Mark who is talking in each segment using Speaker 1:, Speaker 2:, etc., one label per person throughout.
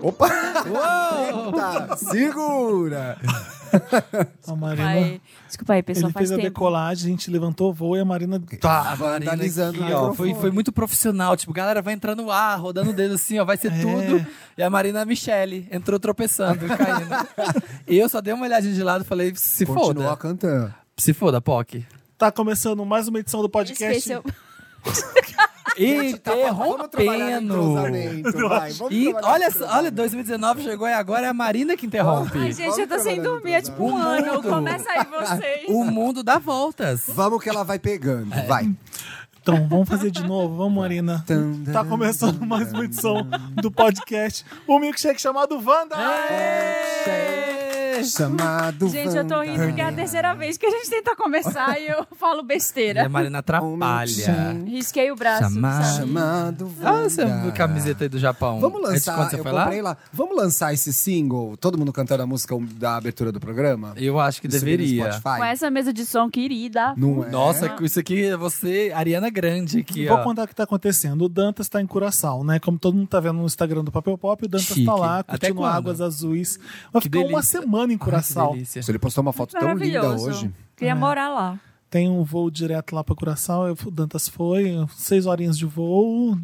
Speaker 1: Opa! Eita, segura!
Speaker 2: A Marina
Speaker 3: Ai, desculpa aí, pessoal,
Speaker 2: Ele
Speaker 3: faz
Speaker 2: fez a
Speaker 3: tempo.
Speaker 2: decolagem, a gente levantou o voo e a Marina. Tá!
Speaker 1: vandalizando
Speaker 4: aqui,
Speaker 1: o
Speaker 4: ó,
Speaker 1: microfone.
Speaker 4: foi, foi muito profissional. Tipo, galera, vai entrar no ar, rodando o dedo assim, ó, vai
Speaker 1: É.
Speaker 4: ser tudo. E a Marina Michele entrou tropeçando, caindo. e eu só dei uma olhadinha de lado e falei, se
Speaker 1: Continua
Speaker 4: foda.
Speaker 1: cantando.
Speaker 4: Se foda, POC.
Speaker 2: Tá começando mais uma edição do podcast.
Speaker 3: Esqueceu.
Speaker 4: Tá
Speaker 1: tá Vamos trabalhar no
Speaker 4: Interrompendo.
Speaker 1: cruzamento, vai. Vamos
Speaker 4: E
Speaker 1: trabalhar no
Speaker 4: olha, só,
Speaker 1: cruzamento.
Speaker 4: olha, 2019 chegou e agora é a Marina que
Speaker 3: Ai,
Speaker 4: interrompe.
Speaker 3: gente, eu tô
Speaker 1: Vamos
Speaker 3: sem
Speaker 1: trabalhar no
Speaker 3: dormir há tipo um
Speaker 4: programa.
Speaker 3: ano.
Speaker 4: Mundo.
Speaker 3: Começa aí vocês.
Speaker 4: O mundo dá voltas.
Speaker 1: Vamos que ela vai pegando, vai.
Speaker 2: Então, vamos fazer de novo, vamos, Marina.
Speaker 1: Tum,
Speaker 2: Tá começando mais uma edição do podcast, o milkshake chamado Wanda!
Speaker 4: É.
Speaker 1: Chamado
Speaker 3: Gente, eu tô rindo porque é a terceira vez que a gente tenta começar e eu falo
Speaker 4: E a
Speaker 2: é
Speaker 3: besteira.
Speaker 4: Marina atrapalha.
Speaker 3: Risquei o braço.
Speaker 4: Chamar.
Speaker 3: sabe?
Speaker 1: Chamado
Speaker 4: Ah,
Speaker 1: Wanda.
Speaker 4: essa camiseta aí do Japão.
Speaker 1: Vamos
Speaker 4: É de quando
Speaker 1: lançar,
Speaker 4: você
Speaker 1: eu
Speaker 4: foi lá?
Speaker 1: comprei lá? Vamos lançar esse single, todo mundo cantando a música da abertura do programa?
Speaker 4: Eu acho que
Speaker 1: E subir no
Speaker 4: deveria.
Speaker 1: Spotify?
Speaker 3: Com essa mesa de som, querida.
Speaker 1: Não é?
Speaker 4: Nossa, isso aqui é você, Ariana Grande, aqui,
Speaker 2: Vou
Speaker 4: ó.
Speaker 2: contar o que tá acontecendo. O Dantas tá em Curaçao, né? Como todo mundo tá vendo no Instagram do Papel Pop, o Dantas
Speaker 4: Chique.
Speaker 2: tá lá,
Speaker 4: Até
Speaker 2: curtindo
Speaker 4: quando?
Speaker 2: águas azuis. Vai
Speaker 4: Que
Speaker 2: ficar uma
Speaker 4: delícia.
Speaker 2: semana em
Speaker 4: Ai, que
Speaker 2: Curaçao.
Speaker 4: delícia.
Speaker 1: Ele postou uma foto tão linda
Speaker 3: Maravilhoso.
Speaker 1: hoje.
Speaker 2: É.
Speaker 3: Queria morar lá.
Speaker 2: Tem um voo direto lá pra Curaçao, eu- o Dantas foi, seis horinhas de voo,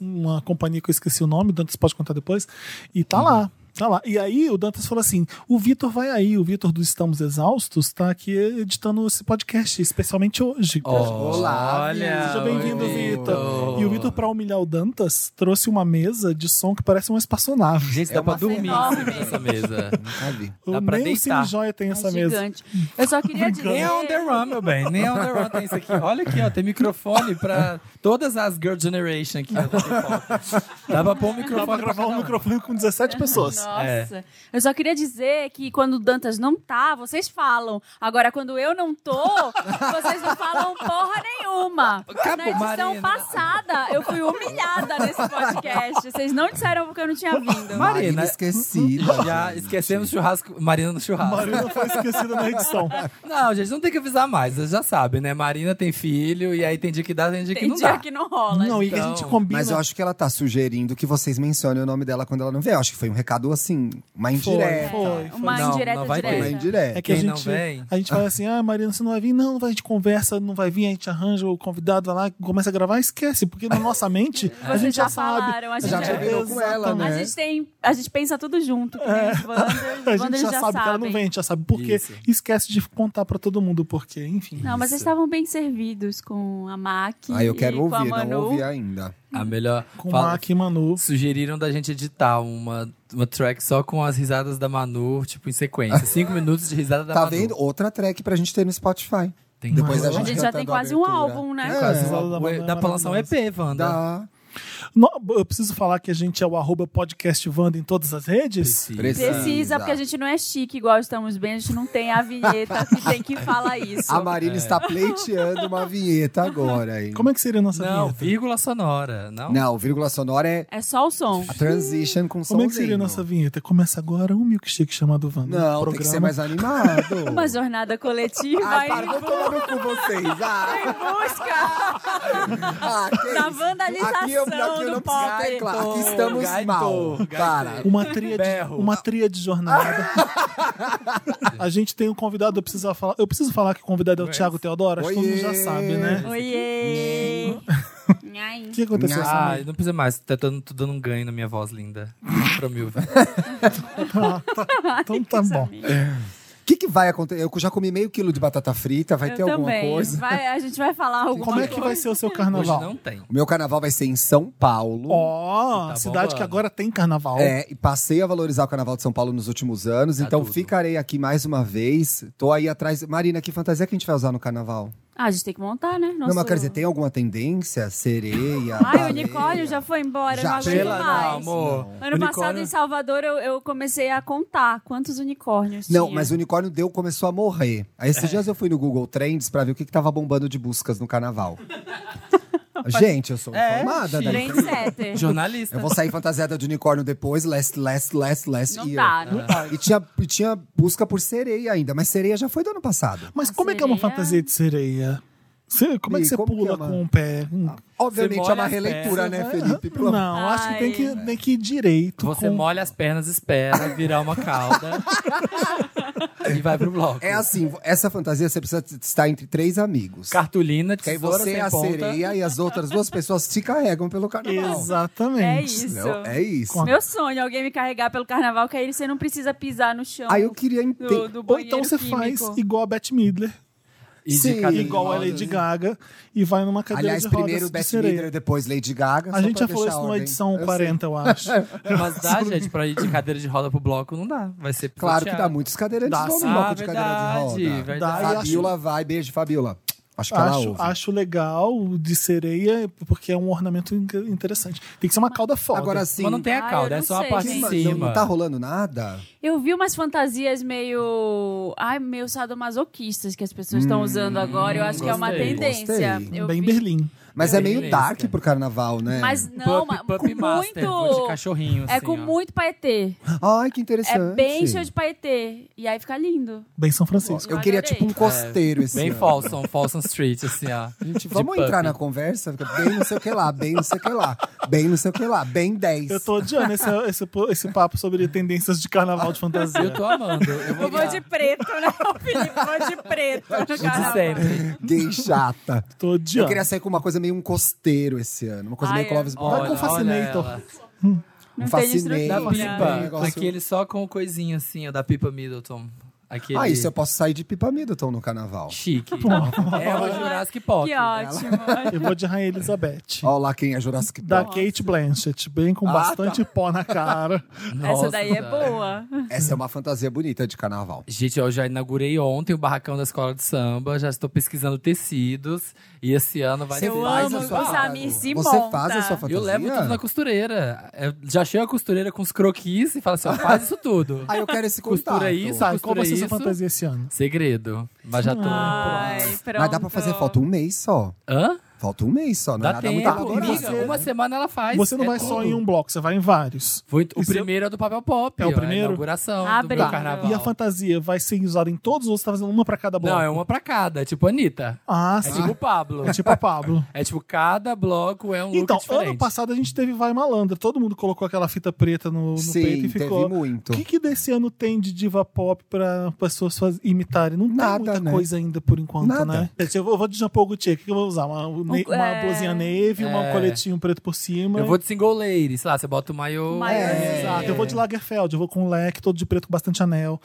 Speaker 2: uma companhia que eu esqueci o nome, o Dantas pode contar depois, e
Speaker 4: Uhum.
Speaker 2: tá lá. Tá lá. E aí o Dantas falou assim: o Vitor vai aí, o Vitor do Estamos Exaustos tá aqui editando esse podcast, especialmente hoje.
Speaker 1: Olá,
Speaker 4: olha.
Speaker 2: Seja bem-vindo,
Speaker 4: oi,
Speaker 2: Vitor. E o Vitor, pra humilhar o Dantas, trouxe uma mesa de som que parece uma espaçonave.
Speaker 4: Gente,
Speaker 1: É
Speaker 4: dá
Speaker 1: uma
Speaker 4: pra dormir
Speaker 3: enorme.
Speaker 4: nessa mesa.
Speaker 1: Nunca vi.
Speaker 4: Dá pra
Speaker 2: Nem o
Speaker 4: deitar.
Speaker 2: Cine Joia tem essa
Speaker 3: é
Speaker 2: mesa.
Speaker 3: gigante. Eu só queria dizer.
Speaker 4: é Nem a On The Run, meu bem. Nem a On The Run tem isso aqui. Olha aqui, ó. Tem microfone pra todas as Girl Generation aqui. ó, da K-pop. Dá pra pôr um
Speaker 2: Dá
Speaker 4: microfone
Speaker 2: pra gravar um microfone com 17 pessoas.
Speaker 3: Nossa. Eu só queria dizer que quando o Dantas não tá, vocês falam. Agora, quando eu não tô, vocês não falam porra nenhuma.
Speaker 4: Acabou,
Speaker 3: Na edição
Speaker 4: Marina.
Speaker 3: passada, eu fui humilhada nesse podcast. Vocês não disseram porque eu não tinha vindo.
Speaker 4: Marina,
Speaker 1: esquecida.
Speaker 4: já
Speaker 1: gente.
Speaker 4: esquecemos o churrasco. Marina no churrasco.
Speaker 2: Marina foi esquecida na edição.
Speaker 4: Não, gente, não tem que avisar mais. Vocês já sabem, né? Marina tem filho e aí tem dia que dá, tem dia que
Speaker 3: Tem
Speaker 4: não
Speaker 3: dia
Speaker 4: dá.
Speaker 3: que não rola.
Speaker 2: Não, e que a
Speaker 4: Então,
Speaker 2: gente combina.
Speaker 1: Mas eu acho que ela tá sugerindo que vocês mencionem o nome dela quando ela não vier. Eu acho que foi um recado assim, uma
Speaker 2: Foi,
Speaker 1: indireta.
Speaker 2: foi, foi.
Speaker 3: Uma
Speaker 4: Não,
Speaker 3: indireta
Speaker 4: não vai ter.
Speaker 1: Uma
Speaker 3: direta.
Speaker 1: indireta.
Speaker 2: É que a
Speaker 4: Quem
Speaker 2: gente,
Speaker 4: não vem?
Speaker 2: a gente fala assim, ah, Marina, você não vai vir? Não, a gente conversa, não vai vir, a gente arranja o convidado, vai lá, começa a gravar, esquece, porque na nossa mente a
Speaker 3: Vocês
Speaker 2: gente já,
Speaker 3: já falaram,
Speaker 2: sabe.
Speaker 3: a gente
Speaker 1: Já
Speaker 3: já-
Speaker 1: combinou com ela,
Speaker 3: A
Speaker 1: né?
Speaker 3: gente tem. A gente pensa tudo junto. que nem os Wanders,
Speaker 2: É. A
Speaker 3: os
Speaker 2: gente
Speaker 3: Wanders
Speaker 2: já, sabe que ela não
Speaker 3: sabem.
Speaker 2: vem, a gente já sabe por quê.
Speaker 4: Isso.
Speaker 2: Esquece de contar pra todo mundo o porquê, enfim.
Speaker 3: Não, mas vocês estavam bem servidos com a Mac.
Speaker 1: Ah, eu quero
Speaker 3: e com a
Speaker 1: ouvir, não
Speaker 3: Manu.
Speaker 1: ouvi ainda.
Speaker 4: A melhor.
Speaker 2: Com
Speaker 4: Fala-
Speaker 2: Mac e Manu.
Speaker 4: Sugeriram da gente editar uma, uma track só com as risadas da Manu, tipo, em sequência. Cinco minutos de risada da
Speaker 1: Tá
Speaker 4: Manu.
Speaker 1: vendo? Outra track pra gente ter no Spotify.
Speaker 4: Tem
Speaker 1: Depois
Speaker 4: mais.
Speaker 1: a gente,
Speaker 3: A gente já tem
Speaker 1: cantando
Speaker 3: quase
Speaker 1: a
Speaker 3: um
Speaker 1: tá abertura.
Speaker 3: álbum, né?
Speaker 2: As
Speaker 1: É,
Speaker 2: risadas da
Speaker 4: O-
Speaker 2: Manu é
Speaker 4: Dá pra lançar um EP,
Speaker 2: maravilhosa.
Speaker 4: Wanda.
Speaker 1: dá.
Speaker 2: No- eu preciso falar que a gente é o arroba podcast Wanda em todas as redes.
Speaker 4: Sim.
Speaker 3: Precisa, porque a gente não é chique igual estamos bem, a gente não tem a vinheta que tem que falar isso.
Speaker 1: A Marina está pleiteando uma vinheta agora, hein?
Speaker 2: Como é que seria a nossa
Speaker 4: Não,
Speaker 2: vinheta?
Speaker 4: vírgula sonora. Não?
Speaker 1: Não, vírgula sonora é
Speaker 3: É só o som.
Speaker 1: a transition com
Speaker 2: Como é
Speaker 1: somzinho.
Speaker 2: que seria a nossa vinheta? Começa agora um milkshake chamado Wanda.
Speaker 1: um Não, tem que
Speaker 2: Programa.
Speaker 1: ser mais animado.
Speaker 3: Uma jornada coletiva
Speaker 1: Ah, para,
Speaker 3: em
Speaker 1: vou tomar no cu vocês. Ah,
Speaker 3: busca
Speaker 1: ah que
Speaker 3: da
Speaker 1: isso.
Speaker 3: vandalização
Speaker 1: Aqui eu, aqui eu não
Speaker 3: do
Speaker 1: preciso
Speaker 3: pop.
Speaker 1: teclar.
Speaker 4: Gaito,
Speaker 1: Aqui estamos
Speaker 4: gaito,
Speaker 1: mal.
Speaker 4: gaito.
Speaker 1: Para.
Speaker 2: Uma tria de,
Speaker 4: Berro.
Speaker 2: uma tria de jornada. a gente tem um convidado, eu preciso falar. Eu preciso falar que o convidado é o Thiago Teodoro, acho que todo mundo já
Speaker 1: Oiê! Ah,
Speaker 2: sabe, né?
Speaker 3: Oiê!
Speaker 2: O que aconteceu essa
Speaker 4: Ai, Ah, não precisa mais. Tá dando, tô dando um ganho na minha voz linda. pra mim.
Speaker 2: Então tá bom.
Speaker 1: É. O que, que vai acontecer? Eu já comi meio quilo de batata frita, vai
Speaker 3: Eu
Speaker 1: ter alguma
Speaker 3: também.
Speaker 1: coisa?
Speaker 3: Vai- a gente vai falar alguma
Speaker 2: Como é
Speaker 3: coisa.
Speaker 2: que vai ser o seu
Speaker 4: Hoje
Speaker 2: carnaval?
Speaker 4: não tem.
Speaker 1: O meu carnaval vai ser em São Paulo.
Speaker 2: Ó,
Speaker 4: Tá
Speaker 2: cidade que
Speaker 4: bombando.
Speaker 2: agora tem carnaval.
Speaker 1: É, e passei a valorizar o Carnaval de São Paulo nos últimos anos,
Speaker 4: Tá
Speaker 1: então
Speaker 4: tudo.
Speaker 1: ficarei aqui mais uma vez. Tô aí atrás. Marina, que fantasia que a gente vai usar no Carnaval?
Speaker 3: Ah, a gente tem que montar, né?
Speaker 1: Não, mas quer dizer, tem alguma tendência? Sereia?
Speaker 3: Ai, o
Speaker 1: baleia?
Speaker 3: unicórnio já foi embora, eu
Speaker 1: Já
Speaker 3: não aguento
Speaker 1: pela-
Speaker 3: mais.
Speaker 4: não, amor.
Speaker 3: Ano passado em
Speaker 4: Unicórnio-
Speaker 3: Salvador eu, eu comecei a contar quantos unicórnios
Speaker 1: Não,
Speaker 3: tinha.
Speaker 1: mas o unicórnio deu, começou a morrer. Aí esses dias eu fui no Google Trends pra ver o que, que tava bombando de buscas no carnaval. Gente, eu sou
Speaker 3: É,
Speaker 1: informada, né?
Speaker 3: Trendsetter.
Speaker 4: é Jornalista.
Speaker 1: Eu vou sair fantasiada de unicórnio depois, last, last, last, last
Speaker 3: Não
Speaker 1: year. É.
Speaker 3: tá, não tá.
Speaker 1: E tinha, e tinha busca por sereia ainda, mas sereia já foi do ano passado.
Speaker 2: Mas
Speaker 3: A
Speaker 2: como é que é uma
Speaker 3: sereia-
Speaker 2: fantasia de sereia? Cê- como é que
Speaker 1: E
Speaker 2: você
Speaker 1: como que
Speaker 2: pula
Speaker 1: ama?
Speaker 2: com o pé? Hum,
Speaker 1: Obviamente
Speaker 4: molha
Speaker 1: é uma
Speaker 4: as
Speaker 1: releitura, né, Felipe? Pelo amor-
Speaker 2: Não, acho que tem que, tem que ir direito.
Speaker 4: Você
Speaker 2: com-
Speaker 4: molha as pernas, espera virar uma calda e vai pro bloco.
Speaker 1: É assim, essa fantasia você precisa estar entre três amigos.
Speaker 4: Cartolina,
Speaker 1: Que aí
Speaker 4: tesoura
Speaker 1: você é
Speaker 4: sem
Speaker 1: a
Speaker 4: ponta.
Speaker 1: sereia e as outras duas pessoas te carregam pelo carnaval.
Speaker 3: É
Speaker 2: Exatamente.
Speaker 3: isso.
Speaker 1: Não, é isso.
Speaker 2: Com a-
Speaker 3: Meu sonho, alguém me carregar pelo carnaval, que aí você não precisa pisar no chão
Speaker 1: Aí eu queria ente-
Speaker 3: do, do
Speaker 2: Ou
Speaker 3: banheiro
Speaker 2: então você
Speaker 3: químico.
Speaker 2: faz igual a Beth Midler,
Speaker 4: E de
Speaker 1: Sim,
Speaker 4: cadeira de
Speaker 2: igual a
Speaker 4: rodas.
Speaker 2: Lady Gaga, e vai numa cadeira
Speaker 1: Aliás,
Speaker 2: de rodas
Speaker 1: primeiro
Speaker 2: de
Speaker 1: Beth
Speaker 2: sereia.
Speaker 1: Midler, depois Lady Gaga.
Speaker 2: A
Speaker 1: só
Speaker 2: gente
Speaker 1: pra
Speaker 2: já falou
Speaker 1: deixar a
Speaker 2: isso na
Speaker 1: ordem.
Speaker 2: edição
Speaker 1: Eu sei.
Speaker 2: 40, eu acho.
Speaker 4: Mas dá, gente, pra ir de cadeira de roda pro bloco, não dá. Vai ser
Speaker 1: Claro que
Speaker 4: pisoteado.
Speaker 1: dá muitos cadeirantes
Speaker 2: Dá,
Speaker 1: vão no
Speaker 2: sim.
Speaker 1: bloco
Speaker 4: Ah,
Speaker 1: de cadeira de
Speaker 4: verdade,
Speaker 1: roda.
Speaker 4: verdade.
Speaker 2: Dá, e
Speaker 1: Fabiola vai, beijo, Fabiola. Acho que ela
Speaker 2: Acho,
Speaker 1: ouve.
Speaker 2: acho legal o de sereia, porque é um ornamento in- interessante. Tem que ser uma cauda foda.
Speaker 1: Agora sim,
Speaker 4: Mas não tem
Speaker 3: Ah,
Speaker 4: a
Speaker 3: eu
Speaker 4: cauda, é
Speaker 3: não
Speaker 4: só a
Speaker 3: sei,
Speaker 4: parte
Speaker 1: quem-
Speaker 4: em
Speaker 3: gente.
Speaker 1: não,
Speaker 4: cima.
Speaker 1: não tá rolando nada?
Speaker 3: Eu vi umas fantasias meio. Ai, meio sadomasoquistas que as pessoas estão usando agora. Eu acho que é uma
Speaker 4: Hum, gostei,
Speaker 3: tendência.
Speaker 1: gostei.
Speaker 3: Eu
Speaker 2: Bem
Speaker 3: vi.
Speaker 2: Berlim.
Speaker 1: Mas
Speaker 4: É
Speaker 1: é meio
Speaker 4: beleza.
Speaker 1: dark pro carnaval, né?
Speaker 3: Mas não, mas
Speaker 4: Pup-
Speaker 3: com
Speaker 4: Pup Master, vou de
Speaker 3: muito.
Speaker 4: cachorrinho,
Speaker 3: É
Speaker 4: assim,
Speaker 3: com
Speaker 4: ó.
Speaker 3: muito paetê.
Speaker 1: Ai, que
Speaker 3: É
Speaker 1: interessante.
Speaker 3: bem show de paetê. E aí fica lindo.
Speaker 2: Bem São Francisco.
Speaker 1: Eu
Speaker 3: Eu
Speaker 1: queria
Speaker 3: adorei.
Speaker 1: tipo um costeiro esse
Speaker 4: É, Bem
Speaker 1: ano.
Speaker 4: Folsom, Folsom Street, assim, ó.
Speaker 1: Gente,
Speaker 4: De
Speaker 1: vamos
Speaker 4: pup.
Speaker 1: entrar na conversa? Fica Bem não sei o que lá, bem não sei o que lá, bem não sei o que lá, bem 10.
Speaker 2: Eu tô odiando esse, esse, esse papo sobre tendências de carnaval de
Speaker 4: Eu
Speaker 2: fantasia.
Speaker 4: tô amando. Eu vou,
Speaker 3: Eu vou de preto, né? O Felipe vou de preto no
Speaker 4: de
Speaker 3: carnaval.
Speaker 4: sempre.
Speaker 1: Gay chata.
Speaker 2: Tô
Speaker 1: Eu
Speaker 2: odiando.
Speaker 1: queria sair com uma coisa meio um costeiro esse ano, uma coisa
Speaker 3: Ai,
Speaker 1: meio Clóvis
Speaker 3: é.
Speaker 1: Borges.
Speaker 2: com Fascinator.
Speaker 4: ela.
Speaker 1: Um
Speaker 3: Não tem
Speaker 1: fascinante.
Speaker 4: Da
Speaker 1: Nossa, um
Speaker 4: pipa.
Speaker 1: negócio-
Speaker 4: Aquele só com o coisinho assim, ó, da pipa Middleton. Aquele
Speaker 1: Ah, isso eu posso sair de pipa Middleton no carnaval.
Speaker 4: chique. é o Jurassic Pop.
Speaker 3: Que ótimo.
Speaker 2: Eu vou de Rainha Elizabeth.
Speaker 1: Olha lá quem é Jurassic
Speaker 2: Da
Speaker 1: Park.
Speaker 2: Kate Blanchett, bem com
Speaker 1: Ah,
Speaker 2: bastante pó na cara.
Speaker 4: Nossa,
Speaker 3: Essa daí é
Speaker 4: cara.
Speaker 3: boa.
Speaker 1: Essa é uma fantasia bonita de carnaval.
Speaker 4: Gente, eu já inaugurei ontem o barracão da escola de samba, já estou pesquisando tecidos e esse ano vai
Speaker 3: Eu
Speaker 4: ser mais
Speaker 1: faz
Speaker 3: amo,
Speaker 1: a
Speaker 4: um
Speaker 3: o
Speaker 1: sua-
Speaker 4: barraco.
Speaker 3: Samir se
Speaker 1: Você faz a
Speaker 3: monta.
Speaker 1: sua
Speaker 3: Eu
Speaker 1: fantasia?
Speaker 4: Eu levo tudo na costureira. Eu já chego a costureira com os croquis e falo assim: ó, faz isso tudo.
Speaker 1: Ah, eu quero esse contato.
Speaker 4: Costura isso, ah,
Speaker 2: E qual
Speaker 4: costura
Speaker 2: vai ser sua
Speaker 4: isso.
Speaker 2: fantasia esse ano?
Speaker 4: Segredo. Mas já tô.
Speaker 1: Ah.
Speaker 3: Ai, pronto.
Speaker 1: Mas dá pra fazer, falta um mês só.
Speaker 4: Hã?
Speaker 1: Falta um mês só, não é
Speaker 4: Dá
Speaker 1: nada
Speaker 4: tempo,
Speaker 1: muito
Speaker 2: elaborado.
Speaker 4: amiga.
Speaker 1: agora. né?
Speaker 2: Você-
Speaker 4: Uma semana ela faz.
Speaker 2: Você não
Speaker 4: É
Speaker 2: vai só
Speaker 4: tudo.
Speaker 2: em um bloco, você vai em vários.
Speaker 4: Foi o
Speaker 2: E se-
Speaker 4: primeiro é do papel pop.
Speaker 2: É o
Speaker 4: ó,
Speaker 2: primeiro?
Speaker 4: A inauguração
Speaker 3: Abre.
Speaker 4: do
Speaker 3: Tá.
Speaker 4: meu carnaval.
Speaker 2: E a fantasia vai ser usada em todos ou você tá fazendo uma pra cada bloco?
Speaker 4: Não, é uma pra cada. É tipo Anitta.
Speaker 2: Ah,
Speaker 4: É
Speaker 2: sim.
Speaker 4: tipo Pablo.
Speaker 2: É tipo a Pablo.
Speaker 4: É tipo, cada bloco é um look
Speaker 2: Então,
Speaker 4: diferente.
Speaker 2: ano passado a gente teve Vai Malandra. Todo mundo colocou aquela fita preta no, no peito
Speaker 1: Sim,
Speaker 2: e ficou.
Speaker 1: teve muito.
Speaker 2: O que, que desse ano tem de diva pop pra pessoas faz- imitarem? Não
Speaker 1: Nada,
Speaker 2: tem muita
Speaker 1: né?
Speaker 2: coisa ainda por enquanto,
Speaker 1: Nada.
Speaker 2: né? Gente, Eu vou, eu vou de Jean-Paul Gaultier. O que, que eu vou usar? Uma, uma,
Speaker 3: Um-
Speaker 2: uma
Speaker 3: é.
Speaker 2: blusinha neve, um
Speaker 4: É.
Speaker 2: coletinho preto por cima.
Speaker 4: Eu vou de single lady, sei lá, você bota o maiô.
Speaker 3: Maiô. É.
Speaker 2: Exato, eu vou de Lagerfeld, eu vou com um leque todo de preto com bastante anel.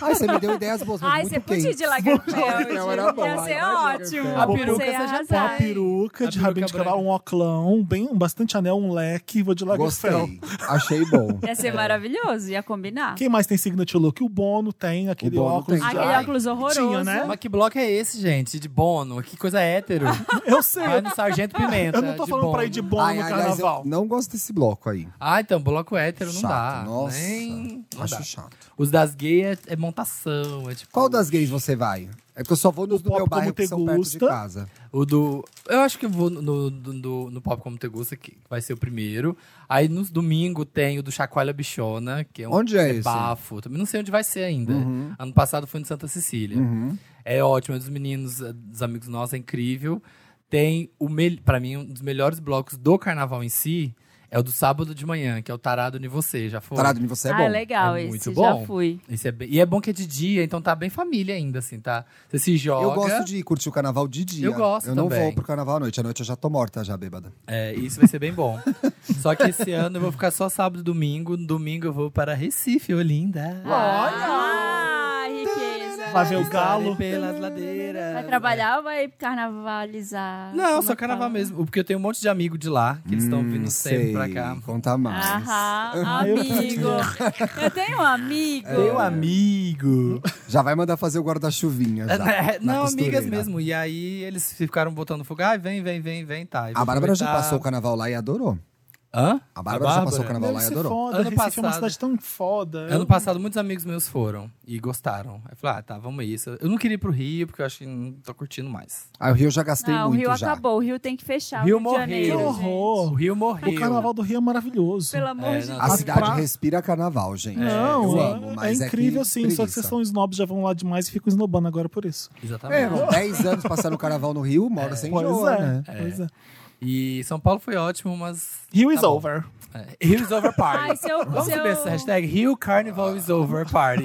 Speaker 1: Ai, você me deu ideias boas, mas
Speaker 3: Ai,
Speaker 1: muito
Speaker 3: você podia ir
Speaker 1: quente.
Speaker 3: de Lagerfeld.
Speaker 1: Não, era bom,
Speaker 3: Ia ser
Speaker 1: vai, vai de
Speaker 3: ótimo.
Speaker 1: Lagerfeld.
Speaker 4: A
Speaker 3: Você
Speaker 4: peruca
Speaker 3: ia
Speaker 4: seja
Speaker 2: Com
Speaker 3: arrasar.
Speaker 2: a peruca,
Speaker 4: A
Speaker 2: de rabinho de
Speaker 4: peruca
Speaker 2: cavalo, um oclão, bem, bastante anel, um leque, vou de Lagerfeld.
Speaker 1: Gostei, achei bom.
Speaker 3: Ia ser maravilhoso, ia combinar.
Speaker 2: Quem mais tem signature look? O Bono tem, aquele
Speaker 1: Bono
Speaker 2: óculos
Speaker 1: tem.
Speaker 2: de
Speaker 3: Aquele
Speaker 1: Ai,
Speaker 3: óculos horroroso.
Speaker 2: tinha, né?
Speaker 4: Mas que bloco é esse, gente? De Bono? Que coisa é hétero.
Speaker 2: Eu sei.
Speaker 4: Vai no Sargento Pimenta.
Speaker 2: Eu não tô
Speaker 4: de
Speaker 2: falando
Speaker 4: Bono.
Speaker 2: pra ir de Bono
Speaker 1: Ai,
Speaker 2: no
Speaker 1: aliás, eu
Speaker 2: carnaval.
Speaker 1: não gosto desse bloco aí.
Speaker 4: Ah, então, bloco hétero não
Speaker 1: chato,
Speaker 4: dá.
Speaker 1: nossa.
Speaker 4: Nem... não
Speaker 1: acho
Speaker 4: dá.
Speaker 1: chato.
Speaker 4: Os das gays é, é montação, é tipo...
Speaker 1: Qual das gays você vai? É porque eu só vou nos do
Speaker 2: Pop
Speaker 1: meu bairro
Speaker 2: Como
Speaker 1: que
Speaker 2: Te
Speaker 1: são perto de
Speaker 2: Gusta.
Speaker 1: casa.
Speaker 4: O do... Eu acho que eu vou no, do, do- no Pop Como Te Gusta, que vai ser o primeiro. Aí, nos domingo, tem o do Chacoalha Bichona, que é um
Speaker 1: Onde é esse? Uhum.
Speaker 4: bafo. Também não sei onde vai ser
Speaker 2: né?
Speaker 4: ainda. Ano passado foi no Santa Cecília. É ótimo, é dos meninos, é dos amigos nossos, é incrível. Tem, o me... pra mim, um dos melhores blocos do carnaval em si... É o do sábado de manhã, que é o Tarado em Você, já foi?
Speaker 1: Tarado em você é
Speaker 3: ah,
Speaker 1: bom.
Speaker 3: legal
Speaker 4: É
Speaker 3: esse,
Speaker 4: muito
Speaker 3: já
Speaker 4: bom.
Speaker 3: fui.
Speaker 4: Esse é bem- E é bom que é de dia, então tá bem família ainda, assim, tá? Você se joga.
Speaker 1: Eu gosto de curtir o carnaval de dia.
Speaker 4: Eu gosto
Speaker 1: Eu não
Speaker 4: também.
Speaker 1: vou pro carnaval à noite. À noite eu já tô morta, já bêbada.
Speaker 4: É, isso vai ser bem bom. só que esse ano eu vou ficar só sábado e domingo. No domingo eu vou para Recife, Olinda.
Speaker 3: Olha! Ah, riqueza.
Speaker 2: Vai ver o galo.
Speaker 4: Pelas ladeiras.
Speaker 3: Vai trabalhar ou vai carnavalizar?
Speaker 4: Não,
Speaker 3: Como
Speaker 4: só
Speaker 3: é que
Speaker 4: carnaval
Speaker 3: fala?
Speaker 4: mesmo. Porque eu tenho um monte de amigo de lá, que eles
Speaker 1: Hum,
Speaker 4: estão vindo sempre pra cá.
Speaker 1: Conta mais.
Speaker 3: Aham,
Speaker 2: eu
Speaker 3: amigo. Eu tenho um amigo.
Speaker 4: Meu amigo.
Speaker 1: Já vai mandar fazer o guarda-chuvinha já.
Speaker 4: É,
Speaker 1: na né?
Speaker 4: não,
Speaker 1: costureira.
Speaker 4: amigas mesmo. E aí eles ficaram botando fogo. Ai, vem, vem, vem, vem, tá. Eu
Speaker 1: A
Speaker 4: vou
Speaker 1: Bárbara já
Speaker 4: aproveitar.
Speaker 1: passou o carnaval lá e adorou.
Speaker 4: Hã?
Speaker 1: A Bárbara já passou o carnaval
Speaker 2: Deve
Speaker 1: lá e
Speaker 2: ser
Speaker 1: adorou.
Speaker 2: foda,
Speaker 4: Ano
Speaker 2: Recife é uma
Speaker 4: passado-
Speaker 2: cidade tão foda.
Speaker 4: Ano passado, muitos amigos meus foram e gostaram. Aí eu falei, ah, tá, vamos isso. Eu não queria ir pro Rio, porque eu acho que não tô curtindo mais.
Speaker 1: Ah, o Rio eu já gastei
Speaker 3: Não, o
Speaker 1: muito
Speaker 3: Rio
Speaker 1: já.
Speaker 3: acabou. O Rio tem que fechar.
Speaker 4: O Rio
Speaker 3: o Rio de Janeiro,
Speaker 2: Que
Speaker 4: morreu.
Speaker 3: gente.
Speaker 2: horror.
Speaker 4: O Rio morreu.
Speaker 2: O carnaval do Rio é maravilhoso.
Speaker 3: Pelo amor
Speaker 4: É,
Speaker 3: de
Speaker 4: não,
Speaker 1: A
Speaker 2: As
Speaker 1: cidade
Speaker 2: pra-
Speaker 1: respira carnaval, gente.
Speaker 2: Não,
Speaker 1: eu
Speaker 2: é,
Speaker 1: amo, mas
Speaker 2: é
Speaker 1: é que
Speaker 2: incrível sim, só que
Speaker 1: preguiça.
Speaker 2: vocês são snobs, já vão lá demais e ficam esnobando agora por isso.
Speaker 1: É,
Speaker 4: Exatamente.
Speaker 1: irmão, 10 anos passando o carnaval no Rio, mora sem
Speaker 2: Pois
Speaker 1: enjoa,
Speaker 2: é,
Speaker 1: né?
Speaker 2: pois é.
Speaker 4: E São Paulo foi ótimo, mas.
Speaker 2: Rio
Speaker 4: tá
Speaker 2: is
Speaker 4: bom.
Speaker 2: over.
Speaker 4: É. Rio is over party.
Speaker 3: Ai, se eu-
Speaker 4: Vamos
Speaker 3: se
Speaker 4: subir
Speaker 3: eu-
Speaker 4: essa hashtag Rio Carnival is over party.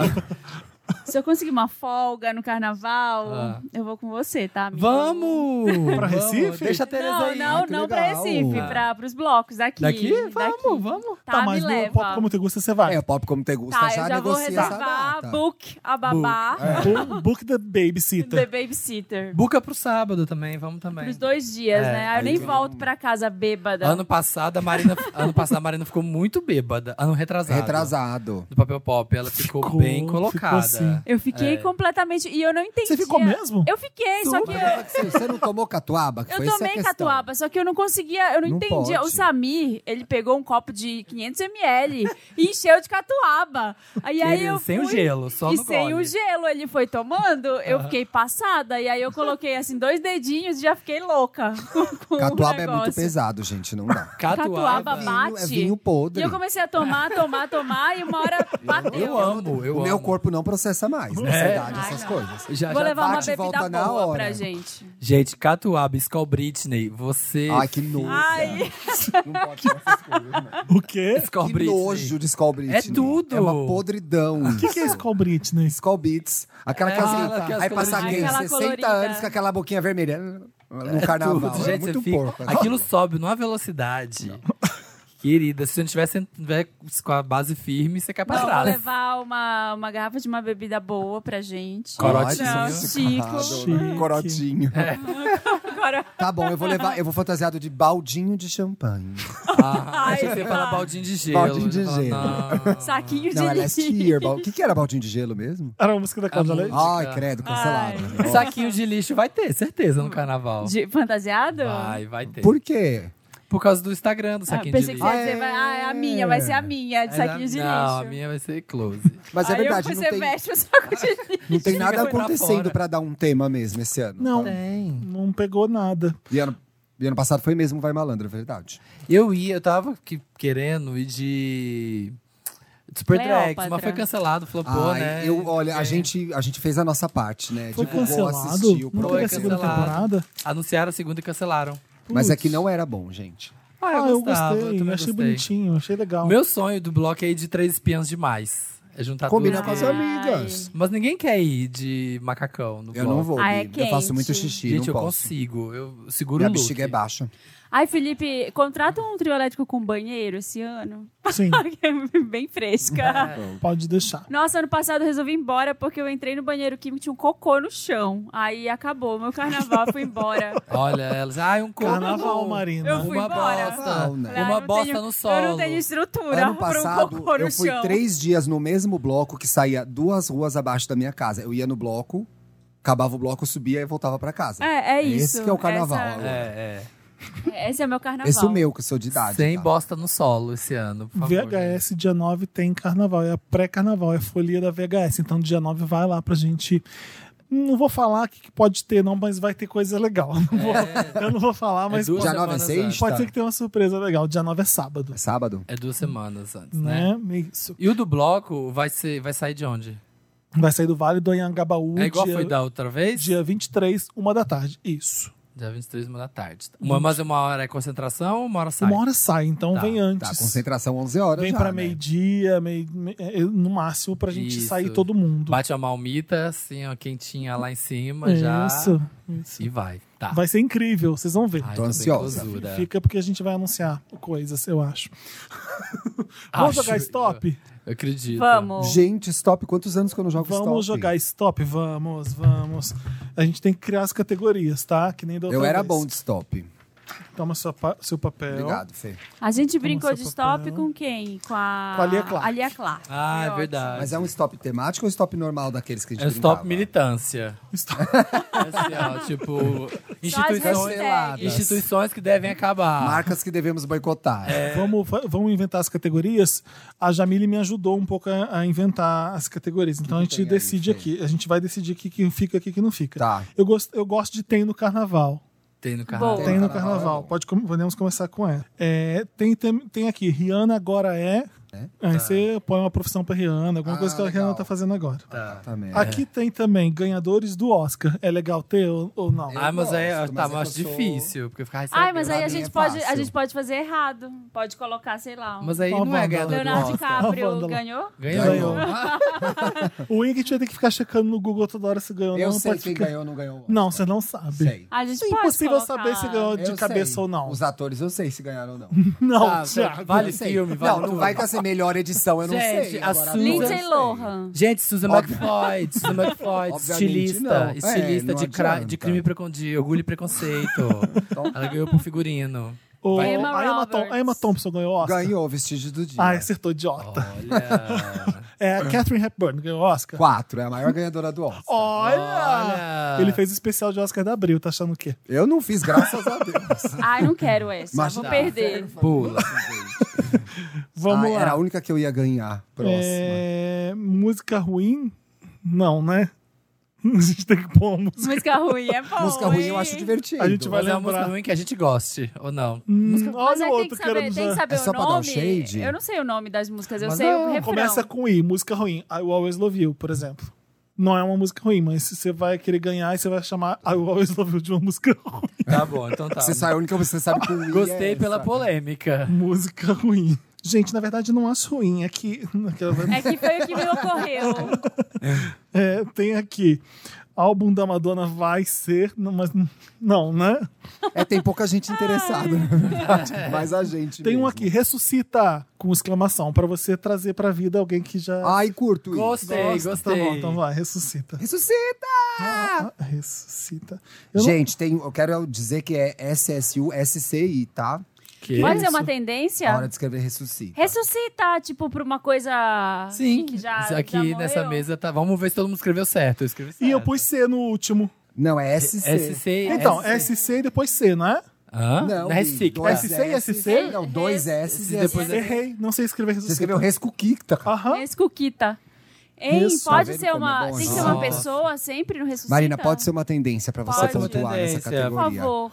Speaker 3: Se eu conseguir uma folga no carnaval,
Speaker 4: Ah.
Speaker 3: eu vou com você, tá? amigo?
Speaker 4: Vamos!
Speaker 2: Pra
Speaker 4: Vamos,
Speaker 2: Recife?
Speaker 4: Deixa a Tereza
Speaker 3: Não,
Speaker 4: aí.
Speaker 3: não,
Speaker 1: que
Speaker 3: não pra
Speaker 1: legal.
Speaker 3: Recife, pra, pros blocos daqui.
Speaker 4: Daqui? Vamos, vamos.
Speaker 2: É.
Speaker 3: Tá,
Speaker 2: Tá,
Speaker 3: me
Speaker 2: mas no
Speaker 3: leva.
Speaker 2: pop como te gusta, você vai.
Speaker 1: É, o Pop Como Te Gusta
Speaker 3: Tá,
Speaker 1: já,
Speaker 2: é
Speaker 3: eu já vou
Speaker 1: negocia essa
Speaker 3: reservar
Speaker 1: data.
Speaker 3: book a babá
Speaker 2: Book- Book the
Speaker 3: the
Speaker 2: Babysitter.
Speaker 3: babysitter.
Speaker 4: Buca pro sábado também, vamos também.
Speaker 3: Pros dois dias,
Speaker 4: É,
Speaker 3: né? Aí eu
Speaker 4: aí
Speaker 3: nem
Speaker 4: tem
Speaker 3: volto pra casa bêbada.
Speaker 4: Ano passado, a Marina, ano passado, a Marina ficou muito bêbada. Ano retrasado.
Speaker 1: É. Retrasado.
Speaker 4: Do papel pop. Ela ficou,
Speaker 2: Ficou,
Speaker 4: bem
Speaker 2: ficou
Speaker 4: colocada.
Speaker 2: assim.
Speaker 3: Eu fiquei
Speaker 4: É.
Speaker 3: completamente. E eu não entendi.
Speaker 2: Você ficou mesmo?
Speaker 3: Eu fiquei, só que eu,
Speaker 1: Mas Você você não tomou catuaba? Que
Speaker 3: Eu
Speaker 1: foi essa a
Speaker 3: tomei
Speaker 1: questão.
Speaker 3: catuaba, só que eu não conseguia, eu não,
Speaker 1: Não
Speaker 3: entendia.
Speaker 1: pode.
Speaker 3: O Samir, ele pegou um copo de 500ml e encheu de catuaba. Aí, aí
Speaker 4: Ele-
Speaker 3: eu
Speaker 4: sem o
Speaker 3: fui-
Speaker 4: gelo, só
Speaker 3: E
Speaker 4: no
Speaker 3: sem
Speaker 4: gole.
Speaker 3: o gelo, ele foi tomando, eu fiquei passada. E aí eu coloquei, assim, dois dedinhos e já fiquei louca com, com o
Speaker 1: Catuaba é muito
Speaker 3: um negócio.
Speaker 1: pesado, gente, não dá.
Speaker 3: Catuaba
Speaker 4: Catuaba.
Speaker 3: bate.
Speaker 1: é vinho podre.
Speaker 3: E eu comecei a tomar, tomar, tomar, e uma hora bateu.
Speaker 4: Eu amo, eu
Speaker 1: o
Speaker 4: amo. É.
Speaker 1: meu corpo não processa mais, na verdade,
Speaker 3: Ai,
Speaker 1: essas
Speaker 3: não.
Speaker 1: coisas.
Speaker 4: Já,
Speaker 3: Vou
Speaker 4: já tá.
Speaker 3: levar uma
Speaker 1: bate e
Speaker 3: bebida
Speaker 1: volta na
Speaker 3: boa
Speaker 1: hora.
Speaker 3: pra gente.
Speaker 4: Gente, Catuaba, Skull Britney, você...
Speaker 1: Ai, que nojo.
Speaker 4: é
Speaker 3: Ai,
Speaker 1: Não pode ter essas coisas, né?
Speaker 2: O quê?
Speaker 4: Skull
Speaker 1: Que
Speaker 4: Britney.
Speaker 1: nojo de Skull Britney.
Speaker 4: É tudo.
Speaker 1: É uma podridão.
Speaker 2: O que, que é esse Call Britney?
Speaker 1: Skull Beats. Aquela que
Speaker 4: É,
Speaker 1: assim,
Speaker 4: aquela que é as
Speaker 1: vai passar quem?
Speaker 3: coloridinhas.
Speaker 1: 60
Speaker 3: Aquela
Speaker 1: anos com aquela boquinha vermelha no carnaval.
Speaker 4: Tudo,
Speaker 1: é
Speaker 4: gente,
Speaker 1: muito
Speaker 4: você fica-
Speaker 1: porco.
Speaker 4: Aquilo sobe numa velocidade. Querida, se você não tivesse tiver com a base firme, você cai pra
Speaker 3: não, vou
Speaker 4: trás.
Speaker 3: levar uma, uma garrafa de uma bebida boa pra gente.
Speaker 4: Corote.
Speaker 3: Não, Chico.
Speaker 2: Chique.
Speaker 1: Corotinho.
Speaker 3: Agora.
Speaker 1: Tá bom, eu vou levar, eu vou fantasiado de baldinho de champanhe.
Speaker 4: Ah, achei que você ia falar
Speaker 3: Ai, tá.
Speaker 4: baldinho de gelo.
Speaker 1: Baldinho de
Speaker 4: Eu ia falar, não.
Speaker 3: Saquinho de
Speaker 1: Não, é last year.
Speaker 3: lixo.
Speaker 1: bal- O que, que era baldinho de gelo mesmo?
Speaker 2: Era uma música da Cláudia
Speaker 4: Ah,
Speaker 2: Leite?
Speaker 1: Ai, credo, cancelado.
Speaker 4: Saquinho de lixo vai ter, certeza, no carnaval.
Speaker 3: De fantasiado?
Speaker 4: Vai, vai ter. Por,
Speaker 1: Por quê?
Speaker 4: causa do Instagram do
Speaker 3: Ah,
Speaker 4: saquinho de
Speaker 3: pensei que
Speaker 4: lixo.
Speaker 3: você ia dizer, vai- ah, é a minha, vai ser a minha, de
Speaker 4: Mas a-
Speaker 3: saquinho de
Speaker 4: Não, a
Speaker 3: lixo.
Speaker 4: minha vai ser close.
Speaker 1: Mas é
Speaker 3: Aí
Speaker 1: verdade,
Speaker 3: eu
Speaker 1: não
Speaker 3: você
Speaker 1: tem,
Speaker 3: mexe o saco de lixo.
Speaker 1: não tem nada
Speaker 4: Fica pra
Speaker 1: acontecendo
Speaker 4: fora.
Speaker 1: pra dar um tema mesmo esse ano. Então,
Speaker 2: Não,
Speaker 4: Tem.
Speaker 2: não pegou nada.
Speaker 1: E ano, e ano passado foi mesmo Vai Malandro, é verdade.
Speaker 4: Eu ia, eu tava que- querendo ir de. de Super
Speaker 3: Cleópatra.
Speaker 4: Drags, mas foi cancelado, flopou,
Speaker 1: Ai,
Speaker 4: né?
Speaker 1: eu, olha, a
Speaker 4: É.
Speaker 1: gente, a gente fez a nossa parte, né?
Speaker 2: Foi
Speaker 1: Divulgou,
Speaker 2: cancelado?
Speaker 1: assistiu,
Speaker 2: Não
Speaker 4: Foi
Speaker 2: teve
Speaker 1: procurou.
Speaker 2: a segunda
Speaker 4: cancelado.
Speaker 2: temporada?
Speaker 4: Anunciaram a segunda e cancelaram.
Speaker 1: Mas é que
Speaker 2: Putz.
Speaker 1: não era bom, gente.
Speaker 4: Ah,
Speaker 2: Ah, eu
Speaker 4: gostava,
Speaker 2: gostei.
Speaker 4: também
Speaker 2: achei
Speaker 4: gostei.
Speaker 2: bonitinho, achei legal.
Speaker 4: Meu sonho do bloco é ir de três espiãs demais. É juntar
Speaker 1: Combina
Speaker 4: tudo.
Speaker 1: com as
Speaker 3: Ai.
Speaker 1: amigas.
Speaker 4: Mas ninguém quer ir de macacão no
Speaker 1: Eu
Speaker 4: bloco.
Speaker 1: não vou,
Speaker 3: Ah, é
Speaker 1: Bi. eu faço
Speaker 3: quente.
Speaker 1: muito xixi, não
Speaker 4: Gente, eu
Speaker 1: posso.
Speaker 4: consigo. Eu seguro
Speaker 1: Minha
Speaker 4: o look.
Speaker 1: bexiga é baixa.
Speaker 3: Ai, Felipe, contrata um trio elétrico com banheiro esse ano. é
Speaker 2: Sim,
Speaker 3: Bem fresca.
Speaker 4: É.
Speaker 2: pode deixar.
Speaker 3: Nossa, ano passado eu resolvi ir embora porque eu entrei no banheiro químico e tinha um cocô no chão. Aí acabou, meu carnaval fui embora.
Speaker 4: Olha, elas. Ai, um corpo.
Speaker 2: Carnaval, Marina.
Speaker 3: Eu fui
Speaker 4: Uma
Speaker 3: embora.
Speaker 4: bosta.
Speaker 1: Não, né?
Speaker 3: Falei, ah,
Speaker 4: Uma
Speaker 3: não
Speaker 4: bosta
Speaker 3: tenho-
Speaker 4: no solo.
Speaker 3: Eu não tenho estrutura
Speaker 1: Ano
Speaker 3: pra um
Speaker 1: passado,
Speaker 3: cocô no
Speaker 1: eu fui
Speaker 3: chão.
Speaker 1: três dias no mesmo bloco que saía duas ruas abaixo da minha casa. Eu ia no bloco, acabava o bloco, subia e voltava pra casa.
Speaker 3: É, é isso.
Speaker 1: Esse que é o carnaval.
Speaker 3: Essa-
Speaker 1: Alô.
Speaker 4: É, é.
Speaker 3: Esse é meu carnaval.
Speaker 1: Esse é o meu, que eu sou de idade.
Speaker 4: Sem
Speaker 1: tá?
Speaker 4: bosta no solo esse ano, por favor. gente.
Speaker 2: VHS dia 9 tem carnaval, é a pré-carnaval, é a folia da VHS. Então dia 9 vai lá pra gente. Não vou falar o que que pode ter, não, mas vai ter coisa legal. Não vou- eu não vou falar, mas
Speaker 4: É duas
Speaker 1: Já nove é
Speaker 4: semanas
Speaker 1: seis?
Speaker 4: antes.
Speaker 2: pode
Speaker 1: tá.
Speaker 2: ser que tenha uma surpresa legal. Dia 9 é sábado,
Speaker 1: É sábado?
Speaker 4: É duas semanas antes, né?
Speaker 2: né? Isso.
Speaker 4: E o do bloco vai, ser, vai sair de onde?
Speaker 2: Vai sair do Vale do Anhangabaú
Speaker 4: é igual
Speaker 2: dia,
Speaker 4: foi da outra vez?
Speaker 2: dia 23, uma da tarde. Isso.
Speaker 4: Dia 23, uma da tarde. Uma, mas uma hora é concentração, uma hora sai.
Speaker 2: Uma hora sai, então
Speaker 4: Tá,
Speaker 2: vem
Speaker 1: Tá,
Speaker 2: antes.
Speaker 1: concentração 11 horas
Speaker 2: Vem
Speaker 1: já,
Speaker 2: pra
Speaker 1: né?
Speaker 2: meio-dia, meio, me- é, no máximo, pra gente
Speaker 4: Isso.
Speaker 2: sair todo mundo.
Speaker 4: Bate a malmita, assim, ó, quentinha lá em cima, já.
Speaker 2: Isso, isso.
Speaker 4: E vai. Tá.
Speaker 2: Vai ser incrível, vocês vão ver.
Speaker 4: Ai,
Speaker 1: Tô
Speaker 4: bem
Speaker 1: ansiosa.
Speaker 4: gozura.
Speaker 2: Fica porque a gente vai anunciar coisas, eu acho. Vamos
Speaker 4: Acho,
Speaker 2: jogar stop?
Speaker 4: Eu acredito.
Speaker 3: Vamos.
Speaker 1: Gente, stop. Quantos anos que eu não jogo stop?
Speaker 2: Vamos jogar stop? Vamos, vamos. A gente tem que criar as categorias, tá? Que nem da outra
Speaker 1: Eu era
Speaker 2: vez. É,
Speaker 1: bom de stop.
Speaker 2: Toma sua pa- seu papel.
Speaker 1: Obrigado, Fê.
Speaker 3: A gente brincou de
Speaker 2: seu
Speaker 3: stop
Speaker 2: papel.
Speaker 3: com quem? Com a,
Speaker 2: Com a Lia Clark.
Speaker 3: a Lia Clark.
Speaker 4: Ah, é
Speaker 3: Ótimo.
Speaker 4: verdade.
Speaker 1: Mas é um stop temático ou stop normal daqueles que a gente
Speaker 4: É um stop
Speaker 1: brincava?
Speaker 4: militância. É assim, ó, tipo, instituições,
Speaker 1: hashtags.
Speaker 4: instituições que devem acabar.
Speaker 1: Marcas que devemos boicotar.
Speaker 2: É, Vamos, fa- vamos inventar as categorias. A Jamile me ajudou um pouco a, a inventar as categorias. Então a gente
Speaker 1: tem aí,
Speaker 2: decide
Speaker 1: Fê?
Speaker 2: aqui. A gente vai decidir aqui que fica aqui que não fica.
Speaker 1: Tá.
Speaker 2: Eu, gosto, eu gosto de tem no carnaval.
Speaker 4: Tem no carnaval.
Speaker 3: Boa.
Speaker 2: Tem no
Speaker 1: Carnaval é
Speaker 2: carnaval.
Speaker 1: bom.
Speaker 2: Pode, com- podemos começar com ela. É, tem, tem, tem aqui, Rihanna agora é. Aí você põe uma profissão pra Rihanna, alguma
Speaker 1: Tá. Ah,
Speaker 2: coisa que a
Speaker 1: legal. É.
Speaker 2: Rihanna tá fazendo agora.
Speaker 1: Também.
Speaker 2: Aqui tem também ganhadores do Oscar. É legal ter ou, ou não?
Speaker 4: Ah, mas aí
Speaker 1: gosto,
Speaker 4: tá,
Speaker 1: mas é
Speaker 4: mas
Speaker 1: que eu sou-
Speaker 4: difícil. Porque ficar
Speaker 3: Ai, mas aí
Speaker 1: Pra
Speaker 3: a
Speaker 1: mim é
Speaker 3: gente, pode, a
Speaker 1: fácil.
Speaker 3: gente pode fazer errado. Pode colocar, sei lá. um-
Speaker 4: Mas aí
Speaker 2: Ó,
Speaker 4: não é
Speaker 2: Wanda.
Speaker 4: ganhador do
Speaker 3: Leonardo
Speaker 4: Oscar.
Speaker 2: Ó,
Speaker 3: DiCaprio
Speaker 2: Wanda.
Speaker 3: ganhou?
Speaker 4: Ganhou.
Speaker 2: Ganhou.
Speaker 4: Ah,
Speaker 2: O Ingrid vai ter que ficar checando no Google toda hora se ganhou ou não.
Speaker 1: Eu sei
Speaker 2: pode
Speaker 1: quem
Speaker 2: ficar-
Speaker 1: ganhou ou não ganhou.
Speaker 2: Não, você não sabe.
Speaker 1: Sei.
Speaker 3: A gente
Speaker 2: É
Speaker 3: pode
Speaker 2: impossível
Speaker 3: colocar.
Speaker 2: saber se ganhou de
Speaker 1: Eu
Speaker 2: cabeça
Speaker 1: sei.
Speaker 2: ou não.
Speaker 1: Os atores eu sei se ganharam ou não.
Speaker 2: Não,
Speaker 4: tá,
Speaker 2: Thiago.
Speaker 4: vale
Speaker 1: Eu sei.
Speaker 4: filme, vale
Speaker 1: Não, não
Speaker 4: tudo.
Speaker 1: vai com essa melhor edição, eu não
Speaker 4: Gente,
Speaker 1: sei.
Speaker 4: a
Speaker 1: Agora,
Speaker 4: Susan-
Speaker 1: eu
Speaker 3: Lindsay
Speaker 1: sei.
Speaker 3: Lohan.
Speaker 4: Gente, Susan
Speaker 1: Óbvio.
Speaker 4: McFloyd, Susan McFloyd,
Speaker 1: Obviamente
Speaker 4: estilista,
Speaker 1: não.
Speaker 4: estilista
Speaker 1: É, não
Speaker 4: de, cra-
Speaker 1: adianta. Então-
Speaker 4: de crime e precon- de orgulho e preconceito. Ela ganhou por figurino.
Speaker 2: O-
Speaker 4: Vai-
Speaker 3: Emma
Speaker 2: a, Emma Thom-
Speaker 3: Roberts.
Speaker 2: a Emma Thompson ganhou Oscar.
Speaker 1: Ganhou vestígio do dia.
Speaker 2: Ah, acertou, idiota.
Speaker 4: Olha.
Speaker 2: É a Catherine Hepburn ganhou Oscar.
Speaker 1: Quatro, é a maior ganhadora do Oscar.
Speaker 2: Olha!
Speaker 4: Olha.
Speaker 2: Ele fez o especial de Oscar da Abril, tá achando o quê?
Speaker 1: Eu não fiz, graças a Deus.
Speaker 3: Ai, não quero essa.
Speaker 1: Mas
Speaker 3: vou
Speaker 1: tá.
Speaker 3: perder.
Speaker 4: Pula.
Speaker 2: Vamos
Speaker 1: Ah,
Speaker 2: lá.
Speaker 1: Era a única que eu ia ganhar. Próxima.
Speaker 2: É, música ruim? Não, né? A gente tem que pôr uma música.
Speaker 3: Música ruim é bom.
Speaker 1: Música ruim eu
Speaker 3: hein?
Speaker 1: acho divertido.
Speaker 2: A gente vai-
Speaker 4: Mas é uma música
Speaker 2: lembrar.
Speaker 4: ruim que a gente goste, ou não?
Speaker 2: Hum,
Speaker 3: Mas
Speaker 2: olha
Speaker 3: aí
Speaker 2: o
Speaker 3: tem que
Speaker 2: outro
Speaker 3: saber,
Speaker 2: querendo
Speaker 3: tem que
Speaker 2: já.
Speaker 3: saber
Speaker 1: É
Speaker 3: o
Speaker 1: só pra dar um
Speaker 3: nome.
Speaker 1: shade?
Speaker 3: Eu não sei o nome das músicas, eu
Speaker 1: Mas
Speaker 3: sei o
Speaker 1: não,
Speaker 3: refrão.
Speaker 2: Começa com I, música ruim. I Will Always Love You, por exemplo. Não é uma música ruim, mas se você vai querer ganhar e você vai chamar I Will Always Love You de uma música ruim.
Speaker 4: Tá bom, então tá.
Speaker 1: Você sabe, a única coisa que você sabe que eu ia é
Speaker 4: Gostei
Speaker 1: essa.
Speaker 4: pela polêmica.
Speaker 2: Música ruim. Gente, na verdade, não acho ruim. É que. Aquela...
Speaker 3: É que foi o que me ocorreu.
Speaker 2: É, tem aqui. Álbum da Madonna vai ser. Não, mas. Não, né?
Speaker 1: É, tem pouca gente interessada, na verdade. Mas a gente.
Speaker 2: Tem um
Speaker 1: mesmo.
Speaker 2: aqui, ressuscita! Com exclamação, pra você trazer pra vida alguém que já.
Speaker 1: Ai, curto. isso.
Speaker 4: Gostei,
Speaker 2: gosta.
Speaker 4: Ah, gostei.
Speaker 2: Tá
Speaker 4: Ah.
Speaker 2: bom, então vai, ressuscita. Ah,
Speaker 1: Ressuscita!
Speaker 2: Ressuscita. Eu não-
Speaker 1: Gente, tem, eu quero dizer que é SSU-SCI, tá?
Speaker 4: Que
Speaker 3: Pode ser
Speaker 2: isso?
Speaker 3: uma
Speaker 1: A hora
Speaker 3: tendência?
Speaker 1: de escrever ressuscita.
Speaker 3: É. Ressuscita, tipo, pra uma coisa assim,
Speaker 4: Sim,
Speaker 3: que já
Speaker 4: isso
Speaker 3: já
Speaker 4: aqui nessa
Speaker 3: morreu.
Speaker 4: mesa tá. Vamos ver se todo mundo escreveu certo. Eu escrevi certo.
Speaker 2: E eu pus C no último.
Speaker 1: Não, é SC.
Speaker 4: SC.
Speaker 2: Então,
Speaker 4: SC.
Speaker 2: SC e depois C, não é?
Speaker 4: Hã?
Speaker 1: Não,
Speaker 4: é
Speaker 1: e
Speaker 4: SC.
Speaker 1: dois
Speaker 2: SC e
Speaker 1: S,
Speaker 2: SC?
Speaker 1: Não, dois S e
Speaker 4: E depois
Speaker 1: depois
Speaker 4: é-
Speaker 2: Errei, não sei escrever
Speaker 1: Você
Speaker 2: ressuscita.
Speaker 1: escreveu rescuquita.
Speaker 2: Aham.
Speaker 3: Rescuquita. Hein,
Speaker 2: Isso.
Speaker 1: Tá
Speaker 3: pode
Speaker 1: vendo
Speaker 3: ser
Speaker 1: como é
Speaker 3: uma.
Speaker 1: bom
Speaker 3: tem que
Speaker 1: isso?
Speaker 3: ser uma
Speaker 4: Nossa.
Speaker 3: pessoa sempre no ressuscita.
Speaker 1: Marina, pode ser uma tendência pra você
Speaker 3: Pode.
Speaker 1: pontuar nessa
Speaker 4: Tendência.
Speaker 3: Por
Speaker 1: categoria.
Speaker 3: favor.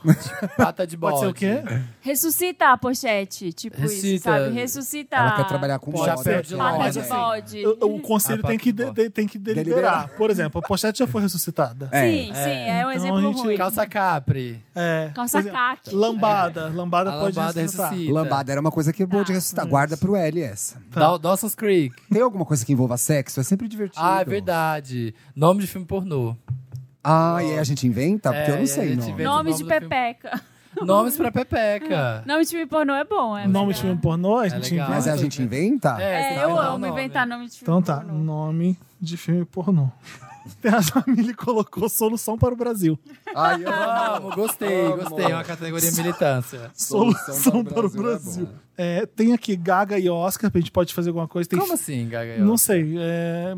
Speaker 4: Pata de bode.
Speaker 2: Pode ser o quê?
Speaker 3: Ressuscita a pochete. Tipo isso,
Speaker 4: Ressuscita.
Speaker 3: sabe? Ressuscita.
Speaker 1: Ela quer trabalhar com
Speaker 4: Pode
Speaker 1: moda,
Speaker 4: ser de
Speaker 1: ela né?
Speaker 4: lá,
Speaker 1: quer
Speaker 3: Pata
Speaker 4: Mas
Speaker 3: de
Speaker 4: assim,
Speaker 1: desenho.
Speaker 3: bode.
Speaker 2: O, o conselho
Speaker 4: Ah, tá,
Speaker 2: tem, que
Speaker 4: tá
Speaker 2: de-
Speaker 4: bom.
Speaker 2: de- tem que de-
Speaker 1: Deliberar.
Speaker 2: deliberar. Por exemplo, a pochete já foi ressuscitada.
Speaker 1: É.
Speaker 3: Sim, sim, é um
Speaker 2: Então a
Speaker 3: exemplo
Speaker 2: gente-
Speaker 3: ruim.
Speaker 4: Calça capri.
Speaker 2: É.
Speaker 3: Calça
Speaker 2: por exemplo,
Speaker 3: caque.
Speaker 2: Lambada. Lambada
Speaker 4: A
Speaker 2: pode
Speaker 4: lambada
Speaker 2: ressuscitar.
Speaker 4: ressuscita.
Speaker 1: Lambada era uma coisa que é boa de ressuscitar. Guarda pro L essa.
Speaker 4: Da- Dawson's Creek.
Speaker 2: Tá.
Speaker 1: Tem alguma coisa que envolva sexo? É sempre divertido.
Speaker 4: Ah, é verdade. Nome de filme pornô.
Speaker 1: Ah, e aí a gente inventa? Porque
Speaker 4: É,
Speaker 1: eu não sei,
Speaker 4: a
Speaker 1: não.
Speaker 4: gente inventa.
Speaker 3: Nome
Speaker 4: Vamos
Speaker 3: de
Speaker 4: no filme.
Speaker 3: pepeca.
Speaker 4: Nomes pra Pepeca.
Speaker 3: Nome de filme pornô é bom, é.
Speaker 2: Nome
Speaker 3: mas-
Speaker 2: de filme pornô, a
Speaker 4: É
Speaker 2: gente
Speaker 4: legal.
Speaker 1: Mas a gente inventa?
Speaker 4: tem
Speaker 3: É,
Speaker 4: que
Speaker 3: eu
Speaker 4: inventar um
Speaker 3: amo
Speaker 4: nome.
Speaker 3: inventar nome de filme
Speaker 2: né? Então tá,
Speaker 3: pornô.
Speaker 2: nome de filme pornô. Tem a Jamile colocou Solução para o Brasil.
Speaker 1: Ai, eu
Speaker 4: Amo, gostei, gostei. É uma categoria militância.
Speaker 2: Solução, para o Brasil. É, tem aqui Gaga e Oscar, a gente pode fazer alguma coisa. Tem
Speaker 4: Como assim, Gaga?
Speaker 2: Não sei. É...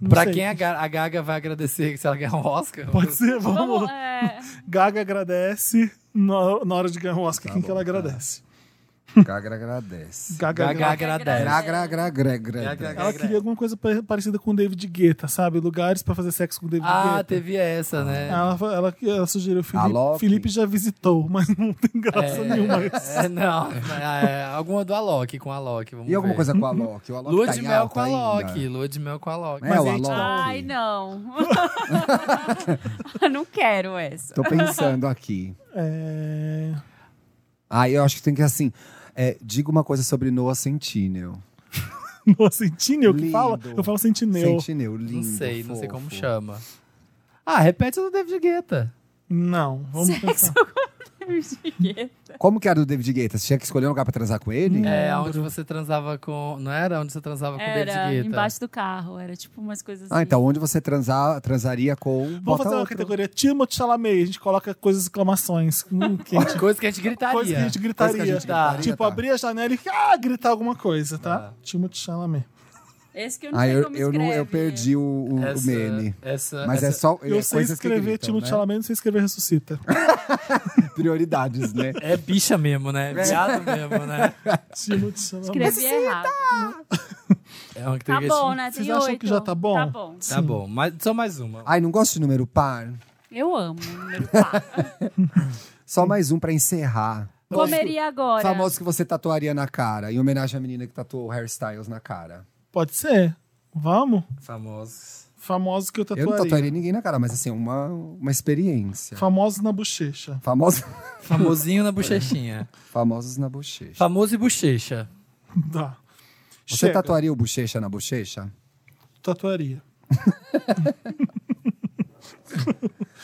Speaker 2: não
Speaker 4: Pra
Speaker 2: sei.
Speaker 4: quem é a Ga- a Gaga vai agradecer se ela ganhar um Oscar?
Speaker 2: Pode ser, vamos.
Speaker 3: Vamos, é,
Speaker 2: Gaga agradece na, na hora de ganhar o
Speaker 4: Tá
Speaker 2: Oscar, quem que ela agradece?
Speaker 1: Gagra agradece.
Speaker 2: Gaga,
Speaker 4: Gaga
Speaker 2: agradece.
Speaker 4: agradece.
Speaker 1: Gra, gra, gra, gra, gra,
Speaker 4: Gra,
Speaker 1: gra.
Speaker 4: gra,
Speaker 2: Ela queria alguma coisa pa- parecida com o David Guetta, sabe? Lugares pra fazer sexo com o David
Speaker 4: Ah,
Speaker 2: Guetta.
Speaker 4: teve essa,
Speaker 1: É.
Speaker 4: né?
Speaker 2: Ela, ela, ela sugeriu Felipe.
Speaker 1: Alok.
Speaker 2: Felipe já visitou, mas não tem graça nenhuma.
Speaker 4: É, não, é, alguma do Alok, com a Alok. Vamos
Speaker 1: E alguma
Speaker 4: ver.
Speaker 1: coisa com a Loki? O Alok
Speaker 4: Lua
Speaker 1: tá
Speaker 4: de
Speaker 1: em
Speaker 4: mel
Speaker 1: alta
Speaker 4: com a
Speaker 1: ainda.
Speaker 4: Loki. Lua de mel com a Loki.
Speaker 1: É,
Speaker 4: Mas
Speaker 1: o
Speaker 4: aí, tipo,
Speaker 1: Alok.
Speaker 3: Ai, não. não quero essa.
Speaker 1: Tô pensando aqui.
Speaker 2: É...
Speaker 1: Ah, eu acho que tem que assim. é, diga uma coisa sobre Noah Centineo.
Speaker 2: No Sentinel que
Speaker 1: Lindo.
Speaker 2: fala? Eu falo Sentinel.
Speaker 1: Centineo, lindo.
Speaker 4: Não sei, não sei como
Speaker 1: fofo.
Speaker 4: chama. Ah, repete o do David Guetta.
Speaker 2: Não, vamos pensar.
Speaker 3: Virginieta.
Speaker 1: Como que era do David Guetta? Você tinha que escolher um lugar pra transar com ele?
Speaker 4: É, onde você transava com. Não era? Onde você transava com o
Speaker 3: Era
Speaker 4: David Guetta?
Speaker 3: embaixo do carro, era tipo umas coisas assim.
Speaker 1: Ah, então onde você transar, transaria com.
Speaker 2: Vamos
Speaker 1: bota
Speaker 2: fazer uma
Speaker 1: outro.
Speaker 2: categoria Timothy Chalamet. A gente coloca coisas exclamações. Hum, que a gente-
Speaker 4: Coisa que a gente gritaria.
Speaker 2: coisa que a
Speaker 1: Coisa
Speaker 2: gente
Speaker 1: que
Speaker 2: gritaria.
Speaker 1: a gente gritaria,
Speaker 2: tipo,
Speaker 1: tá. É.
Speaker 2: abrir a janela e ah, gritar alguma coisa, tá? Timothy Chalamet.
Speaker 3: Esse que eu não
Speaker 1: Ah,
Speaker 3: sei
Speaker 1: eu,
Speaker 3: como
Speaker 1: eu, não, eu
Speaker 3: escreve.
Speaker 1: perdi o, o- o
Speaker 4: Essa-
Speaker 1: meme.
Speaker 4: Tá, Essa,
Speaker 1: Mas é
Speaker 4: essa-
Speaker 1: só.
Speaker 2: Eu
Speaker 1: é
Speaker 2: sei
Speaker 1: coisas que
Speaker 2: escrever
Speaker 1: gritam,
Speaker 2: Timothy
Speaker 1: né?
Speaker 2: Chalamet, não sei escrever Ressuscita.
Speaker 1: Prioridades, né?
Speaker 4: É bicha mesmo, né? Viado mesmo, né?
Speaker 2: Timothy Chalamet.
Speaker 3: Escrevi errado.
Speaker 4: É
Speaker 3: Tá
Speaker 4: uma categoria
Speaker 3: bom,
Speaker 4: assim.
Speaker 3: né?
Speaker 2: Vocês
Speaker 3: Tem
Speaker 2: acham
Speaker 3: oito.
Speaker 2: que já tá bom?
Speaker 3: Tá bom.
Speaker 4: Tá bom, mas, só mais uma.
Speaker 1: Ai, não gosto de número par?
Speaker 3: Eu amo. né? o número par.
Speaker 1: Só mais um pra encerrar.
Speaker 3: Comeria agora.
Speaker 1: Famoso que você tatuaria na cara, em homenagem à menina que tatuou hairstyles na cara.
Speaker 2: Pode ser. Vamos?
Speaker 4: Famosos.
Speaker 2: Famosos que eu
Speaker 1: Eu não
Speaker 2: tatuaria.
Speaker 1: tatuaria ninguém na cara, mas assim, uma, uma experiência.
Speaker 2: Famosos na bochecha.
Speaker 1: Famosos,
Speaker 4: Famosinho na bochechinha.
Speaker 1: famosos na bochecha.
Speaker 4: Famoso e bochecha.
Speaker 2: Dá.
Speaker 1: Você
Speaker 2: Chega.
Speaker 1: tatuaria o bochecha na bochecha?
Speaker 2: Tatuaria.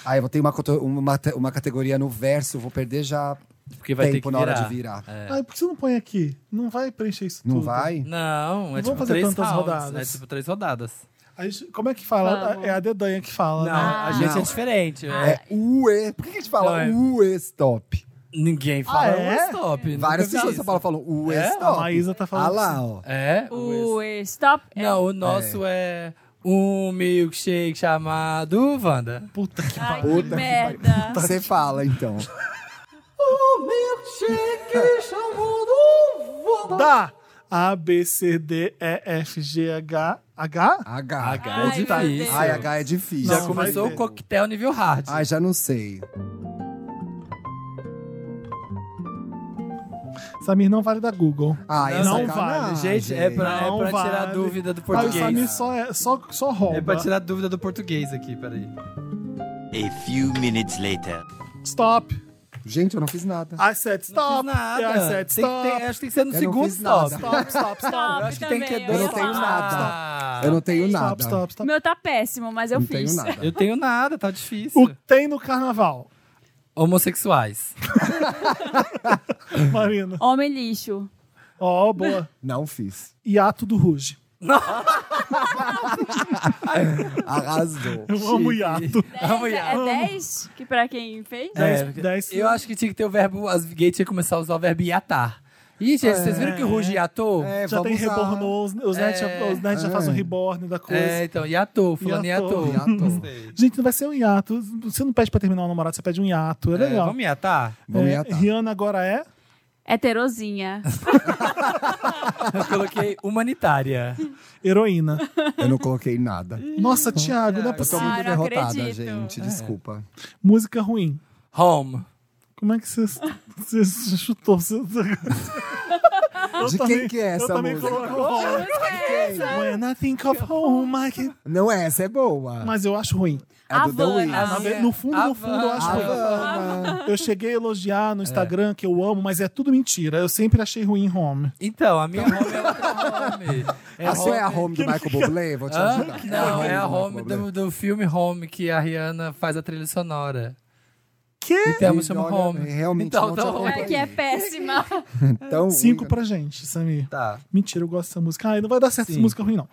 Speaker 1: Ah, eu vou ter uma, coto- uma, te- uma categoria no verso, eu vou perder já
Speaker 4: Porque vai ter
Speaker 1: tempo
Speaker 4: que
Speaker 1: na hora
Speaker 4: virar. É.
Speaker 1: de virar.
Speaker 2: Ai, por que você não põe aqui? Não vai preencher isso
Speaker 1: Não
Speaker 2: tudo.
Speaker 1: vai?
Speaker 4: Não,
Speaker 2: Vamos
Speaker 4: é tipo
Speaker 2: fazer
Speaker 4: três
Speaker 2: tantas
Speaker 4: rounds,
Speaker 2: rodadas.
Speaker 4: É tipo três rodadas.
Speaker 2: Aí, como é que fala?
Speaker 3: Vamos.
Speaker 2: É a dedanha que fala.
Speaker 4: Não,
Speaker 2: né?
Speaker 4: a gente
Speaker 1: Não.
Speaker 4: é diferente. é.
Speaker 1: É UE. Por que que a gente fala
Speaker 4: Não, é-
Speaker 1: UE stop?
Speaker 4: Ninguém fala
Speaker 2: Ah, é?
Speaker 4: um stop. nunca
Speaker 1: Várias
Speaker 4: vi
Speaker 1: pessoas
Speaker 4: isso.
Speaker 1: da Paula falam UE
Speaker 4: É? A
Speaker 1: stop.
Speaker 2: A Maísa tá
Speaker 1: Ah
Speaker 2: falando.
Speaker 1: lá,
Speaker 2: assim.
Speaker 1: ó.
Speaker 4: É?
Speaker 3: O stop. é-
Speaker 4: Não, o nosso é. um milkshake chamado Wanda.
Speaker 2: Puta que
Speaker 3: Ai,
Speaker 2: pariu.
Speaker 3: que
Speaker 1: Puta que
Speaker 3: merda.
Speaker 1: Você fala, então.
Speaker 2: Dá! A, B, C, D, E, F, G, H. H?
Speaker 1: H.
Speaker 4: H
Speaker 3: Ai,
Speaker 4: é difícil.
Speaker 3: meu
Speaker 1: Ai, H é difícil.
Speaker 4: Já
Speaker 2: Não,
Speaker 4: começou
Speaker 2: vai
Speaker 4: o
Speaker 2: ver.
Speaker 4: coquetel nível hard.
Speaker 1: Ai, já não sei.
Speaker 2: Samir não vale da Google.
Speaker 1: Ah, é
Speaker 2: Não
Speaker 1: sacanagem.
Speaker 2: vale,
Speaker 4: Gente, é pra, é
Speaker 2: Não
Speaker 4: pra tirar
Speaker 2: vale.
Speaker 4: dúvida do
Speaker 2: Ah, o
Speaker 4: português.
Speaker 2: Samir só, é, só, só rouba.
Speaker 4: É pra tirar dúvida do português aqui, peraí.
Speaker 5: A few minutes later.
Speaker 2: Stop!
Speaker 1: Gente, eu não fiz nada.
Speaker 2: I said
Speaker 4: Não
Speaker 2: stop!
Speaker 4: fiz nada.
Speaker 2: I said
Speaker 4: Tem que
Speaker 2: stop!
Speaker 4: ter- acho que tem que ser no
Speaker 1: Eu não
Speaker 4: segundo Ah.
Speaker 1: fiz nada.
Speaker 4: stop.
Speaker 2: Stop, stop, stop!
Speaker 4: Eu
Speaker 3: Stop
Speaker 4: acho que tem que ter
Speaker 3: também,
Speaker 4: dois
Speaker 1: eu
Speaker 3: ia
Speaker 1: não tenho
Speaker 3: falar.
Speaker 4: nada.
Speaker 1: eu não tenho nada.
Speaker 2: Ah, Stop, stop,
Speaker 3: O
Speaker 2: stop.
Speaker 3: meu tá péssimo, mas eu
Speaker 1: não tenho
Speaker 3: fiz.
Speaker 1: nada.
Speaker 4: Eu tenho nada, tá difícil.
Speaker 2: O que tem no carnaval?
Speaker 4: Homossexuais.
Speaker 2: Marina.
Speaker 3: Homem lixo.
Speaker 2: Ó, boa.
Speaker 1: Não fiz.
Speaker 2: Hiato do Ruge.
Speaker 1: Arrasou.
Speaker 2: Eu amo hiato.
Speaker 4: Vamos lá.
Speaker 3: É 10? Que pra quem fez?
Speaker 2: Dez-
Speaker 4: É, porque
Speaker 2: dez-
Speaker 4: eu acho que tinha que ter o verbo. As gays tinha que começar a usar o verbo iatar. Ih, gente, vocês viram que o Ruge iatou? É,
Speaker 1: É,
Speaker 2: Já tem
Speaker 1: vamos lá.
Speaker 2: rebornou, os os nerds já, os nerds já fazem o reborn da coisa.
Speaker 4: então, iatou, fulano iatou.
Speaker 2: Iatou.
Speaker 1: Iatou.
Speaker 2: Gente, não vai ser um hiato. Você não pede pra terminar o namorado, você pede um hiato. É
Speaker 4: É,
Speaker 2: legal.
Speaker 4: vamos iatar?
Speaker 1: Vamos
Speaker 2: É,
Speaker 1: iatar.
Speaker 2: Rihanna agora é?
Speaker 3: Heterosinha.
Speaker 4: Eu coloquei humanitária.
Speaker 2: Heroína.
Speaker 1: Eu não coloquei nada.
Speaker 2: É. Nossa, Thiago, não é
Speaker 1: Eu tô
Speaker 2: possível. É.
Speaker 3: Ah,
Speaker 1: muito
Speaker 3: não
Speaker 1: derrotada,
Speaker 3: acredito.
Speaker 1: gente. Desculpa.
Speaker 2: Música ruim.
Speaker 4: Home.
Speaker 2: Como é que você- você você chutou? Você-
Speaker 1: De
Speaker 2: também-
Speaker 1: quem que é
Speaker 2: Eu
Speaker 1: essa
Speaker 2: também
Speaker 1: música? é
Speaker 2: coloco home. When I think of home, I can...
Speaker 1: Não é, essa é boa.
Speaker 2: Mas eu acho ruim.
Speaker 1: É do The
Speaker 3: Havana.
Speaker 1: Weeknd.
Speaker 2: Na
Speaker 4: Ah,
Speaker 2: ve-
Speaker 4: é. Ah,
Speaker 2: No fundo, no fundo, eu acho ruim.
Speaker 1: Havana.
Speaker 2: Eu cheguei a elogiar no
Speaker 4: É.
Speaker 2: Instagram, que eu amo, mas é tudo mentira. Eu sempre achei ruim home.
Speaker 4: Então, a minha home é outra home. É
Speaker 1: a sua é a home do Michael Bublé? Vou te
Speaker 4: Hã?
Speaker 1: ajudar.
Speaker 4: Não, é a home
Speaker 1: do Michael
Speaker 4: do, do filme Home que a Rihanna faz a trilha sonora.
Speaker 2: Que?
Speaker 4: E tem a
Speaker 1: Ih,
Speaker 4: música
Speaker 1: olha,
Speaker 4: Home.
Speaker 1: é, realmente
Speaker 4: então,
Speaker 1: não te
Speaker 4: então,
Speaker 1: acompanho.
Speaker 4: Home.
Speaker 3: É que é péssima.
Speaker 1: Bublé. Tão
Speaker 2: Cinco
Speaker 1: ruim.
Speaker 2: pra gente, Samir.
Speaker 4: Tá.
Speaker 2: Mentira, eu gosto dessa música. Ai, não vai dar certo essa
Speaker 4: Sim.
Speaker 2: música ruim, não.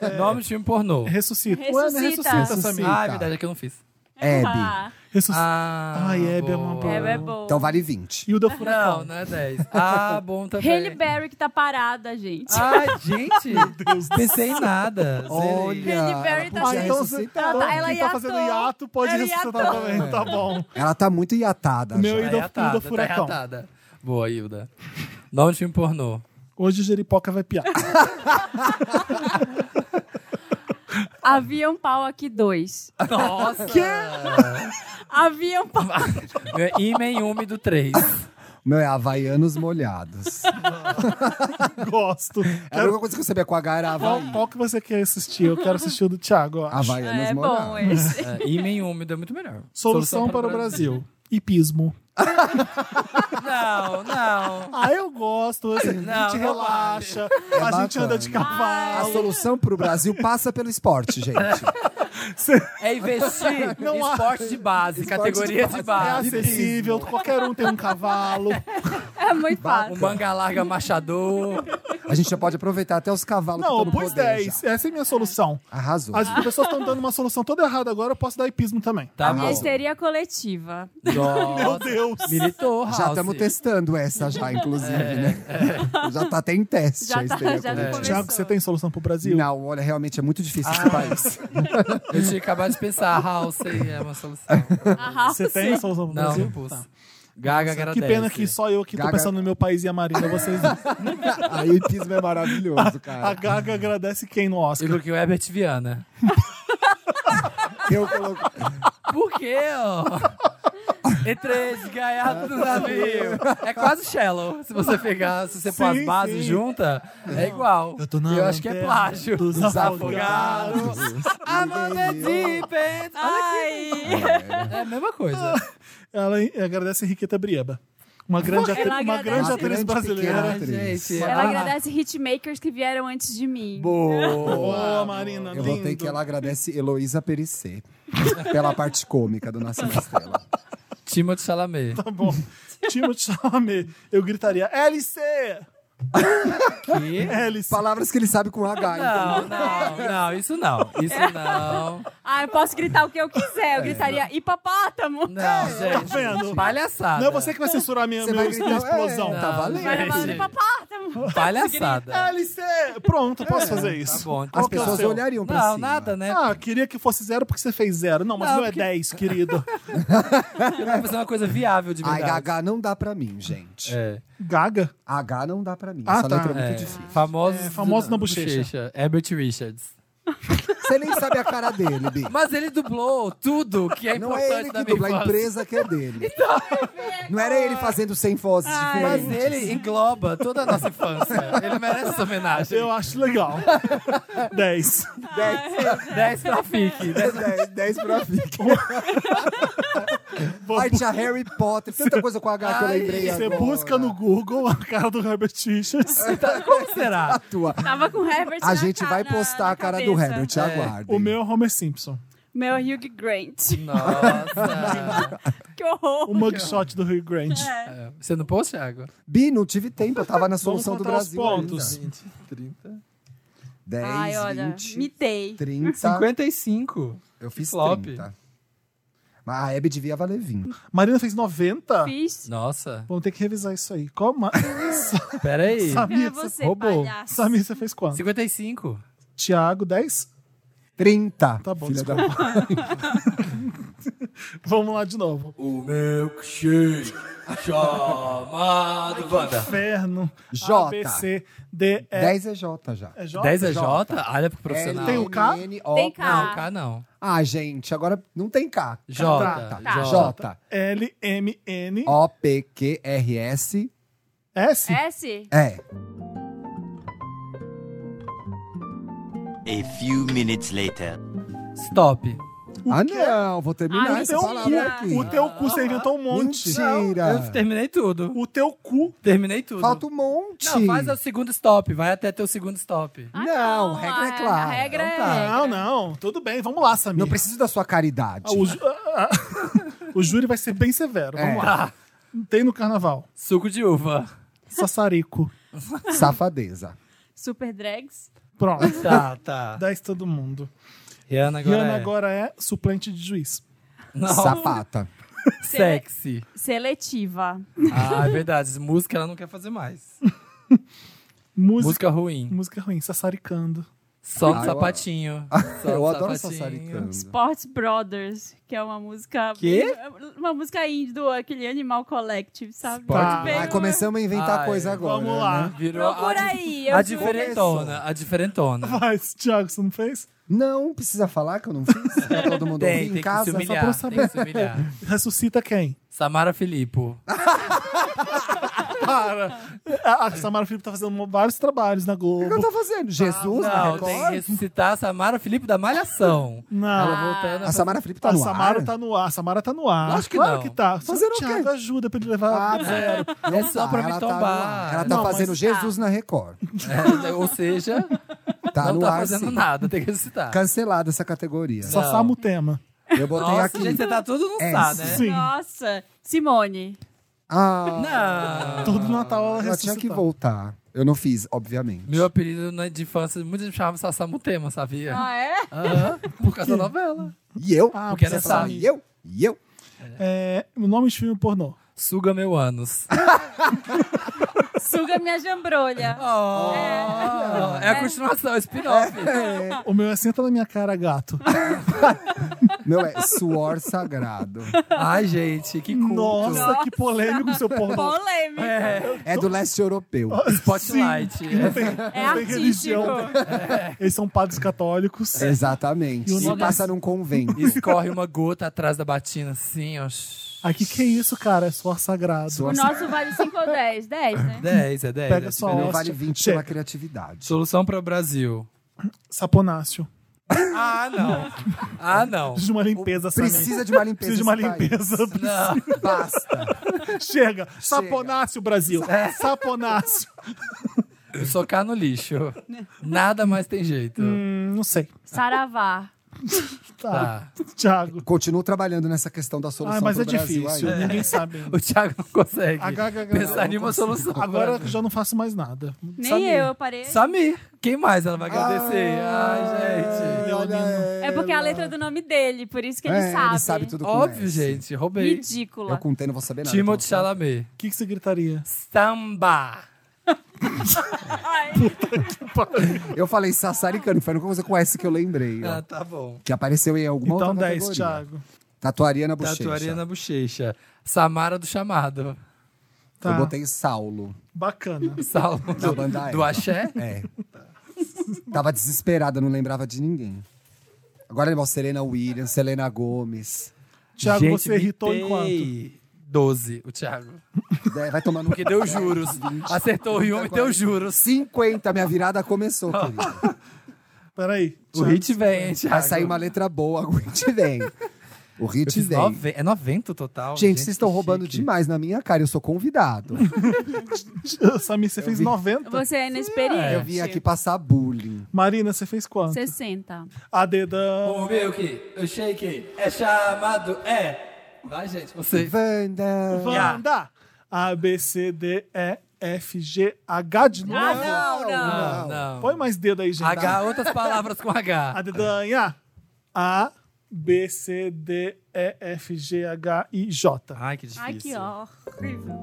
Speaker 4: É. Nome de filme pornô.
Speaker 2: Ressuscita.
Speaker 3: Ressuscita.
Speaker 2: Ué, não é ressuscita,
Speaker 1: Ressuscita.
Speaker 2: Samir.
Speaker 4: Ah, é verdade, é que eu não fiz.
Speaker 1: Hebe.
Speaker 3: Ah,
Speaker 2: Ressuscita.
Speaker 4: Ah,
Speaker 2: Ai, Hebe é uma boa.
Speaker 3: é, é bom.
Speaker 1: Então vale 20.
Speaker 2: E o da
Speaker 4: Não,
Speaker 2: Furacão.
Speaker 4: não é 10. Ah, bom também.
Speaker 3: Halle Berry que tá parada, gente.
Speaker 4: Ai, gente, pensei em nada. Olha.
Speaker 1: Olha.
Speaker 3: Halle Berry tá
Speaker 1: Ela
Speaker 2: Ah,
Speaker 1: podia
Speaker 2: então você,
Speaker 1: ressuscitar.
Speaker 2: então
Speaker 3: Ela
Speaker 2: quem tá
Speaker 3: hiatou.
Speaker 2: fazendo hiato pode
Speaker 3: Ela
Speaker 2: ressuscitar
Speaker 3: hiatou.
Speaker 2: também, tá bom.
Speaker 1: Ela tá muito iatada
Speaker 2: Meu
Speaker 1: já.
Speaker 2: e do- do Furacão.
Speaker 4: Tá irritada. Boa, Hilda. Nome de filme pornô.
Speaker 2: Hoje o Jeripoca vai piar.
Speaker 3: Havia um pau aqui dois.
Speaker 4: Nossa!
Speaker 3: Havia um pau.
Speaker 4: é Imen úmido 3.
Speaker 1: Meu, é Havaianos molhados.
Speaker 2: Gosto.
Speaker 1: Era a
Speaker 2: Quero...
Speaker 1: única coisa que eu sabia com a Gara
Speaker 2: Qual,
Speaker 1: Havaí.
Speaker 2: qual que você quer assistir? Eu quero assistir o do Thiago, eu acho.
Speaker 1: Havaianos
Speaker 3: É bom
Speaker 1: molhados.
Speaker 3: esse.
Speaker 4: É, Imen úmido é muito melhor.
Speaker 2: Solução, para o Brasil. Hipismo.
Speaker 4: Não, não.
Speaker 2: Ah, eu gosto. assim,
Speaker 4: Não,
Speaker 2: a gente
Speaker 4: não
Speaker 2: relaxa, a gente
Speaker 1: bacana.
Speaker 2: anda de
Speaker 1: A
Speaker 2: cavalo.
Speaker 1: solução pro Brasil passa pelo esporte, gente.
Speaker 4: É investir
Speaker 2: Não
Speaker 4: em
Speaker 2: há-
Speaker 4: esporte de base,
Speaker 1: Esporte
Speaker 4: categoria de
Speaker 1: de
Speaker 2: É
Speaker 4: base.
Speaker 2: acessível, qualquer um tem um cavalo.
Speaker 3: É muito
Speaker 4: Um
Speaker 3: fácil.
Speaker 4: manga larga machador.
Speaker 1: A gente já pode aproveitar até os cavalos.
Speaker 2: Não,
Speaker 1: que
Speaker 2: eu
Speaker 1: estão no
Speaker 2: pus
Speaker 1: poder
Speaker 2: 10.
Speaker 1: já.
Speaker 2: Essa é a minha solução.
Speaker 1: Arrasou.
Speaker 2: As pessoas estão dando uma solução toda errada agora, eu posso dar hipismo também.
Speaker 4: Ah. Tá
Speaker 3: Minha
Speaker 4: bom.
Speaker 3: É histeria coletiva.
Speaker 4: Nossa.
Speaker 2: Meu Deus!
Speaker 4: Militou, House.
Speaker 1: Já estamos testando essa já, inclusive, né? Já tá até em teste.
Speaker 3: É. Já
Speaker 1: a
Speaker 3: tá-
Speaker 1: histeria
Speaker 3: já
Speaker 1: coletiva.
Speaker 3: começou.
Speaker 2: Tiago, você tem solução pro Brasil?
Speaker 1: Não, olha, realmente é muito difícil esse país.
Speaker 4: Eu tinha acabado de pensar, House aí é uma solução.
Speaker 3: Arrasa.
Speaker 2: Você tem solução pro
Speaker 4: Não,
Speaker 2: Brasil?
Speaker 4: não pus. Gaga
Speaker 2: tá. Que
Speaker 4: agradece.
Speaker 2: pena que só eu aqui tô
Speaker 1: Gaga-
Speaker 2: pensando no meu país e a Marina, vocês não.
Speaker 1: Aí o hipismo é maravilhoso,
Speaker 2: A
Speaker 1: cara.
Speaker 2: Gaga agradece quem no
Speaker 4: Eu
Speaker 2: Oscar?
Speaker 4: coloquei o Herbert Viana.
Speaker 1: Eu coloco...
Speaker 4: Por quê, ó? Entrei desgaiado do navio. É quase shallow. Se você pegar, se você pôr
Speaker 2: Sim,
Speaker 4: as bases
Speaker 2: sim.
Speaker 4: junta, é igual.
Speaker 2: Eu tô na
Speaker 4: acho que é
Speaker 2: lanterna
Speaker 4: plágio.
Speaker 2: dos
Speaker 4: Dos
Speaker 2: afogados.
Speaker 4: afogados. I'm on the deep end.
Speaker 3: Ai.
Speaker 4: É a mesma coisa.
Speaker 2: Ela en- agradece a Henriqueta Brieba. Uma grande, atri-
Speaker 3: Ela
Speaker 2: uma
Speaker 3: agradece.
Speaker 2: grande
Speaker 3: Uma
Speaker 2: atriz
Speaker 1: grande
Speaker 2: brasileira.
Speaker 1: pequena-
Speaker 4: Ai, gente.
Speaker 3: Ela
Speaker 4: Ah,
Speaker 3: agradece hitmakers que vieram antes de mim.
Speaker 4: Boa.
Speaker 2: Boa, Marina.
Speaker 1: Eu votei
Speaker 2: lindo.
Speaker 1: que ela agradece Heloísa Perissé pela parte cômica do Nasce uma Estrela.
Speaker 4: Timothy Chalamet.
Speaker 2: Tá bom. Timothy Chalamet. Eu gritaria, LC!
Speaker 4: Que?
Speaker 2: LC.
Speaker 1: Palavras que ele sabe com H, então.
Speaker 4: Não, não, não, isso não. Isso não.
Speaker 3: Ah, eu posso gritar o que eu quiser.
Speaker 1: É.
Speaker 3: Eu gritaria hipopótamo.
Speaker 4: Não,
Speaker 2: Tá
Speaker 4: gente.
Speaker 2: vendo?
Speaker 4: Palhaçada.
Speaker 2: Não é você que vai censurar minha,
Speaker 1: Você
Speaker 2: minha
Speaker 1: vai gritar,
Speaker 2: explosão.
Speaker 1: é, tá valendo.
Speaker 3: Vai
Speaker 4: Gente.
Speaker 3: falando hipopótamo.
Speaker 4: Palhaçada.
Speaker 2: LC! Pronto, posso fazer isso.
Speaker 4: Tá bom.
Speaker 1: As
Speaker 2: que é o
Speaker 1: pessoas
Speaker 2: seu?
Speaker 1: olhariam pra
Speaker 4: Não,
Speaker 1: cima.
Speaker 4: nada, né?
Speaker 2: Ah, queria que fosse zero porque você fez zero. Não, mas não,
Speaker 4: Não,
Speaker 2: é
Speaker 4: porque-
Speaker 2: 10, querido.
Speaker 4: Vai fazer uma coisa viável de
Speaker 1: Ai,
Speaker 4: verdade.
Speaker 1: H não dá pra mim, gente.
Speaker 4: É.
Speaker 2: Gaga?
Speaker 1: H não dá pra mim.
Speaker 2: Ah,
Speaker 1: Essa
Speaker 2: tá.
Speaker 1: letra é muito
Speaker 4: É.
Speaker 1: difícil.
Speaker 4: Famosos
Speaker 2: É, famosos na bochecha.
Speaker 4: Herbert Richards.
Speaker 1: Você nem sabe a cara dele, Bi.
Speaker 4: Mas ele dublou tudo que é
Speaker 1: Não
Speaker 4: importante
Speaker 1: é ele que
Speaker 4: na minha
Speaker 1: dubla, a
Speaker 4: infância.
Speaker 1: empresa que é dele. Não era ele fazendo sem vozes
Speaker 3: Ai.
Speaker 1: diferentes.
Speaker 4: Mas ele engloba toda a nossa infância. Ele merece essa homenagem.
Speaker 2: Eu acho legal. 10.
Speaker 4: 10 pra FIC. 10
Speaker 1: 10, 10 pra ficar. Ai, tinha Harry Potter, tanta coisa com H que eu
Speaker 4: Ai,
Speaker 1: lembrei
Speaker 2: Você
Speaker 1: agora.
Speaker 2: busca no Google a cara do Herbert Richards.
Speaker 4: Tá, Como será?
Speaker 1: Tua.
Speaker 3: Tava com o Herbert
Speaker 1: A
Speaker 3: na
Speaker 1: gente
Speaker 3: ca-
Speaker 1: vai
Speaker 3: na-
Speaker 1: postar
Speaker 3: na
Speaker 1: a cara do
Speaker 3: cabeça.
Speaker 1: Herbert, aguardem.
Speaker 2: O meu é Homer Simpson.
Speaker 3: Meu Hugh Grant.
Speaker 4: Nossa.
Speaker 3: Que horror.
Speaker 2: O mugshot do Rio Grande.
Speaker 4: É. Você não pôs, Thiago?
Speaker 1: Bi, não tive tempo, eu tava na solução do
Speaker 2: contar os
Speaker 1: Brasil
Speaker 2: pontos.
Speaker 1: ainda.
Speaker 4: 20, 30.
Speaker 1: 10,
Speaker 3: Ai, olha,
Speaker 1: 20,
Speaker 3: mitei.
Speaker 1: 30.
Speaker 4: Tá. 55.
Speaker 1: Eu fiz
Speaker 4: Flop.
Speaker 1: 30. Mas a Hebe devia valer 20.
Speaker 2: Marina fez 90?
Speaker 3: Fiz.
Speaker 4: Nossa.
Speaker 2: Vamos ter que revisar isso aí. Qual ma-
Speaker 4: Pera aí.
Speaker 3: Era
Speaker 2: Samir, você...
Speaker 3: você,
Speaker 4: roubou.
Speaker 3: palhaço.
Speaker 2: Samir, você fez quanto?
Speaker 4: 55.
Speaker 2: Tiago, 10?
Speaker 1: 30.
Speaker 2: Tá bom,
Speaker 1: filha da...
Speaker 2: Vamos lá de novo.
Speaker 4: O milkshake chamado Wanda.
Speaker 2: Inferno.
Speaker 1: J.
Speaker 2: A, B, C, D, E.
Speaker 1: 10 é J já.
Speaker 2: É J?
Speaker 4: 10 é
Speaker 1: J.
Speaker 4: J? Olha pro profissional.
Speaker 1: um
Speaker 2: Tem o K?
Speaker 1: N, O.
Speaker 3: Tem K.
Speaker 4: Não, K não.
Speaker 1: Ah, gente, agora não tem K.
Speaker 4: J.
Speaker 1: Tá, tá.
Speaker 4: J.
Speaker 1: J.
Speaker 2: L, M, N,
Speaker 1: O, P, Q, R, S.
Speaker 2: S.
Speaker 3: S?
Speaker 1: É.
Speaker 5: A few minutes later.
Speaker 4: Tá. Stop.
Speaker 1: ah, não, vou terminar
Speaker 3: Ai,
Speaker 1: essa
Speaker 2: Teu
Speaker 3: então,
Speaker 1: palavra
Speaker 3: Mentira.
Speaker 1: aqui.
Speaker 2: um cu, Ah, o teu cu você inventou um monte.
Speaker 4: Eu
Speaker 1: Mentira.
Speaker 4: terminei tudo.
Speaker 2: O teu cu.
Speaker 4: Terminei tudo.
Speaker 1: Falta um monte.
Speaker 4: Não, faz o segundo stop. Vai até teu segundo stop.
Speaker 3: Ah,
Speaker 1: Não,
Speaker 3: não,
Speaker 1: regra é
Speaker 3: a-
Speaker 1: clara.
Speaker 3: A regra
Speaker 1: Então
Speaker 3: é.
Speaker 2: Não, não. Tudo bem. Vamos lá, Samir.
Speaker 1: Não preciso da sua caridade.
Speaker 2: Ah, o, ju- ah, ah. O júri vai ser bem severo. Vamos
Speaker 1: É.
Speaker 2: lá. Tem no carnaval.
Speaker 4: Suco de uva.
Speaker 2: Sassarico.
Speaker 1: Safadeza.
Speaker 3: Super drags.
Speaker 2: Pronto.
Speaker 4: Tá, tá.
Speaker 2: 10 todo mundo.
Speaker 4: Rihanna agora.
Speaker 2: Rihanna
Speaker 4: é.
Speaker 2: agora é suplente de juiz.
Speaker 1: é
Speaker 4: Não.
Speaker 2: um
Speaker 1: Sapata.
Speaker 4: Sexy.
Speaker 3: Seletiva.
Speaker 4: Ah, é verdade. Música ela não quer fazer mais.
Speaker 2: Música,
Speaker 4: Música ruim.
Speaker 2: música ruim, sassaricando.
Speaker 4: Só
Speaker 1: Ah,
Speaker 4: no
Speaker 1: eu
Speaker 4: sapatinho. Só no
Speaker 2: um
Speaker 1: Eu adoro
Speaker 4: sapatinho.
Speaker 1: sassaricando.
Speaker 3: Sports Brothers, que é uma música.
Speaker 4: Quê?
Speaker 3: Uma música indie do aquele Animal Collective, sabe?
Speaker 4: Sports
Speaker 2: Tá.
Speaker 3: Veio-
Speaker 1: Ai, começamos a inventar
Speaker 4: Ai,
Speaker 1: coisa agora.
Speaker 2: Vamos lá.
Speaker 1: né?
Speaker 4: Virou a,
Speaker 3: Procura
Speaker 4: di-
Speaker 3: aí.
Speaker 4: a
Speaker 3: eu juro.
Speaker 4: diferentona. A diferentona.
Speaker 2: Mas, Thiago, você não fez?
Speaker 1: Não precisa falar que eu não fiz. Pra todo mundo ouvir
Speaker 4: Tem,
Speaker 1: em
Speaker 4: tem que
Speaker 1: casa.
Speaker 4: se
Speaker 1: só pra
Speaker 4: humilhar.
Speaker 1: eu
Speaker 4: Tem
Speaker 1: saber.
Speaker 4: que se humilhar.
Speaker 2: Ressuscita quem?
Speaker 4: Samara Filippo.
Speaker 2: A, a Samara Felipe tá fazendo vários trabalhos na
Speaker 1: O que eu
Speaker 2: Globo.
Speaker 1: tô fazendo? Jesus, na
Speaker 4: Ah, Não,
Speaker 1: Record?
Speaker 4: tem que ressuscitar a Samara Filippo da Malhação.
Speaker 2: Não.
Speaker 4: Ela voltando.
Speaker 1: A Samara Felipe tá
Speaker 2: a
Speaker 1: no
Speaker 2: Samara
Speaker 1: ar?
Speaker 2: tá no ar. A Samara tá no ar.
Speaker 4: Acho que
Speaker 2: claro
Speaker 4: não.
Speaker 2: que tá.
Speaker 1: Fazendo o quê?
Speaker 2: Thiago, ajuda pra ele levar.
Speaker 1: Ah, zero.
Speaker 4: É só pra me
Speaker 1: ela tá no
Speaker 4: tombar.
Speaker 1: ar. ela tá
Speaker 2: Não, mas
Speaker 1: fazendo Jesus na Record.
Speaker 4: É, ou seja,
Speaker 1: Tá
Speaker 4: não
Speaker 1: no
Speaker 4: tá
Speaker 1: ar,
Speaker 4: fazendo
Speaker 1: sim.
Speaker 4: nada, tem que citar.
Speaker 1: Cancelada essa categoria.
Speaker 2: Só
Speaker 4: Não.
Speaker 2: Samu tema.
Speaker 1: Eu botei
Speaker 4: Nossa,
Speaker 1: aqui.
Speaker 4: gente, você tá tudo no
Speaker 1: É,
Speaker 4: sá, né?
Speaker 2: Sim.
Speaker 3: Nossa, Simone.
Speaker 1: Ah,
Speaker 4: Não. tá.
Speaker 2: Tudo na taola
Speaker 1: eu tinha que
Speaker 2: ressuscitar.
Speaker 1: voltar. Eu não fiz, obviamente.
Speaker 4: Meu apelido na de infância, muitos me chamavam Sassamu Tema, sabia?
Speaker 3: Ah, é?
Speaker 4: Aham, por causa da novela.
Speaker 1: E eu?
Speaker 2: Ah,
Speaker 4: Porque
Speaker 2: você
Speaker 4: era
Speaker 2: sabe.
Speaker 1: E eu? E eu?
Speaker 2: É, o nome de filme pornô.
Speaker 4: Suga meu ânus.
Speaker 3: Suga minha jambrolha.
Speaker 4: Oh, é. a continuação, é o spin-off.
Speaker 2: O meu é Senta na Minha Cara, Gato.
Speaker 1: Meu, é suor sagrado.
Speaker 4: Ai, gente, que culto.
Speaker 2: Nossa,
Speaker 3: Nossa.
Speaker 2: que polêmico seu pornô.
Speaker 3: Polêmica.
Speaker 1: É do leste europeu.
Speaker 4: Spotlight.
Speaker 2: Não tem,
Speaker 3: É
Speaker 2: não tem religião.
Speaker 3: artístico.
Speaker 2: Eles são padres católicos.
Speaker 1: É. Exatamente.
Speaker 2: E o
Speaker 1: Se
Speaker 2: nome
Speaker 4: é
Speaker 1: passa num convento.
Speaker 4: Escorre uma gota atrás da batina, assim, ó.
Speaker 2: Aqui, que é isso, cara? É suor sagrado.
Speaker 1: Suor
Speaker 3: O nosso vale 5 ou 10. 10, né?
Speaker 4: 10, é 10.
Speaker 2: Pega
Speaker 4: é
Speaker 2: sua
Speaker 4: diferente.
Speaker 1: Não
Speaker 2: hóstia.
Speaker 1: vale 20
Speaker 2: Chega.
Speaker 1: pela criatividade.
Speaker 4: Solução para o Brasil.
Speaker 2: Saponácio.
Speaker 4: Ah, não. Ah, não.
Speaker 2: Precisa de uma limpeza, sabe?
Speaker 1: Precisa de uma limpeza.
Speaker 2: né? Precisa de uma
Speaker 1: esse país.
Speaker 2: limpeza.
Speaker 4: Não.
Speaker 1: Basta.
Speaker 2: Chega. Saponácio, Brasil.
Speaker 1: É.
Speaker 2: Saponácio.
Speaker 4: Socar no lixo. Nada mais tem jeito.
Speaker 2: Hum, não sei.
Speaker 3: Saravá.
Speaker 2: Tá.
Speaker 4: Tá.
Speaker 2: Tiago.
Speaker 1: Continuo trabalhando nessa questão da solução
Speaker 2: Ah, mas
Speaker 1: pro
Speaker 2: é
Speaker 1: Brasil
Speaker 2: difícil.
Speaker 1: ainda.
Speaker 2: Ninguém sabe. ainda.
Speaker 4: O Thiago não consegue
Speaker 2: Ah, gaga, gaga,
Speaker 4: pensar
Speaker 2: não
Speaker 4: em uma
Speaker 2: consigo.
Speaker 4: solução.
Speaker 2: Agora eu já não faço mais nada.
Speaker 3: Nem
Speaker 4: Samir.
Speaker 3: eu, eu parei.
Speaker 4: Samir. Quem mais ela vai agradecer?
Speaker 2: Ah,
Speaker 4: Ai, gente.
Speaker 1: Ai, olha ela.
Speaker 3: É porque é a letra do nome dele, por isso que ele
Speaker 1: É,
Speaker 3: sabe.
Speaker 1: Ele sabe tudo com
Speaker 4: Óbvio,
Speaker 1: S.
Speaker 4: gente. Roubei.
Speaker 3: Ridícula.
Speaker 1: Eu contei, não vou saber nada.
Speaker 4: Timothy
Speaker 1: então.
Speaker 4: Chalamet.
Speaker 2: O que, que você gritaria?
Speaker 4: Samba.
Speaker 3: Ai,
Speaker 1: Eu falei sassaricano, foi a única coisa com S que eu lembrei. ó,
Speaker 4: Ah, tá bom.
Speaker 1: Que apareceu em alguma
Speaker 2: então,
Speaker 1: outra
Speaker 2: 10,
Speaker 1: categoria.
Speaker 2: Thiago.
Speaker 1: Tatuaria na bochecha.
Speaker 4: Tatuaria na bochecha. Samara do chamado.
Speaker 2: Tá.
Speaker 1: Eu botei Saulo.
Speaker 2: Bacana.
Speaker 4: Salmo do,
Speaker 1: banda Eva.
Speaker 4: do axé.
Speaker 1: É. Tava desesperada, não lembrava de ninguém. Agora lembra Serena Williams, Selena Gomes.
Speaker 2: Thiago,
Speaker 4: Gente,
Speaker 2: você irritou
Speaker 4: mitei.
Speaker 2: enquanto?
Speaker 4: 12, o Thiago.
Speaker 1: Né, Vai tomando.
Speaker 4: Porque deu juros. Acertou o Rio e deu juros.
Speaker 1: 50, minha virada começou, querida.
Speaker 2: Peraí.
Speaker 4: O
Speaker 2: Thiago.
Speaker 4: hit vem, hein, Thiago.
Speaker 1: Vai sair uma letra boa, o hit vem. O
Speaker 4: Eu
Speaker 1: hit
Speaker 4: fiz
Speaker 1: vem.
Speaker 4: nove- É 90 o total.
Speaker 1: Gente, vocês estão
Speaker 4: que
Speaker 1: roubando
Speaker 4: chique.
Speaker 1: demais na minha cara, eu sou convidado.
Speaker 2: Samir, você fez 90?
Speaker 3: você é inexperiente.
Speaker 1: Eu vim aqui passar bullying.
Speaker 2: Marina, você fez quanto?
Speaker 3: 60.
Speaker 2: A Dedã.
Speaker 4: O Milk, o Shake, é chamado, é. Vai, gente, você.
Speaker 1: Wanda!
Speaker 2: Wanda. A, B, C, D, E, F, G, H de novo.
Speaker 3: Ah, não, não.
Speaker 4: Não, não.
Speaker 2: Põe mais dedo aí, gente.
Speaker 4: H, outras palavras com
Speaker 2: A
Speaker 4: H.
Speaker 2: dedanha. A, B, C, D, E, F, G, H, I, J.
Speaker 4: Ai, que difícil.
Speaker 3: Ai, que horrível.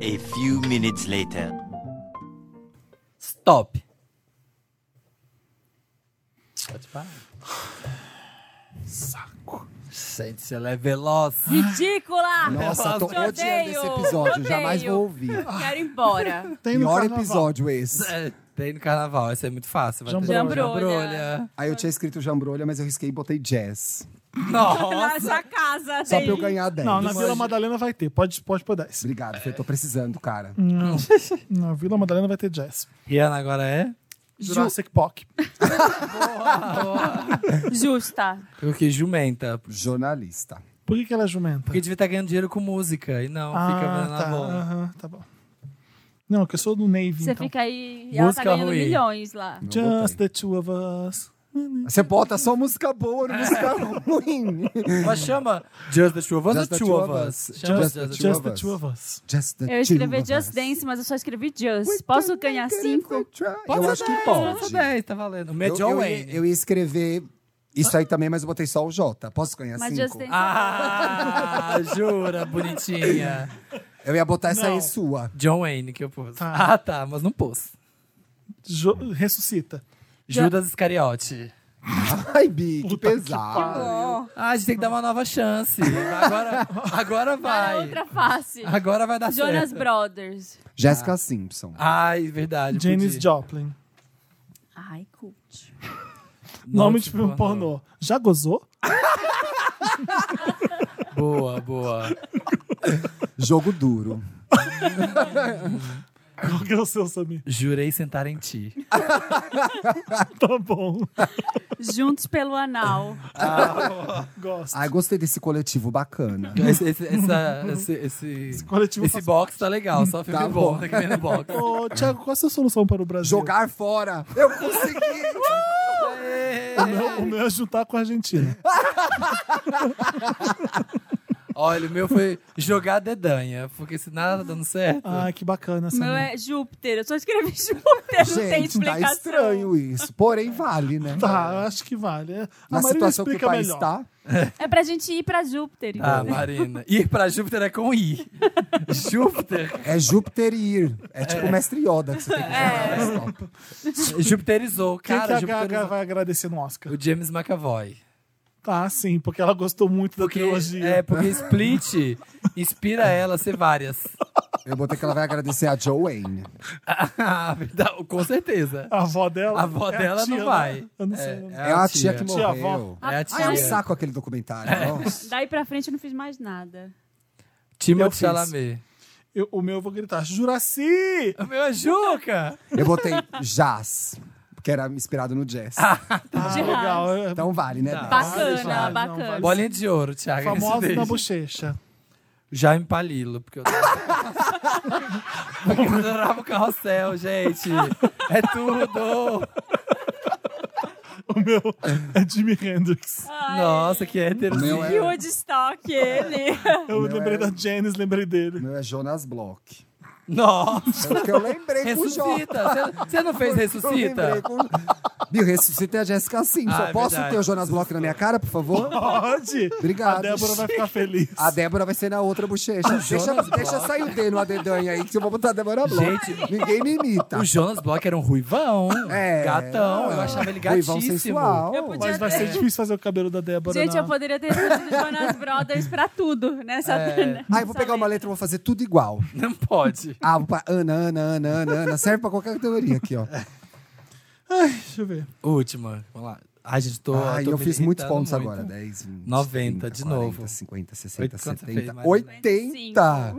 Speaker 5: A few minutes later.
Speaker 4: Stop. Pode parar.
Speaker 2: Saco.
Speaker 4: Gente, ela é veloz.
Speaker 3: Ah, Ridícula!
Speaker 1: Nossa, tô
Speaker 3: Te odeio,
Speaker 1: odiando esse
Speaker 3: te
Speaker 1: episódio,
Speaker 3: odeio.
Speaker 1: jamais vou ouvir.
Speaker 3: Quero ir embora.
Speaker 2: Tem no
Speaker 1: Pior
Speaker 2: carnaval.
Speaker 1: episódio esse.
Speaker 4: É, Tem no carnaval, esse é muito fácil. Vai ter
Speaker 2: Jambrolha.
Speaker 4: jambrolha.
Speaker 1: Aí eu tinha escrito jambrolha, mas eu risquei e botei jazz.
Speaker 4: Nossa.
Speaker 3: Nossa casa,
Speaker 1: Só pra eu
Speaker 3: tem.
Speaker 1: ganhar 10.
Speaker 2: Não, é na Vila Madalena vai ter. Pode, pode pôr 10.
Speaker 1: Obrigado, Fê, eu tô precisando, cara.
Speaker 2: Na Vila Madalena vai ter jazz.
Speaker 4: Rihanna agora é?
Speaker 2: Jurassic Park.
Speaker 3: Justa.
Speaker 4: Porque jumenta.
Speaker 1: Jornalista.
Speaker 2: Por que, que ela é jumenta?
Speaker 4: Porque devia estar ganhando dinheiro com música. E não, fica
Speaker 2: ah,
Speaker 4: vendo
Speaker 2: tá.
Speaker 4: na bola.
Speaker 2: aham, tá bom. Não, que eu sou do Navy,
Speaker 3: Você
Speaker 2: então.
Speaker 3: fica aí e ela tá
Speaker 4: Música
Speaker 3: ganhando
Speaker 4: ruim.
Speaker 3: milhões lá.
Speaker 1: Não
Speaker 2: Just
Speaker 1: botei.
Speaker 2: the two of us.
Speaker 1: Você bota só música boa, não música ruim.
Speaker 4: Mas chama Just the Two of Us
Speaker 1: Just the
Speaker 4: ou Two
Speaker 1: Two
Speaker 4: of
Speaker 1: of
Speaker 4: Us?
Speaker 1: Us.
Speaker 4: Chama
Speaker 1: Just
Speaker 2: Just,
Speaker 4: the
Speaker 1: the
Speaker 4: Two
Speaker 2: just
Speaker 1: of
Speaker 2: the
Speaker 1: us.
Speaker 2: two of us.
Speaker 1: Just the
Speaker 3: Eu escrevi
Speaker 1: two of
Speaker 3: Just
Speaker 1: us.
Speaker 3: Dance, mas eu só escrevi Just. Posso ganhar cinco?
Speaker 1: eu acho que pode.
Speaker 4: 10, tá valendo. O
Speaker 1: Eu,
Speaker 4: Major
Speaker 1: eu,
Speaker 4: Wayne.
Speaker 1: ia, eu ia escrever isso aí também, mas eu botei só o J. Posso ganhar
Speaker 3: Mas Just
Speaker 1: cinco?
Speaker 3: Dance.
Speaker 4: Ah, jura, bonitinha.
Speaker 1: Eu ia botar essa
Speaker 2: Não.
Speaker 1: aí sua.
Speaker 4: John Wayne que eu pus.
Speaker 2: Tá.
Speaker 4: Ah, tá, mas não pôs.
Speaker 2: Jo- ressuscita.
Speaker 4: Judas Iscariote.
Speaker 1: Ai, Bi, que pesado.
Speaker 3: Ó,
Speaker 4: Ah, a gente tem que dar uma nova chance. Agora, agora
Speaker 3: para
Speaker 4: vai.
Speaker 3: é outra face.
Speaker 1: Ah,
Speaker 4: Agora
Speaker 1: tá
Speaker 4: vai dar
Speaker 3: Jonas
Speaker 4: certo.
Speaker 3: Brothers.
Speaker 1: Jéssica Simpson.
Speaker 4: Ai, verdade.
Speaker 2: Janis
Speaker 4: podia.
Speaker 2: Joplin.
Speaker 3: Ai, cult.
Speaker 2: Nome
Speaker 4: Note
Speaker 2: de filme pornô. Já gozou?
Speaker 4: Boa, boa.
Speaker 1: Jogo duro.
Speaker 2: Qual que é o seu, Samir?
Speaker 4: Jurei sentar em ti.
Speaker 2: Tá bom.
Speaker 3: Juntos pelo anal.
Speaker 2: Gosto.
Speaker 1: Ai, gostei desse coletivo bacana.
Speaker 4: Esse, esse, essa- esse, esse,
Speaker 2: Esse coletivo
Speaker 4: esse
Speaker 2: faz-
Speaker 4: box tá legal, só filme
Speaker 1: Tá
Speaker 4: bom.
Speaker 1: bom.
Speaker 4: Tem que ver no box.
Speaker 2: Ô, Thiago, qual é a sua solução para o Brasil?
Speaker 1: Jogar fora! Eu consegui!
Speaker 2: O meu, o meu é juntar com a Argentina.
Speaker 4: Olha, o meu foi jogar dedanha, porque se nada tá dando certo.
Speaker 2: Ah, que bacana essa.
Speaker 3: Meu
Speaker 2: né?
Speaker 3: é Júpiter. Eu só escrevi Júpiter, não tem
Speaker 1: Gente, tá
Speaker 3: explicação.
Speaker 1: estranho isso. Porém, vale, né?
Speaker 2: Tá, acho que vale. É, A
Speaker 1: Na
Speaker 2: Marina
Speaker 1: situação que o
Speaker 2: explica
Speaker 1: país tá,
Speaker 2: melhor.
Speaker 1: está.
Speaker 3: É pra gente ir pra Júpiter.
Speaker 4: Ah, Marina. Ir pra Júpiter é com I. Júpiter.
Speaker 1: É Júpiter e ir. É tipo o mestre Yoda que você tem que jogar. no stop.
Speaker 4: Jupiterizou.
Speaker 2: Quem
Speaker 4: Cara,
Speaker 2: que é a Gaga
Speaker 4: Jupiterizou.
Speaker 2: vai agradecer no Oscar?
Speaker 4: O James McAvoy.
Speaker 2: Tá, sim, porque ela gostou muito da
Speaker 4: Porque,
Speaker 2: trilogia.
Speaker 4: é, porque Split inspira ela a ser várias.
Speaker 1: Eu botei que ela vai agradecer a Joe Wayne.
Speaker 4: Ah, verdade, com certeza.
Speaker 2: A avó dela.
Speaker 4: A avó
Speaker 2: é
Speaker 4: dela
Speaker 2: tia,
Speaker 4: não vai.
Speaker 2: né? Eu não sei.
Speaker 4: É,
Speaker 2: né?
Speaker 1: É a tia que
Speaker 2: Tia,
Speaker 1: morreu.
Speaker 3: avó.
Speaker 4: É a
Speaker 1: Ai, é
Speaker 4: tia.
Speaker 1: um saco aquele documentário. Nossa.
Speaker 3: Daí pra frente eu não fiz mais nada.
Speaker 2: Eu
Speaker 4: Timothée
Speaker 2: fiz.
Speaker 4: Chalamet.
Speaker 2: Eu- o meu eu vou gritar: Juraci!
Speaker 4: O meu é Juca.
Speaker 1: Eu botei Jazz, porque era inspirado no jazz.
Speaker 2: Ah,
Speaker 3: Juraci.
Speaker 2: legal. é-
Speaker 1: Então vale, né?
Speaker 3: Ah,
Speaker 4: Tá.
Speaker 1: Bess?
Speaker 3: Bacana,
Speaker 2: Juraci, não,
Speaker 3: bacana.
Speaker 2: vale.
Speaker 4: Bolinha de ouro, Thiago.
Speaker 2: Famosa na
Speaker 4: Esse beijo.
Speaker 2: bochecha.
Speaker 4: Jaime Palilo, porque eu adorava, porque eu adorava o carrossel, gente. É tudo.
Speaker 2: O meu é Jimi
Speaker 3: Ah.
Speaker 2: Hendrix.
Speaker 4: Nossa, que héterozinho.
Speaker 1: Meu é-
Speaker 3: E o de estoque, ele.
Speaker 2: Eu
Speaker 1: meu
Speaker 2: lembrei
Speaker 1: é-
Speaker 2: da Janis, lembrei
Speaker 1: O
Speaker 2: dele.
Speaker 1: Meu é Jonas Bloch.
Speaker 4: Nossa.
Speaker 1: É o que eu lembrei com o Jó.
Speaker 4: Ressuscita. Você- Você não fez
Speaker 1: Ressuscita.
Speaker 4: ressuscita?
Speaker 1: Me ressuscita é a Jéssica Simpson.
Speaker 4: Ah, é
Speaker 1: Posso
Speaker 4: verdade.
Speaker 1: ter o Jonas Bloch na minha cara, por favor?
Speaker 2: Pode!
Speaker 1: Obrigado.
Speaker 2: A Débora vai ficar feliz.
Speaker 1: A Débora vai ser na outra bochecha. Deixa,
Speaker 4: Ah, Jonas
Speaker 1: deixa
Speaker 4: Bloch.
Speaker 1: sair o D no adedanha aí, que eu vou botar a Débora Bloch.
Speaker 4: Gente,
Speaker 1: Ninguém me imita.
Speaker 4: O Jonas Bloch era um ruivão,
Speaker 1: É.
Speaker 4: gatão. Eu achava ele
Speaker 1: Ruivão
Speaker 4: gatíssimo.
Speaker 1: sensual.
Speaker 3: Eu podia
Speaker 2: Mas vai ser difícil fazer o cabelo da Débora.
Speaker 3: Gente,
Speaker 2: na-
Speaker 3: eu poderia ter escolhido Jonas Brothers pra tudo, nessa.
Speaker 4: É.
Speaker 1: Ah, eu vou pegar uma letra e vou fazer tudo igual.
Speaker 4: Não pode.
Speaker 1: Ah, vou pra Ana, Ana, Ana, Ana, Ana. Serve pra qualquer categoria aqui, ó.
Speaker 2: Ai, deixa eu ver.
Speaker 4: Última. Vamos lá. Ai, gente, tô.
Speaker 1: Ai,
Speaker 4: tô
Speaker 1: eu
Speaker 4: me
Speaker 1: fiz muitos
Speaker 4: irritando
Speaker 1: pontos
Speaker 4: muito.
Speaker 1: agora. 10, 20,
Speaker 4: 90, de
Speaker 1: 40,
Speaker 4: novo.
Speaker 1: 50, 60,
Speaker 4: Oito, quanto você fez,
Speaker 1: 70,
Speaker 4: Marina?
Speaker 1: 80!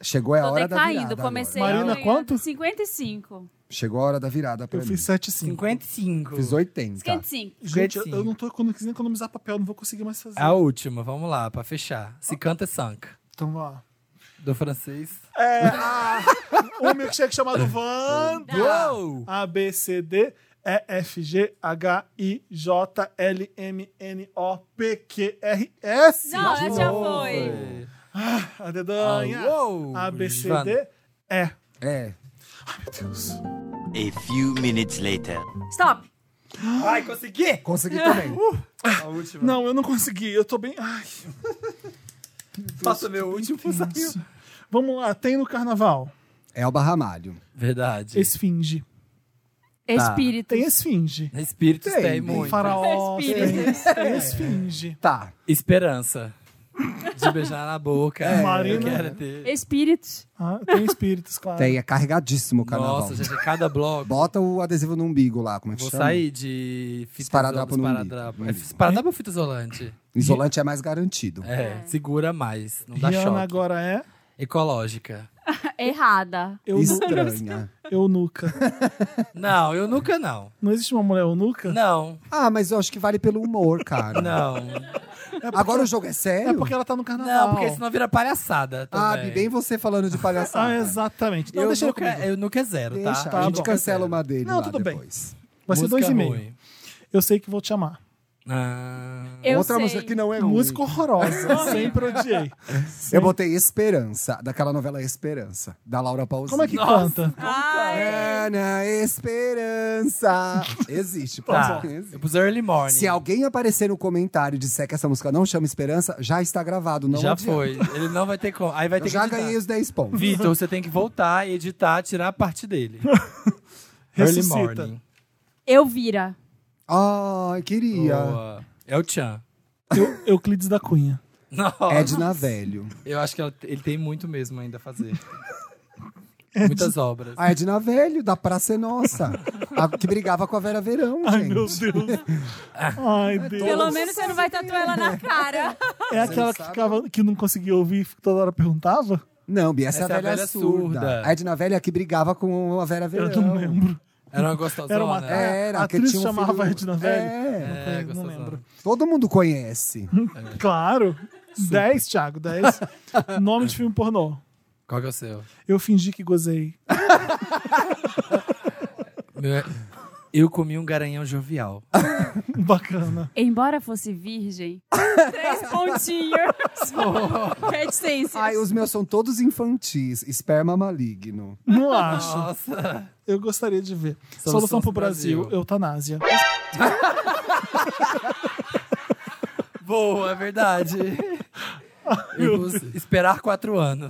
Speaker 1: Chegou a
Speaker 3: Tô
Speaker 1: hora da virada.
Speaker 3: decaindo,
Speaker 1: agora. Tá.
Speaker 3: comecei
Speaker 2: Marina,
Speaker 3: ganhando
Speaker 2: quanto?
Speaker 3: 55.
Speaker 1: Chegou a hora da virada pra
Speaker 2: Eu
Speaker 1: mim.
Speaker 2: fiz 7,5.
Speaker 4: 55.
Speaker 1: Fiz 80.
Speaker 3: 55.
Speaker 2: Gente, eu,
Speaker 4: 55.
Speaker 2: eu não tô economizando economizar papel, não vou conseguir mais fazer.
Speaker 4: A última, vamos lá, pra fechar. Se canta, sank.
Speaker 2: Então, ó.
Speaker 4: Do francês.
Speaker 2: Um milkshake chamado Wanda.
Speaker 4: Uou!
Speaker 2: A, B, C, D, E, F, G, H, I, J, L, M, N, O, P, Q, R, S.
Speaker 3: Não, essa já foi.
Speaker 2: A dedanha.
Speaker 4: Ah, uou,
Speaker 2: A, B, C,
Speaker 4: Ivana.
Speaker 2: D, E.
Speaker 1: É.
Speaker 2: Meu Deus.
Speaker 5: A few minutes later.
Speaker 3: Stop.
Speaker 4: Ai, consegui!
Speaker 1: Consegui também.
Speaker 4: A última.
Speaker 2: Não, eu não consegui. Eu tô bem... Ai,
Speaker 4: Faça meu último.
Speaker 2: saiu. Vamos lá. Tem no carnaval.
Speaker 1: É o Barramalho.
Speaker 4: Verdade.
Speaker 2: Esfinge.
Speaker 3: Espírito.
Speaker 2: Tem esfinge.
Speaker 4: Espíritos
Speaker 1: Tem,
Speaker 4: tem,
Speaker 1: tem
Speaker 2: Tem
Speaker 4: muito.
Speaker 2: faraó. Tem,
Speaker 3: Espíritos.
Speaker 4: É.
Speaker 2: tem esfinge.
Speaker 1: Tá.
Speaker 4: Esperança. De beijar na boca. É,
Speaker 2: Marina.
Speaker 4: Eu quero ter.
Speaker 3: Espíritos.
Speaker 2: Ah, tem espíritos, claro.
Speaker 1: Tem, é carregadíssimo o carnaval.
Speaker 4: Nossa, gente, cada bloco.
Speaker 1: Bota o adesivo no umbigo lá, como é que
Speaker 4: Vou
Speaker 1: chama?
Speaker 4: sair de fita
Speaker 1: Esparadrapo no umbigo.
Speaker 4: esparadrapo.
Speaker 1: No
Speaker 4: É,
Speaker 1: umbigo.
Speaker 4: esparadrapo ou fita isolante?
Speaker 1: Isolante é mais garantido.
Speaker 4: É, segura mais, não dá choque.
Speaker 2: Rihanna agora é
Speaker 4: Ecológica.
Speaker 3: Errada.
Speaker 2: eu,
Speaker 1: Estranha.
Speaker 2: eunuca.
Speaker 4: Não, eu nunca não.
Speaker 2: Não existe uma mulher eunuca?
Speaker 4: Não,
Speaker 1: Ah, mas eu acho que vale pelo humor, cara.
Speaker 4: não.
Speaker 1: Agora o jogo é sério?
Speaker 2: É porque ela tá no carnaval.
Speaker 4: Não, porque senão vira palhaçada
Speaker 1: Ah,
Speaker 4: também.
Speaker 1: bem você falando de palhaçada.
Speaker 4: é
Speaker 2: Ah, exatamente. Não,
Speaker 4: eu,
Speaker 2: deixa ele
Speaker 4: nunca,
Speaker 2: comigo.
Speaker 4: eu nunca é zero,
Speaker 1: Deixa,
Speaker 4: tá?
Speaker 1: a
Speaker 4: Eu
Speaker 1: gente
Speaker 4: nunca é
Speaker 1: cancela
Speaker 4: zero.
Speaker 1: uma dele
Speaker 2: Não,
Speaker 1: lá
Speaker 2: tudo bem.
Speaker 1: depois.
Speaker 2: Vai ser
Speaker 4: Música
Speaker 2: dois e meio.
Speaker 4: ruim.
Speaker 2: Eu sei que vou te amar.
Speaker 4: Ah,
Speaker 3: Eu
Speaker 1: Outra
Speaker 3: sei.
Speaker 1: música que não é ruim.
Speaker 2: Música horrorosa. sempre odiei.
Speaker 1: Eu botei Esperança, daquela novela Esperança, da Laura Pausini.
Speaker 2: Como é que canta?
Speaker 1: é.
Speaker 3: Ai,
Speaker 1: Ana Esperança. Existe,
Speaker 4: tá.
Speaker 1: pode
Speaker 4: Eu pus early morning.
Speaker 1: Se alguém aparecer no comentário e disser que essa música não chama Esperança, já está gravado, não
Speaker 4: já
Speaker 1: adianta.
Speaker 4: foi. Ele não vai ter como. Aí vai
Speaker 1: Eu
Speaker 4: ter
Speaker 1: já
Speaker 4: que editar.
Speaker 1: ganhei os 10 pontos.
Speaker 4: Vitor, você tem que voltar, editar, tirar a parte dele. early
Speaker 2: Ressuscita.
Speaker 4: morning.
Speaker 3: Eu vira.
Speaker 1: Ai, queria.
Speaker 4: Boa. É o Chan.
Speaker 2: Eu- Euclides da Cunha.
Speaker 4: Não,
Speaker 1: Edna Velho.
Speaker 4: eu acho que ela- ele tem muito mesmo ainda a fazer. Muitas obras.
Speaker 1: A Edna Velho, da Praça é Nossa. a que brigava com a Vera Verão,
Speaker 2: Ai,
Speaker 1: gente.
Speaker 2: meu Deus. Ai, Deus.
Speaker 3: Pelo menos você não vai tatuar ela na cara.
Speaker 2: É aquela que,
Speaker 1: sabe.
Speaker 2: ficava, que não conseguia ouvir e toda hora perguntava?
Speaker 1: Não, Bia, essa, é a velha, surda. A Edna Velha que brigava com a Vera Verão.
Speaker 2: Eu não lembro.
Speaker 4: Era uma gostosona.
Speaker 2: Era uma
Speaker 4: né?
Speaker 1: Era, é,
Speaker 2: a
Speaker 1: que
Speaker 2: atriz
Speaker 1: tinha um
Speaker 2: chamava
Speaker 1: filho-
Speaker 2: Regina Velho.
Speaker 1: É.
Speaker 2: Não
Speaker 4: É,
Speaker 2: conhe- não,
Speaker 4: gostosona.
Speaker 2: lembro.
Speaker 1: Todo mundo conhece.
Speaker 2: Claro. 10, Thiago, 10. Nome de filme pornô.
Speaker 4: Qual que é o seu?
Speaker 2: Eu fingi que gozei.
Speaker 4: Meu é- Eu comi um garanhão jovial.
Speaker 2: Bacana.
Speaker 3: Embora fosse virgem, três pontinhos. Reticências.
Speaker 1: Ai, os meus são todos infantis. Esperma maligno.
Speaker 2: Não acho.
Speaker 4: Nossa!
Speaker 2: Eu gostaria de ver.
Speaker 4: Solução
Speaker 2: Solução, pro
Speaker 4: pro
Speaker 2: Brasil,
Speaker 4: Brasil.
Speaker 2: eutanásia.
Speaker 4: Boa, é verdade. Eu vou esperar quatro anos.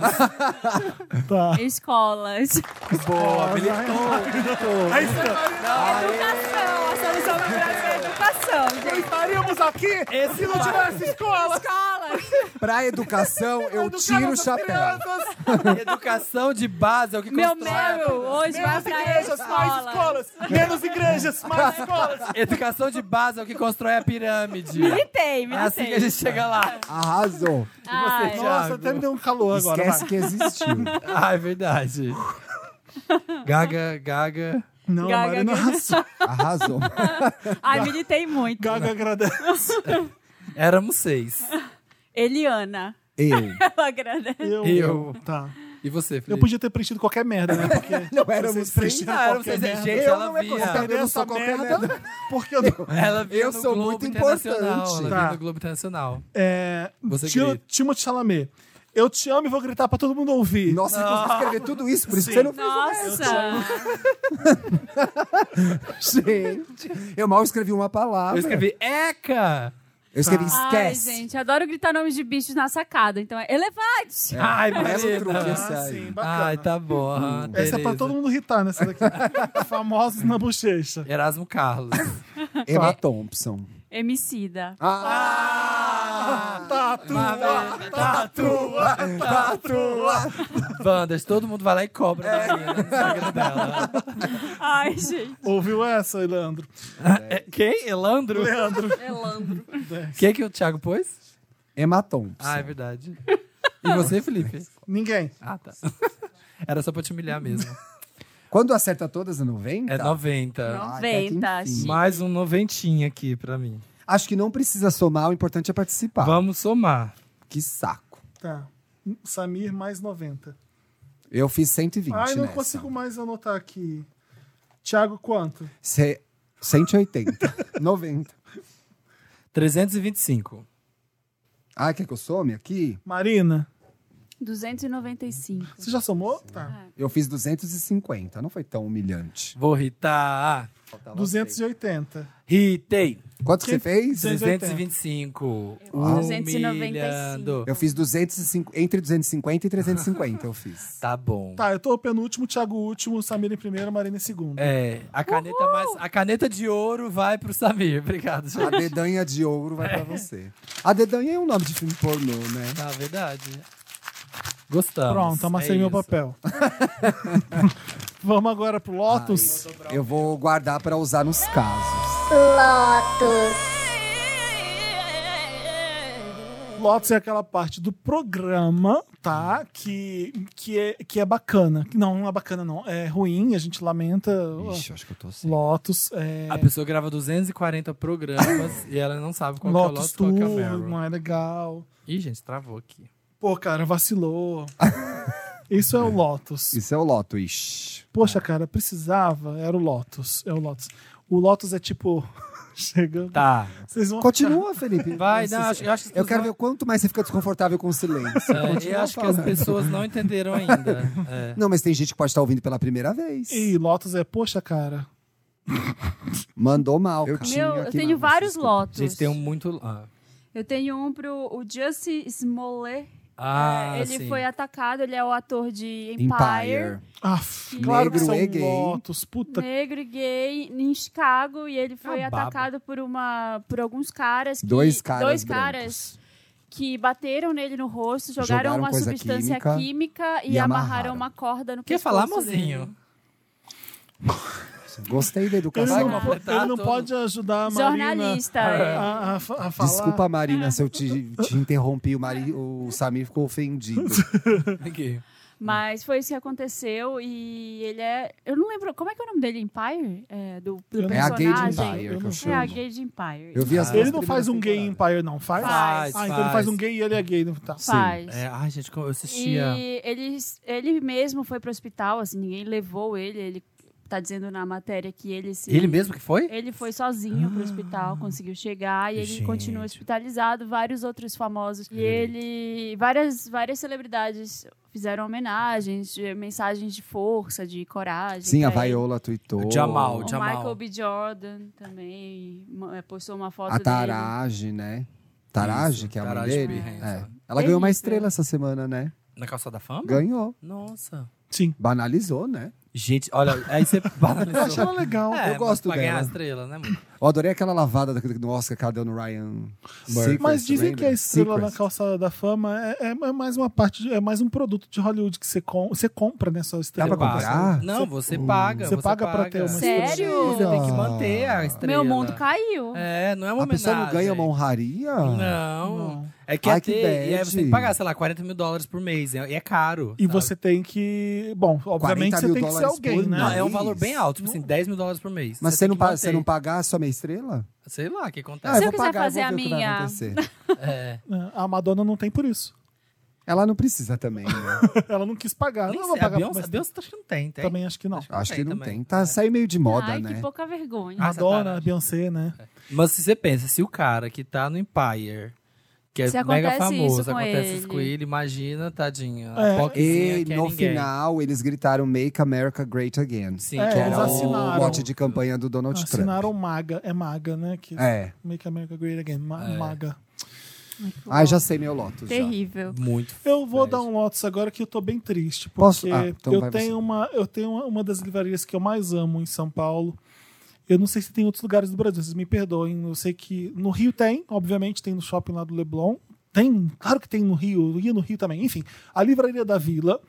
Speaker 2: Tá.
Speaker 3: Escolas.
Speaker 4: Boa, militou.
Speaker 3: Educação. A solução do Brasil é educação. gente.
Speaker 6: Estaríamos aqui
Speaker 4: Esse
Speaker 6: se não tivesse escola.
Speaker 3: Escolas.
Speaker 1: Pra educação, eu tiro o
Speaker 6: Educamos as
Speaker 1: chapéu.
Speaker 6: crianças,
Speaker 4: Educação de base é o que
Speaker 3: Meu
Speaker 4: constrói.
Speaker 3: Meryl hoje vai
Speaker 6: Menos
Speaker 3: pra
Speaker 6: igrejas, mais
Speaker 3: escola.
Speaker 6: escolas. Menos igrejas, mais escolas.
Speaker 4: Educação de base é o que constrói a pirâmide.
Speaker 3: Militei,
Speaker 4: É
Speaker 3: militei.
Speaker 4: assim que a gente chega lá.
Speaker 1: Arrasou.
Speaker 3: Ai.
Speaker 2: Nossa, até me deu um calor agora.
Speaker 1: Esquece
Speaker 2: vai.
Speaker 1: que existiu.
Speaker 4: Ah, é verdade. Gaga, Gaga.
Speaker 2: Não,
Speaker 3: Gaga,
Speaker 2: Marina,
Speaker 3: Gaga.
Speaker 1: Arrasou.
Speaker 3: Ai, militei muito.
Speaker 2: Gaga agradece.
Speaker 4: Éramos seis.
Speaker 3: Eliana.
Speaker 1: Eu.
Speaker 3: Ela agradece.
Speaker 2: Eu.
Speaker 4: Eu.
Speaker 2: Tá.
Speaker 4: E você, Felipe?
Speaker 2: Eu podia ter preenchido qualquer merda, né? Porque
Speaker 1: Não éramos
Speaker 2: vocês
Speaker 1: seis.
Speaker 2: preencheram
Speaker 4: Ah, éramos
Speaker 2: qualquer
Speaker 4: seis.
Speaker 2: merda.
Speaker 4: Gente,
Speaker 1: Eu
Speaker 4: ela
Speaker 1: não ia
Speaker 4: via.
Speaker 1: contar, eu não
Speaker 2: Essa
Speaker 1: sou qualquer
Speaker 2: merda.
Speaker 1: merda.
Speaker 2: Porque eu não...
Speaker 4: Ela viu
Speaker 1: Eu
Speaker 4: no
Speaker 1: sou
Speaker 4: Globo
Speaker 1: muito
Speaker 4: Internacional.
Speaker 1: importante.
Speaker 4: Ela
Speaker 2: Tá.
Speaker 4: viu no Globo Internacional.
Speaker 2: É,
Speaker 4: Você
Speaker 2: Timo-
Speaker 4: grita.
Speaker 2: Timothée Chalamet. Eu te amo e vou gritar pra todo mundo ouvir.
Speaker 1: Nossa, você conseguiu escrever tudo isso, por isso que
Speaker 2: Sim.
Speaker 1: você não
Speaker 3: Nossa.
Speaker 1: Gente, eu mal escrevi uma palavra.
Speaker 2: Tá
Speaker 4: Eu escrevi Tá. ECA!
Speaker 1: Eu escrevi
Speaker 3: Ai,
Speaker 1: esquece.
Speaker 3: gente, adoro gritar nomes de bichos na sacada. Então é elefante.
Speaker 4: Ai,
Speaker 1: Belo
Speaker 4: Marina.
Speaker 1: truque
Speaker 2: Ah,
Speaker 1: esse aí.
Speaker 2: sim, bacana.
Speaker 4: Ai, tá bom. aham,
Speaker 2: Essa é pra
Speaker 4: beleza.
Speaker 2: todo mundo irritar nessa daqui. Famosos na bochecha.
Speaker 4: Erasmo Carlos. Tá.
Speaker 1: Emma Thompson.
Speaker 3: Emicida.
Speaker 1: Ah, tá
Speaker 2: Ah, tá
Speaker 4: Tatua! Tatua! Tatua! Bandas, todo mundo vai lá e cobra
Speaker 2: É.
Speaker 4: da menina no Instagram dela.
Speaker 3: Ai, gente.
Speaker 2: Ouviu essa, Leandro?
Speaker 4: É, quem? Elandro?
Speaker 2: Leandro.
Speaker 3: Elandro.
Speaker 4: O que, que o Thiago pôs?
Speaker 1: Emma Thompson.
Speaker 4: Ah, é verdade. E você, Felipe?
Speaker 2: Ninguém.
Speaker 4: Ah, tá. Era só pra te humilhar mesmo.
Speaker 1: Quando acerta todas, é 90?
Speaker 4: É
Speaker 2: Tá.
Speaker 4: 90.
Speaker 1: Ai, até que
Speaker 3: 90,
Speaker 1: enfim.
Speaker 3: tá, chique.
Speaker 4: Mais um noventinho aqui pra mim.
Speaker 1: Acho que não precisa somar, o importante é participar.
Speaker 4: Vamos somar.
Speaker 1: Que saco.
Speaker 2: Tá. Samir mais 90.
Speaker 1: Eu fiz 120
Speaker 2: Ai, não
Speaker 1: nessa.
Speaker 2: consigo mais anotar aqui. Thiago, quanto?
Speaker 1: Cê- 180. 90.
Speaker 4: 325.
Speaker 1: Ah, quer que eu some aqui?
Speaker 2: Marina,
Speaker 3: 295.
Speaker 2: você já somou? Tá.
Speaker 1: Eu fiz 250. Não foi tão humilhante.
Speaker 4: Vou ritar.
Speaker 2: 280.
Speaker 4: Ritei.
Speaker 1: Quanto que você fez?
Speaker 4: 325.
Speaker 3: 295.
Speaker 4: Humilhando.
Speaker 1: Eu fiz 205, entre 250 e 350 eu fiz.
Speaker 4: Tá bom.
Speaker 2: Tá, eu tô penúltimo, Thiago último, Samir em primeiro, Marina em segundo.
Speaker 4: É, a caneta, mais, a caneta de ouro vai pro Samir. Obrigado,
Speaker 1: A
Speaker 4: gente.
Speaker 1: dedanha de ouro vai pra você. A dedanha é um nome de filme pornô, né?
Speaker 4: Na verdade.
Speaker 2: Tá.
Speaker 4: Gostamos.
Speaker 2: Pronto, amassei
Speaker 4: é
Speaker 2: meu
Speaker 4: isso.
Speaker 2: papel. Vamos agora pro Lotus.
Speaker 1: Eu vou guardar pra usar nos casos.
Speaker 2: Lotus é aquela parte do programa, tá? Que, que, é, que é bacana. Que Não, não é bacana, não. É ruim, a gente lamenta.
Speaker 1: Ixi, acho que eu tô sem.
Speaker 2: Lotus. É...
Speaker 4: A pessoa grava 240 programas e ela não sabe qual que é o
Speaker 2: Lotus
Speaker 4: Lotus, qual que é o
Speaker 2: Tour,
Speaker 4: Meryl.
Speaker 2: não é legal.
Speaker 4: Ih, gente, travou aqui.
Speaker 2: Pô, cara, vacilou. Isso é o Lotus.
Speaker 1: Isso é o Loto, ixi.
Speaker 2: Poxa, cara, precisava. Era o Lotus. É o Lotus. O Lotus é tipo. Chega.
Speaker 4: Tá.
Speaker 2: Vocês vão.
Speaker 1: Continua, Felipe.
Speaker 4: Vai, não, acho, eu acho que
Speaker 1: Eu quero ver o quanto mais você fica desconfortável com o silêncio.
Speaker 4: É, eu
Speaker 1: Continua
Speaker 4: acho que as
Speaker 1: falando.
Speaker 4: pessoas não entenderam ainda. É.
Speaker 1: Não, mas tem gente que pode estar ouvindo pela primeira vez.
Speaker 2: E Lotus é, poxa, cara.
Speaker 1: Mandou mal,
Speaker 3: Eu,
Speaker 1: cara.
Speaker 3: Meu, eu
Speaker 1: Aqui
Speaker 3: tenho
Speaker 1: não,
Speaker 3: vários
Speaker 1: desculpa.
Speaker 3: lotos.
Speaker 4: Gente, tem um muito. Ah,
Speaker 3: Eu tenho um pro o Justin Smollett.
Speaker 4: Ah,
Speaker 3: É, ele
Speaker 4: sim.
Speaker 3: foi atacado, ele é o ator de Empire,
Speaker 1: Empire.
Speaker 2: Ah, claro que
Speaker 1: Negro
Speaker 2: são
Speaker 1: é gay.
Speaker 2: Lotus. Puta
Speaker 3: negro e gay, em Chicago, e ele foi
Speaker 4: Acabado.
Speaker 3: atacado por uma por alguns caras que
Speaker 1: Dois caras
Speaker 3: dois
Speaker 1: brancos.
Speaker 3: caras que bateram nele no rosto, jogaram,
Speaker 1: Jogaram
Speaker 3: uma
Speaker 1: coisa
Speaker 3: substância
Speaker 1: química
Speaker 3: química, e,
Speaker 1: e
Speaker 3: amarraram.
Speaker 1: amarraram.
Speaker 3: uma corda no
Speaker 4: Quer
Speaker 3: pescoço
Speaker 4: falar,
Speaker 3: dele.
Speaker 4: mozinho?
Speaker 1: Gostei da
Speaker 2: Ele
Speaker 1: educação.
Speaker 2: não, po- ele não pode ajudar a Marina
Speaker 3: Tá Jornalista. é.
Speaker 2: a, a, a falar.
Speaker 1: Desculpa, Marina, se eu te, te interrompi. O, Mari, o Samir ficou ofendido.
Speaker 4: Aqui.
Speaker 3: Mas foi isso que aconteceu e ele é. Eu não lembro. Como é que é o nome dele? Empire? É, do, do
Speaker 2: Eu não-
Speaker 1: É a
Speaker 3: personagem.
Speaker 1: Gage Empire que eu
Speaker 3: É a
Speaker 1: chamo.
Speaker 3: Gage Empire.
Speaker 1: Eu vi as duas
Speaker 2: Ele não faz
Speaker 1: primeiras
Speaker 2: um gay
Speaker 1: temporadas.
Speaker 2: empire, não. Faz?
Speaker 3: Faz,
Speaker 2: Ah, então ele
Speaker 4: faz.
Speaker 2: faz um gay e ele é gay. não- Tá.
Speaker 3: Faz.
Speaker 4: É, ai, gente, como eu assistia.
Speaker 3: E ele, ele mesmo foi pro hospital, assim, ninguém levou ele. Ele tá dizendo na matéria que ele se.
Speaker 4: Ele mesmo que foi?
Speaker 3: Ele foi sozinho pro
Speaker 1: Ah.
Speaker 3: hospital, conseguiu chegar e ele
Speaker 4: Gente.
Speaker 3: continua hospitalizado, vários outros famosos. E ele. Várias, várias celebridades fizeram homenagens, de- mensagens de força, de coragem.
Speaker 1: Sim, a
Speaker 3: pra ele.
Speaker 1: Viola tweetou.
Speaker 4: O Jamal,
Speaker 3: O
Speaker 4: Jamal.
Speaker 3: Michael B. Jordan também ma- eh, postou uma foto
Speaker 1: A
Speaker 3: dele.
Speaker 1: Tarage, né? Tarage,
Speaker 4: Isso,
Speaker 1: que é a
Speaker 4: Tarage
Speaker 1: mãe dele.
Speaker 4: Johansson.
Speaker 1: É. Ela ganhou uma
Speaker 3: Delícia.
Speaker 1: estrela essa semana, né?
Speaker 4: Na calçada da fama?
Speaker 1: Ganhou.
Speaker 4: Nossa.
Speaker 2: Sim.
Speaker 1: Banalizou, né?
Speaker 4: Gente, olha, aí você
Speaker 2: Eu
Speaker 4: banalizou.
Speaker 2: achava Tá legal.
Speaker 1: eu
Speaker 4: mas
Speaker 1: gosto
Speaker 4: É, pra ganhar
Speaker 1: dela.
Speaker 4: estrela, né, mano?
Speaker 1: Eu adorei aquela lavada daquele- do Oscar que ela deu no Ryan. Seacrest,
Speaker 2: Mas dizem
Speaker 1: lembra?
Speaker 2: que a estrela
Speaker 1: Seacrest.
Speaker 2: na calçada da fama é, é- é mais uma parte, de- é mais um produto de Hollywood que você, com- você compra, né? Sua estrela.
Speaker 1: pra comprar?
Speaker 4: Paga. Não, você paga.
Speaker 2: Você paga pra ter uma
Speaker 3: Sério?
Speaker 4: estrela. Você tem que manter a estrela.
Speaker 3: Meu mundo caiu.
Speaker 4: né? É, não é uma
Speaker 1: A pessoa não ganha uma
Speaker 4: homenagem.
Speaker 1: honraria?
Speaker 4: Não. É que
Speaker 1: Ai,
Speaker 4: é
Speaker 1: que
Speaker 4: ter, e aí
Speaker 1: bad.
Speaker 4: você tem que pagar, sei lá, 40 mil dólares por mês. E é caro.
Speaker 2: E
Speaker 4: sabe?
Speaker 2: você tem que. Bom, obviamente
Speaker 1: 40
Speaker 2: você
Speaker 1: mil
Speaker 2: tem que ser
Speaker 1: dólares por
Speaker 2: alguém, né?
Speaker 4: Não, é um
Speaker 1: Isso.
Speaker 4: valor bem alto, tipo assim, 10 mil dólares por mês.
Speaker 1: Mas você
Speaker 4: tem
Speaker 1: não,
Speaker 4: que
Speaker 1: pa-
Speaker 4: manter. Tá.
Speaker 1: você não pagar a sua meia estrela?
Speaker 4: Sei lá o que
Speaker 1: Ah,
Speaker 3: Se eu
Speaker 4: acontece.
Speaker 1: eu vou
Speaker 3: quiser
Speaker 1: pagar,
Speaker 3: fazer
Speaker 1: eu vou ver
Speaker 3: a
Speaker 1: o que
Speaker 3: minha-
Speaker 1: vai acontecer.
Speaker 4: É.
Speaker 2: A Madonna não tem por isso.
Speaker 1: Ela não precisa também, né?
Speaker 2: Ela não quis pagar.
Speaker 4: Nem
Speaker 2: Ela
Speaker 4: sei,
Speaker 2: não
Speaker 4: a
Speaker 2: pagar
Speaker 4: Beyoncé, a Beyoncé acho que não tem, tem?
Speaker 2: Também acho que não.
Speaker 1: Acho que
Speaker 4: Tem
Speaker 1: não
Speaker 4: também. É.
Speaker 1: tem. Tá, saiu meio de moda,
Speaker 3: Ai,
Speaker 1: né?
Speaker 3: que pouca vergonha.
Speaker 4: Ah,
Speaker 2: Madonna,
Speaker 4: sacanagem.
Speaker 2: Beyoncé, né?
Speaker 4: Mas se você pensa, se o cara que tá no Empire, que é
Speaker 3: Se
Speaker 4: mega
Speaker 3: acontece
Speaker 4: famoso,
Speaker 3: isso com
Speaker 4: acontece isso
Speaker 3: ele.
Speaker 4: com ele, imagina, tadinho.
Speaker 2: É.
Speaker 4: a poquezinha
Speaker 1: E
Speaker 4: que é
Speaker 1: no
Speaker 4: ninguém.
Speaker 1: final, eles gritaram Make America Great Again.
Speaker 4: Sim,
Speaker 2: É,
Speaker 4: que
Speaker 2: eles
Speaker 4: era
Speaker 1: o
Speaker 2: assinaram.
Speaker 1: mote de campanha do Donald
Speaker 2: Assinaram Maga. É Maga, né? Que
Speaker 1: Trump. É.
Speaker 2: Make America Great Again. Ma-
Speaker 4: É.
Speaker 2: Maga.
Speaker 1: Ah, já sei meu Lotus. já.
Speaker 3: Terrível.
Speaker 4: Muito.
Speaker 2: Eu vou
Speaker 4: Bad.
Speaker 2: dar um Lotus agora que eu tô bem triste. Porque
Speaker 1: É Posso? Ah, então vai
Speaker 2: eu,
Speaker 1: você.
Speaker 2: tenho uma, eu tenho uma, uma das livrarias que eu mais amo em São Paulo. Eu não sei se tem em outros lugares do Brasil, vocês me perdoem. Eu sei que no Rio tem, obviamente, tem no shopping lá do Leblon. Tem, claro que tem no Rio, ia no Rio também. Enfim, a Livraria da Vila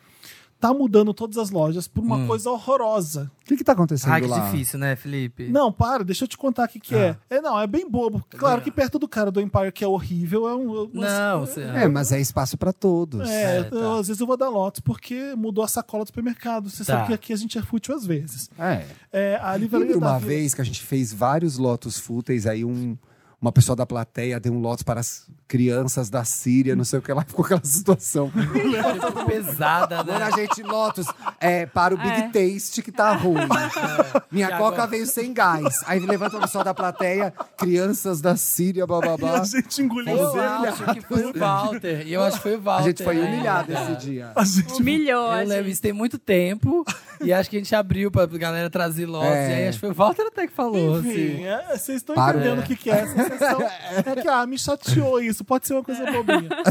Speaker 2: tá mudando todas as lojas por uma coisa horrorosa.
Speaker 1: O que, que tá acontecendo
Speaker 4: Ai, que
Speaker 1: lá?
Speaker 4: difícil, né, Felipe?
Speaker 2: Não, para, deixa eu te contar o que, que é. É, não, é bem bobo. Claro que perto do cara do Empire, que é horrível, é um.
Speaker 4: Não, você...
Speaker 1: É, mas é espaço pra todos.
Speaker 2: É,
Speaker 4: É, tá.
Speaker 2: eu- às vezes eu vou dar lotes porque mudou a sacola do supermercado. Você
Speaker 4: Tá.
Speaker 2: sabe que aqui a gente é fútil às vezes.
Speaker 1: É.
Speaker 2: É, a livraria
Speaker 1: Lembra
Speaker 2: da
Speaker 1: uma
Speaker 2: Vila-
Speaker 1: vez que a gente fez vários Lotus fúteis, aí um, uma pessoa da plateia deu um Lotus para as crianças da Síria, não sei o que lá, ficou aquela situação.
Speaker 4: Tipo, pesada, né?
Speaker 1: Agora a gente, Lotus, é, para o Big
Speaker 3: É.
Speaker 1: Taste que tá ruim. É. Minha
Speaker 4: E
Speaker 1: coca
Speaker 4: agora?
Speaker 1: veio sem gás. Aí levanta o pessoal da plateia, crianças da Síria, blá blá blá.
Speaker 2: A gente engoliu
Speaker 4: Eu
Speaker 2: ovelha.
Speaker 4: acho que foi o Walter. E eu acho que foi o
Speaker 1: né? A
Speaker 4: Walter.
Speaker 1: gente foi
Speaker 4: ainda.
Speaker 1: humilhado esse dia.
Speaker 2: A gente...
Speaker 3: Humilhou. a
Speaker 4: Eu lembro,
Speaker 3: gente.
Speaker 4: isso tem muito tempo. e acho que a gente abriu pra galera trazer lotes.
Speaker 1: É.
Speaker 4: E aí acho que foi o Walter até que falou.
Speaker 2: Enfim,
Speaker 4: assim.
Speaker 2: é, vocês estão
Speaker 1: Para,
Speaker 2: entendendo
Speaker 1: é.
Speaker 2: o que, que é essa sensação. É que, ah, me chateou isso. Pode ser uma coisa bobinha.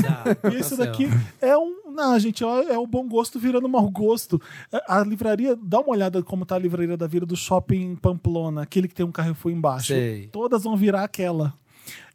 Speaker 2: E isso
Speaker 4: Tá
Speaker 2: daqui
Speaker 4: certo.
Speaker 2: é um. Não, gente, ó, é o bom gosto virando mau gosto. É, A livraria, dá uma olhada como tá a livraria da Vila do shopping Pamplona, aquele que tem um Carrefour embaixo.
Speaker 4: Sei.
Speaker 2: Todas vão virar aquela.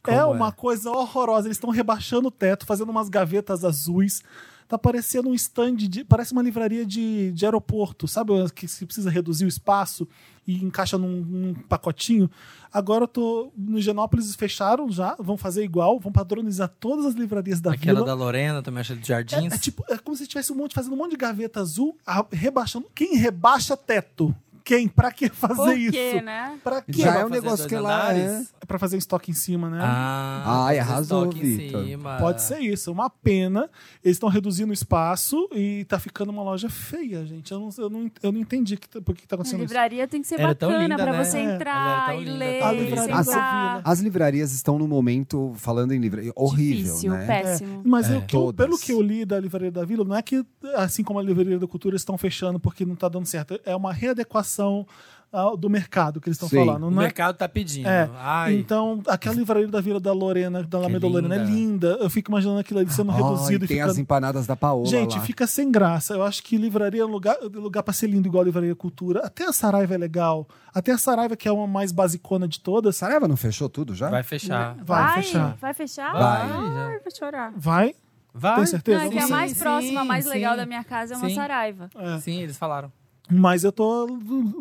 Speaker 4: Como
Speaker 2: é
Speaker 4: é?
Speaker 2: uma coisa horrorosa. Eles estão rebaixando o teto, fazendo umas gavetas azuis. Tá parecendo um stand de. Parece uma livraria de, de aeroporto, sabe? Que se precisa reduzir o espaço e encaixa num, num pacotinho. Agora eu tô. No Genópolis fecharam já, vão fazer igual, vão padronizar todas as livrarias da
Speaker 4: Aquela
Speaker 2: vila.
Speaker 4: da Lorena também, acho de
Speaker 2: É,
Speaker 4: Jardins.
Speaker 2: é tipo, é como se tivesse um monte fazendo um monte de gaveta azul, a- rebaixando. Quem rebaixa teto? Quem? Pra que fazer
Speaker 3: Por quê,
Speaker 2: isso?
Speaker 3: né?
Speaker 2: Pra que?
Speaker 1: Já
Speaker 4: Pra
Speaker 1: é um
Speaker 4: fazer
Speaker 1: negócio
Speaker 4: dois
Speaker 1: que lá é-
Speaker 4: andares?
Speaker 2: É pra fazer um estoque em cima, né?
Speaker 4: Ah,
Speaker 1: Ai,
Speaker 4: fazer
Speaker 1: arrasou,
Speaker 4: estoque em
Speaker 1: Vitor.
Speaker 4: cima.
Speaker 2: Pode ser isso, é uma pena. Eles estão reduzindo o espaço e tá ficando uma loja feia, gente. Eu não, eu não, eu não entendi que, tá- por que tá
Speaker 3: A
Speaker 2: acontecendo isso.
Speaker 3: livraria tem que ser
Speaker 4: Era tão
Speaker 3: bacana
Speaker 4: linda,
Speaker 3: pra
Speaker 4: né?
Speaker 3: você
Speaker 2: É.
Speaker 4: Ela era
Speaker 3: entrar
Speaker 4: tão
Speaker 3: e
Speaker 4: linda, Ah,
Speaker 3: ler,
Speaker 2: linda.
Speaker 4: tão
Speaker 2: A livraria
Speaker 1: da
Speaker 4: né?
Speaker 3: sentar.
Speaker 1: As livrarias estão num momento, falando em livraria, horrível,
Speaker 3: Difícil,
Speaker 1: né?
Speaker 2: É,
Speaker 3: péssimo.
Speaker 2: mas
Speaker 4: É.
Speaker 2: o que eu-
Speaker 1: Todas.
Speaker 2: pelo que eu li da Livraria da Vila, não é que, assim como a Livraria da Cultura, estão fechando porque não tá dando certo. É uma readequação ah, do mercado que eles estão
Speaker 1: Sim.
Speaker 2: falando.
Speaker 4: O
Speaker 2: Não é
Speaker 4: mercado tá pedindo.
Speaker 2: É,
Speaker 4: Ai,
Speaker 2: Então, aquela livraria da Vila da Lorena, da Alameda
Speaker 4: linda.
Speaker 2: Lorena, é linda. Eu fico imaginando aquilo ali sendo
Speaker 1: Ai,
Speaker 2: reduzido e
Speaker 1: tem
Speaker 2: ficando...
Speaker 1: as empanadas da Paola
Speaker 2: Gente,
Speaker 1: lá.
Speaker 2: fica sem graça. Eu acho que livraria é um lugar, lugar pra ser lindo igual a livraria cultura. Até a Saraiva é legal. Até a Saraiva, que é uma mais basicona de todas,
Speaker 1: Saraiva não fechou tudo já?
Speaker 4: vai fechar.
Speaker 2: vai, fechar.
Speaker 3: Vai fechar?
Speaker 4: Vai.
Speaker 3: Ai, vou chorar.
Speaker 2: Vai?
Speaker 4: Vai.
Speaker 2: Tem certeza?
Speaker 3: Não, é que a
Speaker 2: Sim,
Speaker 3: mais próxima, a mais
Speaker 4: sim.
Speaker 3: legal da minha casa é uma
Speaker 4: Sim.
Speaker 3: Saraiva.
Speaker 1: É.
Speaker 4: Sim, eles falaram.
Speaker 2: Mas eu tô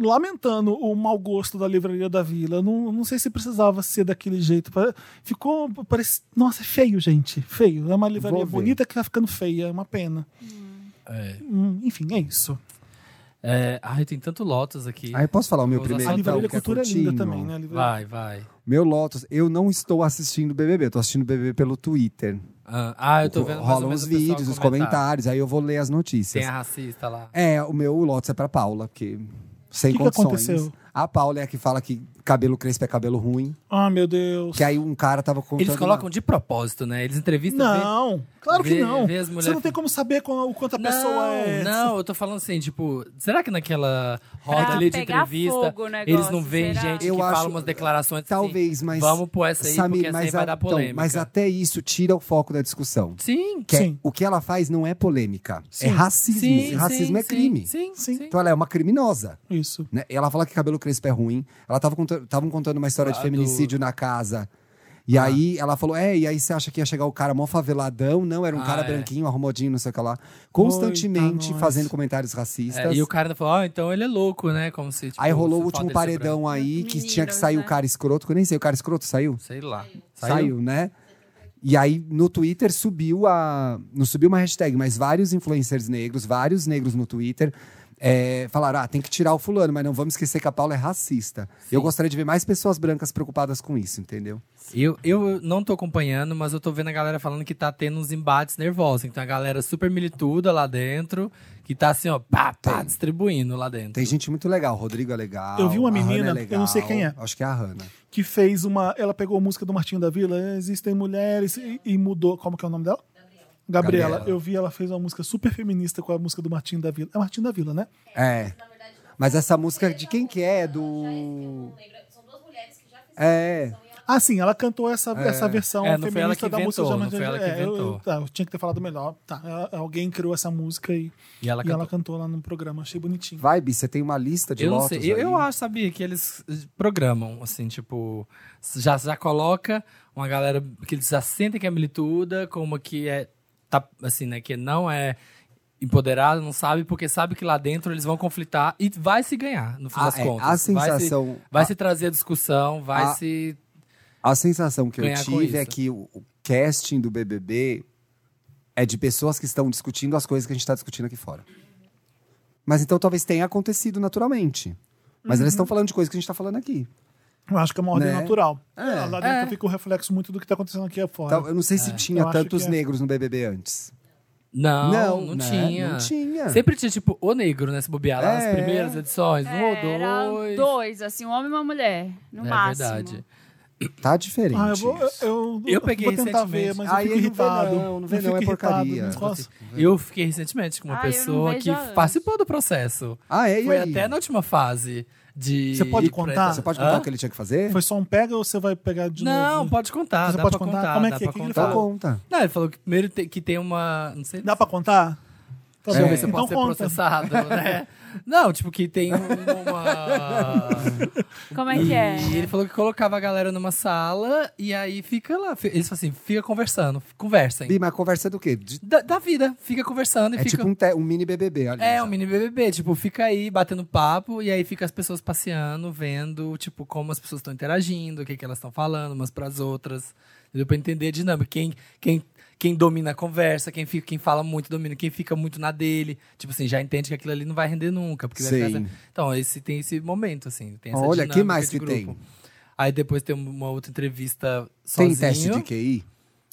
Speaker 2: lamentando o mau gosto da livraria da Vila. Não, não sei se precisava ser daquele jeito. Pare- Ficou. Parece... Nossa, é feio, gente. Feio. É uma livraria
Speaker 1: ver.
Speaker 2: bonita que tá ficando feia. É uma pena.
Speaker 4: É.
Speaker 2: Hum, enfim, é isso.
Speaker 4: É, ai, tem tanto Lotus aqui.
Speaker 1: Aí posso falar o meu
Speaker 4: Vou
Speaker 1: primeiro?
Speaker 4: usar
Speaker 2: A
Speaker 4: Então,
Speaker 2: livraria
Speaker 1: que é
Speaker 2: Cultura é
Speaker 1: curtinho?
Speaker 2: linda também, né? A livraria-
Speaker 4: Vai, vai.
Speaker 1: Meu Lotus, eu não estou assistindo BBB, eu tô assistindo BBB pelo Twitter.
Speaker 4: Ah, ah, eu tô vendo mais ou
Speaker 1: Rolam
Speaker 4: menos
Speaker 1: os
Speaker 4: o pessoal
Speaker 1: vídeos, os
Speaker 4: comentar.
Speaker 1: comentários, aí eu vou ler as notícias.
Speaker 4: Tem a racista lá.
Speaker 1: É, o meu Lotus é pra Paula, porque sem
Speaker 2: Que que
Speaker 1: condições.
Speaker 2: aconteceu?
Speaker 1: A Paula é a que fala que cabelo crespo é cabelo ruim.
Speaker 2: Ah, meu Deus.
Speaker 1: Que aí um cara tava contando.
Speaker 4: Eles colocam de propósito, né? Eles entrevistam.
Speaker 2: Não, claro que
Speaker 4: vê-
Speaker 2: não.
Speaker 4: vê as
Speaker 2: Você
Speaker 4: mulheres-
Speaker 2: não tem como saber qual- o quanto a
Speaker 4: Não,
Speaker 2: pessoa é.
Speaker 4: não, eu tô falando assim, tipo, será que naquela roda
Speaker 3: Pra
Speaker 4: ali de
Speaker 3: pegar
Speaker 4: entrevista
Speaker 3: fogo o negócio,
Speaker 4: eles não veem
Speaker 3: será?
Speaker 4: gente
Speaker 1: Eu
Speaker 4: que
Speaker 1: acho-
Speaker 4: fala umas declarações assim,
Speaker 1: Talvez, mas.
Speaker 4: Vamos pôr essa aí,
Speaker 1: Samir,
Speaker 4: porque essa aí vai dar
Speaker 1: então,
Speaker 4: polêmica.
Speaker 1: mas até isso tira o foco da discussão.
Speaker 4: Sim,
Speaker 1: Que é-
Speaker 2: Sim.
Speaker 1: o que ela faz não é polêmica.
Speaker 2: Sim.
Speaker 1: É racismo.
Speaker 4: sim,
Speaker 1: e racismo
Speaker 4: sim,
Speaker 1: é crime.
Speaker 4: Sim, sim,
Speaker 2: Sim.
Speaker 4: sim.
Speaker 1: Então ela é uma criminosa.
Speaker 2: Isso.
Speaker 1: né? Ela fala que cabelo crespo é ruim. Ela tava contando, tavam contando uma história de
Speaker 4: Ah, do-
Speaker 1: feminicídio na casa.
Speaker 4: Ah.
Speaker 1: E aí ela falou: É, e aí você acha que ia chegar o cara mó faveladão? Não, era um
Speaker 4: Ah,
Speaker 1: cara
Speaker 4: é.
Speaker 1: branquinho, arrumadinho, não sei o que lá. Constantemente
Speaker 2: Eita, nós.
Speaker 1: fazendo comentários
Speaker 4: É,
Speaker 1: racistas.
Speaker 4: e o cara ainda falou, ah, então ele é louco, né? Como se, tipo,
Speaker 1: Aí rolou
Speaker 4: se
Speaker 1: o último
Speaker 4: foda ele ser branco.
Speaker 1: paredão aí, que
Speaker 3: Meninas,
Speaker 1: tinha que sair
Speaker 3: né?
Speaker 1: o cara escroto, que eu nem sei, o cara escroto saiu?
Speaker 4: Sei lá.
Speaker 1: Saiu, né? E aí no Twitter subiu a. Não subiu uma hashtag, mas vários influencers negros, vários negros no Twitter. é, falaram, ah, tem que tirar o fulano, mas não vamos esquecer que a Paula é racista. Eu gostaria de ver mais pessoas brancas preocupadas com isso, entendeu?
Speaker 4: Eu, eu não tô acompanhando, mas eu tô vendo a galera falando que tá tendo uns embates nervosos. Então a galera super milituda lá dentro, que tá assim, ó, pá, pá, distribuindo lá dentro.
Speaker 1: Tem gente muito legal, o Rodrigo é legal.
Speaker 2: Eu vi uma
Speaker 1: a Hannah
Speaker 2: menina,
Speaker 1: é
Speaker 2: eu
Speaker 1: legal,
Speaker 2: não sei quem é.
Speaker 1: Acho que é a Hannah.
Speaker 2: Que fez uma. Ela pegou a música do Martinho da Vila, Existem Mulheres, e, e mudou. Como que é o nome dela? Gabriela.
Speaker 1: Gabriela.
Speaker 2: Eu vi, ela fez uma música super feminista com a música do Martinho da Vila. É Martinho da Vila, né?
Speaker 1: É. Mas essa música de quem que é? Do.
Speaker 7: São duas mulheres que já fizeram.
Speaker 1: É.
Speaker 2: Ah, sim, ela cantou essa, essa versão
Speaker 4: É, não foi ela
Speaker 2: feminista
Speaker 4: que
Speaker 2: da música
Speaker 4: inventou,
Speaker 2: do
Speaker 4: não foi ela que
Speaker 2: é, eu-
Speaker 4: inventou.
Speaker 2: tá, eu tinha que ter falado melhor. Tá, ela- alguém criou essa música e,
Speaker 4: E ela
Speaker 2: e
Speaker 4: cantou.
Speaker 2: ela cantou lá no programa. Achei bonitinho.
Speaker 1: Vai, Bi, você tem uma lista de
Speaker 4: Eu não
Speaker 1: lotos
Speaker 4: sei. Eu,
Speaker 1: aí?
Speaker 4: eu acho, sabia, que eles eh, programam, assim, tipo, já, já coloca uma galera que eles já sentem que é milituda, como que é, tá, assim, né, que não é empoderada, não sabe, porque sabe que lá dentro eles vão conflitar e vai se ganhar, no fim
Speaker 1: Ah,
Speaker 4: das
Speaker 1: é,
Speaker 4: contas.
Speaker 1: a
Speaker 4: Vai se-
Speaker 1: sensação-
Speaker 4: Vai
Speaker 2: Ah.
Speaker 1: a-
Speaker 4: se trazer a discussão, vai
Speaker 1: a-
Speaker 4: se.
Speaker 1: A sensação que eu
Speaker 4: ganhar com
Speaker 1: tive é
Speaker 4: isso.
Speaker 1: que o, o casting do BBB é de pessoas que estão discutindo as coisas que a gente está discutindo aqui fora. Mas então talvez tenha acontecido naturalmente. Mas eles estão
Speaker 2: Uhum.
Speaker 1: falando de coisas que a gente está falando aqui.
Speaker 2: Eu acho que é uma ordem
Speaker 1: Né?
Speaker 2: natural.
Speaker 1: É.
Speaker 2: Lá dentro
Speaker 4: É.
Speaker 2: fica o reflexo muito do que tá acontecendo aqui fora.
Speaker 1: Então, eu não sei se tinha
Speaker 2: Eu acho
Speaker 1: tantos
Speaker 2: que é.
Speaker 1: negros no BBB antes.
Speaker 4: Não, não,
Speaker 1: né?
Speaker 4: tinha.
Speaker 1: Não tinha.
Speaker 4: Sempre tinha, tipo, o negro, né? Se bobear lá
Speaker 1: É.
Speaker 4: nas primeiras edições,
Speaker 3: Era
Speaker 4: um ou dois.
Speaker 3: É, dois, assim, um homem e uma mulher, no
Speaker 4: é
Speaker 3: máximo.
Speaker 4: verdade.
Speaker 1: Tá diferente.
Speaker 2: Ah, eu vou, eu,
Speaker 1: isso.
Speaker 2: eu,
Speaker 4: Eu peguei
Speaker 2: vou tentar ver,
Speaker 4: recentemente.
Speaker 2: mas eu
Speaker 1: Aí
Speaker 2: fico
Speaker 1: não vê
Speaker 2: irritado.
Speaker 1: não, não vê
Speaker 2: Eu
Speaker 1: não,
Speaker 2: fico
Speaker 1: é
Speaker 2: irritado, né?
Speaker 1: porcaria.
Speaker 2: mas posso-
Speaker 4: Eu fiquei recentemente com uma
Speaker 3: Ah, eu não
Speaker 4: pessoa
Speaker 3: vejo
Speaker 4: que
Speaker 3: há anos.
Speaker 4: participou do processo.
Speaker 1: Ah, é? E
Speaker 4: Foi
Speaker 1: aí?
Speaker 4: até na última fase de.
Speaker 2: Você pode
Speaker 4: ir pra
Speaker 2: contar?
Speaker 4: etapa.
Speaker 1: Você pode contar
Speaker 4: Hã?
Speaker 1: o que ele tinha que fazer?
Speaker 2: Foi só um pega ou você vai pegar de
Speaker 4: Não,
Speaker 2: novo?
Speaker 4: pode contar.
Speaker 2: Você
Speaker 4: dá
Speaker 2: pode
Speaker 4: pra
Speaker 2: contar?
Speaker 4: contar?
Speaker 2: Como é
Speaker 4: dá
Speaker 2: que-
Speaker 4: pra
Speaker 2: que que ele
Speaker 4: contar.
Speaker 1: Então conta.
Speaker 4: Não, ele falou que primeiro te- que tem uma. Não sei.
Speaker 2: Dá pra contar? Tá
Speaker 4: Deixa eu
Speaker 2: bom.
Speaker 4: ver se
Speaker 2: então
Speaker 4: pode ser
Speaker 2: conta.
Speaker 4: processado, né? Não, tipo, que tem um- uma.
Speaker 3: Como é que é?
Speaker 4: E ele falou que colocava a galera numa sala e aí fica lá. Fi- Eles falam assim, fica conversando, f- conversem.
Speaker 1: Bi, mas conversa é do quê? De-
Speaker 4: Da, da vida, fica conversando e
Speaker 1: É
Speaker 4: fica.
Speaker 1: tipo um, te- um mini BBB. Olha
Speaker 4: É, um mini BBB, tipo, fica aí batendo papo e aí fica as pessoas passeando, vendo, tipo, como as pessoas estão interagindo, o que, que elas estão falando umas pras outras, entendeu? Pra entender a dinâmica, quem, quem, quem domina a conversa, quem, fica, quem fala muito domina, quem fica muito na dele, tipo assim, já entende que aquilo ali não vai render nunca, porque vai ficar
Speaker 1: Sim.
Speaker 4: essa- Então, esse, tem esse momento, assim, tem essa
Speaker 1: Olha, que
Speaker 4: dinâmica
Speaker 1: mais
Speaker 4: de
Speaker 1: que
Speaker 4: grupo.
Speaker 1: tem?
Speaker 4: Aí depois tem uma outra entrevista
Speaker 1: Tem
Speaker 4: sozinho.
Speaker 1: teste de QI?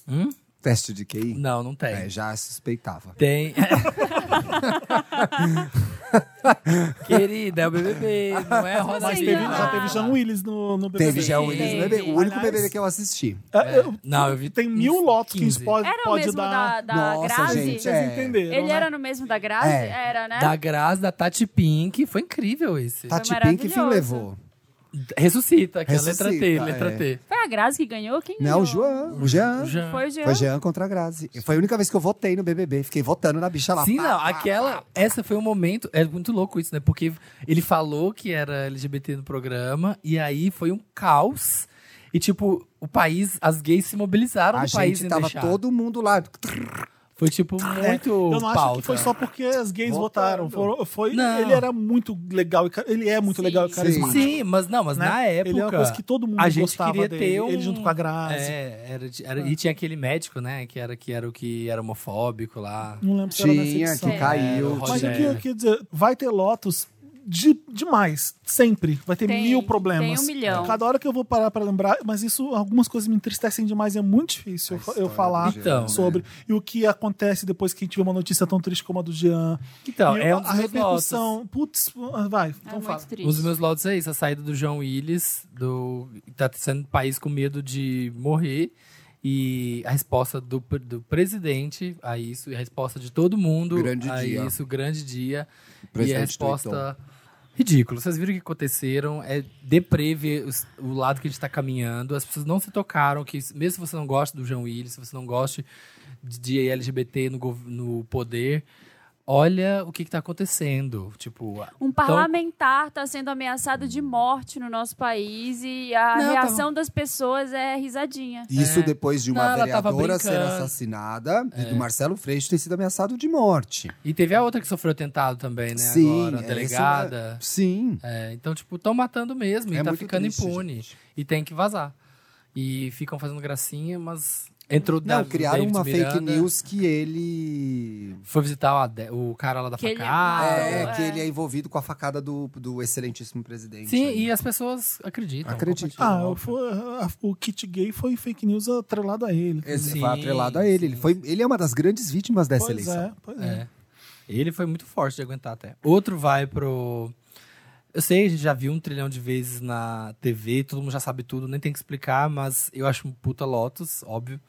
Speaker 4: Hum?
Speaker 1: Teste de
Speaker 2: Hum,
Speaker 1: QI?
Speaker 4: Não, não tem.
Speaker 1: É, já suspeitava.
Speaker 4: Tem. Querida, é o BBB, não é roda
Speaker 2: Mas
Speaker 3: Sim,
Speaker 2: teve,
Speaker 3: já.
Speaker 2: já teve Jean Willis no, no BBB.
Speaker 1: Teve já o Willis no
Speaker 3: Teve.
Speaker 1: BBB, o único
Speaker 2: Aliás-
Speaker 1: BBB que eu assisti.
Speaker 2: É, eu-
Speaker 4: Não, eu vi
Speaker 2: Tem
Speaker 4: uns
Speaker 2: mil lotos que
Speaker 4: 15.
Speaker 2: isso pode,
Speaker 3: Era o
Speaker 2: pode
Speaker 3: mesmo
Speaker 2: dar.
Speaker 3: da, da
Speaker 1: Nossa,
Speaker 3: Grazi?
Speaker 1: gente,
Speaker 2: Vocês
Speaker 1: é.
Speaker 2: entenderam,
Speaker 3: Ele
Speaker 2: né?
Speaker 3: era no mesmo da Grazi?
Speaker 1: É.
Speaker 3: Era, né?
Speaker 4: Da Grazi, da Tati Pink, foi incrível esse.
Speaker 2: Tá.
Speaker 1: Tati
Speaker 3: maravilhoso.
Speaker 1: Pink, quem levou?
Speaker 4: Ressuscita, que é a letra T,
Speaker 1: Ressuscita,
Speaker 4: letra
Speaker 1: é.
Speaker 4: T.
Speaker 3: Foi a Grazi que ganhou? Quem
Speaker 1: Não, né, o
Speaker 3: ganhou?
Speaker 1: Jean. O Jean.
Speaker 4: Já.
Speaker 3: Foi o Jean.
Speaker 1: Foi Jean contra a Grazi. Foi a única vez que eu votei no BBB. Fiquei votando na bicha lá.
Speaker 4: Sim,
Speaker 1: Pá,
Speaker 4: não,
Speaker 1: pá.
Speaker 4: aquela. Essa foi um momento. É muito louco isso, né? Porque ele falou que era LGBT no programa, e aí foi um caos. E, tipo, o país, as gays se mobilizaram
Speaker 1: A
Speaker 4: no país
Speaker 1: gente
Speaker 4: em
Speaker 1: tava
Speaker 4: deixar.
Speaker 1: todo mundo lá. tá
Speaker 4: Foi tipo muito.
Speaker 2: Ah, É, Eu não acho
Speaker 4: pauta.
Speaker 2: que foi só porque as gays votaram. Foram- foi,
Speaker 4: Não.
Speaker 2: ele era muito legal. e ca- Ele é muito
Speaker 3: Sim.
Speaker 2: legal e carismático.
Speaker 4: Sim, mas não, mas
Speaker 2: né?
Speaker 4: na época.
Speaker 2: Ele é uma coisa que tá, assim. todo mundo
Speaker 4: a gente
Speaker 2: gostava
Speaker 4: queria
Speaker 2: dele.
Speaker 4: ter um-
Speaker 2: Ele junto com a Grazi.
Speaker 4: É, era, de-
Speaker 2: Ah.
Speaker 4: era- e tinha aquele médico, né? Que era, que era o que era homofóbico lá.
Speaker 2: Não lembro se era nessa
Speaker 1: Tinha,
Speaker 2: edição.
Speaker 1: que assim, caiu.
Speaker 4: É,
Speaker 2: Mas o
Speaker 1: tinha-
Speaker 2: que eu queria dizer, vai ter Lotus de- demais, sempre. Vai ter
Speaker 3: Tem,
Speaker 2: mil problemas.
Speaker 3: tem um milhão.
Speaker 2: Cada hora que eu vou parar pra lembrar, mas isso, algumas coisas me entristecem demais, é muito difícil eu- eu falar
Speaker 1: né?
Speaker 4: Então,
Speaker 2: sobre. E o que acontece depois que a gente vê uma notícia tão triste como a do Jean.
Speaker 4: Então,
Speaker 2: E
Speaker 4: é um
Speaker 2: a
Speaker 4: dos meus lotes.
Speaker 2: repercussão. Putz, vai, então
Speaker 3: é
Speaker 2: fala.
Speaker 3: muito triste.
Speaker 4: Um dos meus lotes é isso, a saída do João Willis, do tá sendo um país com medo de morrer. E a resposta do, pre- do presidente a isso, e a resposta de todo mundo
Speaker 1: Grande
Speaker 4: a
Speaker 1: dia.
Speaker 4: isso, grande dia. e a
Speaker 1: presidente tweetou.
Speaker 4: resposta ridícula. Vocês viram o que aconteceram? É deprê ver os- o lado que a gente está caminhando. As pessoas não se tocaram que mesmo se você não gosta do João Willis, se você não gosta de, de LGBT no, gov- no poder, olha o que está acontecendo. Tipo, a-
Speaker 3: Um parlamentar está sendo ameaçado de morte no nosso país e a
Speaker 4: Não,
Speaker 3: reação das pessoas é risadinha.
Speaker 1: Isso
Speaker 4: É.
Speaker 1: depois de
Speaker 4: Não,
Speaker 1: uma
Speaker 4: ela tava
Speaker 1: vereadora ser
Speaker 4: brincando. É.
Speaker 1: assassinada e do Marcelo Freixo ter sido ameaçado de morte.
Speaker 4: E teve a outra que sofreu atentado também, né? agora, a
Speaker 1: é, isso é-
Speaker 4: delegada.
Speaker 1: Sim.
Speaker 4: É, então, tipo, estão matando mesmo
Speaker 1: É
Speaker 4: e tá
Speaker 1: muito
Speaker 4: ficando
Speaker 1: triste,
Speaker 4: impune.
Speaker 1: gente.
Speaker 4: E tem que vazar. E ficam fazendo gracinha, mas entrou
Speaker 1: Não,
Speaker 4: Davi-
Speaker 1: criaram
Speaker 4: David
Speaker 1: uma fake
Speaker 4: Miranda,
Speaker 1: news que ele.
Speaker 4: Foi visitar o, Ade- o cara lá da
Speaker 3: Que ele é
Speaker 4: facada.
Speaker 3: mau,
Speaker 1: é,
Speaker 3: é.
Speaker 1: que ele é envolvido com a facada do, do excelentíssimo presidente.
Speaker 4: Sim,
Speaker 1: aí.
Speaker 4: e é- as pessoas acreditam.
Speaker 1: Acreditam.
Speaker 4: compartilham.
Speaker 2: Ah, eu fui- a- o kit gay foi fake news atrelado a ele.
Speaker 1: Esse
Speaker 4: Sim,
Speaker 1: foi atrelado a ele. Ele,
Speaker 4: sim,
Speaker 1: foi, ele é uma das grandes vítimas dessa
Speaker 2: Pois
Speaker 1: eleição.
Speaker 2: é, pois é.
Speaker 4: É. Ele foi muito forte de aguentar até. Outro vai pro. Eu sei, a gente já viu um trilhão de vezes na TV, todo mundo já sabe tudo, nem tem que explicar, mas eu acho um puta Lotus, óbvio.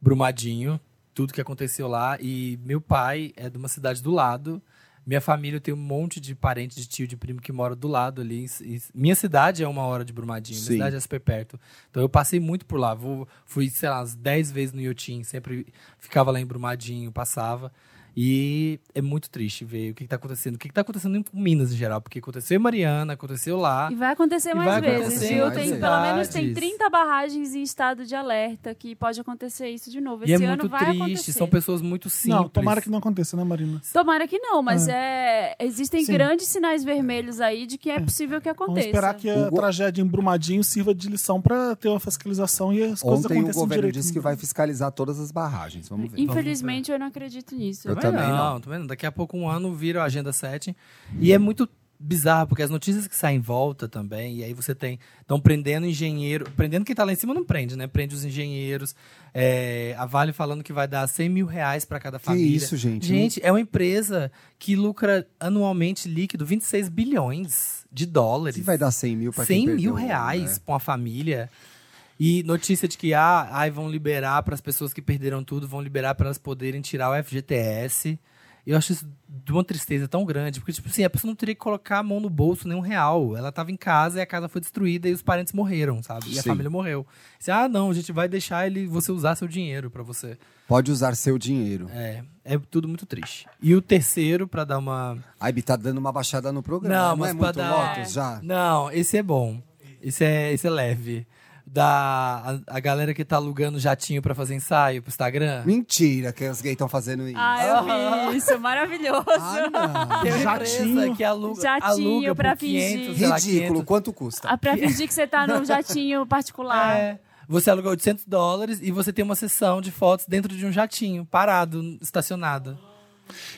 Speaker 4: Brumadinho, tudo que aconteceu lá. E meu pai é de uma cidade do lado. Minha família tem um monte de parente, de tio, de primo que mora do lado ali. E minha cidade é uma hora de Brumadinho,
Speaker 1: Sim.
Speaker 4: minha cidade é super perto. Então eu passei muito por lá. Vou- fui, sei lá, umas 10 vezes no Iotim, sempre ficava lá em Brumadinho, passava. E é muito triste ver o que está acontecendo. O que está acontecendo em Minas em geral, porque aconteceu em Mariana, aconteceu lá.
Speaker 3: E vai acontecer
Speaker 4: Ah. E
Speaker 3: mais
Speaker 4: vai
Speaker 3: vezes,
Speaker 1: acontecer
Speaker 3: viu?
Speaker 1: mais
Speaker 3: Tem,
Speaker 1: vezes.
Speaker 3: pelo menos tem
Speaker 4: Cidades.
Speaker 3: 30 barragens em estado de alerta que pode acontecer isso de novo.
Speaker 4: E é
Speaker 3: Esse
Speaker 4: muito
Speaker 3: ano vai
Speaker 4: triste,
Speaker 3: acontecer.
Speaker 4: são pessoas muito simples.
Speaker 2: Não, tomara que não aconteça, né, Marina?
Speaker 3: Tomara que não, mas é, existem
Speaker 2: Sim.
Speaker 3: grandes sinais vermelhos aí de que é possível que aconteça.
Speaker 2: Vamos esperar que a
Speaker 1: O go-
Speaker 2: tragédia em Brumadinho sirva de lição para ter uma fiscalização e as coisas
Speaker 1: Ontem o
Speaker 2: aconteçam
Speaker 1: governo
Speaker 2: direito.
Speaker 1: disse que vai fiscalizar todas as barragens. Vamos ver.
Speaker 3: Infelizmente, eu não acredito nisso.
Speaker 1: Eu
Speaker 4: Também
Speaker 1: também
Speaker 4: não, também não. Daqui a pouco, um ano, vira a Agenda 7. E é muito bizarro, porque as notícias que saem em volta também, e aí você tem. Estão prendendo engenheiro. Prendendo quem tá lá em cima não prende, né? Prende os engenheiros. é, a Vale falando que vai dar 100 mil reais para cada
Speaker 1: Que
Speaker 4: família.
Speaker 1: É isso, gente?
Speaker 4: Gente, é uma empresa que lucra anualmente líquido 26 bilhões de dólares.
Speaker 1: Se vai dar 100 mil para
Speaker 4: 100 mil
Speaker 1: É.
Speaker 4: reais pra uma família. E notícia de que ah, ai, vão liberar para as pessoas que perderam tudo, vão liberar para elas poderem tirar o FGTS. Eu acho isso de uma tristeza tão grande, porque, tipo assim, a pessoa não teria que colocar a mão no bolso nem um real. Ela tava em casa e a casa foi destruída e os parentes morreram, sabe? E a
Speaker 1: Sim.
Speaker 4: família morreu. Assim, ah, não, a gente vai deixar ele você usar seu dinheiro para você.
Speaker 1: Pode usar seu dinheiro.
Speaker 4: É, é tudo muito triste. E o terceiro, para dar uma.
Speaker 1: A IB tá dando uma baixada no programa.
Speaker 4: Não,
Speaker 1: Não,
Speaker 4: mas
Speaker 1: é
Speaker 4: pra
Speaker 1: muito
Speaker 4: dar-
Speaker 1: Lotus já?
Speaker 4: Não, esse é bom. Esse é, esse é leve. Da a, a galera que tá alugando jatinho pra fazer ensaio pro Instagram.
Speaker 1: Mentira que os gays estão fazendo isso.
Speaker 3: Ah, eu vi isso, maravilhoso.
Speaker 1: Ah,
Speaker 4: Tem uma
Speaker 2: Jatinho.
Speaker 4: empresa que aluga,
Speaker 3: Jatinho
Speaker 4: aluga
Speaker 3: pra
Speaker 4: por 500,
Speaker 1: não.
Speaker 4: sei lá,
Speaker 1: Ridículo.
Speaker 4: 500.
Speaker 1: Quanto custa?
Speaker 3: Ah, pra fingir que você tá num jatinho particular.
Speaker 4: É, você aluga 800 dólares e você tem uma sessão de fotos dentro de um jatinho, parado, estacionado.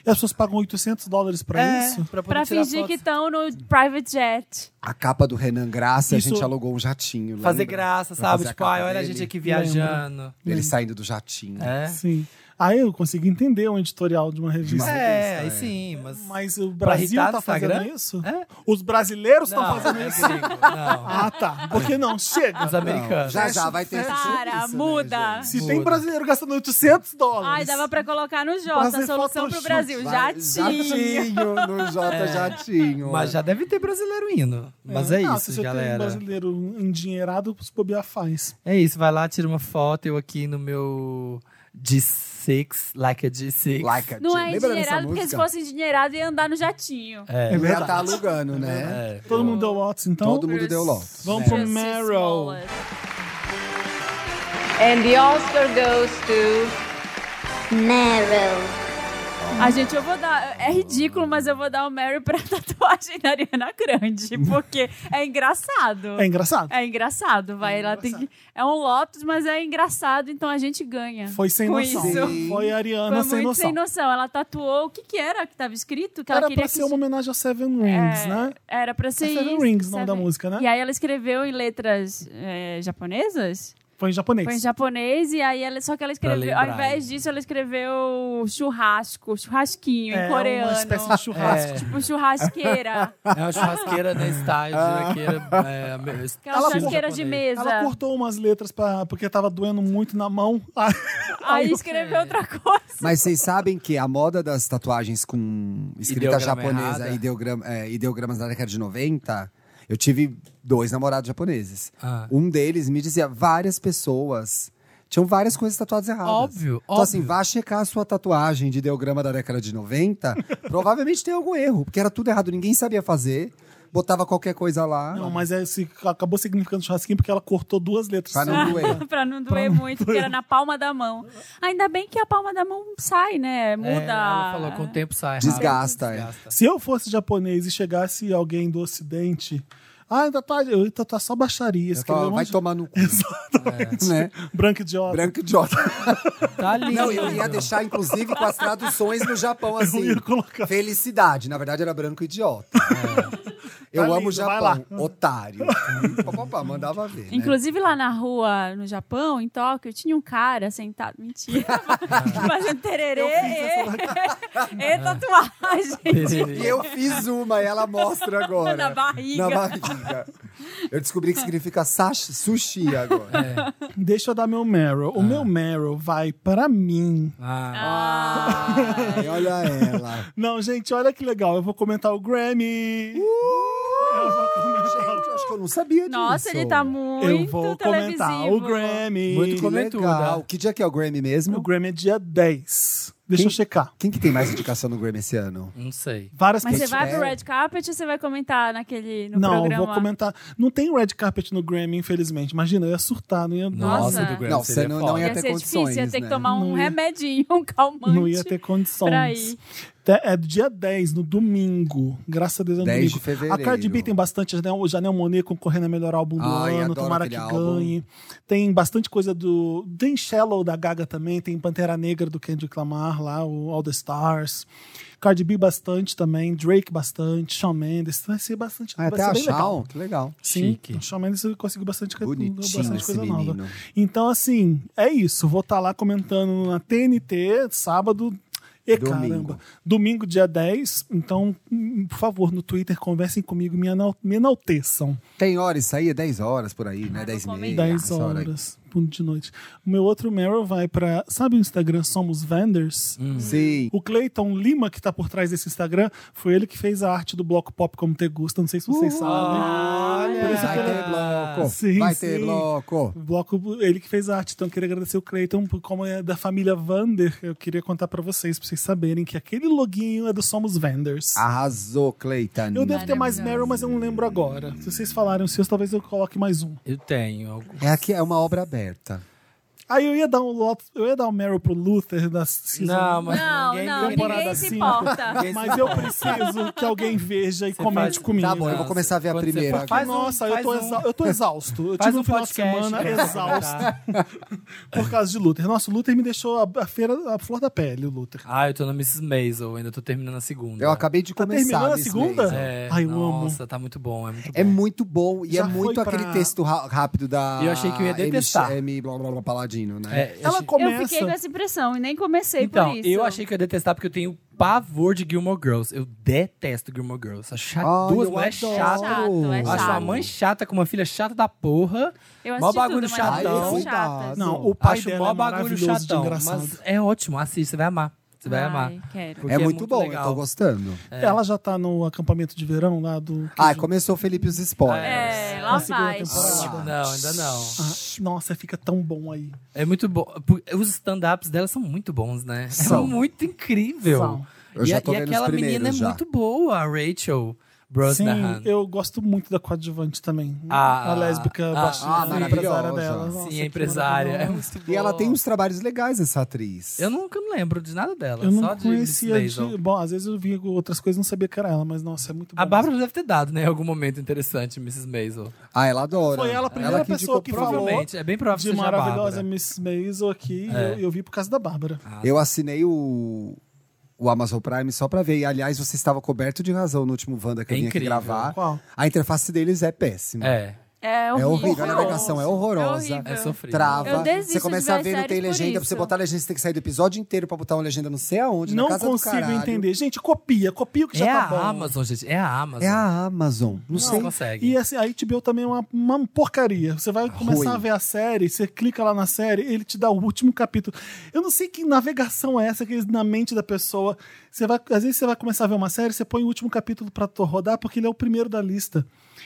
Speaker 2: E as pessoas pagam 800 dólares para
Speaker 4: É,
Speaker 2: isso?
Speaker 4: pra poder
Speaker 3: Pra
Speaker 4: tirar
Speaker 3: fingir que
Speaker 4: fotos.
Speaker 3: estão no private jet.
Speaker 1: A capa do Renan Graça,
Speaker 2: Isso-
Speaker 1: a gente alugou um jatinho.
Speaker 4: Fazer
Speaker 1: lembra? Pra
Speaker 4: graça, sabe?
Speaker 1: fazer a
Speaker 4: Tipo,
Speaker 1: capa
Speaker 4: ai, olha a
Speaker 1: dele.
Speaker 4: gente aqui viajando.
Speaker 1: Ele saindo do jatinho.
Speaker 4: É.
Speaker 2: Sim. Aí eu consigo entender um editorial de uma revista.
Speaker 4: É, aí sim, mas.
Speaker 2: Mas o Brasil
Speaker 4: irritar
Speaker 2: tá
Speaker 4: no Instagram?
Speaker 2: fazendo isso?
Speaker 4: É?
Speaker 2: Os brasileiros estão
Speaker 4: Não,
Speaker 2: fazendo
Speaker 4: é
Speaker 2: isso?
Speaker 4: gringo, não.
Speaker 2: Ah, tá. Porque não, chega.
Speaker 4: Os americanos.
Speaker 1: Já, já, vai ter.
Speaker 3: Para,
Speaker 1: isso, né,
Speaker 3: muda.
Speaker 1: gente?
Speaker 2: Se tem brasileiro gastando 800
Speaker 3: Ai,
Speaker 2: dólares.
Speaker 3: dava pra colocar no Jota,
Speaker 2: Fazer
Speaker 3: solução pro
Speaker 2: photoshoot,
Speaker 3: Brasil.
Speaker 1: Vai-
Speaker 3: Jatinho.
Speaker 1: Jatinho, no J Jatinho.
Speaker 4: É. Mas já deve ter brasileiro indo. Mas é,
Speaker 2: Ah, se você
Speaker 4: isso,
Speaker 2: tem um
Speaker 4: galera.
Speaker 2: brasileiro endinheirado, se bobear faz.
Speaker 4: É isso, vai lá, tira uma foto, eu aqui no meu D6, like a D6.
Speaker 1: Like a
Speaker 3: Não
Speaker 1: J.
Speaker 3: é
Speaker 1: Lembra dessa
Speaker 3: endinheirado, porque se
Speaker 1: música?
Speaker 3: fosse endinheirado ia andar no jatinho.
Speaker 4: É,
Speaker 1: Ele já tá alugando, né?
Speaker 4: é.
Speaker 2: Todo mundo deu Lotus, então?
Speaker 1: Todo mundo deu Lotus. né?
Speaker 2: Vamos pro Meryl.
Speaker 8: And the Oscar goes to Meryl.
Speaker 3: Ah, gente, eu vou dar. É ridículo, mas eu vou dar o Mary pra tatuagem da Ariana Grande, porque é engraçado.
Speaker 2: É engraçado.
Speaker 3: É engraçado, vai. ela tem que. É um Lotus, mas é engraçado, então a gente ganha.
Speaker 2: Foi sem
Speaker 3: Com
Speaker 2: noção.
Speaker 3: isso.
Speaker 1: Sim.
Speaker 2: Foi a Ariana
Speaker 3: Foi
Speaker 2: sem
Speaker 3: muito
Speaker 2: noção.
Speaker 3: sem noção. Ela tatuou o que, que era que estava escrito? Que ela
Speaker 2: Era
Speaker 3: queria
Speaker 2: pra
Speaker 3: que
Speaker 2: ser uma
Speaker 3: isso-
Speaker 2: homenagem a Seven Rings,
Speaker 3: É,
Speaker 2: né?
Speaker 3: Era pra ser
Speaker 2: É Seven
Speaker 3: isso,
Speaker 2: Rings, o nome
Speaker 3: Seven-
Speaker 2: da música, né?
Speaker 3: E aí ela escreveu em letras é, japonesas?
Speaker 2: Foi em japonês.
Speaker 3: Foi em japonês, e aí ela, só que ela escreveu, ao
Speaker 4: lembrar,
Speaker 3: invés disso, ela escreveu churrasco, churrasquinho
Speaker 2: é,
Speaker 3: em coreano.
Speaker 2: uma espécie de churrasco.
Speaker 3: Tipo churrasqueira.
Speaker 4: É uma churrasqueira, né? Estágio,
Speaker 1: Ah.
Speaker 4: churrasqueira. É,
Speaker 3: Aquela
Speaker 2: Ela
Speaker 3: churrasqueira de mesa.
Speaker 2: Ela cortou umas letras pra, porque tava doendo muito na mão. Ah, Aí
Speaker 3: Aí escreveu outra coisa.
Speaker 1: Mas vocês sabem que a moda das tatuagens com escrita
Speaker 4: Ideograma
Speaker 1: japonesa
Speaker 4: errada.
Speaker 1: e ideograma, é, ideogramas da década de 90, eu tive dois namorados japoneses.
Speaker 4: Ah.
Speaker 1: Um deles me dizia várias pessoas. Tinham várias coisas tatuadas erradas.
Speaker 4: Óbvio,
Speaker 1: Então,
Speaker 4: óbvio.
Speaker 1: assim, vá checar a sua tatuagem de ideograma da década de 90. provavelmente tem algum erro, porque era tudo errado, ninguém sabia fazer. Botava qualquer coisa lá.
Speaker 2: Não, mas é, se- acabou significando churrasquinho porque ela cortou duas letras.
Speaker 1: Pra não doer.
Speaker 3: pra não doer muito, porque era na palma da mão. Ainda bem que a palma da mão sai,
Speaker 2: É,
Speaker 3: né? Muda.
Speaker 4: É, ela falou, com o tempo sai. rápido,
Speaker 1: Desgasta, é.
Speaker 4: desgasta.
Speaker 2: Se eu fosse japonês e chegasse alguém do ocidente, ah, tá, tá, eu ia tatuar só baixaria.
Speaker 1: Eu
Speaker 2: escrever
Speaker 1: falava,
Speaker 2: um
Speaker 1: vai
Speaker 2: monte de-
Speaker 1: tomar no cu,
Speaker 2: Exatamente.
Speaker 1: né?
Speaker 2: Branco idiota.
Speaker 1: Branco idiota.
Speaker 4: Tá lindo.
Speaker 1: Não, eu ia deixar, inclusive, com as traduções no Japão, assim.
Speaker 2: ia colocar.
Speaker 1: Felicidade. Na verdade, era branco idiota. É. Eu
Speaker 2: Tá
Speaker 1: amo o
Speaker 2: lindo, vai
Speaker 1: Japão. Otário. Pá, pá, pá, mandava ver. né?
Speaker 3: Inclusive lá na rua, no Japão, em Tóquio, tinha um cara sentado. Mentira. Fazendo tererê e, e tatuagem.
Speaker 1: E eu fiz uma e ela mostra agora.
Speaker 3: Na barriga.
Speaker 1: Na barriga. Eu descobri que significa sash- sushi agora.
Speaker 2: Deixa eu dar meu Meryl.
Speaker 1: É.
Speaker 2: O meu Meryl vai para mim.
Speaker 4: Ah,
Speaker 3: É.
Speaker 1: Ai, É, olha ela.
Speaker 2: Não, gente, olha que legal. Eu vou comentar o Grammy.
Speaker 3: Uh,
Speaker 2: Eu vou comentar.
Speaker 1: Gente, eu acho que eu não sabia disso.
Speaker 3: Nossa, ele tá muito
Speaker 2: Eu vou
Speaker 3: televisivo.
Speaker 2: comentar o Grammy.
Speaker 1: Que
Speaker 4: Muito com-
Speaker 1: legal. Que dia que é o Grammy mesmo?
Speaker 2: O Grammy é dia 10. Deixa eu checar.
Speaker 1: Quem que tem mais indicação no Grammy esse ano?
Speaker 4: não sei.
Speaker 2: Várias
Speaker 3: Mas você
Speaker 2: pessoas.
Speaker 3: vai pro Red Carpet ou você vai comentar naquele, no
Speaker 2: É. não, eu
Speaker 3: programa?
Speaker 2: vou comentar. Não tem red carpet no Grammy, infelizmente. Imagina, eu ia surtar, não ia,
Speaker 3: Nossa.
Speaker 4: Nossa, do Grammy
Speaker 1: Não,
Speaker 4: seria
Speaker 1: você não-
Speaker 4: foda.
Speaker 1: não ia
Speaker 3: Ia
Speaker 1: ter
Speaker 3: ser difícil, ia
Speaker 1: condições,
Speaker 3: ter que
Speaker 1: né?
Speaker 3: tomar um
Speaker 2: Não ia-
Speaker 3: remedinho, um calmante.
Speaker 2: não ia ter
Speaker 3: pra
Speaker 2: condições.
Speaker 3: ir.
Speaker 2: Te- É dia 10, no domingo. Graças a Deus é no
Speaker 1: 10
Speaker 2: domingo.
Speaker 1: de fevereiro.
Speaker 2: A Cardi B tem bastante, né, o Janel Monet concorrendo a melhor álbum do
Speaker 1: Ai,
Speaker 2: ano,
Speaker 1: adoro
Speaker 2: tomara que
Speaker 1: aquele álbum.
Speaker 2: ganhe. Tem bastante coisa do. Tem Shallow da Gaga também, tem Pantera Negra do Kendrick Lamar lá, o All the Stars. Cardi B bastante também, Drake bastante, Shawn Mendes. Vai ser bastante.
Speaker 1: Ah,
Speaker 2: vai
Speaker 1: até
Speaker 2: ser
Speaker 1: a
Speaker 2: bem legal.
Speaker 1: Shawn, que legal.
Speaker 2: Sim,
Speaker 4: Chique.
Speaker 2: o Shawn Mendes conseguiu bastante,
Speaker 1: Bonitinho
Speaker 2: bastante
Speaker 1: esse
Speaker 2: coisa nova.
Speaker 1: menino.
Speaker 2: Então, assim, é isso. Vou estar lá comentando na TNT, sábado. E
Speaker 1: Domingo.
Speaker 2: caramba. Domingo, dia 10. Então, hum, por favor, no Twitter, conversem comigo, me, enal- me enalteçam.
Speaker 1: Tem horas isso aí? É 10 horas por aí, né?
Speaker 3: Ah,
Speaker 1: 10 e
Speaker 3: vou
Speaker 1: meia.
Speaker 3: comentar.
Speaker 2: dez 10
Speaker 1: essa hora aí.
Speaker 2: horas, ponto de noite. O meu outro Meryl vai pra. Sabe o Instagram Somos Vendors?
Speaker 1: Hum. Sim.
Speaker 2: O Clayton Lima, que tá por trás desse Instagram, foi ele que fez a arte do bloco pop como te gusta. Não sei se vocês sabem.
Speaker 1: Vai
Speaker 2: é
Speaker 1: ter bloco.
Speaker 2: Sim,
Speaker 1: Vai ter
Speaker 2: sim.
Speaker 1: bloco.
Speaker 2: O bloco, ele que fez a arte, então eu queria agradecer o Cleiton, por como é da família Vander, eu queria contar pra vocês, pra vocês saberem que aquele loguinho é do Somos Vendors.
Speaker 4: Ah,
Speaker 1: Arrasou, Cleiton.
Speaker 2: eu devo ter mais Meryl, mas eu não lembro agora. Se vocês falarem os seus, talvez eu coloque mais um.
Speaker 4: Eu tenho. algum-
Speaker 1: É aqui, é uma obra aberta.
Speaker 2: Aí eu ia dar um lot, eu ia dar um Meryl pro Luther da season,
Speaker 4: Não, mas
Speaker 3: Não,
Speaker 4: ninguém,
Speaker 3: não,
Speaker 2: temporada
Speaker 3: ninguém se
Speaker 2: cinco.
Speaker 3: importa.
Speaker 4: ninguém
Speaker 2: mas eu preciso que alguém veja e comente
Speaker 4: faz- Ah,
Speaker 2: comigo.
Speaker 1: Tá bom, eu vou começar a ver a
Speaker 4: Quando você
Speaker 1: primeira.
Speaker 4: for-
Speaker 1: agora.
Speaker 4: faz um-
Speaker 2: Nossa, eu,
Speaker 4: faz
Speaker 2: tô
Speaker 4: um-
Speaker 2: exa- eu tô exausto. Eu
Speaker 4: Faz
Speaker 2: tive um,
Speaker 4: um
Speaker 2: final
Speaker 4: podcast,
Speaker 2: de semana
Speaker 4: né?
Speaker 2: exausto por causa de Luther. Nossa, o Luther me deixou a, a feira, a flor da pele, o Luther.
Speaker 4: Ah, eu tô na Mrs. Maisel, ainda tô terminando a segunda.
Speaker 1: Eu acabei de
Speaker 2: Tá
Speaker 1: começar.
Speaker 2: terminando a
Speaker 1: Miss
Speaker 2: segunda?
Speaker 1: Maisel.
Speaker 4: É,
Speaker 2: Ai, eu
Speaker 4: nossa, tá muito bom, é muito bom.
Speaker 1: É muito bom e
Speaker 2: Já
Speaker 1: é
Speaker 2: foi
Speaker 1: muito
Speaker 2: pra-
Speaker 1: aquele texto ra- rápido da.
Speaker 4: Eu achei que eu ia detestar.
Speaker 1: M, M blá, blá, blá, Paladino, né?
Speaker 4: É, eu
Speaker 2: Ela
Speaker 4: achei-
Speaker 2: começa.
Speaker 3: Eu fiquei com essa impressão e nem comecei
Speaker 4: Então,
Speaker 3: por isso.
Speaker 4: eu achei que eu ia detestar porque eu tenho pavor de Gilmore Girls. Eu detesto Gilmore Girls. Acho chato.
Speaker 1: Ai,
Speaker 4: duas
Speaker 1: eu
Speaker 4: mulheres
Speaker 1: adoro.
Speaker 4: chatas.
Speaker 3: Chato, é
Speaker 4: Acho uma
Speaker 3: chato.
Speaker 4: mãe chata com uma filha chata da porra.
Speaker 3: Eu assim.
Speaker 4: Mó
Speaker 3: assisti
Speaker 4: bagulho
Speaker 3: tudo, mas
Speaker 1: Ai,
Speaker 4: chatão.
Speaker 3: não são
Speaker 1: cuidado.
Speaker 3: chatas.
Speaker 2: Não, o pai
Speaker 4: acho
Speaker 2: dela
Speaker 4: mó
Speaker 2: é
Speaker 4: bagulho
Speaker 2: maravilhoso de
Speaker 4: chatão.
Speaker 2: engraçado.
Speaker 4: Mas é ótimo, assiste, você vai amar. Você vai
Speaker 3: Ai,
Speaker 4: amar.
Speaker 3: quero.
Speaker 4: Porque
Speaker 1: É muito bom,
Speaker 4: legal. É
Speaker 1: eu tô gostando.
Speaker 2: Ela já tá no acampamento de verão lá do.
Speaker 1: Ah, começou o Felipe os spoilers.
Speaker 3: É, lá
Speaker 2: Na segunda
Speaker 3: vai.
Speaker 2: temporada.
Speaker 4: Tipo, Não, ainda não.
Speaker 2: Ah, nossa, fica tão bom aí.
Speaker 4: É muito bom. Por- Os stand-ups dela são muito bons, né?
Speaker 1: São.
Speaker 4: São muito incrível.
Speaker 2: São.
Speaker 1: Eu
Speaker 4: e
Speaker 1: já
Speaker 4: a-
Speaker 1: tô
Speaker 4: e
Speaker 1: vendo os
Speaker 4: aquela menina é
Speaker 1: primeiros já.
Speaker 4: muito boa, a Rachel. é Bros
Speaker 2: Sim,
Speaker 4: Nahan.
Speaker 2: eu gosto muito da coadjuvante também.
Speaker 4: Ah,
Speaker 2: a lésbica
Speaker 4: ah,
Speaker 2: baixinha,
Speaker 1: ah,
Speaker 2: a empresária
Speaker 1: maravilhosa.
Speaker 2: dela.
Speaker 1: Sim,
Speaker 2: Nossa,
Speaker 4: Sim,
Speaker 2: que
Speaker 4: a empresária. É
Speaker 2: maravilhosa.
Speaker 4: muito
Speaker 1: E ela
Speaker 4: boa.
Speaker 1: tem uns trabalhos legais, essa atriz.
Speaker 4: Eu nunca me lembro de nada dela.
Speaker 2: Eu
Speaker 4: só
Speaker 2: não
Speaker 4: de
Speaker 2: conhecia.
Speaker 4: Miss Daisel.
Speaker 2: De... Bom, às vezes eu via outras coisas e não sabia que era ela, mas nossa, é muito bom.
Speaker 4: A Bárbara deve ter dado, né? em Algum momento interessante, Mrs. Maisel.
Speaker 1: Ah, ela adora.
Speaker 2: Foi ela a primeira
Speaker 1: que
Speaker 2: pessoa
Speaker 1: indicou
Speaker 2: que
Speaker 1: pro-
Speaker 2: falou.
Speaker 4: Provavelmente. É bem provável
Speaker 2: de
Speaker 4: que seja a
Speaker 2: maravilhosa
Speaker 4: Bárbara.
Speaker 2: Miss Maisel aqui,
Speaker 4: É. Ah.
Speaker 2: eu, eu vi por causa da Bárbara.
Speaker 1: Eu assinei o, o Amazon Prime só pra ver. E, aliás, você estava coberto de razão no último Wanda que
Speaker 4: É
Speaker 1: eu vim aqui
Speaker 4: incrível.
Speaker 1: gravar.
Speaker 2: Qual?
Speaker 1: A interface deles é péssima.
Speaker 4: É,
Speaker 3: É
Speaker 1: É
Speaker 3: horrível.
Speaker 1: horrível, a navegação é horrorosa.
Speaker 3: horrível.
Speaker 4: é sofrível.
Speaker 1: Trava.
Speaker 3: Eu desisto
Speaker 1: Você
Speaker 3: de
Speaker 1: começa
Speaker 3: ver
Speaker 1: a ver, não
Speaker 3: série
Speaker 1: tem
Speaker 3: por
Speaker 1: legenda. Pra você
Speaker 3: isso.
Speaker 1: botar a legenda, você tem que sair do episódio inteiro pra botar uma legenda não sei aonde, na
Speaker 2: Não
Speaker 1: casa do
Speaker 2: consigo
Speaker 1: caralho.
Speaker 2: entender. Gente, copia, copia o que já
Speaker 4: é
Speaker 2: tá
Speaker 4: a
Speaker 2: bom.
Speaker 4: Amazon, gente. É a Amazon.
Speaker 1: É a Amazon. Não,
Speaker 4: Não
Speaker 1: sei.
Speaker 4: consegue.
Speaker 2: E assim, a HBO também é uma, uma porcaria. Você vai começar a ver a série, você clica lá na série, ele te dá o último capítulo. Eu não sei que navegação é essa que eles- na mente da pessoa. Você vai, às vezes você vai começar a ver uma série, você põe o último capítulo pra to- rodar porque ele é o primeiro da lista.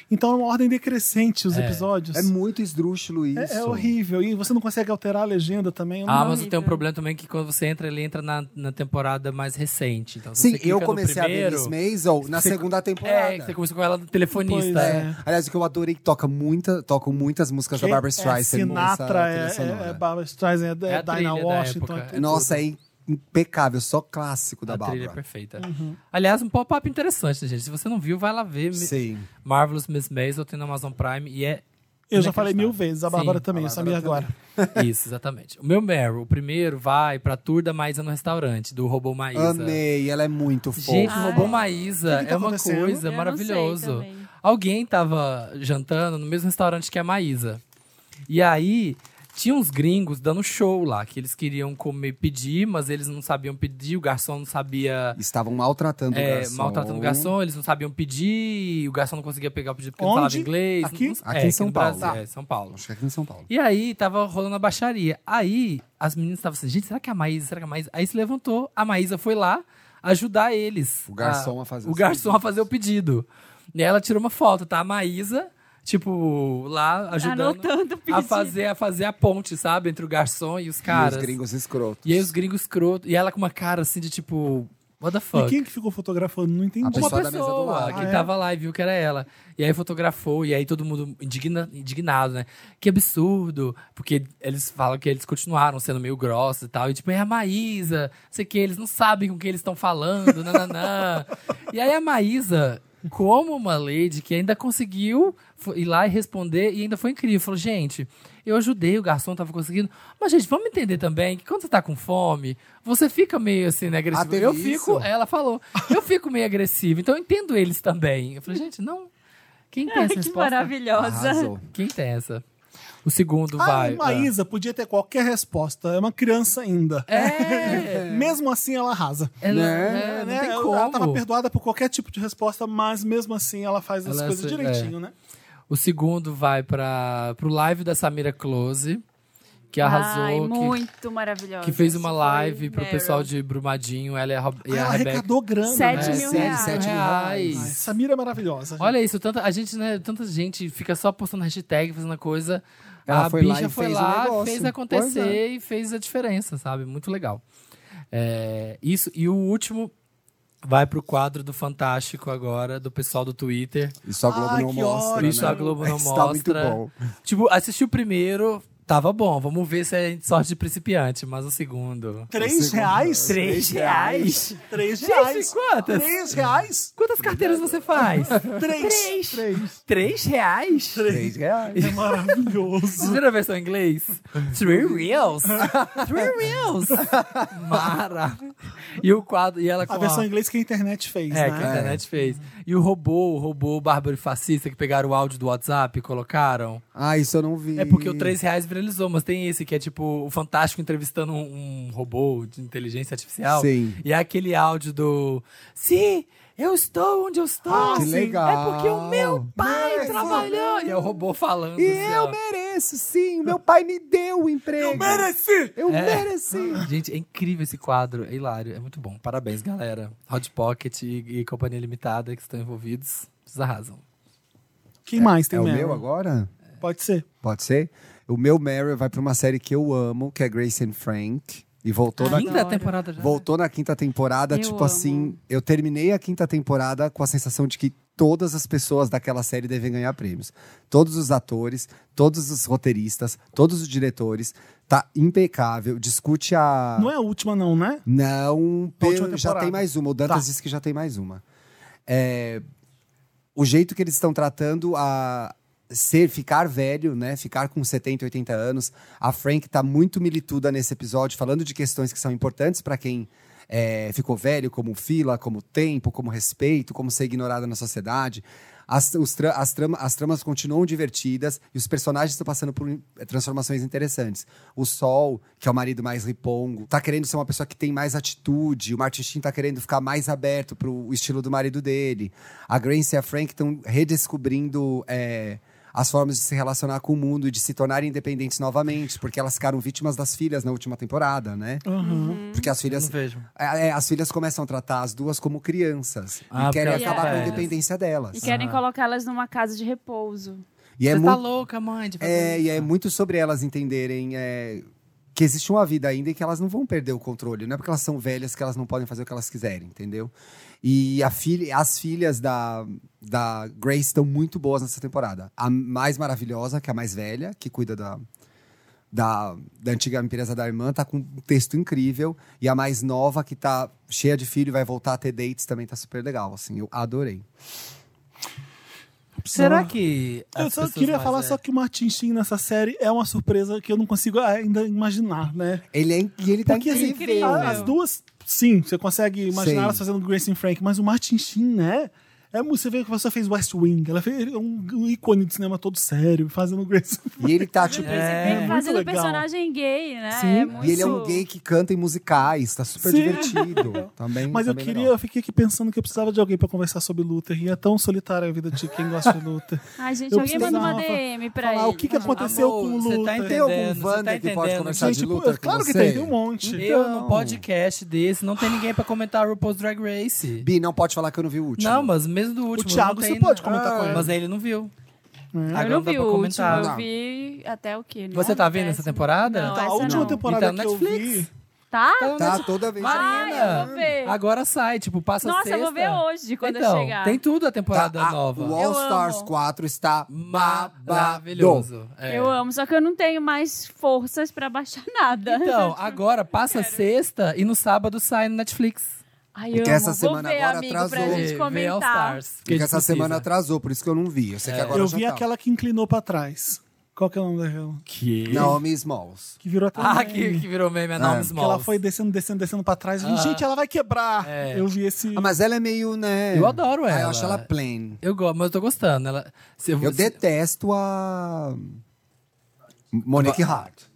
Speaker 2: Então é uma ordem decrescente os episódios.
Speaker 1: É muito esdrúxulo isso. Ah,
Speaker 2: É- é horrível. E você não consegue alterar a legenda também. Eu não-
Speaker 4: A Amazon tem
Speaker 3: horrível.
Speaker 4: um problema também que quando você entra, ele entra na, na temporada mais recente. Então, se
Speaker 1: Sim,
Speaker 4: você clica
Speaker 1: eu
Speaker 4: no
Speaker 1: comecei
Speaker 4: primeiro,
Speaker 1: a ver Miss Maisel na
Speaker 4: você-
Speaker 1: segunda temporada.
Speaker 4: É, que você começou com ela do telefonista.
Speaker 2: Pois
Speaker 4: é.
Speaker 2: é.
Speaker 1: Aliás, o que eu adorei que toca muita, tocam muitas músicas da Barbara Streisand.
Speaker 2: É
Speaker 1: nessa
Speaker 2: Sinatra,
Speaker 1: trilha
Speaker 2: é,
Speaker 1: sonora.
Speaker 2: é, é Barbara Streisand, é,
Speaker 4: É a
Speaker 2: é Dinah
Speaker 4: trilha da
Speaker 2: Washington.
Speaker 4: época.
Speaker 2: é tudo.
Speaker 1: Nossa, é impecável, só clássico da
Speaker 4: A trilha é
Speaker 1: Bárbara.
Speaker 4: perfeita.
Speaker 3: Uhum.
Speaker 4: Aliás, um pop-up interessante, né, gente? Se você não viu, vai lá ver.
Speaker 1: Sim.
Speaker 4: Marvelous Miss Maisel tem na Amazon Prime e é
Speaker 2: eu já falei mil
Speaker 4: inacreditável.
Speaker 2: vezes, a
Speaker 4: Sim,
Speaker 2: Bárbara também, eu sabia agora.
Speaker 4: Isso, exatamente. O meu Meryl, o primeiro, vai pra tour da Maísa no restaurante, do Robô Maísa.
Speaker 1: Amei, ela é muito fofa.
Speaker 4: Gente, o
Speaker 3: Ai.
Speaker 4: Robô Maísa
Speaker 2: que tá
Speaker 4: é uma
Speaker 2: acontecendo?
Speaker 4: coisa
Speaker 3: Eu não sei
Speaker 4: maravilhoso.
Speaker 3: também.
Speaker 4: Alguém tava jantando no mesmo restaurante que a Maísa. E aí, tinha uns gringos dando show lá, que eles queriam comer, pedir, mas eles não sabiam pedir, o garçom não sabia...
Speaker 1: Estavam maltratando o
Speaker 4: É,
Speaker 1: garçom.
Speaker 4: maltratando o garçom, eles não sabiam pedir, o garçom não conseguia pegar o pedido porque
Speaker 2: Onde?
Speaker 4: não falava inglês.
Speaker 2: Aqui?
Speaker 4: Não-
Speaker 1: Aqui
Speaker 4: é,
Speaker 1: em São
Speaker 4: no
Speaker 1: Paulo.
Speaker 4: Brasil,
Speaker 1: Tá.
Speaker 4: é, São Paulo.
Speaker 1: Acho que aqui em São Paulo.
Speaker 4: E aí, tava rolando a baixaria. Aí, as meninas estavam assim, gente, será que é a Maísa? Será que é a Maísa? Aí se levantou, a Maísa foi lá ajudar eles.
Speaker 1: O garçom a fazer
Speaker 4: O
Speaker 1: os
Speaker 4: garçom a fazer o pedido. E aí ela tirou uma foto, tá? A Maísa, tipo, lá ajudando
Speaker 3: Anotando o
Speaker 4: a
Speaker 3: pedido.
Speaker 4: fazer, a fazer a ponte, sabe? Entre o garçom e os caras.
Speaker 1: E os gringos escrotos.
Speaker 4: E aí os gringos escroto. E ela com uma cara assim de tipo, what the fuck?
Speaker 2: E quem que ficou fotografando? Não entendi.
Speaker 1: A
Speaker 4: uma
Speaker 1: pessoa- da mesa do lado.
Speaker 4: que
Speaker 2: Ah, é?
Speaker 4: tava tá lá e viu que era ela. E aí fotografou, e aí todo mundo indigna- indignado, né? Que absurdo. Porque eles falam que eles continuaram sendo meio grossos e tal. E tipo, é a Maísa, não sei o que, eles não sabem com o que eles estão falando, nananã. e aí a Maísa, como uma lady que ainda conseguiu fo- ir lá e responder, e ainda foi incrível. Falou, gente, eu ajudei, o garçom tava conseguindo. Mas, gente, vamos entender também que quando você tá com fome, você fica meio assim, né, agressivo.
Speaker 1: Ah, teve
Speaker 4: eu
Speaker 1: isso?
Speaker 4: fico, ela falou. Eu fico meio agressiva, então eu entendo eles também. Eu falei, gente, não. Quem tem
Speaker 3: Ai,
Speaker 4: essa
Speaker 3: É, que
Speaker 4: resposta?
Speaker 3: maravilhosa.
Speaker 1: Arrasou.
Speaker 4: Quem tem essa? O segundo
Speaker 2: Ah,
Speaker 4: vai.
Speaker 2: Maísa podia ter qualquer resposta. É uma criança ainda.
Speaker 4: É.
Speaker 2: Mesmo assim, ela arrasa.
Speaker 4: Ela,
Speaker 1: Né?
Speaker 4: é, não
Speaker 2: Né?
Speaker 4: tem
Speaker 2: Ela-
Speaker 4: como.
Speaker 2: Ela tava perdoada por qualquer tipo de resposta, mas mesmo assim ela faz as
Speaker 4: Ela é
Speaker 2: coisas
Speaker 4: assim,
Speaker 2: direitinho, né?
Speaker 4: O segundo vai para pro live da Samira Close, que arrasou,
Speaker 3: Ai,
Speaker 4: que-
Speaker 3: muito maravilhosa.
Speaker 4: que, fez uma
Speaker 3: Isso
Speaker 4: live
Speaker 3: foi
Speaker 4: pro
Speaker 3: Meryl.
Speaker 4: pessoal de Brumadinho, ela e a, Rob- e a
Speaker 2: ela
Speaker 4: Rebeca.
Speaker 2: arrecadou grana. né?
Speaker 3: Sete
Speaker 1: É,
Speaker 3: mil
Speaker 1: sério,
Speaker 3: reais.
Speaker 1: sete mil
Speaker 4: Reais.
Speaker 2: Ai, Samira é maravilhosa. gente.
Speaker 4: Olha isso, tanta, a gente, né, tanta gente fica só postando hashtag, fazendo coisa.
Speaker 1: Ela
Speaker 4: a
Speaker 1: foi lá
Speaker 4: bicha
Speaker 1: e
Speaker 4: foi
Speaker 1: fez o
Speaker 4: lá,
Speaker 1: negócio.
Speaker 4: fez
Speaker 1: Pois é.
Speaker 4: acontecer e fez a diferença, sabe? Muito legal. É, isso, e o último vai pro quadro do Fantástico agora, do pessoal do Twitter.
Speaker 1: E só a Globo
Speaker 2: Ah,
Speaker 1: não
Speaker 2: que
Speaker 1: mostra.
Speaker 2: ótimo.
Speaker 4: Isso a
Speaker 1: né?
Speaker 4: Globo não
Speaker 1: Isso
Speaker 4: mostra.
Speaker 1: Tá muito bom.
Speaker 4: Tipo, assisti o primeiro, tava bom. Vamos ver se é sorte de principiante, mas o segundo.
Speaker 2: Três reais?
Speaker 4: Três reais?
Speaker 2: Três
Speaker 4: Gente,
Speaker 2: reais?
Speaker 4: quantas?
Speaker 2: Três reais?
Speaker 4: Quantas carteiras você faz?
Speaker 2: Três. Três.
Speaker 4: Três reais?
Speaker 1: Três reais.
Speaker 2: É maravilhoso.
Speaker 4: Vocês viram a versão em inglês? Three reels. Three reels. Mara. E o quadro... E ela com
Speaker 2: A versão em inglês que a internet fez,
Speaker 4: É,
Speaker 2: né?
Speaker 4: que a internet fez. E o robô, o robô bárbaro e fascista que pegaram o áudio do WhatsApp e colocaram.
Speaker 1: Ah, isso eu não vi.
Speaker 4: É porque o 3 reais viralizou, mas tem esse que é tipo o Fantástico entrevistando um, um robô de inteligência artificial.
Speaker 1: Sim.
Speaker 4: E é aquele áudio do. Sim, eu estou onde eu estou.
Speaker 1: Ah, que
Speaker 4: Sim,
Speaker 1: legal.
Speaker 4: É porque o meu pai
Speaker 1: Mas,
Speaker 4: trabalhou. E é o robô falando.
Speaker 1: E é
Speaker 4: assim,
Speaker 1: eu
Speaker 4: ó.
Speaker 1: mereço, sim. Meu pai me deu o emprego. Eu mereci. Eu
Speaker 4: É.
Speaker 1: mereci.
Speaker 4: Gente, é incrível esse quadro, é hilário, é muito bom. Parabéns, galera. Hot Pocket e, e Companhia Limitada que estão envolvidos, vocês arrasam.
Speaker 2: Quem mais tem
Speaker 1: é o
Speaker 2: Meryl?
Speaker 1: meu agora?
Speaker 2: Pode ser.
Speaker 1: Pode ser? O meu Meryl vai pra uma série que eu amo, que é Grace and Frank. E voltou na
Speaker 4: Quinta
Speaker 3: Adoro.
Speaker 4: temporada já.
Speaker 1: Voltou na quinta temporada,
Speaker 3: Eu
Speaker 1: tipo
Speaker 3: amo.
Speaker 1: assim, eu terminei a quinta temporada com a sensação de que todas as pessoas daquela série devem ganhar prêmios. Todos os atores, todos os roteiristas, todos os diretores. Tá impecável. Discute a.
Speaker 2: Não é a última, não, né?
Speaker 1: Não,
Speaker 2: Na
Speaker 1: pe-
Speaker 2: última
Speaker 1: já
Speaker 2: temporada.
Speaker 1: tem mais uma. O Dantas
Speaker 2: Tá.
Speaker 1: disse que já tem mais uma. É, o jeito que eles estão tratando a ser, ficar velho, né? Ficar com 70, 80 anos. A Frank tá muito milituda nesse episódio, falando de questões que são importantes para quem é, ficou velho, como fila, como tempo, como respeito, como ser ignorada na sociedade. As, os tra- as, trama- as tramas continuam divertidas e os personagens estão passando por eh, transformações interessantes. O Sol, que é o marido mais ripongo, tá querendo ser uma pessoa que tem mais atitude. O Martin Sheen tá querendo ficar mais aberto pro estilo do marido dele. A Grace e a Frank estão redescobrindo eh, as formas de se relacionar com o mundo e de se tornarem independentes novamente, porque elas ficaram vítimas das filhas na última temporada, né?
Speaker 4: Uhum.
Speaker 3: Hum.
Speaker 1: Porque as
Speaker 4: Eu não
Speaker 1: filhas
Speaker 4: vejo.
Speaker 1: é, é, as filhas começam a tratar as duas como crianças
Speaker 4: Ah,
Speaker 1: e querem
Speaker 4: porque
Speaker 1: acabar com a
Speaker 3: elas-
Speaker 1: independência delas.
Speaker 3: E
Speaker 4: Ah.
Speaker 3: querem colocá-las numa casa de repouso.
Speaker 1: E é,
Speaker 4: Você tá
Speaker 1: muito,
Speaker 4: louca, mãe, de fazer
Speaker 1: é,
Speaker 4: isso.
Speaker 1: e é muito sobre elas entenderem é, que existe uma vida ainda e que elas não vão perder o controle. Não é porque elas são velhas que elas não podem fazer o que elas quiserem, entendeu? E a filha, as filhas da, da Grace estão muito boas nessa temporada. A mais maravilhosa, que é a mais velha, que cuida da, da, da antiga empresa da irmã, tá com um texto incrível. E a mais nova, que tá cheia de filho, vai voltar a ter dates, também tá super legal. Assim, eu adorei.
Speaker 4: Será que.
Speaker 2: Eu
Speaker 4: as
Speaker 2: só
Speaker 4: pessoas
Speaker 2: queria
Speaker 4: mais é.
Speaker 2: falar
Speaker 4: velhas-
Speaker 2: só que o Martin Sheen nessa série é uma surpresa que eu não consigo ainda imaginar, né?
Speaker 1: Ele, é, in- e ele tá
Speaker 2: Porque, assim,
Speaker 1: incrível.
Speaker 2: a- as duas, sim, você consegue imaginar
Speaker 1: Sim.
Speaker 2: elas fazendo Grace and Frank, mas o Martin Sheen, né? É, mu- você vê que a pessoa fez West Wing, ela fez ele é um, um ícone de cinema todo sério, fazendo Grace and
Speaker 1: E ele tá, tipo,
Speaker 2: É, muito
Speaker 3: Fazendo
Speaker 2: legal.
Speaker 3: personagem gay, né?
Speaker 2: Sim.
Speaker 3: É
Speaker 2: E
Speaker 3: muito...
Speaker 1: E ele é um gay que canta em musicais, tá super
Speaker 2: Sim.
Speaker 1: divertido. também,
Speaker 2: Mas eu
Speaker 1: também
Speaker 2: queria,
Speaker 1: legal.
Speaker 2: eu fiquei aqui pensando que eu precisava de alguém pra conversar sobre Luther. E é tão solitária a vida de quem gosta de Luther.
Speaker 3: Ai, gente,
Speaker 2: Eu
Speaker 3: alguém manda uma
Speaker 2: precisava
Speaker 3: DM pra
Speaker 2: falar
Speaker 3: ele.
Speaker 2: o que que aconteceu com o
Speaker 4: você
Speaker 2: Luther.
Speaker 4: tá entendendo,
Speaker 1: Tem algum
Speaker 4: você
Speaker 1: Wander
Speaker 4: tá
Speaker 1: que pode
Speaker 4: entendendo.
Speaker 1: conversar
Speaker 2: Gente,
Speaker 1: de
Speaker 2: pô,
Speaker 1: Luther com
Speaker 2: claro que
Speaker 1: você?
Speaker 2: tem, tem um monte.
Speaker 4: Eu, num
Speaker 1: Então.
Speaker 4: podcast desse, não tem ninguém pra comentar RuPaul's Drag Race.
Speaker 1: Bi, não pode falar que eu não vi o último.
Speaker 4: Não, mas mesmo do último.
Speaker 2: Thiago,
Speaker 4: não
Speaker 2: você
Speaker 4: tem,
Speaker 2: pode
Speaker 4: né?
Speaker 2: comentar com ele.
Speaker 4: Mas ele não viu.
Speaker 3: Eu
Speaker 4: Agora
Speaker 3: não
Speaker 4: dá
Speaker 3: vi
Speaker 4: pra
Speaker 3: o último,
Speaker 4: comentar.
Speaker 3: eu
Speaker 1: Não.
Speaker 3: vi até o quê? né?
Speaker 4: Você tá vendo essa
Speaker 3: Péssimo.
Speaker 4: temporada?
Speaker 3: Não,
Speaker 2: Tá, a
Speaker 3: essa
Speaker 2: última
Speaker 3: não.
Speaker 2: temporada
Speaker 4: Então,
Speaker 2: que eu vi.
Speaker 4: Netflix.
Speaker 3: Tá?
Speaker 4: Então,
Speaker 1: Tá
Speaker 4: né,
Speaker 1: toda vez.
Speaker 3: Ai, eu vou ver.
Speaker 4: Agora sai, tipo, passa
Speaker 3: Nossa,
Speaker 4: sexta.
Speaker 3: eu vou ver hoje, quando eu
Speaker 4: então,
Speaker 3: chegar.
Speaker 4: tem tudo a
Speaker 1: Tá,
Speaker 4: temporada
Speaker 1: a-
Speaker 4: nova.
Speaker 1: O All
Speaker 3: Eu
Speaker 1: Stars
Speaker 3: amo.
Speaker 1: 4 está maravilhoso.
Speaker 4: Maravilhoso. É.
Speaker 3: Eu amo, só que eu não tenho mais forças pra baixar nada.
Speaker 4: Então, agora passa sexta e no sábado sai no Netflix.
Speaker 3: Ai,
Speaker 1: Porque
Speaker 3: amo.
Speaker 1: é essa semana
Speaker 3: vou ver,
Speaker 1: agora
Speaker 3: amigo,
Speaker 1: atrasou.
Speaker 3: pra gente
Speaker 4: Vê- vê All
Speaker 3: comentar.
Speaker 4: Stars. que a
Speaker 1: Porque
Speaker 4: gente
Speaker 1: essa semana tá-
Speaker 4: precisa.
Speaker 1: atrasou, por isso que eu não vi. Eu sei
Speaker 4: É.
Speaker 1: que agora
Speaker 2: Eu
Speaker 1: já
Speaker 2: vi
Speaker 1: tá.
Speaker 2: aquela que inclinou pra trás. Qual que é o nome daquela?
Speaker 4: Que...
Speaker 1: Naomi Smalls.
Speaker 2: Que virou até um
Speaker 4: Ah,
Speaker 2: meme.
Speaker 4: que, que virou
Speaker 1: É.
Speaker 4: meme, a Naomi
Speaker 2: Que ela
Speaker 4: Smalls.
Speaker 2: foi descendo, descendo, descendo pra trás. Eu falei, Gente, ela vai quebrar.
Speaker 4: É.
Speaker 2: Eu vi esse.
Speaker 1: Ah, mas ela é meio, né?
Speaker 4: Eu adoro
Speaker 1: Ah, eu
Speaker 4: ela.
Speaker 1: acho ela plain.
Speaker 4: Eu gosto, mas eu tô gostando. Ela... se
Speaker 1: Eu
Speaker 4: se-
Speaker 1: detesto a. Monique Hart.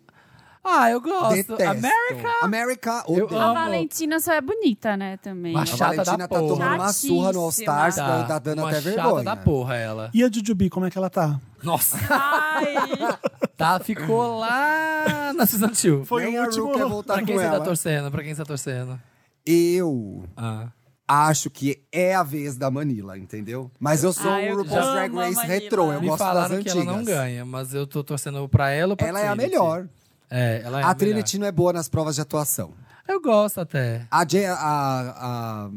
Speaker 4: Ah, eu gosto.
Speaker 1: Detesto.
Speaker 4: America!
Speaker 1: America,
Speaker 4: Eu
Speaker 1: odeio.
Speaker 3: A
Speaker 4: amo.
Speaker 3: Valentina só é bonita, né, também.
Speaker 4: Mas
Speaker 1: A
Speaker 4: Chata da
Speaker 1: Valentina tá
Speaker 4: porra.
Speaker 1: tomando uma surra no All Stars,
Speaker 4: Tá,
Speaker 1: tá, tá dando
Speaker 4: uma
Speaker 1: até
Speaker 4: chata
Speaker 1: vergonha.
Speaker 4: da porra, ela.
Speaker 2: E a Jujubi, como é que ela tá?
Speaker 4: Nossa,
Speaker 3: Ai,
Speaker 4: tá, ficou lá na Season 2.
Speaker 2: Foi
Speaker 1: Nem
Speaker 2: o
Speaker 1: a
Speaker 2: último-
Speaker 1: Ru quer
Speaker 4: Pra
Speaker 1: voltar
Speaker 4: quem
Speaker 1: com
Speaker 4: você tá
Speaker 1: ela.
Speaker 4: torcendo? Pra quem você tá torcendo?
Speaker 1: Eu
Speaker 4: Ah.
Speaker 1: acho que é a vez da Manila, entendeu? Mas eu sou
Speaker 3: Ah, eu
Speaker 1: um RuPaul's
Speaker 3: amo
Speaker 1: Drag
Speaker 3: a
Speaker 1: Race
Speaker 3: Manila.
Speaker 1: retrô, eu
Speaker 4: Me
Speaker 1: gosto das
Speaker 4: falaram que
Speaker 1: antigas.
Speaker 4: ela não ganha, mas eu tô torcendo pra ela ou pra
Speaker 1: Ela é a
Speaker 4: Trinity.
Speaker 1: melhor.
Speaker 4: É, ela é a,
Speaker 1: a
Speaker 4: melhor.
Speaker 1: Trinity não é boa nas provas de atuação.
Speaker 4: Eu gosto até.
Speaker 1: A, Je- a, a,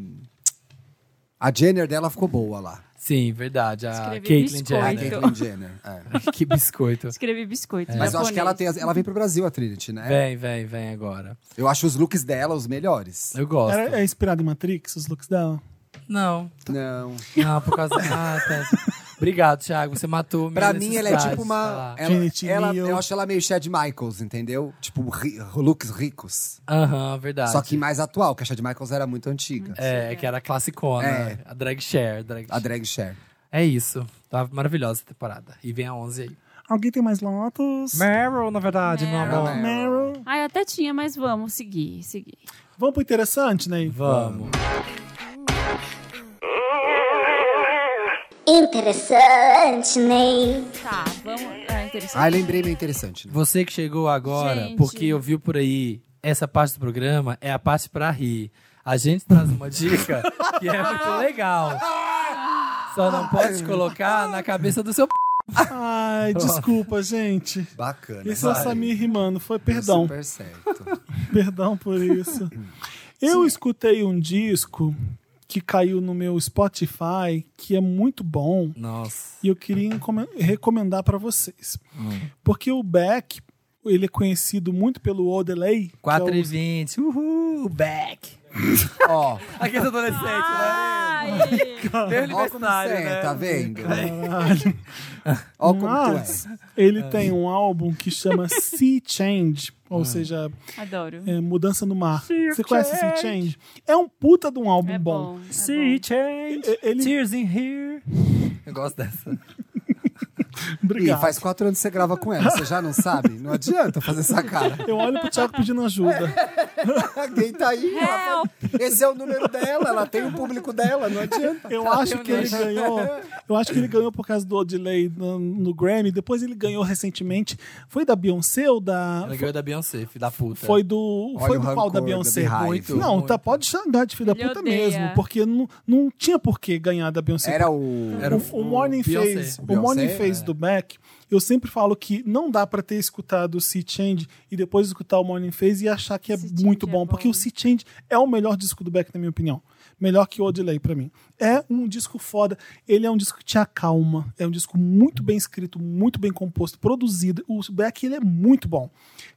Speaker 1: a Jenner dela ficou boa lá.
Speaker 4: Sim, verdade. A
Speaker 3: Escrevi
Speaker 4: Caitlyn
Speaker 3: biscoito.
Speaker 1: A
Speaker 4: Jenner.
Speaker 1: Caitlyn Jenner. é.
Speaker 4: que biscoito.
Speaker 3: escrevi biscoito.
Speaker 4: É.
Speaker 1: Mas eu acho
Speaker 3: japonês.
Speaker 1: que ela, tem, as- ela vem pro Brasil, a Trinity, né?
Speaker 4: Vem, vem, vem agora.
Speaker 1: Eu acho os looks dela os melhores.
Speaker 4: Eu gosto.
Speaker 2: Era, é inspirada em Matrix, os looks dela?
Speaker 4: Não,
Speaker 1: Não.
Speaker 4: não, por causa... ah, tá. Obrigado, Thiago. Você matou Tá
Speaker 1: Pra
Speaker 4: minha
Speaker 1: mim, ela é
Speaker 4: necessidade
Speaker 1: tipo
Speaker 4: de
Speaker 1: uma.
Speaker 4: falar.
Speaker 1: Ela,
Speaker 2: Trinity
Speaker 1: ela-
Speaker 2: Neal.
Speaker 1: eu acho ela meio Chad Michaels, entendeu? Tipo, ri- looks ricos.
Speaker 4: Aham, verdade.
Speaker 1: Só que mais atual, que a Chad Michaels era muito antiga.
Speaker 4: É, que era a classicona.
Speaker 1: É.
Speaker 4: A drag share. Drag...
Speaker 1: A drag share.
Speaker 4: É isso. Tá maravilhosa essa temporada. E vem a 11 aí.
Speaker 2: Alguém tem mais Lotus?
Speaker 4: Meryl, na verdade, meu amor.
Speaker 2: Meryl.
Speaker 3: Ai, até tinha, mas vamos seguir, seguir.
Speaker 2: Vamos pro interessante, Ney?
Speaker 4: Vamos.
Speaker 8: Interessante, Ney.
Speaker 3: Tá, vamos... Ah, interessante.
Speaker 1: Ah, lembrei meio interessante. Né?
Speaker 4: Você que chegou agora,
Speaker 3: Gente.
Speaker 4: porque eu vi por aí, essa parte do programa é a parte pra rir. A gente traz uma dica que é muito legal. Só não pode colocar na cabeça do seu p.
Speaker 2: Ai, desculpa, gente.
Speaker 1: Bacana.
Speaker 2: Esse é o
Speaker 1: vai.
Speaker 2: Samir rimando, foi
Speaker 1: Deu
Speaker 2: perdão.
Speaker 1: Super certo.
Speaker 2: Perdão por isso. Eu escutei um disco que caiu no meu Spotify, que é muito bom,
Speaker 4: Nossa.
Speaker 2: e eu queria encome- recomendar para vocês. Porque o Beck, ele é conhecido muito pelo Odelay.
Speaker 4: 4
Speaker 2: que é
Speaker 4: e
Speaker 2: o-
Speaker 4: 20. Uhul, back.
Speaker 1: Ó,
Speaker 4: Aqui é adolescente,
Speaker 3: Ai,
Speaker 4: né? Meu
Speaker 1: ó como
Speaker 4: aniversário,
Speaker 1: você
Speaker 4: né?
Speaker 1: tá vendo?
Speaker 2: Caralho.
Speaker 1: Ó como
Speaker 2: Mas
Speaker 1: tu é.
Speaker 2: ele tem um álbum que chama Sea Change, ou seja,
Speaker 3: adoro.
Speaker 2: é, Mudança no Mar. Você conhece Sea Change? É um puta de um álbum
Speaker 3: É
Speaker 2: bom.
Speaker 3: bom. é
Speaker 4: Sea
Speaker 3: bom.
Speaker 4: change,
Speaker 2: E- ele-
Speaker 4: tears in here. Eu gosto dessa.
Speaker 1: Ih,
Speaker 2: Obrigado.
Speaker 1: faz quatro anos que você grava com ela, você já não sabe? Não adianta fazer essa cara.
Speaker 2: Eu olho pro Thiago pedindo ajuda.
Speaker 1: Quem tá aí? ela
Speaker 3: Help.
Speaker 1: fala, Esse é o número dela, ela tem o público dela, não adianta.
Speaker 2: Eu acho que ele ganhou. Eu acho que ele ganhou por causa do delay no, no Grammy. Depois ele ganhou recentemente. Foi da Beyoncé ou da.
Speaker 4: Ela ganhou da Beyoncé, filho da puta.
Speaker 2: Foi do.
Speaker 1: Olha
Speaker 2: foi
Speaker 1: o
Speaker 2: do pau da
Speaker 1: rancor da
Speaker 2: Beyoncé.
Speaker 1: Beehive.
Speaker 2: Muito, não,
Speaker 4: muito.
Speaker 2: tá, pode xingar de filho da
Speaker 3: Ele
Speaker 2: puta
Speaker 3: odeia.
Speaker 2: mesmo. Porque não, não tinha por que ganhar da Beyoncé.
Speaker 1: Era o.
Speaker 4: Era
Speaker 2: o, o Morning
Speaker 4: Beyoncé.
Speaker 2: Face, o
Speaker 1: Beyoncé,
Speaker 2: Morning Face
Speaker 4: é.
Speaker 2: do Beck, eu sempre falo que não dá pra ter escutado o Sea Change e depois escutar o Morning Face e achar que é
Speaker 3: Sea
Speaker 2: muito
Speaker 3: Change é
Speaker 2: bom,
Speaker 3: bom.
Speaker 2: porque o Sea Change é o melhor disco do Beck na minha opinião. Melhor que o Delay pra mim. É um disco foda. Ele é um disco que te acalma. É um disco muito bem escrito, muito bem composto, produzido. O Beck ele é muito bom.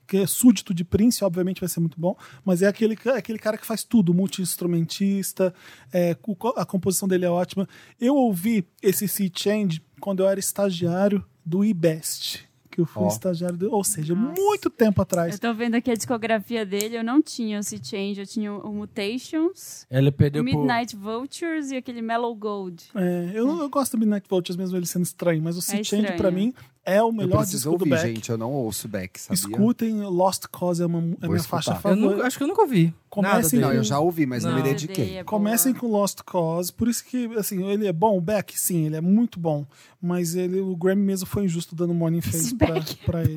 Speaker 2: Que é súdito de Prince, obviamente vai ser muito bom, mas é aquele, ca- aquele cara que faz tudo, multi-instrumentista, é, cu- co- a composição dele é ótima. Eu ouvi esse Sea Change quando eu era estagiário do IBEST, que eu fui
Speaker 1: Ó.
Speaker 2: estagiário, do, ou seja, muito tempo atrás.
Speaker 3: Eu tô vendo aqui a discografia dele, eu não tinha o Sea Change, eu tinha o Mutations,
Speaker 4: Ela
Speaker 3: o
Speaker 4: perdeu por...
Speaker 3: Midnight Vultures e aquele Mellow Gold.
Speaker 2: É, eu, eu gosto do Midnight Vultures, mesmo ele sendo estranho, mas o Sea Change,
Speaker 3: estranho.
Speaker 2: pra mim, é o
Speaker 1: Eu
Speaker 2: melhor
Speaker 1: preciso
Speaker 2: disco do
Speaker 1: ouvir,
Speaker 2: Beck.
Speaker 1: gente, eu não ouço Beck, sabia?
Speaker 2: Escutem, Lost Cause é, uma, é minha
Speaker 1: escutar.
Speaker 2: faixa
Speaker 4: Eu
Speaker 2: favorita.
Speaker 4: nunca, acho que eu nunca ouvi.
Speaker 2: Comecem
Speaker 4: nada
Speaker 1: Não,
Speaker 4: dele.
Speaker 1: eu já ouvi, mas não,
Speaker 4: Não.
Speaker 1: me dediquei.
Speaker 3: É boa.
Speaker 2: Comecem com Lost Cause, por isso que, assim, ele é bom, o Beck, sim, ele é muito bom, mas ele, o Grammy mesmo foi injusto dando Morning Face
Speaker 3: Esse
Speaker 2: pra,
Speaker 3: Beck
Speaker 4: é
Speaker 2: pra ele.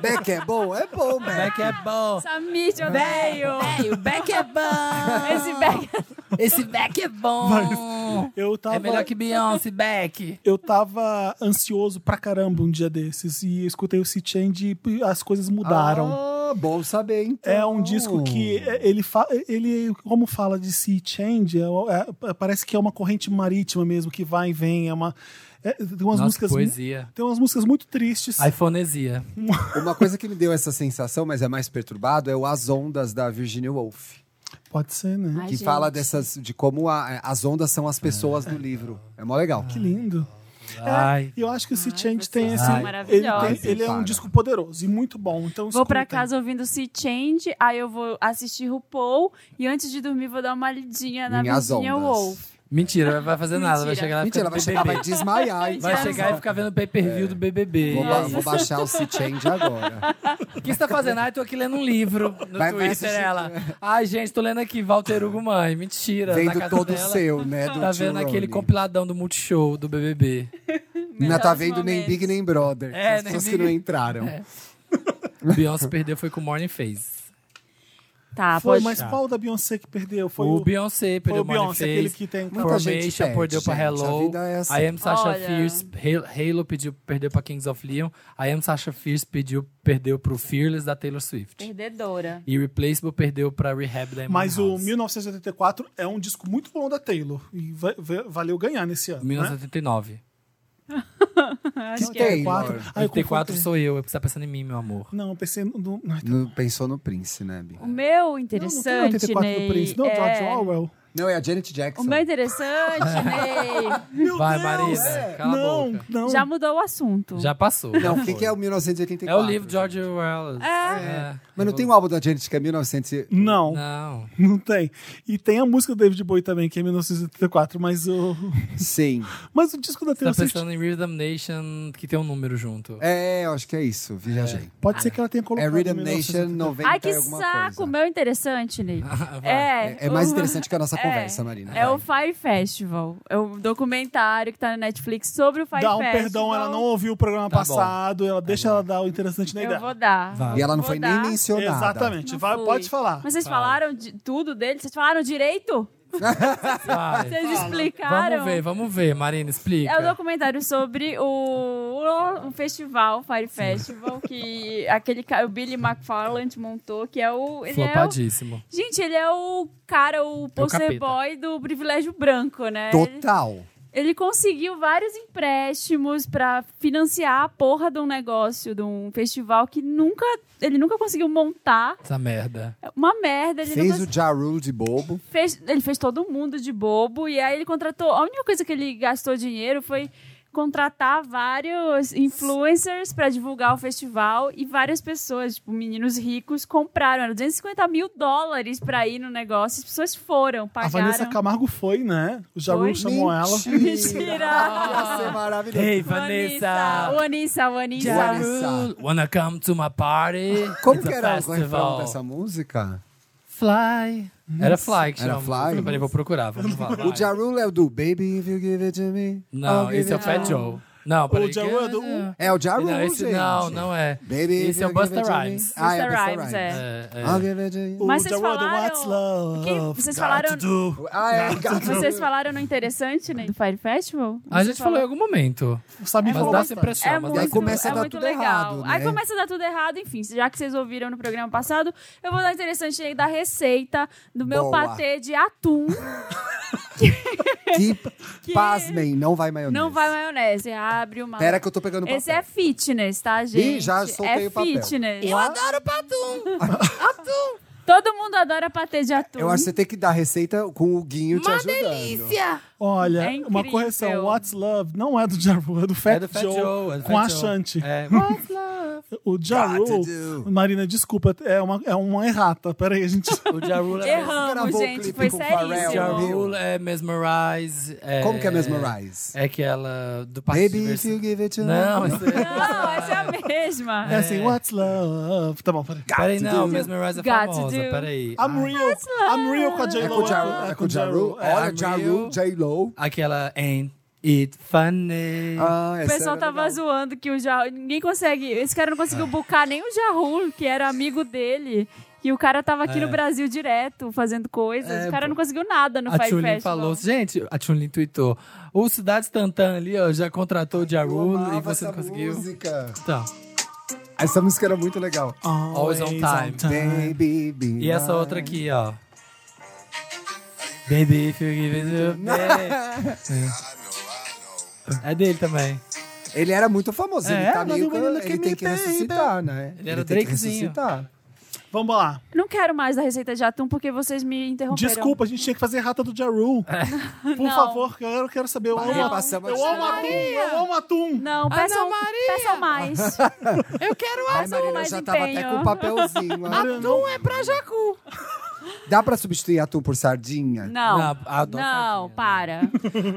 Speaker 1: Beck é bom? É bom, Beck.
Speaker 4: Beck é bom.
Speaker 3: Samir, eu odeio!
Speaker 4: Ei, o Beck é bom.
Speaker 3: Esse Beck
Speaker 4: Esse Beck é bom.
Speaker 2: Eu tava,
Speaker 4: É melhor que Beyoncé, Beck.
Speaker 2: eu tava ansioso pra caramba um dia desses, e escutei o Sea Change e as coisas mudaram.
Speaker 1: Ah, bom saber, então.
Speaker 2: É um disco que é- ele, fa- ele como fala de sea change, é- é- parece que é uma corrente marítima mesmo, que vai e vem. É uma, é- tem, umas
Speaker 4: Nossa,
Speaker 2: músicas,
Speaker 4: que poesia.
Speaker 2: tem umas músicas muito tristes.
Speaker 4: iPhonesia.
Speaker 1: Uma coisa que me deu essa sensação, mas é mais perturbado, é o As Ondas da Virginia Woolf.
Speaker 2: Pode ser, né?
Speaker 3: Ai,
Speaker 1: que
Speaker 3: gente.
Speaker 1: fala dessas de como a- é, as ondas são as pessoas no livro. É mó legal.
Speaker 2: Que lindo.
Speaker 4: Ai.
Speaker 2: E eu acho que o Sea
Speaker 3: Ai,
Speaker 2: Change
Speaker 3: vocês
Speaker 2: tem
Speaker 3: são
Speaker 2: esse. Ele, tem-
Speaker 3: maravilhosos.
Speaker 2: ele é um
Speaker 1: Para.
Speaker 2: disco poderoso e muito bom. Então,
Speaker 3: Vou pra
Speaker 2: escutem.
Speaker 3: casa ouvindo Sea Change, aí eu vou assistir RuPaul e antes de dormir vou dar uma lidinha na
Speaker 1: Em As
Speaker 3: Virginia
Speaker 1: Ondas.
Speaker 3: Wolf.
Speaker 4: Mentira, não vai fazer nada. Vai
Speaker 3: Mentira.
Speaker 4: chegar lá e
Speaker 1: Mentira, ela vai
Speaker 4: ficar
Speaker 1: chegar,
Speaker 4: no
Speaker 1: vai
Speaker 4: BBB.
Speaker 1: desmaiar. hein?
Speaker 4: Vai chegar e ficar vendo o pay-per-view do BBB.
Speaker 1: Vou, ba- vou baixar o Sea Change agora.
Speaker 4: O que você tá fazendo? Ah, eu tô aqui lendo um livro no
Speaker 1: Vai- vai
Speaker 4: Twitter,
Speaker 1: assistir-
Speaker 4: ela. Ai, gente, tô lendo aqui Walter Hugo Mãe. Mentira. na
Speaker 1: Vendo
Speaker 4: casa
Speaker 1: todo o
Speaker 4: dela,
Speaker 1: seu, né? Do
Speaker 4: Tá
Speaker 1: tio
Speaker 4: vendo aquele
Speaker 1: Ronnie.
Speaker 4: compiladão do Multishow, do BBB.
Speaker 1: Não tá
Speaker 3: Melhores
Speaker 1: vendo nem
Speaker 3: momentos.
Speaker 1: Big nem Brother.
Speaker 4: É,
Speaker 1: as
Speaker 4: nem
Speaker 1: pessoas
Speaker 4: Big-
Speaker 1: que não entraram.
Speaker 4: Beyoncé perdeu, foi com o Morning Face.
Speaker 3: Tá,
Speaker 2: Foi,
Speaker 3: pode.
Speaker 2: mas qual da Beyoncé que perdeu? Foi
Speaker 4: o,
Speaker 2: o,
Speaker 4: Beyoncé
Speaker 2: foi
Speaker 4: perdeu
Speaker 2: o
Speaker 4: o Morning
Speaker 2: Beyoncé, aquele
Speaker 4: Face.
Speaker 2: que tem.
Speaker 1: Muita gente
Speaker 4: Formation
Speaker 1: pede,
Speaker 4: perdeu pra
Speaker 1: gente, a
Speaker 4: Hello.
Speaker 1: vida é assim.
Speaker 4: I Am Sasha
Speaker 3: Olha.
Speaker 4: Fierce, Halo, Halo pediu perdeu pra Kings of Leon. I Am Sasha Fierce pediu, perdeu pro Fearless da Taylor Swift.
Speaker 3: Perdedora.
Speaker 4: E Replaceable perdeu pra Rehab da Amy
Speaker 2: Mas o
Speaker 4: Winehouse.
Speaker 2: 1984 é um disco muito bom da Taylor. E va- va- valeu ganhar nesse ano. né?
Speaker 4: 1989.
Speaker 1: Que
Speaker 3: é
Speaker 1: tem,
Speaker 2: quatro.
Speaker 1: Laura?
Speaker 2: Aí eu
Speaker 4: 84
Speaker 2: confundi.
Speaker 4: sou eu, você tá pensando em mim, meu amor.
Speaker 2: Não, eu pensei no. no- Não,
Speaker 1: Não pensou no Prince, né, Bia?
Speaker 3: O meu
Speaker 2: tem
Speaker 3: interessante, Ney,
Speaker 2: do Prince, não, George
Speaker 3: é-
Speaker 2: Orwell.
Speaker 1: Não, é a Janet Jackson.
Speaker 3: O meu interessante, Ney,
Speaker 4: Vai, Marina, cala a
Speaker 2: não,
Speaker 4: boca.
Speaker 2: não.
Speaker 3: já mudou o assunto.
Speaker 4: Já passou.
Speaker 1: É, Não, o que,
Speaker 4: foi.
Speaker 1: que é o
Speaker 4: É
Speaker 1: 1984?
Speaker 4: o livro de George Orwell. É.
Speaker 1: Mas não tem um álbum da Janet que é 1900...
Speaker 2: Não,
Speaker 4: Não.
Speaker 2: não tem. E tem a música do David Bowie também, que é 1984, mas o,
Speaker 1: Sim.
Speaker 2: mas o disco da
Speaker 4: Você tá
Speaker 2: Taylor Swift.
Speaker 4: pensando em Rhythm Nation, que tem um número junto.
Speaker 1: É, eu acho que é isso. Viajei.
Speaker 2: Pode ser que ela tenha colocado.
Speaker 1: É Rhythm
Speaker 2: 1984.
Speaker 1: Nation 90
Speaker 3: Ai, que
Speaker 1: alguma
Speaker 3: saco! O
Speaker 1: coisa.
Speaker 3: meu interessante, Ney. é,
Speaker 1: É mais
Speaker 3: o-
Speaker 1: interessante que a nossa
Speaker 3: é,
Speaker 1: conversa, Marina.
Speaker 4: Tá
Speaker 3: É o Fire Festival. É um documentário que tá na Netflix sobre o Fire
Speaker 2: Dá um
Speaker 3: Festival.
Speaker 2: perdão, ela não ouviu o programa
Speaker 4: Tá bom.
Speaker 2: passado, ela deixa ela dar o interessante na
Speaker 3: Eu vou
Speaker 2: ideia.
Speaker 3: dar.
Speaker 4: Vai.
Speaker 1: E ela não
Speaker 3: Vou
Speaker 1: foi
Speaker 3: dar.
Speaker 1: nem mencionada.
Speaker 2: Exatamente,
Speaker 3: Não
Speaker 2: vai,
Speaker 3: fui.
Speaker 2: pode falar.
Speaker 3: Mas vocês falaram de tudo dele? Vocês falaram direito?
Speaker 4: Vai.
Speaker 3: Vocês explicaram?
Speaker 4: Vamos ver, vamos ver, Marina, explica.
Speaker 3: É um documentário sobre o, o festival, Fire Festival, que aquele ca- o Billy McFarland montou, que é o. Ele é o
Speaker 4: Flopadíssimo.
Speaker 3: gente, ele é o cara, o poster
Speaker 4: É capeta.
Speaker 3: boy do privilégio branco, né? Ele-
Speaker 1: Total.
Speaker 3: Ele conseguiu vários empréstimos pra financiar a porra de um negócio, de um festival que nunca. Ele nunca conseguiu montar.
Speaker 4: Essa merda.
Speaker 3: É Uma merda. Ele,
Speaker 1: Fez
Speaker 3: não
Speaker 1: o Ja Rule de bobo.
Speaker 3: fez, ele fez todo mundo de bobo. E aí ele contratou. A única coisa que ele gastou dinheiro foi contratar vários influencers pra divulgar o festival e várias pessoas, tipo, meninos ricos, compraram. Era 250 mil dólares pra ir no negócio. As pessoas foram,
Speaker 2: A
Speaker 3: pagaram.
Speaker 2: Vanessa Camargo foi, né? O
Speaker 3: Foi?
Speaker 2: Jaru chamou ela.
Speaker 3: Mentira!
Speaker 1: Ia ser maravilhoso.
Speaker 4: Ei,
Speaker 3: O Anissa, o
Speaker 4: Vanessa!
Speaker 3: Anissa, o Anissa.
Speaker 4: Ja
Speaker 1: Vanessa.
Speaker 4: Rule, Wanna come to my party?
Speaker 1: Como
Speaker 4: It's
Speaker 1: que
Speaker 4: a
Speaker 1: era o refrão
Speaker 4: festival.
Speaker 1: dessa música?
Speaker 4: Fly. Era Fly que
Speaker 1: Era
Speaker 4: chama.
Speaker 1: Fly?
Speaker 4: Peraí, vou procurar, vamos lá.
Speaker 1: O Ja Rule é o do Baby If You Give It To Me.
Speaker 4: Não,
Speaker 1: I'll
Speaker 4: esse é o
Speaker 1: give
Speaker 4: Fat
Speaker 1: it to you.
Speaker 4: Joe. Não, peraí.
Speaker 2: Ja
Speaker 4: que-
Speaker 2: Rule é do-
Speaker 1: É o Ja Rule,
Speaker 4: Não, esse
Speaker 1: gente.
Speaker 4: não, não é.
Speaker 1: Baby, if
Speaker 4: esse é
Speaker 1: you
Speaker 4: o
Speaker 1: give
Speaker 4: Busta
Speaker 1: it to me.
Speaker 4: Rhymes.
Speaker 1: Ah, é
Speaker 3: Busta
Speaker 1: Busta
Speaker 3: Rhymes,
Speaker 1: Rhymes.
Speaker 3: é.
Speaker 4: É, é.
Speaker 1: I'll give it to you.
Speaker 3: Mas
Speaker 2: o
Speaker 3: vocês
Speaker 2: Jaru é do
Speaker 3: falaram-
Speaker 2: What's Love?
Speaker 3: que- vocês
Speaker 2: Got
Speaker 3: falaram-
Speaker 2: to
Speaker 4: Uh.
Speaker 2: do.
Speaker 1: Ah, é. gato.
Speaker 3: Vocês falaram no interessante, né? Do Fire Festival?
Speaker 4: A gente falou em algum momento.
Speaker 2: O Samir
Speaker 4: Mas
Speaker 2: falou
Speaker 4: dá essa
Speaker 3: É
Speaker 2: bastante.
Speaker 4: impressão. mas
Speaker 1: E aí
Speaker 4: dá essa
Speaker 1: começa a
Speaker 4: impressão.
Speaker 1: dar tudo errado,
Speaker 3: Aí
Speaker 1: né?
Speaker 3: começa a dar tudo errado, enfim. Já que vocês ouviram no programa passado, eu vou dar interessante aí da receita do meu
Speaker 1: Boa.
Speaker 3: patê de atum.
Speaker 1: Que, pasmem, não vai maionese.
Speaker 3: Não vai maionese. Abre uma.
Speaker 1: Pera que eu tô pegando o papel.
Speaker 3: Esse é fitness, tá, gente?
Speaker 1: já soltei
Speaker 3: é
Speaker 1: o papel.
Speaker 3: fitness.
Speaker 1: adoro
Speaker 3: Todo mundo adora patê de atum.
Speaker 1: Eu acho que você tem que dar receita com o Guinho te ajudando.
Speaker 2: Olha,
Speaker 3: É
Speaker 2: uma
Speaker 3: incrível.
Speaker 2: correção. What's Love não é do Jaru, é do Fat,
Speaker 4: É do Fat
Speaker 2: Joe,
Speaker 4: Joe. é do
Speaker 2: com
Speaker 4: Fat
Speaker 2: a
Speaker 4: Joe.
Speaker 2: Shanti.
Speaker 4: É.
Speaker 2: O Jaru,
Speaker 1: Got to do.
Speaker 2: Marina, desculpa, é uma, é uma errata. Peraí, a gente.
Speaker 4: O Ja Rule é-
Speaker 3: Erramos,
Speaker 1: Gravou o
Speaker 3: gente.
Speaker 1: clipe
Speaker 3: Foi
Speaker 1: com Pharrell.
Speaker 4: O Ja
Speaker 3: seríssimo.
Speaker 4: Rule é Mesmerize. é-
Speaker 1: Como que é Mesmerize?
Speaker 4: É aquela do Partido
Speaker 1: Baby, if you
Speaker 4: Diversi-
Speaker 1: give it to
Speaker 4: Não,
Speaker 1: me.
Speaker 4: isso é...
Speaker 3: Não, essa é a mesma.
Speaker 2: É assim, What's Love? Tá bom, peraí.
Speaker 4: Peraí, não, Mesmerize é
Speaker 3: Got to
Speaker 4: famosa,
Speaker 3: do.
Speaker 4: peraí.
Speaker 2: I'm real. I'm real com a J-Lo.
Speaker 1: É com o Ja Rule, É com o Ja Rule.
Speaker 4: É,
Speaker 1: Olha, Ja Rule,
Speaker 4: Unreal.
Speaker 1: J-Lo.
Speaker 4: Aquela Ain't It Funny.
Speaker 1: Ah,
Speaker 3: O
Speaker 1: essa
Speaker 3: pessoal
Speaker 1: era
Speaker 3: tava
Speaker 1: legal.
Speaker 3: zoando que o Ja... Ninguém consegue... Esse cara não conseguiu bucar nem o Jarul, que era amigo dele. E o cara tava aqui
Speaker 4: É.
Speaker 3: no Brasil direto, fazendo coisas.
Speaker 4: É,
Speaker 3: o cara
Speaker 4: pô.
Speaker 3: não conseguiu nada no
Speaker 4: A
Speaker 3: Fire
Speaker 4: Chunlin
Speaker 3: Festival.
Speaker 4: falou, gente, a Chunlin tweetou, o Cidade Tantan ali, ó, já contratou o Ja
Speaker 1: Eu
Speaker 4: Rule e
Speaker 1: amava
Speaker 4: você não
Speaker 1: Ah, essa
Speaker 4: conseguiu.
Speaker 1: música.
Speaker 4: Então,
Speaker 1: Essa música era muito legal.
Speaker 4: Always on time.
Speaker 1: Baby, be
Speaker 4: Ah, tá. e essa
Speaker 1: mine.
Speaker 4: outra aqui, ó. Baby, if you give it up. É dele também.
Speaker 1: Ele era muito famoso. Ele
Speaker 4: É,
Speaker 1: tá
Speaker 4: mas
Speaker 1: meio.
Speaker 4: o menino
Speaker 1: que-
Speaker 4: que
Speaker 1: Ele tem
Speaker 4: me
Speaker 1: que
Speaker 4: pega.
Speaker 1: ressuscitar, né?
Speaker 4: Ele era
Speaker 1: tem que
Speaker 4: Drakezinho.
Speaker 1: ressuscitar.
Speaker 2: Vamos lá.
Speaker 3: Não quero mais da receita de atum, porque vocês me interromperam.
Speaker 2: Desculpa, a gente tinha que fazer errata do Jaru. Por
Speaker 3: É. Não.
Speaker 2: favor, que eu quero saber. Eu amo,
Speaker 1: Maria,
Speaker 2: atum.
Speaker 1: passamos
Speaker 2: eu
Speaker 1: de
Speaker 2: amo atum. Eu amo atum.
Speaker 3: Não, peçam, peçam mais. Eu quero
Speaker 1: Ai, Marina, eu
Speaker 3: mais
Speaker 1: já tava
Speaker 3: empenho.
Speaker 1: até com o papelzinho.
Speaker 2: Marina,
Speaker 1: atum é pra jacu.
Speaker 4: é-
Speaker 1: Dá pra substituir atum por sardinha?
Speaker 3: Não,
Speaker 4: Não, adoro né?
Speaker 3: não,
Speaker 4: sardinha,
Speaker 3: para.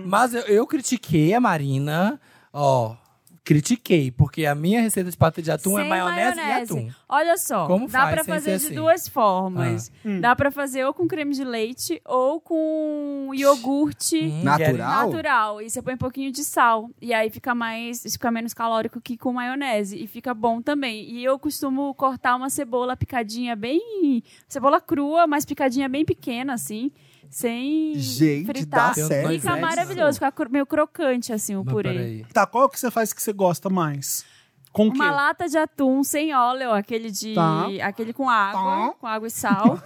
Speaker 4: Mas eu, eu critiquei a Marina, ó. Critiquei, porque a minha receita de pata de atum é
Speaker 3: Sem
Speaker 4: maionese, e atum.
Speaker 3: Olha só,
Speaker 4: Como
Speaker 3: dá
Speaker 4: faz
Speaker 3: pra
Speaker 4: sem
Speaker 3: fazer de
Speaker 4: ser assim? Ah. Hum.
Speaker 3: duas formas. Dá pra fazer ou com creme de leite ou com iogurte
Speaker 4: Hum,
Speaker 1: Natural?
Speaker 3: natural. E você põe um pouquinho de sal. E aí fica mais, fica menos calórico que com maionese e fica bom também. E eu costumo cortar uma cebola picadinha bem, cebola crua, mas picadinha bem pequena assim. Sem
Speaker 1: Gente,
Speaker 3: fritar.
Speaker 1: dá certo.
Speaker 3: Fica
Speaker 4: Mas é
Speaker 3: maravilhoso, fica cro- meio crocante assim o
Speaker 4: Mas
Speaker 3: purê.
Speaker 4: peraí.
Speaker 2: Tá, qual que você faz que você gosta mais? Com o quê?
Speaker 3: Uma lata de atum sem óleo, aquele de.
Speaker 2: Tá.
Speaker 3: aquele com água,
Speaker 1: Tá.
Speaker 3: com água e sal.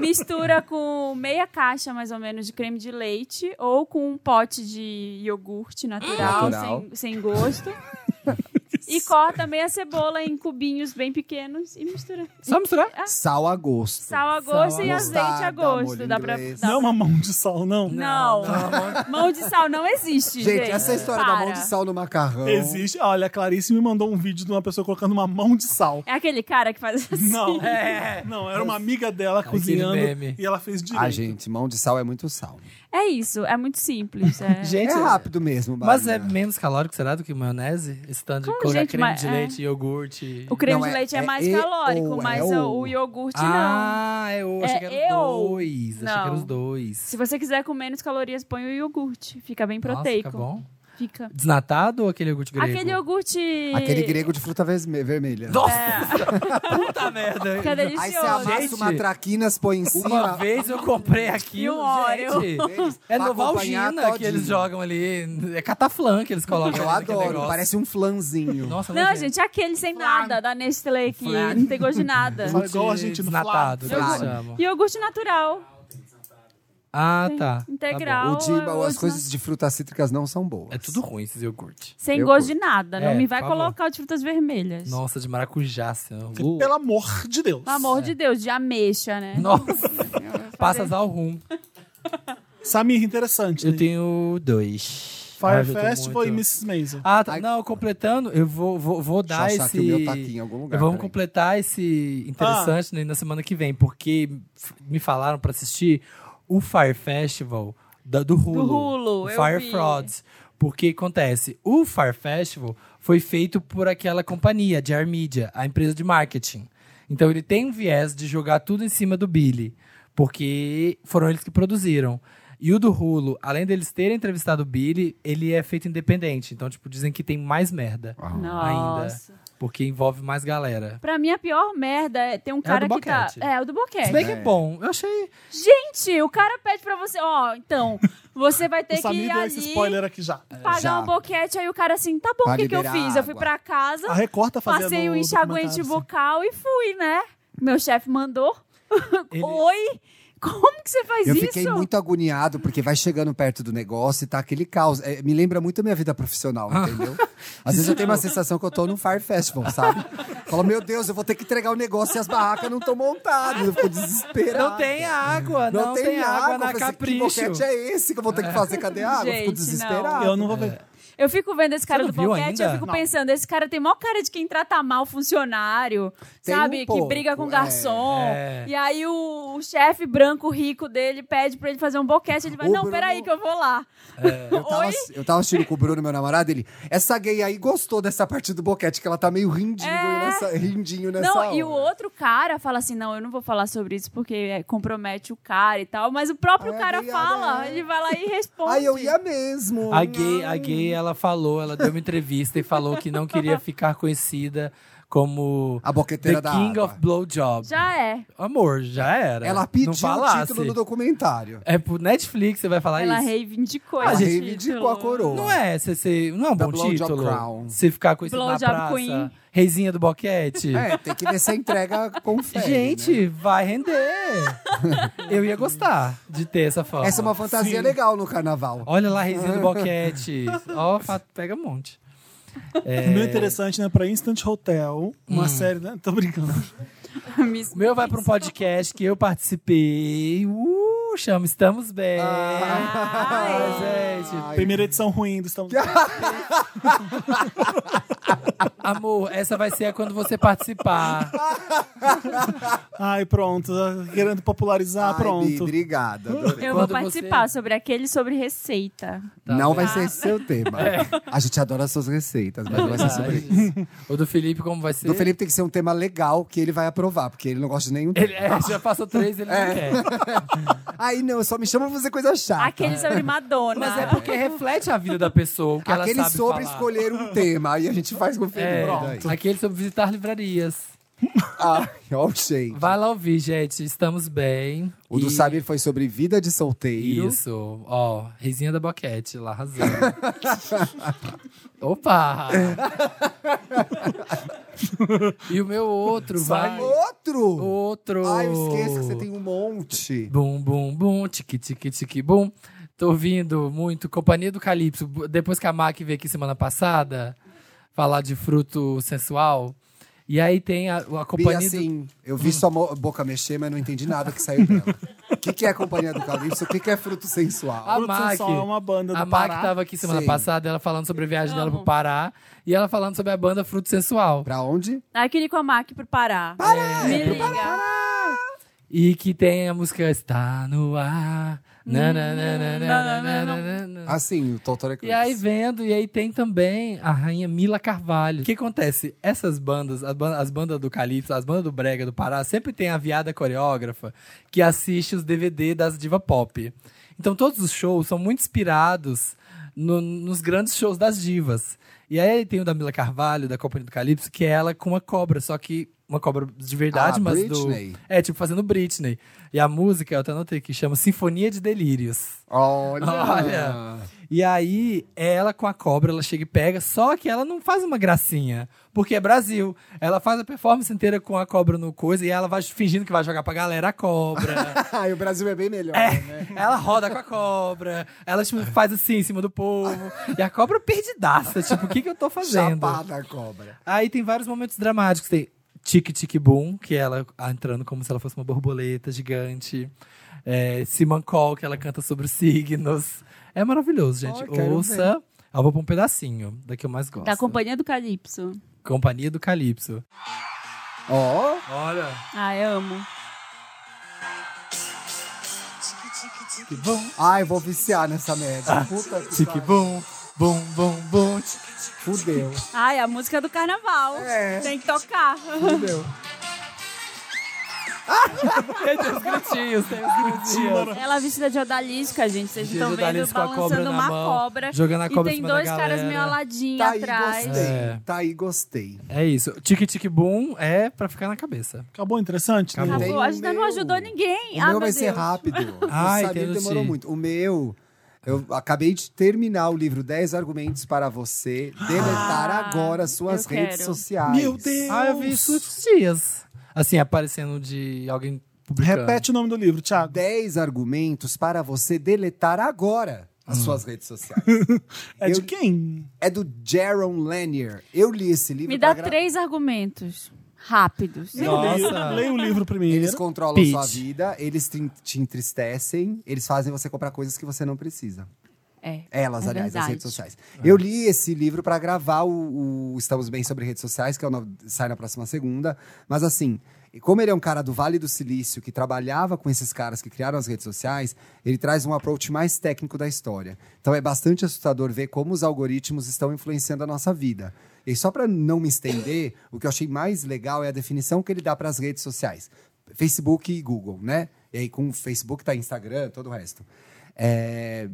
Speaker 3: Mistura com meia caixa, mais ou menos, de creme de leite, ou com um pote de iogurte natural,
Speaker 1: Natural.
Speaker 3: Sem, sem gosto. e corta meia cebola em cubinhos bem pequenos e mistura.
Speaker 4: Só misturar?
Speaker 1: Sal a gosto.
Speaker 3: Sal a
Speaker 4: Sal a
Speaker 3: gosto e azeite a
Speaker 1: mostarda,
Speaker 3: gosto.
Speaker 1: molho
Speaker 3: Dá pra.
Speaker 1: inglês.
Speaker 3: dá-
Speaker 2: Não é uma mão de sal, não.
Speaker 3: Não. Mão de sal não existe.
Speaker 1: Gente,
Speaker 3: Gente,
Speaker 1: essa é história da mão
Speaker 3: Para.
Speaker 1: de sal no macarrão.
Speaker 2: Existe. Olha, a Clarice me mandou um vídeo de uma pessoa colocando uma mão de sal.
Speaker 3: É aquele cara que faz assim.
Speaker 2: Não, não, era uma amiga dela cozinhando
Speaker 4: meme.
Speaker 2: e ela fez direito.
Speaker 1: Ah, gente, mão de sal é muito sal.
Speaker 3: É isso, é muito simples. é.
Speaker 1: É
Speaker 4: Gente,
Speaker 1: rápido mesmo,
Speaker 4: Mas é
Speaker 1: Marina.
Speaker 4: menos calórico, será, do que maionese? Esse tanto de
Speaker 3: Como,
Speaker 4: colocar
Speaker 3: gente,
Speaker 4: creme
Speaker 3: mas-
Speaker 4: de
Speaker 3: é.
Speaker 4: leite, iogurte.
Speaker 3: O creme
Speaker 1: Não,
Speaker 3: de
Speaker 1: é-
Speaker 3: leite é,
Speaker 1: é
Speaker 3: mais
Speaker 1: e
Speaker 3: calórico,
Speaker 1: ou,
Speaker 3: mas
Speaker 1: é
Speaker 3: o,
Speaker 1: ou.
Speaker 3: o iogurte não.
Speaker 4: ah, é o. Achei
Speaker 3: É
Speaker 4: que era
Speaker 3: eu.
Speaker 4: dois. Achei que
Speaker 3: Não.
Speaker 4: era os dois.
Speaker 3: Se você quiser com menos calorias, põe o iogurte. Fica bem
Speaker 4: Nossa,
Speaker 3: proteico.
Speaker 4: fica bom.
Speaker 3: Fica.
Speaker 4: Desnatado ou aquele iogurte grego?
Speaker 3: Aquele iogurte.
Speaker 1: Aquele grego de fruta vesme- vermelha.
Speaker 4: Nossa! Puta merda!
Speaker 3: Fica
Speaker 1: Aí você
Speaker 3: delicioso.
Speaker 1: amassa
Speaker 4: Gente.
Speaker 1: uma traquinas, põe em cima.
Speaker 4: Uma vez eu comprei aqui.
Speaker 3: E um óleo.
Speaker 4: É
Speaker 1: pra acompanhar
Speaker 4: Novalgina que
Speaker 1: todinho.
Speaker 4: eles jogam ali. É cataflã que eles colocam.
Speaker 1: Eu
Speaker 4: ali naquele
Speaker 1: adoro,
Speaker 4: negócio.
Speaker 1: parece um flanzinho.
Speaker 4: Nossa,
Speaker 3: Não, gente, é aquele sem nada da Nestlé que
Speaker 4: Flan.
Speaker 3: não tem gosto de nada.
Speaker 2: Flan. Igual a gente no
Speaker 4: Desnatado, que eles
Speaker 1: Flávio.
Speaker 4: chamam.
Speaker 3: Iogurte natural,
Speaker 4: Ah, tá. Tá bom.
Speaker 3: integral.
Speaker 1: o de,
Speaker 3: eu
Speaker 1: as
Speaker 3: uso
Speaker 1: coisas de frutas cítricas não são boas.
Speaker 4: É tudo ruim esses iogurtes.
Speaker 3: Sem
Speaker 1: Eu
Speaker 3: gosto
Speaker 1: curto.
Speaker 3: de nada.
Speaker 4: É,
Speaker 3: não me vai
Speaker 4: por favor.
Speaker 3: colocar o de frutas vermelhas.
Speaker 4: Nossa, de maracujá, assim. ó. Uh.
Speaker 2: Pelo amor de Deus.
Speaker 3: Pelo amor de Deus, de ameixa, né?
Speaker 4: Nossa, passas ao rum.
Speaker 2: Samir, interessante.
Speaker 4: Eu tenho dois. Ai,
Speaker 2: Fire
Speaker 4: eu tô
Speaker 2: Festival
Speaker 4: muito-
Speaker 2: e Mrs. Maisel.
Speaker 4: Ah, tá. Não, completando, eu vou, vou, vou dar
Speaker 1: Deixa eu achar
Speaker 4: esse.
Speaker 1: que o meu tá aqui em algum lugar,
Speaker 4: Vamos
Speaker 1: peraí.
Speaker 4: completar esse interessante
Speaker 3: Ah.
Speaker 4: né, na semana que vem, porque f- me falaram pra assistir o Fire Festival da- do Hulu.
Speaker 3: Hulu,
Speaker 4: o
Speaker 3: eu
Speaker 4: Fire
Speaker 3: vi.
Speaker 4: Frauds. Porque acontece, o Fire Festival foi feito por aquela companhia, JR Media, a empresa de marketing. Então ele tem um viés de jogar tudo em cima do Billy, porque foram eles que produziram. E o do Hulu, além deles terem entrevistado o Billy, ele é feito independente. Então, tipo, dizem que tem mais merda
Speaker 3: Nossa.
Speaker 4: ainda. Porque envolve mais galera.
Speaker 3: Pra mim, a pior merda é ter um
Speaker 4: do
Speaker 3: cara que tá.
Speaker 4: boquete.
Speaker 3: É, o do boquete.
Speaker 4: Se bem que é bom. Eu achei.
Speaker 3: Gente, o cara pede pra você, ó, então, você vai
Speaker 2: O
Speaker 3: ter que ir
Speaker 2: Samir deu esse
Speaker 3: ali
Speaker 2: spoiler aqui já.
Speaker 3: pagar
Speaker 1: Já.
Speaker 3: um boquete, aí o cara assim, tá bom,
Speaker 1: Pra
Speaker 3: o que, que eu
Speaker 1: liberar
Speaker 3: fiz? Eu fui
Speaker 1: água.
Speaker 3: pra casa,
Speaker 2: A Record tá fazendo
Speaker 3: passei um o
Speaker 2: o
Speaker 3: enxaguante
Speaker 2: documentário, assim.
Speaker 3: bucal e fui, né? Meu chefe mandou.
Speaker 4: Ele-
Speaker 3: Oi? Como que você faz
Speaker 1: Eu
Speaker 3: isso?
Speaker 1: fiquei muito agoniado, porque vai chegando perto do negócio e tá aquele caos. É, me lembra muito a minha vida profissional,
Speaker 4: Ah.
Speaker 1: entendeu? Às vezes eu tenho uma sensação que eu tô num Fire Festival, sabe? Falo, meu Deus, eu vou ter que entregar o negócio e as barracas não estão montadas. Eu fico desesperado.
Speaker 4: Não tem água, não, tem, água, na
Speaker 1: Eu falei assim,
Speaker 4: capricho.
Speaker 1: Que boquete é esse que eu vou ter que fazer? Cadê a água? eu fico
Speaker 3: Gente, não.
Speaker 1: desesperado.
Speaker 2: Eu não vou ver.
Speaker 3: Eu fico vendo esse cara
Speaker 4: não
Speaker 3: do
Speaker 4: viu
Speaker 3: boquete,
Speaker 4: ainda?
Speaker 3: eu fico pensando, esse cara tem maior cara de quem trata mal o funcionário,
Speaker 1: Tem um
Speaker 3: sabe?
Speaker 1: pouco,
Speaker 3: que briga com
Speaker 1: é,
Speaker 3: o garçom.
Speaker 4: é.
Speaker 3: E aí o, o chefe branco rico dele pede pra ele fazer um boquete, ele vai,
Speaker 1: O
Speaker 3: não,
Speaker 1: Bruno-
Speaker 3: peraí que eu vou lá.
Speaker 1: Eu tava,
Speaker 3: Oi?
Speaker 1: eu tava assistindo com o Bruno, meu namorado, ele. Essa gay aí gostou dessa parte do boquete, que ela tá meio rindinho
Speaker 3: É.
Speaker 1: nessa. Rindinho nessa
Speaker 3: Não, e
Speaker 1: hora.
Speaker 3: o outro cara fala assim: não, eu não vou falar sobre isso porque é, compromete o cara e tal. Mas o próprio
Speaker 1: Ah,
Speaker 3: cara
Speaker 1: obrigada,
Speaker 3: fala,
Speaker 1: é.
Speaker 3: ele vai lá e responde.
Speaker 1: Ai, eu ia mesmo.
Speaker 4: A gay, a gay, ela falou, ela deu uma entrevista e falou que não queria ficar conhecida como
Speaker 1: A
Speaker 4: The
Speaker 1: boqueteira da
Speaker 4: King
Speaker 1: água.
Speaker 4: of Blowjob.
Speaker 3: Já é.
Speaker 4: Amor, já era.
Speaker 1: Ela
Speaker 4: não
Speaker 1: pediu o
Speaker 4: falasse.
Speaker 1: título no documentário.
Speaker 4: É pro Netflix, você vai falar
Speaker 3: Ela
Speaker 4: isso.
Speaker 3: reivindicou
Speaker 1: Ela
Speaker 3: esse
Speaker 1: reivindicou
Speaker 3: um título.
Speaker 1: a coroa.
Speaker 4: Não é, você, você- não é um
Speaker 1: Da
Speaker 4: bom
Speaker 1: Blowjob
Speaker 4: título.
Speaker 1: Crown.
Speaker 4: Você ficar com isso na
Speaker 3: Blowjob
Speaker 4: praça.
Speaker 3: Queen.
Speaker 4: Reizinha do boquete.
Speaker 1: É, tem que ver se a entrega confere. né?
Speaker 4: Gente, vai render. Eu ia gostar de ter essa foto.
Speaker 1: Essa é uma fantasia legal no carnaval.
Speaker 4: Olha lá, Reizinha do boquete. Ó, fato, pega um monte. É.
Speaker 2: O meu interessante, né? Pra Instant Hotel,
Speaker 4: Hum.
Speaker 2: uma série. né, Tô brincando.
Speaker 4: O meu vai para um podcast que eu participei. Uh, chama Estamos Bem.
Speaker 1: Ah.
Speaker 4: Ai, gente.
Speaker 2: Primeira edição ruim do Estamos.
Speaker 4: Amor, essa vai ser a quando você participar.
Speaker 1: Tá
Speaker 2: Ai, pronto. Querendo popularizar,
Speaker 4: tá
Speaker 1: Ai, Bi,
Speaker 2: pronto.
Speaker 1: obrigada. adorei.
Speaker 3: Eu
Speaker 4: Quando
Speaker 3: vou
Speaker 4: você-
Speaker 3: participar sobre aquele sobre receita.
Speaker 4: Tá
Speaker 1: não
Speaker 4: bem.
Speaker 1: vai ser seu tema.
Speaker 4: É.
Speaker 1: A gente adora suas receitas, mas não vai ser sobre isso.
Speaker 4: O do Felipe, como vai ser?
Speaker 1: Do Felipe tem que ser um tema legal que ele vai aprovar, porque ele não gosta de nenhum.
Speaker 4: Ele, é, já passou três, ele
Speaker 1: É.
Speaker 4: não quer.
Speaker 1: Ai, não, só me chama pra fazer coisa
Speaker 4: Ah,
Speaker 1: chata.
Speaker 3: Aquele
Speaker 4: tá.
Speaker 3: sobre Madonna.
Speaker 4: Mas é porque reflete a vida da pessoa, o que
Speaker 1: Aquele
Speaker 4: ela sabe
Speaker 1: sobre
Speaker 4: falar.
Speaker 1: escolher um tema. Aí a né? gente faz um com o
Speaker 4: É,
Speaker 1: Felipe. daí.
Speaker 4: aquele sobre visitar livrarias.
Speaker 1: Ai, Ah, ó, o shade.
Speaker 4: Vai lá ouvir, gente. Estamos bem.
Speaker 1: O do
Speaker 4: E-
Speaker 1: Sabir foi sobre vida de solteiro.
Speaker 4: Isso. Ó, risinha da boquete, lá arrasando. Opa! e o meu outro vai... Oh.
Speaker 1: Outro!
Speaker 4: Outro!
Speaker 1: Ai, eu esqueço que você tem um monte.
Speaker 4: Bum, bum, bum, tique, tique, tique, bum. Tô ouvindo muito Companhia do Calypso. B- Depois que a Mac veio aqui semana passada falar de fruto sensual. E aí tem a, a
Speaker 1: E
Speaker 4: Companhia do...
Speaker 1: assim, eu vi sua mo- boca mexer, mas não entendi nada que saiu dela. O que, que é a Companhia do Calypso? O que, que é fruto sensual?
Speaker 4: A
Speaker 2: Fruto
Speaker 4: Mac,
Speaker 2: Sensual é uma banda do
Speaker 4: a Mac tá-
Speaker 2: Pará.
Speaker 4: tava aqui semana
Speaker 1: Sim.
Speaker 4: passada, ela falando sobre a viagem dela pro Pará. E ela falando sobre a banda Fruto Sensual.
Speaker 1: Pra onde?
Speaker 3: Aquele com a Mac pro Pará. Pará!
Speaker 1: é
Speaker 3: Me liga.
Speaker 4: E que tem a música Está no ar. Na, na, na, na, na, na, na, na, na.
Speaker 1: Assim, o Total Eclipse.
Speaker 4: E aí vendo, e aí tem também a rainha Mila Carvalho. O que acontece? Essas bandas, as bandas, as bandas do Calypso, as bandas do Brega, do Pará, sempre tem a viada coreógrafa que assiste os DVD das diva pop. Então todos os shows são muito inspirados no- nos grandes shows das divas. E aí tem o da Mila Carvalho, da Companhia do Calypso, que é ela com uma cobra, só que uma cobra de verdade,
Speaker 1: Ah,
Speaker 4: mas
Speaker 1: Britney.
Speaker 4: do. É, tipo fazendo Britney. E a música, eu até anotei que chama Sinfonia de Delírios.
Speaker 1: Olha.
Speaker 4: Olha. E aí, ela com a cobra, ela chega e pega, só que ela não faz uma gracinha, porque é Brasil. Ela faz a performance inteira com a cobra no coisa e ela vai fingindo que vai jogar pra galera a cobra.
Speaker 1: Ai, o Brasil é bem melhor, né?
Speaker 4: ela roda com a cobra, ela tipo, faz assim em cima do povo. E a cobra perdidaça, tipo, o que, que eu tô fazendo?
Speaker 1: Chapada a cobra.
Speaker 4: Aí tem vários momentos dramáticos. Tem Tic Tic Boom, que ela entrando como se ela fosse uma borboleta gigante. É, Simon Call, que ela canta sobre os signos. É maravilhoso, gente.
Speaker 1: Ai, quero
Speaker 4: Ouça. Eu vou pra um pedacinho, da que eu mais gosto.
Speaker 3: Da Companhia do Calypso.
Speaker 4: Companhia do Calypso.
Speaker 1: Ó.
Speaker 4: Olha.
Speaker 3: Ah, eu amo.
Speaker 4: Tic Boom.
Speaker 1: Ai, vou viciar nessa merda. Puta que
Speaker 4: Tic
Speaker 1: pariu.
Speaker 4: Boom. Boom, boom, boom.
Speaker 1: Fudeu.
Speaker 3: Ai, a música do carnaval.
Speaker 1: É.
Speaker 3: Tem que tocar.
Speaker 1: Fudeu.
Speaker 4: Tem os gritinhos, tem os gritinhos.
Speaker 3: Ela é vestida de odalisca, gente. Vocês
Speaker 4: De
Speaker 3: estão vendo
Speaker 4: odalisca com a cobra
Speaker 3: balançando
Speaker 4: na
Speaker 3: uma
Speaker 4: mão,
Speaker 3: cobra.
Speaker 4: jogando a cobra
Speaker 3: E tem
Speaker 4: em cima da
Speaker 3: dois caras
Speaker 4: galera.
Speaker 3: meio aladinhos
Speaker 1: Tá aí,
Speaker 3: atrás.
Speaker 1: gostei.
Speaker 4: É.
Speaker 1: Tá aí, gostei.
Speaker 4: É isso. Tic Tic Boom é pra ficar na cabeça.
Speaker 2: Acabou interessante? né?
Speaker 4: Acabou.
Speaker 2: Ney?
Speaker 1: Tem
Speaker 3: Acabou.
Speaker 1: o
Speaker 3: A gente ainda não
Speaker 1: meu.
Speaker 3: ajudou ninguém.
Speaker 1: O
Speaker 3: ah,
Speaker 1: meu vai
Speaker 3: Deus.
Speaker 1: ser rápido.
Speaker 4: Ai,
Speaker 1: o Sabino
Speaker 4: Taylor
Speaker 1: demorou
Speaker 4: Swift.
Speaker 1: muito. O meu, eu acabei de terminar o livro 10 argumentos para você deletar
Speaker 3: Ah,
Speaker 1: agora suas
Speaker 3: eu
Speaker 1: redes
Speaker 3: quero.
Speaker 1: sociais.
Speaker 2: Meu Deus!
Speaker 4: Ah, eu vi isso esses dias. Assim, aparecendo de alguém publicando.
Speaker 2: Repete o nome do livro, Thiago.
Speaker 1: 10 argumentos para você deletar agora as suas redes sociais.
Speaker 2: É de
Speaker 1: Eu-
Speaker 2: quem?
Speaker 1: É do Jaron Lanier. Eu li esse livro.
Speaker 3: Me dá
Speaker 1: pra gra-
Speaker 3: três argumentos rápidos.
Speaker 2: Eu leio-
Speaker 4: Nossa.
Speaker 2: Leia o livro primeiro.
Speaker 1: Eles controlam
Speaker 4: Pete.
Speaker 1: sua vida, eles te te entristecem, eles fazem você comprar coisas que você não precisa.
Speaker 3: É.
Speaker 1: Elas,
Speaker 3: É
Speaker 1: aliás, as
Speaker 3: verdade.
Speaker 1: redes sociais. Eu li esse livro pra gravar o, o Estamos Bem sobre Redes Sociais, que é o novo- sai na próxima segunda. Mas assim, como ele é um cara do Vale do Silício, que trabalhava com esses caras que criaram as redes sociais, ele traz um approach mais técnico da história. Então é bastante assustador ver como os algoritmos estão influenciando a nossa vida. E só pra não me estender, o que eu achei mais legal é a definição que ele dá para as redes sociais. Facebook e Google, né? E aí com o Facebook tá Instagram, todo o resto. É...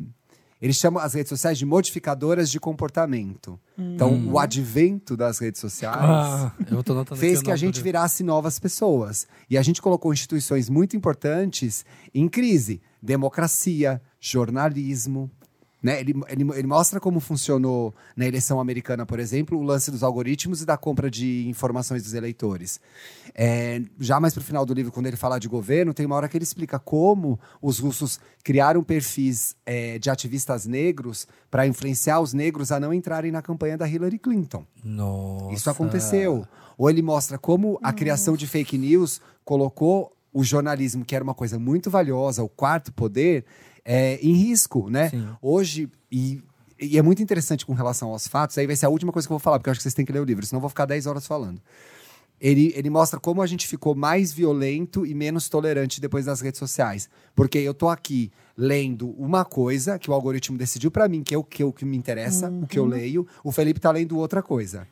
Speaker 1: Eles chamam as redes sociais de modificadoras de comportamento. Então, o advento das redes sociais
Speaker 4: Ah, eu tô notando
Speaker 1: fez
Speaker 4: aqui o
Speaker 1: que a
Speaker 4: nome
Speaker 1: gente
Speaker 4: do-
Speaker 1: virasse novas pessoas. E a gente colocou instituições muito importantes em crise. Democracia, jornalismo. Né? Ele, ele, ele mostra como funcionou na eleição americana, por exemplo, o lance dos algoritmos e da compra de informações dos eleitores. É, já mais pro final do livro, quando ele fala de governo, tem uma hora que ele explica como os russos criaram perfis é, de ativistas negros para influenciar os negros a não entrarem na campanha da Hillary Clinton.
Speaker 4: Nossa.
Speaker 1: Isso aconteceu. Ou ele mostra como a criação de fake news colocou o jornalismo, que era uma coisa muito valiosa, o quarto poder, é, em risco, né?
Speaker 4: Sim.
Speaker 1: Hoje, e, e é muito interessante com relação aos fatos, aí vai ser a última coisa que eu vou falar, porque eu acho que vocês têm que ler o livro, senão eu vou ficar 10 horas falando. Ele, ele mostra como a gente ficou mais violento e menos tolerante depois das redes sociais. Porque eu tô aqui lendo uma coisa que o algoritmo decidiu pra mim, que é o que, o que me interessa, o que eu leio. O Felipe tá lendo outra coisa.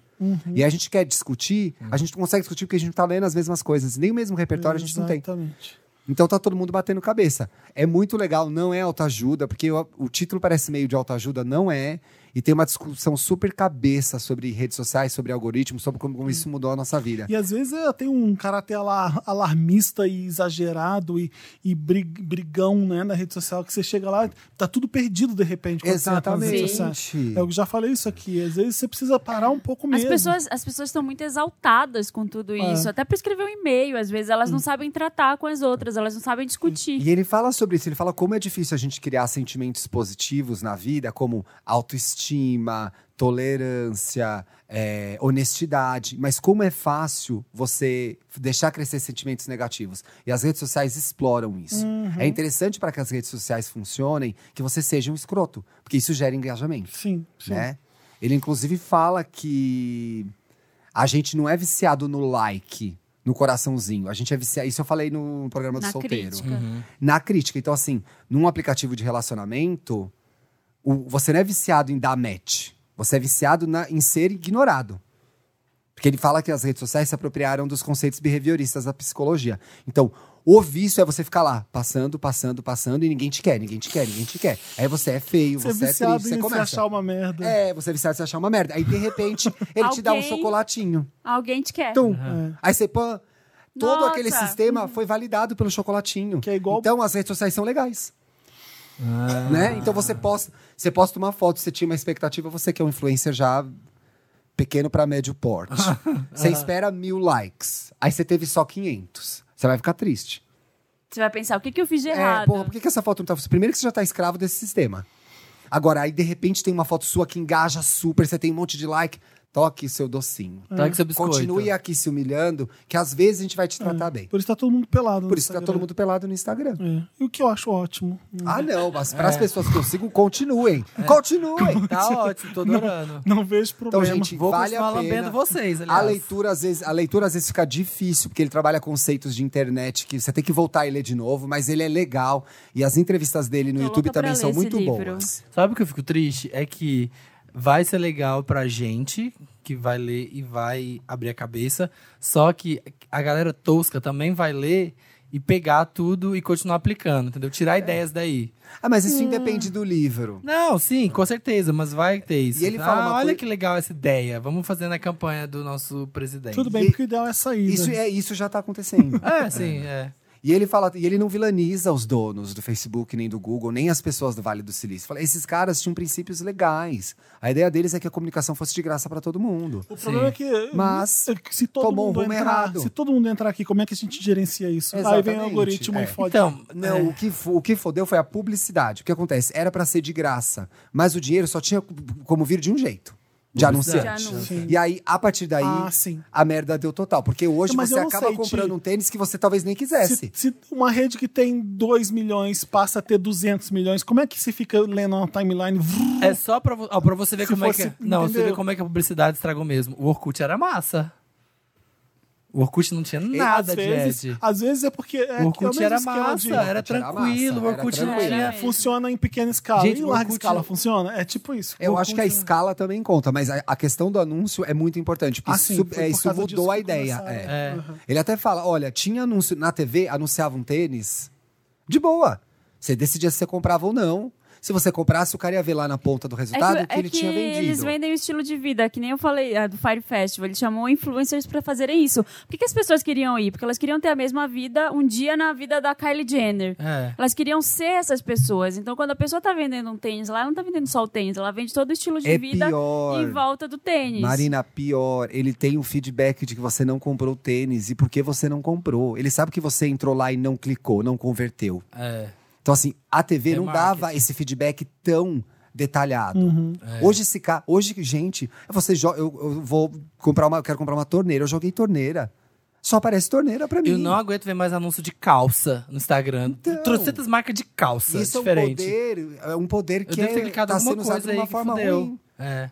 Speaker 1: E a gente quer discutir, a gente não consegue discutir porque a gente não tá lendo as mesmas coisas. Nem o mesmo repertório a gente não tem.
Speaker 2: Exatamente.
Speaker 1: Então tá todo mundo batendo cabeça. É muito legal, não é autoajuda, porque o, o título parece meio de autoajuda, não é. E tem uma discussão super cabeça sobre redes sociais, sobre algoritmos, sobre como, como isso mudou a nossa vida.
Speaker 2: E às vezes é, tem um caráter alar- alarmista e exagerado e, e brig- brigão né, na rede social que você chega lá tá tudo perdido de
Speaker 1: Tipo, tá
Speaker 2: repente. quando você entra nas redes sociais.
Speaker 1: Exatamente.
Speaker 2: É Eu já falei isso aqui. Às vezes você precisa parar um pouco
Speaker 3: As
Speaker 2: mesmo.
Speaker 3: pessoas, as pessoas estão muito exaltadas com tudo
Speaker 4: É.
Speaker 3: isso. Até para escrever um e-mail, às vezes
Speaker 4: Hum.
Speaker 3: elas não sabem tratar com as outras, elas não sabem discutir.
Speaker 1: E ele fala sobre isso, ele fala como é difícil a gente criar sentimentos positivos na vida, como autoestima, tolerância, é, honestidade, mas como é fácil você deixar crescer sentimentos negativos. E as redes sociais exploram
Speaker 2: Uhum.
Speaker 1: isso. É interessante para que as redes sociais funcionem que você seja um escroto, porque isso gera engajamento
Speaker 2: Sim, sim.
Speaker 1: né? Ele inclusive fala que a gente não é viciado no like, no coraçãozinho. A gente é viciado. Isso eu falei no programa do
Speaker 4: é
Speaker 3: Na
Speaker 1: solteiro.
Speaker 3: crítica.
Speaker 4: Uhum.
Speaker 1: Na crítica. Então, assim, num aplicativo de relacionamento, o- você não é viciado em dar match. Você é viciado na- em ser ignorado. Porque ele fala que as redes sociais se apropriaram dos conceitos behavioristas da psicologia. Então, o vício é você ficar lá, passando, passando, passando, e ninguém te quer, ninguém te quer, ninguém te quer. Aí você é feio,
Speaker 2: Você é
Speaker 1: você é,
Speaker 2: viciado
Speaker 1: triste, você
Speaker 2: em se
Speaker 1: começa.
Speaker 2: achar uma merda.
Speaker 1: É, você é viciado em se achar uma merda. Aí, de repente, ele te dá um
Speaker 3: Alguém-
Speaker 1: chocolatinho.
Speaker 3: Alguém te
Speaker 4: Então-
Speaker 3: quer.
Speaker 1: Tum.
Speaker 2: É.
Speaker 1: Aí você pã. Todo
Speaker 3: Nossa.
Speaker 1: aquele sistema foi validado pelo chocolatinho.
Speaker 2: Que é igual- Ah.
Speaker 1: Então as redes sociais são legais. Né? Então você posta, você posta uma foto, você tinha uma expectativa, você que é um influencer já pequeno pra médio porte. Você espera mil likes, aí você teve só 500. Você vai ficar triste.
Speaker 3: Você vai pensar, o que, que eu fiz de
Speaker 1: É,
Speaker 3: errado?
Speaker 1: porra, por que, que essa foto não tá. Primeiro que você já tá escravo desse sistema. Agora, aí de repente tem uma foto sua que engaja super, você tem um monte de like. Toque seu docinho.
Speaker 3: É.
Speaker 4: Tá que seu biscoito.
Speaker 1: Continue aqui se humilhando, que às vezes a gente vai te
Speaker 3: É.
Speaker 1: tratar bem.
Speaker 2: Por isso tá todo mundo pelado. no
Speaker 1: Por isso tá todo
Speaker 2: Instagram.
Speaker 1: mundo pelado no
Speaker 3: Hum.
Speaker 1: Instagram.
Speaker 2: É. E o que eu acho ótimo.
Speaker 1: Ah, não, mas
Speaker 3: É.
Speaker 1: para as pessoas que eu sigo, continuem. Continuem!
Speaker 4: Tá ótimo, tô adorando.
Speaker 2: Não vejo
Speaker 1: Então,
Speaker 2: problema.
Speaker 1: gente,
Speaker 4: Vou
Speaker 1: vale
Speaker 4: continuar
Speaker 1: a pena.
Speaker 4: lambendo vocês, aliás.
Speaker 1: A leitura, às vezes, a leitura às vezes fica difícil, porque ele trabalha conceitos de internet que você tem que voltar e ler de novo, mas ele é legal. E as entrevistas dele no
Speaker 3: Tô
Speaker 1: YouTube
Speaker 3: louca pra
Speaker 1: também
Speaker 3: ler
Speaker 1: são
Speaker 3: esse
Speaker 1: muito
Speaker 3: livro.
Speaker 1: boas.
Speaker 4: Sabe o que eu fico triste? É que vai ser legal pra gente que vai ler e vai abrir a cabeça, só que a galera tosca também vai ler e pegar tudo e continuar aplicando, entendeu?
Speaker 1: É.
Speaker 4: Tirar ideias daí.
Speaker 1: Ah, mas
Speaker 3: Hum.
Speaker 1: isso independe do livro.
Speaker 4: Não, sim, com certeza, mas vai ter isso.
Speaker 1: E ele fala
Speaker 4: ah,
Speaker 1: uma
Speaker 4: olha
Speaker 1: coi-
Speaker 4: que legal essa ideia. Vamos fazer na campanha do nosso presidente.
Speaker 2: Tudo bem,
Speaker 1: E-
Speaker 2: porque o ideal é sair.
Speaker 1: Isso, é, isso já tá acontecendo.
Speaker 4: É, sim, é.
Speaker 1: E ele fala, e ele não vilaniza os donos do Facebook, nem do Google, nem as pessoas do Vale do Silício. Fala, esses caras tinham princípios legais. A ideia deles é que a comunicação fosse de graça pra todo mundo.
Speaker 2: O problema é que
Speaker 1: Mas
Speaker 2: é que se todo
Speaker 1: tomou um
Speaker 2: mundo
Speaker 1: rumo
Speaker 2: entrar,
Speaker 1: errado.
Speaker 2: se todo mundo entrar aqui, como é que a gente gerencia isso? Aí vem
Speaker 1: Exatamente,
Speaker 2: o algoritmo
Speaker 1: é.
Speaker 2: e fode.
Speaker 4: Então,
Speaker 1: Não, o, que, fo- o que fodeu foi a publicidade. O que acontece? Era pra ser de graça, mas o dinheiro só tinha como vir de um jeito. De
Speaker 3: De
Speaker 1: anunciante.
Speaker 3: anúncio.
Speaker 1: E aí, a partir daí,
Speaker 2: ah, sim.
Speaker 1: a merda deu total. Porque hoje
Speaker 2: Mas
Speaker 1: você
Speaker 2: eu não
Speaker 1: acaba
Speaker 2: sei,
Speaker 1: comprando
Speaker 2: Ti.
Speaker 1: um tênis que você talvez nem quisesse.
Speaker 2: Se, se uma rede que tem 2 milhões passa a ter 200 milhões, como é que você fica lendo uma timeline? Vrrr,
Speaker 4: É só pra, vo- ó, pra você ver
Speaker 2: Se
Speaker 4: como é
Speaker 2: fosse-
Speaker 4: que. Não, você vê
Speaker 2: entendeu?
Speaker 4: como é que a publicidade estragou mesmo. O Orkut era massa. O Orkut não tinha nada
Speaker 2: às
Speaker 4: de
Speaker 2: vezes,
Speaker 4: Ed.
Speaker 2: às vezes é porque é, que é
Speaker 4: O
Speaker 2: o
Speaker 4: Orkut
Speaker 2: mesmo
Speaker 4: era
Speaker 2: esquema
Speaker 4: massa,
Speaker 2: de-
Speaker 4: era
Speaker 1: Orkut era
Speaker 4: tranquilo, o
Speaker 1: massa, era
Speaker 4: Orkut não
Speaker 1: tranquilo.
Speaker 4: tinha.
Speaker 3: Era.
Speaker 2: Funciona em pequena escala.
Speaker 4: Gente,
Speaker 2: e em
Speaker 4: o
Speaker 2: larga
Speaker 4: Orkut-
Speaker 2: escala funciona? É tipo isso.
Speaker 1: Eu
Speaker 2: O
Speaker 1: acho que a
Speaker 2: Orkut-
Speaker 1: escala também conta, mas a, a questão do anúncio é muito importante. Porque
Speaker 2: Ah,
Speaker 1: isso,
Speaker 2: sim,
Speaker 1: sub-
Speaker 2: foi
Speaker 1: é,
Speaker 2: por
Speaker 1: isso
Speaker 2: causa disso
Speaker 1: mudou
Speaker 2: que
Speaker 1: a ideia.
Speaker 2: começaram.
Speaker 1: é.
Speaker 4: É.
Speaker 1: Ele até fala: olha, tinha anúncio na TV, anunciava um tênis, de boa. Você decidia se você comprava ou não. Se você comprasse, o cara ia ver lá na ponta do resultado o que
Speaker 3: é
Speaker 1: ele tinha vendido.
Speaker 3: eles vendem o estilo de vida, que nem eu falei ah, do Fire Festival. Ele chamou influencers pra fazerem isso. Por que, que as pessoas queriam ir? Porque elas queriam ter a mesma vida um dia na vida da Kylie Jenner.
Speaker 4: É.
Speaker 3: Elas queriam ser essas pessoas. Então, quando a pessoa tá vendendo um tênis lá, ela não tá vendendo só o tênis, ela vende todo o estilo de
Speaker 1: É
Speaker 3: vida
Speaker 1: pior.
Speaker 3: em volta do tênis.
Speaker 1: Marina, pior, ele tem o feedback de que você não comprou o tênis e por que você não comprou. Ele sabe que você entrou lá e não clicou, não converteu.
Speaker 4: É.
Speaker 1: Então, assim, a TV não
Speaker 4: Remarketing.
Speaker 1: dava esse feedback tão detalhado.
Speaker 2: Uhum.
Speaker 4: É.
Speaker 1: Hoje, esse ca... Hoje, gente, é você jo... eu, eu vou comprar uma. Eu quero comprar uma torneira. Eu joguei torneira. Só aparece torneira pra mim.
Speaker 4: Eu não aguento ver mais anúncio de calça no Instagram.
Speaker 1: Então.
Speaker 4: Trocentas marcas de calça
Speaker 1: Isso
Speaker 4: diferente.
Speaker 1: é um poder, é um poder
Speaker 4: Eu
Speaker 1: que
Speaker 4: devo ter
Speaker 1: é,
Speaker 4: clicado
Speaker 1: tá
Speaker 4: alguma
Speaker 1: sendo usado
Speaker 4: coisa
Speaker 1: de
Speaker 4: aí
Speaker 1: uma
Speaker 4: que
Speaker 1: forma
Speaker 4: fudeu.
Speaker 1: ruim.
Speaker 4: É.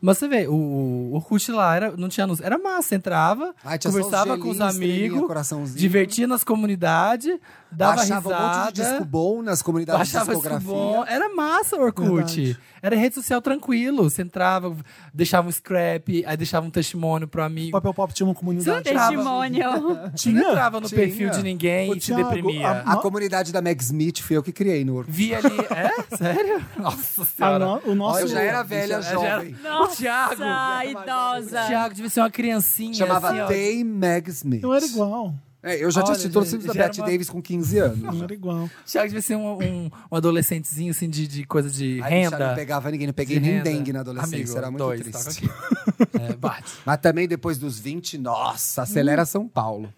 Speaker 4: Mas você vê, o, o Orkut lá era, não tinha anúncio. Era massa, entrava,
Speaker 1: Ai, tinha só os
Speaker 4: conversava com os
Speaker 1: gelinhos, estrelinha,
Speaker 4: amigos,
Speaker 1: coraçãozinho.
Speaker 4: divertia nas comunidades, dava
Speaker 1: Baixava um monte de
Speaker 4: risada.
Speaker 1: disco bom nas comunidades
Speaker 4: Baixava
Speaker 1: de
Speaker 4: isso
Speaker 1: discografia.
Speaker 4: bom. Era massa o Orkut.
Speaker 2: Verdade.
Speaker 4: Era rede social tranquilo. Você entrava, deixava um scrap, aí deixava um testemunho pro
Speaker 2: O
Speaker 4: amigo.
Speaker 1: é
Speaker 2: papel pop tinha uma
Speaker 4: Você não
Speaker 2: comunidade.
Speaker 4: entrava,
Speaker 3: Testemunho.
Speaker 4: você não entrava no
Speaker 1: Tinha.
Speaker 4: perfil de ninguém
Speaker 2: Ô,
Speaker 4: e se
Speaker 2: Thiago,
Speaker 4: deprimia.
Speaker 2: a-
Speaker 1: A comunidade da Meg Smith foi eu que criei no Orkut.
Speaker 4: Via ali. É? Sério? Nossa
Speaker 2: A
Speaker 4: senhora.
Speaker 2: no- o nosso
Speaker 1: eu já era velha,
Speaker 4: já era-
Speaker 1: jovem.
Speaker 3: Nossa,
Speaker 4: Thiago.
Speaker 3: idosa.
Speaker 4: Thiago devia ser uma criancinha.
Speaker 1: Chamava
Speaker 4: assim, ó.
Speaker 1: Dame Meg Smith.
Speaker 2: Eu era igual.
Speaker 1: É, eu já tinha
Speaker 4: Olha,
Speaker 1: assistido todos os
Speaker 4: gente,
Speaker 1: filmes da
Speaker 4: já era
Speaker 1: Bette
Speaker 4: uma-
Speaker 1: Davis com 15 anos.
Speaker 2: Eu era igual.
Speaker 4: Thiago devia ser um, um, um adolescentezinho, assim, de, de coisa de
Speaker 1: Ai, bicha,
Speaker 4: renda.
Speaker 1: Não pegava ninguém, não
Speaker 4: de
Speaker 1: peguei nem
Speaker 4: renda.
Speaker 1: dengue na adolescência,
Speaker 4: Amigo,
Speaker 1: era muito
Speaker 4: dois,
Speaker 1: triste.
Speaker 4: toca aqui. É, bate.
Speaker 1: Mas também depois dos 20, nossa, acelera São Paulo.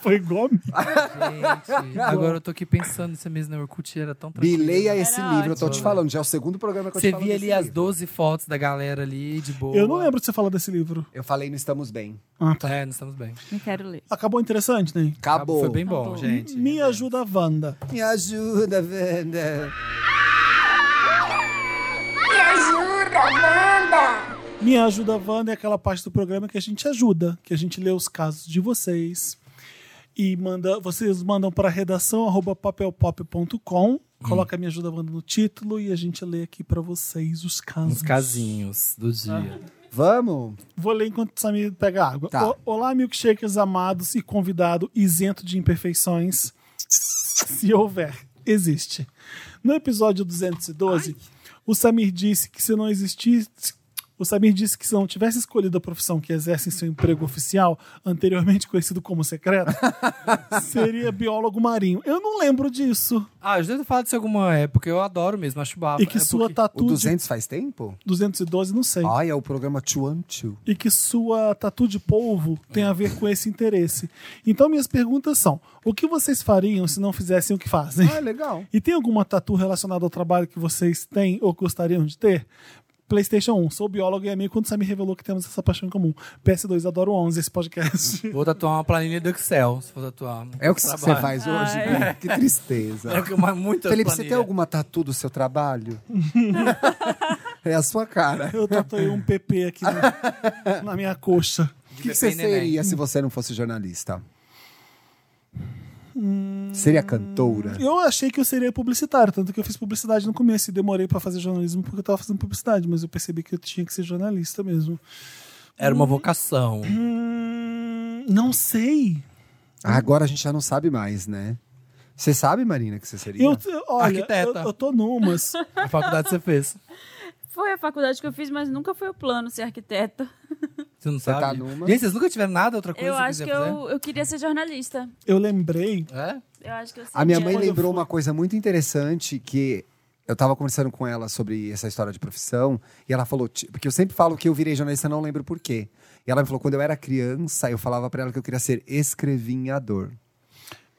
Speaker 2: Foi igual a mim.
Speaker 4: Gente, agora eu tô aqui pensando se a mesa na Orkut era tão tranquila.
Speaker 1: Bileia é esse
Speaker 3: Era
Speaker 1: livro, eu tô te
Speaker 4: ótimo.
Speaker 1: falando, já é o segundo programa que eu
Speaker 4: Você
Speaker 1: te falo
Speaker 4: via
Speaker 1: desse
Speaker 4: ali as
Speaker 1: livro.
Speaker 4: 12 fotos da galera ali, de boa.
Speaker 2: Eu não lembro de você falar desse livro.
Speaker 1: Eu falei, não estamos bem.
Speaker 4: É, não estamos bem.
Speaker 3: Não quero ler.
Speaker 2: Acabou interessante, Ney?
Speaker 1: Acabou.
Speaker 4: Foi bem bom, gente.
Speaker 2: Me ajuda a Wanda.
Speaker 1: Me ajuda, Wanda.
Speaker 8: Me ajuda, Wanda!
Speaker 2: Me ajuda Wanda é aquela parte do programa que a gente ajuda, que a gente lê os casos de vocês e manda, vocês mandam para redação arroba papelpop.com, coloca Me ajuda Wanda no título e a gente lê aqui para vocês os casos.
Speaker 1: Ah.
Speaker 4: Uns casinhos do dia.
Speaker 1: Vamos?
Speaker 2: Vou ler enquanto o Samir pega água.
Speaker 1: Tá.
Speaker 2: O- Olá, milkshakers amados e convidado isento de imperfeições. Se houver, existe. No episódio 212, o Samir disse que se não existisse. O Samir disse que se não tivesse escolhido a profissão que exerce em seu emprego oficial, anteriormente conhecido como secreto, seria biólogo marinho. Eu não lembro disso.
Speaker 4: Ah, às vezes eu falo disso em alguma época, eu adoro mesmo, acho bafo.
Speaker 2: E que
Speaker 4: É
Speaker 2: sua
Speaker 4: porque-
Speaker 1: O
Speaker 2: tatu de
Speaker 1: 200 faz tempo?
Speaker 2: 212, não sei.
Speaker 1: Ai, é o programa 212.
Speaker 2: e que sua tatu de polvo tem a ver com esse interesse. Então, minhas perguntas são: o que vocês fariam se não fizessem o que fazem?
Speaker 1: Ah, legal.
Speaker 2: E tem alguma tatu relacionada ao trabalho que vocês têm ou gostariam de ter? PlayStation 1, sou biólogo e amigo quando você me revelou que temos essa paixão em comum. PS2, adoro 11 esse podcast.
Speaker 4: Vou tatuar uma planilha do Excel, se for tatuar.
Speaker 1: tá- É o que você
Speaker 4: Trabalho.
Speaker 1: faz hoje? é. né? Que tristeza.
Speaker 4: É o que eu- muita
Speaker 1: Felipe, você
Speaker 4: planilha.
Speaker 1: tem alguma tatu do seu trabalho? é a sua cara.
Speaker 2: Eu tatuei um PP aqui na, na minha coxa.
Speaker 1: O que, que você
Speaker 4: Neném.
Speaker 1: seria se você não fosse jornalista? Seria cantora?
Speaker 2: Eu achei que eu seria publicitário, tanto que eu fiz publicidade no começo e demorei pra fazer jornalismo porque eu tava fazendo publicidade, mas eu percebi que eu tinha que ser jornalista mesmo.
Speaker 4: Era uma vocação.
Speaker 2: Hum, não sei.
Speaker 1: Ah, agora a gente já não sabe mais, né? Você sabe, Marina, que você seria?
Speaker 2: Eu, eu- olha, eu,
Speaker 4: Arquiteta.
Speaker 2: eu tô numas.
Speaker 4: A faculdade você fez.
Speaker 3: Foi a faculdade que eu fiz, mas nunca foi o plano ser arquiteta.
Speaker 4: Você não sabe?
Speaker 1: tá numa.
Speaker 4: Gente, vocês nunca tiveram nada, outra coisa
Speaker 3: Eu
Speaker 4: que
Speaker 3: acho
Speaker 4: quiser
Speaker 3: que eu, eu queria ser jornalista.
Speaker 2: Eu lembrei.
Speaker 4: fazer? É?
Speaker 3: Eu acho que eu seria.
Speaker 1: A minha mãe
Speaker 2: Quando eu
Speaker 1: lembrou
Speaker 2: fui-
Speaker 1: uma coisa muito interessante que eu tava conversando com ela sobre essa história de profissão e ela falou, "Ti- porque eu sempre falo que eu virei jornalista, não lembro por quê. E ela me falou quando eu era criança, eu falava pra ela que eu queria ser escrevinhador.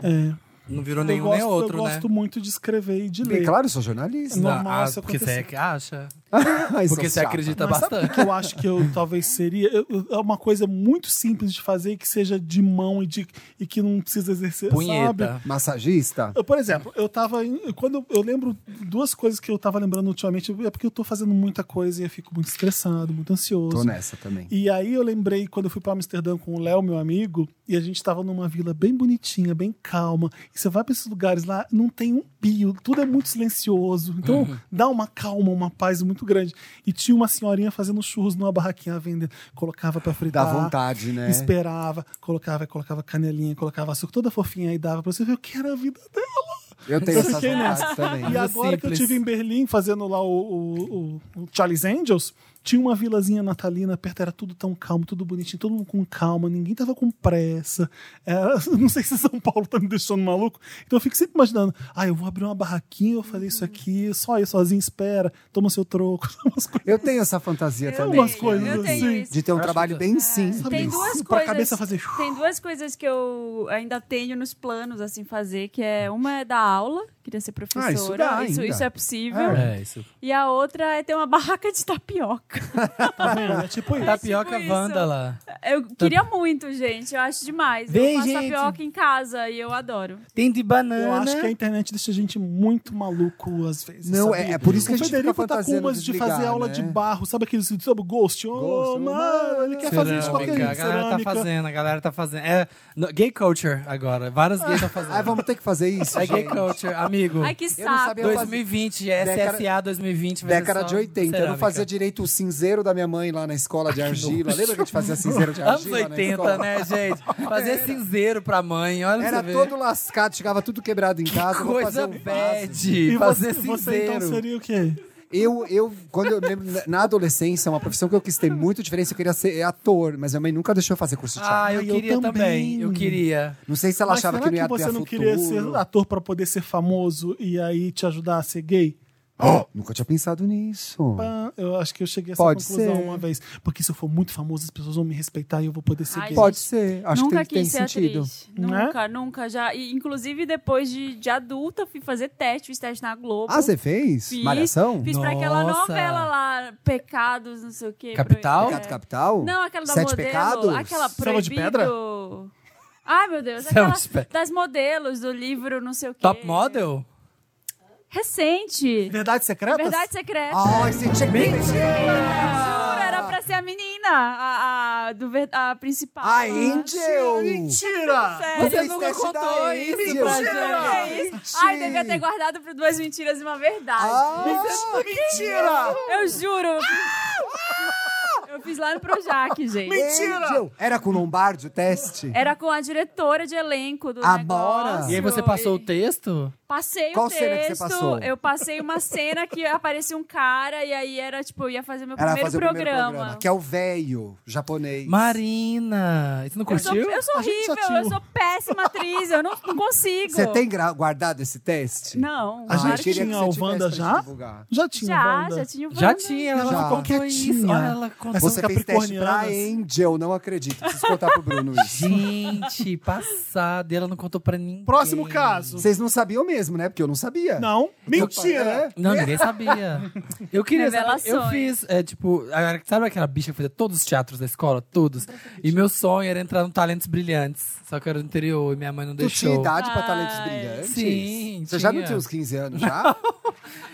Speaker 2: É,
Speaker 4: Não virou
Speaker 2: eu
Speaker 4: nenhum
Speaker 2: gosto,
Speaker 4: nem
Speaker 2: eu
Speaker 4: outro, né?
Speaker 2: gosto muito de escrever e de
Speaker 1: E
Speaker 2: ler.
Speaker 1: claro, eu sou jornalista.
Speaker 2: Não.
Speaker 4: Ah,
Speaker 2: normal isso
Speaker 4: porque você é que acha.
Speaker 1: Ai, sou
Speaker 4: Porque você
Speaker 1: chata.
Speaker 4: acredita
Speaker 2: Mas sabe o
Speaker 4: bastante.
Speaker 2: que eu acho que eu talvez seria? Eu- eu- é uma coisa muito simples de fazer e que seja de mão e, de, e que não precisa exercer, sabe?
Speaker 4: Punheta.
Speaker 1: Massagista?
Speaker 2: Eu, por exemplo, eu tava. em- Quando eu- eu lembro duas coisas que eu tava lembrando ultimamente, é porque eu tô fazendo muita coisa e eu fico muito estressado, muito ansioso.
Speaker 1: Tô nessa também.
Speaker 2: E aí eu lembrei quando eu fui pra Amsterdã com o Léo, meu amigo, e a gente tava numa vila bem bonitinha, bem calma. E você vai pra esses lugares lá, não tem um pio, tudo é muito silencioso. Então dá uma calma, uma paz muito grande. E tinha uma senhorinha fazendo churros numa barraquinha à venda, colocava pra fritar.
Speaker 1: Dá vontade, né?
Speaker 2: Esperava, colocava, colocava canelinha, colocava açúcar toda fofinha e dava pra você ver o que era a vida dela.
Speaker 1: Eu tenho
Speaker 2: Eu
Speaker 1: essas
Speaker 2: fiquei
Speaker 1: vontades
Speaker 2: nessa.
Speaker 1: também.
Speaker 2: E agora que eu
Speaker 4: simples.
Speaker 2: tive em Berlim fazendo lá o, o- o- o Charlie's Angels, tinha uma vilazinha natalina perto, era tudo tão calmo, tudo bonitinho, todo mundo com calma, ninguém tava com pressa. Era- não sei se São Paulo tá me deixando maluco. Então eu fico sempre imaginando, ah, eu vou abrir uma barraquinha, eu vou fazer
Speaker 3: Uhum.
Speaker 2: isso aqui, só eu sozinho, espera, toma seu troco, toma as coisas.
Speaker 1: Eu tenho essa fantasia também.
Speaker 2: É umas coisas
Speaker 3: eu tenho
Speaker 2: assim.
Speaker 3: isso.
Speaker 1: De ter um trabalho bem simples.
Speaker 3: Tem duas
Speaker 2: Pra
Speaker 3: coisas.
Speaker 2: cabeça fazer-
Speaker 3: Tem duas coisas que eu ainda tenho nos planos assim fazer, que é uma é dar aula, queria ser professora,
Speaker 1: Ah, isso dá
Speaker 3: isso,
Speaker 1: ainda.
Speaker 3: isso é tipo possível.
Speaker 4: É, isso.
Speaker 3: E a outra é ter uma barraca de tapioca.
Speaker 2: Tá vendo? É tipo isso.
Speaker 4: Tapioca
Speaker 3: tipo isso.
Speaker 4: vândala.
Speaker 3: Eu
Speaker 1: Tá.
Speaker 3: queria muito, gente, eu acho demais. eu
Speaker 4: Vem,
Speaker 3: faço
Speaker 4: gente.
Speaker 3: tapioca em casa e eu adoro.
Speaker 4: Tem de banana.
Speaker 2: Eu acho que é a internet deixa a gente muito maluco às vezes.
Speaker 1: Não,
Speaker 2: sabia?
Speaker 1: é- é por isso que
Speaker 2: o
Speaker 1: a gente fica
Speaker 2: Federico tá com
Speaker 1: fantasiando
Speaker 2: umas de fazer
Speaker 1: desligar,
Speaker 2: aula
Speaker 1: né?
Speaker 2: de barro, sabe aqueles vídeos sobre Ghost? Oh,
Speaker 1: Ghost, oh,
Speaker 2: mano, ele quer fazer isso de qualquer
Speaker 4: Cerâmica,
Speaker 2: jeito.
Speaker 4: A galera tá
Speaker 2: cerâmica.
Speaker 4: fazendo, a galera tá fazendo. É no- gay culture agora. Várias gays estão fazendo.
Speaker 1: Ah, vamos ter que fazer isso.
Speaker 4: É gay
Speaker 1: gente.
Speaker 4: culture, amigo.
Speaker 3: Ai, que
Speaker 1: Eu não
Speaker 3: saco.
Speaker 1: sabia fazer.
Speaker 4: 2020, é
Speaker 1: Década-
Speaker 4: SSA 2020. vai ser
Speaker 1: Década
Speaker 4: é só
Speaker 1: de 80. Eu não
Speaker 4: cerâmica.
Speaker 1: fazia direito o cinzeiro da minha mãe lá na escola de argila. Lembra que a gente fazia cinzeiro de
Speaker 4: Anos
Speaker 1: argila? na
Speaker 4: 80,
Speaker 1: escola?
Speaker 4: né, gente? Fazer cinzeiro pra mãe, olha pra
Speaker 1: Era
Speaker 4: você ver.
Speaker 1: todo lascado, chegava tudo quebrado em casa. vou fazer
Speaker 4: Coisa
Speaker 1: um vaso.
Speaker 4: bad,
Speaker 2: E
Speaker 4: fazer
Speaker 2: você, você
Speaker 4: cinzeiro.
Speaker 2: então seria o quê?
Speaker 1: Eu, eu, quando eu lembro, na- na adolescência, uma profissão que eu quis ter muito diferença, eu queria ser ator, mas minha mãe nunca deixou eu fazer curso de teatro.
Speaker 4: Ah, eu
Speaker 2: Ai, eu
Speaker 4: queria também.
Speaker 2: também.
Speaker 4: eu queria.
Speaker 1: Não sei se ela
Speaker 2: Mas
Speaker 1: achava
Speaker 2: será
Speaker 1: que não ia
Speaker 2: você
Speaker 1: ter
Speaker 2: não
Speaker 1: futuro.
Speaker 2: queria ser ator pra poder ser famoso e aí te ajudar a ser gay?
Speaker 1: Oh, nunca tinha pensado nisso.
Speaker 2: Pá, Eu acho que eu cheguei a essa
Speaker 1: Pode
Speaker 2: conclusão
Speaker 1: ser.
Speaker 2: uma vez. Porque se eu for muito famoso, as pessoas vão me respeitar e eu vou poder ser
Speaker 3: Ai,
Speaker 2: gay.
Speaker 1: Pode ser. Acho
Speaker 3: nunca
Speaker 1: que tem,
Speaker 3: quis
Speaker 1: tem
Speaker 3: ser
Speaker 1: sentido. Né?
Speaker 3: atriz.
Speaker 2: Não é?
Speaker 3: Nunca, nunca. Já, e, inclusive, depois de, de adulta, fui fazer teste, fiz teste na Globo.
Speaker 1: Ah, você fez?
Speaker 3: Fiz,
Speaker 1: Malhação?
Speaker 3: Fiz pra aquela
Speaker 4: Nossa.
Speaker 3: novela lá, Pecados, não sei o quê.
Speaker 4: Capital?
Speaker 3: Proibido.
Speaker 1: Pecado Capital?
Speaker 3: Não, aquela da
Speaker 1: tipo, Sete
Speaker 3: modelo.
Speaker 1: Pecados?
Speaker 3: Aquela
Speaker 2: Selva de
Speaker 3: proibido.
Speaker 2: Pedra?
Speaker 3: Ai, meu Deus.
Speaker 4: Selva
Speaker 3: Aquela
Speaker 4: de Pedra.
Speaker 3: das modelos do livro, não sei o quê.
Speaker 4: Top model?
Speaker 3: Recente.
Speaker 2: É Verdade secreta?
Speaker 3: É Verdade secreta.
Speaker 1: Ai, Ah, você tinha que Ah.
Speaker 3: Juro, era pra ser a menina, a, a, do, ver- a principal.
Speaker 1: A
Speaker 3: Angel!
Speaker 1: Ah, Angel!
Speaker 2: Mentira!
Speaker 3: Sério.
Speaker 1: Você
Speaker 4: Você nunca
Speaker 1: esquece da
Speaker 4: contou isso pra
Speaker 1: Angel.
Speaker 3: É isso. Ai, devia ter guardado por duas mentiras e uma verdade.
Speaker 1: Ah, mentira!
Speaker 3: Eu juro. Eu fiz lá no Projac, gente.
Speaker 6: Mentira!
Speaker 1: Angel. Era com Lombardi o teste?
Speaker 3: Era com a diretora de elenco do
Speaker 1: Amora?
Speaker 3: negócio.
Speaker 4: E aí você passou o
Speaker 3: E
Speaker 4: texto?
Speaker 3: Passei
Speaker 1: Qual
Speaker 3: o texto.
Speaker 1: cena que você passou?
Speaker 3: Eu passei uma cena que aparecia um cara e aí era, tipo, eu ia fazer meu
Speaker 1: Era
Speaker 3: primeiro,
Speaker 1: fazer
Speaker 3: programa.
Speaker 1: o primeiro programa. Que é o velho japonês.
Speaker 4: Marina! E Você não
Speaker 3: Eu sou,
Speaker 4: curtiu?
Speaker 3: eu sou
Speaker 2: A gente já
Speaker 3: horrível,
Speaker 2: tinha
Speaker 3: eu
Speaker 2: um-
Speaker 3: sou péssima atriz, eu não, não consigo.
Speaker 1: Você tem gra- guardado esse teste?
Speaker 3: Não,
Speaker 2: A
Speaker 3: claro
Speaker 2: gente
Speaker 3: que
Speaker 1: queria um que
Speaker 2: tinha
Speaker 1: você
Speaker 2: o
Speaker 1: tivesse
Speaker 2: Wanda
Speaker 1: pra gente
Speaker 2: já?
Speaker 1: divulgar.
Speaker 2: Já tinha,
Speaker 3: já,
Speaker 2: Wanda.
Speaker 3: já tinha o
Speaker 4: Já
Speaker 3: Wanda.
Speaker 4: tinha, ela
Speaker 1: Já.
Speaker 4: ficou quietinha.
Speaker 2: Quietinha.
Speaker 4: Olha, ela contou.
Speaker 2: Essas
Speaker 1: Você fez teste pra
Speaker 2: capricornianas.
Speaker 1: Angel, não acredito. Preciso contar pro Bruno isso.
Speaker 4: Gente, passada. E ela não contou pra ninguém.
Speaker 2: Próximo caso.
Speaker 1: Vocês não sabiam mesmo, né? Porque eu É. não sabia.
Speaker 2: Não. Mentira!
Speaker 4: Não, ninguém sabia. Eu queria saber. Eu
Speaker 3: Revelações.
Speaker 4: fiz, é, tipo, a- sabe aquela bicha que fazia todos os teatros da escola? Todos. E meu sonho era entrar no Talentos Brilhantes. Só que era do interior e minha mãe não
Speaker 1: Tu tinha
Speaker 4: deixou.
Speaker 1: idade pra tá talentos
Speaker 3: Ai.
Speaker 1: brilhantes?
Speaker 4: Sim,
Speaker 1: Você já não
Speaker 4: tinha.
Speaker 1: tinha uns 15 anos já?